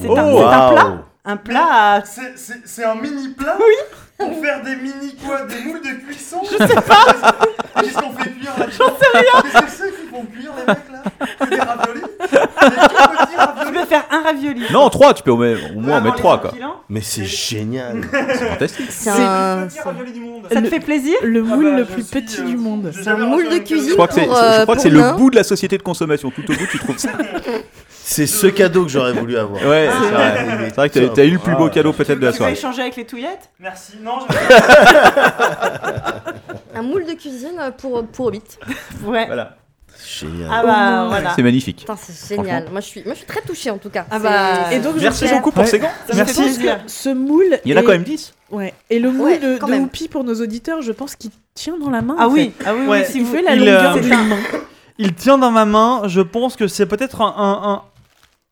I: Oh,
A: C'est un, c'est un plat Un plat à...
L: C'est- C'est c'est un mini plat Oui Pour faire des mini quoi Des moules de cuisson Je sais pas Qu'est-ce qu'on fait cuire là J'en sais rien Qu'est-ce que c'est qu'ils font cuire les mecs là C'est des raviolis Des tout petits
A: Tu
L: raviolis
A: veux faire un ravioli
I: Non, trois, tu peux au, moins- au moins en
A: Vraiment,
I: mettre
A: les
I: trois quoi.
A: enfilants.
E: Mais c'est génial.
I: C'est fantastique.
H: C'est
L: C'est
H: un,
L: les petits raviolis du monde
A: Ça te
B: Le-
A: fait plaisir
B: Le
L: Ah
B: moule
L: bah,
B: le
L: je
B: plus
L: suis,
B: petit
L: euh,
B: du monde.
L: j'ai
H: C'est un
L: jamais
H: moule de
L: reçu un
H: cuisine.
I: Je crois que c'est
H: Pour,
I: je
H: euh,
I: crois que
H: pour
I: c'est le
H: l'un.
I: bout de la société de consommation. Tout au bout, tu trouves ça.
E: [LAUGHS] C'est ce cadeau que j'aurais voulu avoir.
I: Ouais, c'est vrai. C'est vrai que t'as- t'as eu le plus beau
E: Ah.
I: cadeau peut-être de la
A: Tu vas
I: soirée.
A: échanger avec les touillettes
L: Merci, non,
H: un moule de cuisine pour, pour Hobbit.
A: Ouais.
I: Voilà.
E: Génial.
A: Ah bah
B: Oh,
A: voilà.
I: C'est magnifique.
H: Putain, c'est génial. Moi je, suis, moi, je suis très touchée en tout cas.
A: Ah bah,
H: C'est-
B: Et donc, je
I: Merci
B: pense-
I: beaucoup pour
L: Ouais.
I: ces gants.
A: Ça me fait
B: Je pense
A: plaisir.
B: que ce moule.
I: Il y en a
B: est-
I: quand même 10.
B: Ouais. Et le moule
H: Ouais,
B: de,
H: quand
B: de
H: même.
B: Whoopi pour nos auditeurs, je pense qu'il tient dans la main.
A: Ah
B: en
A: oui,
B: fait.
A: ah oui, oui,
L: Ouais.
A: si
B: Il
A: vous...
B: fait la
L: il,
B: longueur
L: euh, [LAUGHS]
B: d'une main.
L: Il tient dans ma main, je pense que c'est peut-être un, un- un-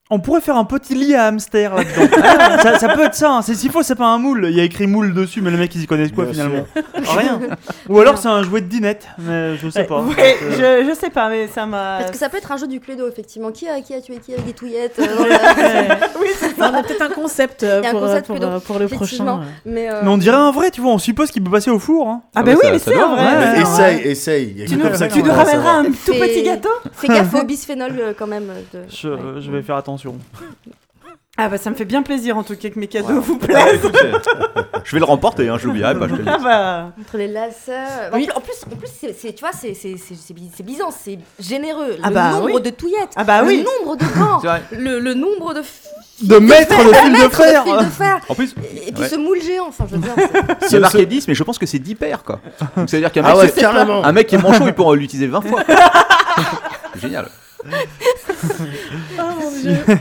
L: On pourrait faire un petit lit à hamster là-dedans.
A: [LAUGHS] Ah
L: ça, ça peut être ça, hein. c'est s'il faut, c'est pas un moule. Il y a écrit moule dessus, mais le mec il s'y connaît quoi
E: Bien
L: finalement
A: [LAUGHS]
L: Rien. Ou alors c'est un jouet de dinette, mais je sais pas. euh,
A: Ouais, je, je sais pas, mais ça m'a...
H: Parce que ça peut être un jeu du Cluedo, effectivement. Qui a, qui a tué qui avec des touillettes euh,
I: [LAUGHS]
H: dans le-
B: On a peut-être un concept euh,
H: Il y a un
B: pour, euh,
H: concept
B: pour,
H: plutôt,
B: euh, pour le
H: effectivement.
B: prochain. euh.
H: Mais, euh,
L: Mais on dirait un vrai, tu vois, on suppose qu'il peut passer au four. hein.
A: Ah bah
I: Ah bah,
A: oui,
I: ça-
A: mais
I: ça
A: c'est
I: doit,
A: un vrai...
E: Mais
A: ouais.
E: essaye, essaye. Il y a que
A: Tu nous,
E: comme ça
A: tu
E: qu'on
A: nous
E: va
A: ramèneras
E: savoir.
A: un tout petit
H: C'est-
A: gâteau
H: Fais gaffe au bisphénol euh, quand même. euh, De...
L: Je,
H: Ouais.
L: je vais faire attention.
A: Ah bah ça me fait bien plaisir en tout cas que mes cadeaux vous plaisent.
I: Je vais le remporter, hein, je l'oublierai pas. je te le dis.
A: Ah bah...
H: Entre les lacets. En plus- En plus, en plus, c'est, c'est- tu vois, c'est, c'est, c'est, c'est bi- c'est bizarre, c'est généreux. Le
A: Ah bah
H: nombre
A: oui.
H: de touillettes,
A: Ah bah
H: le
A: oui. [LAUGHS]
H: nombre de gants,
I: C'est vrai.
H: le, le nombre de f-
L: De mettre le
I: [LAUGHS]
L: fil de
H: de
L: fer
H: fils de fer,
I: En plus,
H: et, et puis
I: Ouais.
H: ce moule géant. Enfin, je veux dire, c'est-
I: il y a marqué 10, mais je pense que c'est 10 paires quoi. Donc ça veut dire qu'un mec,
E: Ah ouais,
I: c'est-
E: carrément.
I: un mec qui est manchot, il peut en l'utiliser 20 fois. C'est Génial.
B: Ah, mon Dieu.
A: Oh,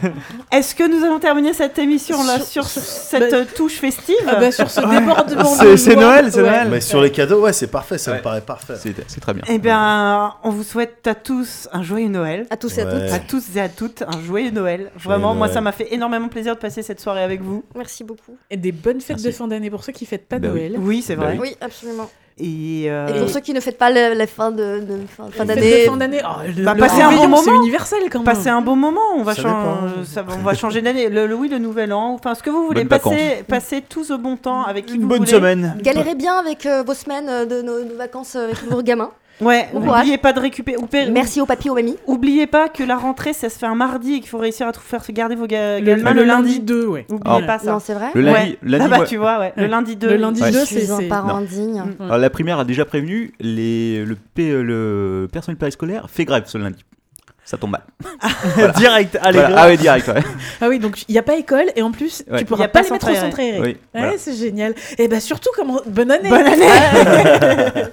A: Est-ce que nous allons terminer cette émission là sur,
B: Sur-
A: cette
B: bah-
A: euh, touche festive
B: Ah bah, sur ce débordement. de
L: C'est- c'est
B: joie,
L: Noël, c'est
B: ouais.
L: Noël.
E: Mais sur les cadeaux, ouais, c'est parfait. Ça
I: Ouais.
E: me paraît parfait.
I: C'est c'est très bien.
A: Eh bien, on vous souhaite à tous un joyeux Noël.
H: à tous et à
E: Ouais.
A: À
H: toutes.
A: tous et à toutes, un joyeux Noël. Vraiment,
E: Joyeux
A: moi,
E: Noël.
A: ça m'a fait énormément plaisir de passer cette soirée avec vous.
H: Merci beaucoup.
B: Et des bonnes fêtes
I: Merci.
B: de fin d'année pour ceux qui fêtent pas
I: Bah oui.
B: Noël.
A: Oui, c'est vrai.
I: Bah
H: Oui, absolument.
A: Et, euh,
H: Et
E: [LAUGHS]
H: pour ceux qui ne fêtent pas le- la fin de, de- fin, fin
B: Fêtes de
H: d'année,
B: fin d'année. Oh, le-
A: Bah,
B: le
A: passez un bon
B: réveillon, C'est
A: moment.
B: universel quand même.
A: passez un bon moment. On va,
E: Ça
A: chan-
E: dépend.
A: ça va- on va changer d'année. Le, le- oui, le nouvel an. Enfin, ce que vous voulez.
I: Bonnes
A: Passez, passez tous au bon temps avec qui
L: Une
A: vous
L: bonne
A: voulez.
L: semaine.
H: galérez bien avec euh, vos semaines euh, de nos, nos vacances euh, avec vos gamins.
A: Ouais.
H: Bon
A: N'oubliez pas de récupérer. ou pé-
H: Merci aux papy, aux mamies.
A: Oubliez pas que la rentrée, ça se fait un mardi et qu'il faut réussir à tout faire garder vos ga-
B: le,
A: gamins
B: le lundi 2, ouais.
A: Oubliez
B: Ah.
A: pas ça.
H: Non, c'est vrai.
I: Le lundi,
A: ouais.
I: lundi
A: Ah bah,
I: moi-
A: tu vois, ouais. Le lundi 2.
B: Le lundi
I: Ouais.
B: 2,
H: Je
B: c'est.
H: suis un
B: c'est-
H: parent digne.
A: Mm,
I: alors, la primaire a déjà prévenu, les, le, P- le personnel périscolaire fait grève ce lundi. Ça tombe mal.
L: Direct, allez.
I: Voilà. Ah ouais, direct.
B: [LAUGHS]
I: ouais.
B: Ah oui, donc il n'y a pas école et en plus,
I: Ouais.
B: tu
A: Y
B: pourras
A: a
B: pas
A: pas
B: les
A: centre
B: mettre au
A: aéré.
B: centre aéré.
I: Oui,
B: Ouais,
I: voilà.
B: c'est génial. Et bah surtout, comment... bonne année.
A: Bonne année. [LAUGHS]
B: Ouais.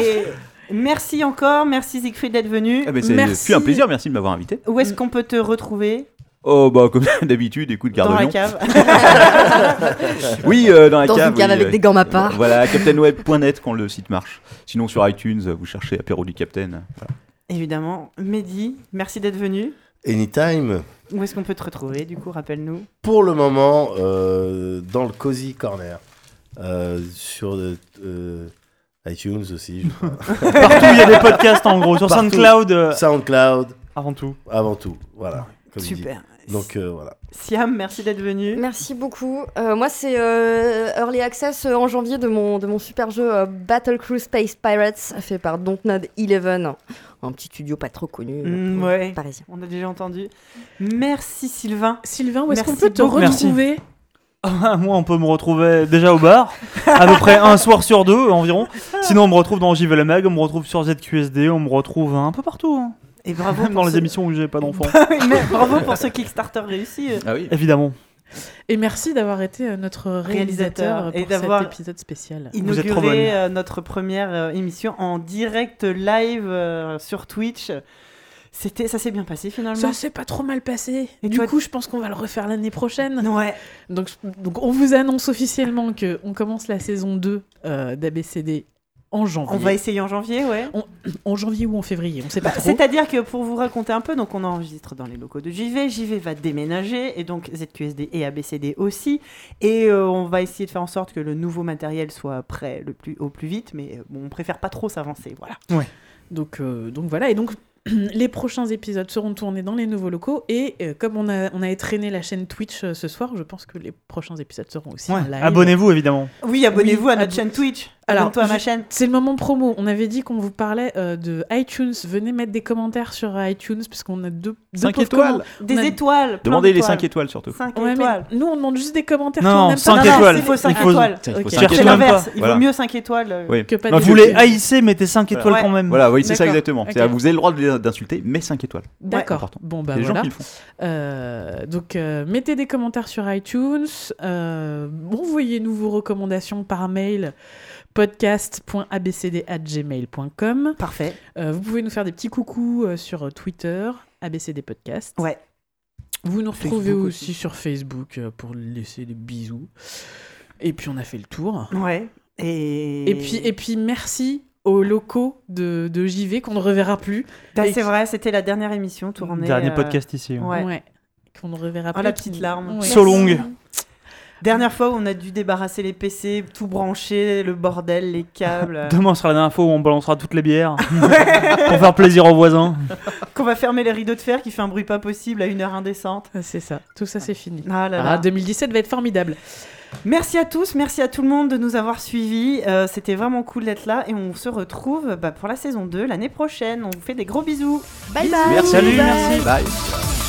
A: Et merci encore, merci Siegfried d'être venu.
I: Ah, mais c'est
B: Merci.
I: fut un plaisir, merci de m'avoir invité.
A: Où est-ce qu'on peut te retrouver
I: Oh bah comme [LAUGHS] d'habitude, écoute, garde
A: dans la
I: Lyon.
A: cave
I: Oui, euh, dans la
H: Dans
I: cave.
H: une cave
I: oui,
H: avec
I: euh,
H: des gants ma part.
I: Voilà, captainweb.net quand le site marche. Sinon sur iTunes, vous cherchez apéro du Captain.
A: Évidemment. Mehdi, merci d'être venu.
E: Anytime.
A: Où est-ce qu'on peut te retrouver du coup, rappelle-nous
E: Pour le moment, euh, dans le Cozy Corner. Euh, sur euh, euh, iTunes aussi, je crois.
L: [LAUGHS] Partout il y a des podcasts en gros, sur
E: Partout.
L: SoundCloud euh,
E: SoundCloud,
L: avant tout.
E: avant tout. Voilà. comme il
A: Super.
E: dit. Donc euh, voilà.
A: Siam, merci d'être venu.
H: Merci beaucoup. Euh, moi, c'est euh, Early Access euh, en janvier de mon, de mon super jeu euh, Battle Crew Space Pirates, fait par Dontnod 11, un petit studio pas trop connu
A: Mm,
H: euh,
A: ouais.
H: parisien.
A: On a déjà entendu. Merci Sylvain.
B: Sylvain, où est-ce qu'on
A: Merci
B: peut te
A: beaucoup.
L: Merci.
B: retrouver
L: Ah, Moi, on peut me retrouver déjà au bar, à peu près un soir sur euh, deux environ. Sinon, on me retrouve dans JV Le Mag, on me retrouve sur ZQSD, on me retrouve un peu partout. hein.
A: Et bravo
M: Même dans
A: pour
M: les
A: ce- Bah
M: émissions où j'ai pas d'enfant.
B: Bah
A: Oui, mais bravo pour ce Kickstarter réussi. euh,
I: Ah oui.
M: Évidemment.
B: Et merci d'avoir été euh, notre réalisateur, euh,
A: Réalisateur et
B: pour
A: d'avoir
B: cet épisode spécial.
M: Vous êtes trop bonne.
A: Inaugurer euh, notre première euh, émission en direct live euh, sur Twitch. C'était, ça s'est bien passé finalement.
B: Ça s'est pas trop mal passé.
A: Et
B: du
A: toi-
B: coup, je pense qu'on va le refaire l'année prochaine.
A: Ouais.
B: Donc, je- donc on vous annonce officiellement que on commence la saison 2 euh, d'ABCD en janvier.
A: On va essayer en janvier, ouais.
B: En janvier ou en février, on sait pas
A: Bah,
B: trop.
A: C'est-à-dire que pour vous raconter un peu, donc on enregistre dans les locaux de JV, JV va déménager et donc ZQSD et ABCD aussi. Et euh, on va essayer de faire en sorte que le nouveau matériel soit prêt le plus, au plus vite, mais euh, bon, on préfère pas trop s'avancer, voilà.
B: Donc, euh, donc voilà, et donc [CLEARS THROAT] les prochains épisodes seront tournés dans les nouveaux locaux et euh, comme on a, on a traîné la chaîne Twitch euh, ce soir, je pense que les prochains épisodes seront aussi en live.
M: Abonnez-vous, évidemment.
A: Oui, abonnez-vous à
B: Oui,
A: notre
B: abon-
A: chaîne Twitch.
B: Alors,
A: Abonne-toi à ma
B: je-
A: chaîne.
B: C'est le moment promo. On avait dit qu'on vous parlait euh, de iTunes. Venez mettre des commentaires sur iTunes puisqu'on a deux, deux
M: Cinq
B: pauvres
M: étoiles.
B: commen-
A: Des
B: on a-
A: étoiles. plein
I: Demandez les
A: d'étoiles.
I: 5 étoiles surtout.
A: Cinq
B: Ouais, mais
A: étoiles.
B: nous on demande juste des commentaires.
M: Non,
B: qui ont même
M: cinq
B: pas
A: Non,
B: de-
A: non,
M: étoiles.
A: Il faut 5
M: Il faut-
A: étoiles.
I: Tiens, il faut
B: Ok.
I: cinq
M: Cherchez
A: C'est
I: étoiles.
M: même pas.
A: l'inverse. Il vaut
I: Voilà.
A: mieux 5 étoiles. euh,
I: Oui.
B: Que pas
M: Bah,
B: de
M: vous les
B: commentaires.
M: haïssez, mettez 5 étoiles
A: Ouais.
M: quand même.
I: Voilà, oui, c'est ça
B: D'accord.
I: exactement.
B: Ok.
I: C'est-à-dire, Vous avez le droit de les- d'insulter, mais 5 étoiles.
B: D'accord.
I: important.
B: Bon
I: Il
B: bah
I: y a des gens
B: voilà.
I: qui le font.
B: Euh, donc euh, mettez des commentaires sur iTunes, euh, envoyez-nous vos recommandations par mail podcast.abcd@gmail.com.
A: Parfait.
B: Euh, vous pouvez nous faire des petits coucous euh, sur Twitter abcd podcast.
A: Ouais.
B: Vous nous
A: Facebook
B: retrouvez aussi,
A: aussi.
B: sur Facebook euh, pour laisser des bisous. Et puis on a fait le tour.
A: Ouais. Et,
B: Et puis et puis merci aux locaux de, de JV qu'on ne reverra plus.
A: Bah,
B: et-
A: c'est vrai, c'était la dernière émission tournée.
M: Dernier
A: euh,
M: podcast ici. hein.
A: Ouais.
B: Qu'on ne reverra
A: Oh,
B: plus.
A: la petite larme.
B: Ouais.
M: So long.
A: Dernière fois où on a dû débarrasser les PC, tout brancher, le bordel, les
M: [LAUGHS]
A: câbles. euh,
M: Demain sera la dernière fois où on balancera toutes les bières pour faire plaisir aux voisins.
A: [LAUGHS] Qu'on va fermer les rideaux de fer qui fait un bruit pas possible à une heure indécente.
B: Ah, C'est ça. Tout ça c'est fini.
A: Ah là
B: Ah,
A: là.
B: 2017 va être formidable.
A: Merci à tous, merci à tout le monde de nous avoir suivis. Euh, C'était vraiment cool d'être là et on se retrouve bah, pour la saison 2 l'année prochaine. On vous fait des gros bisous.
H: Bye bye.
I: Merci.
M: Salut, merci.
I: Bye.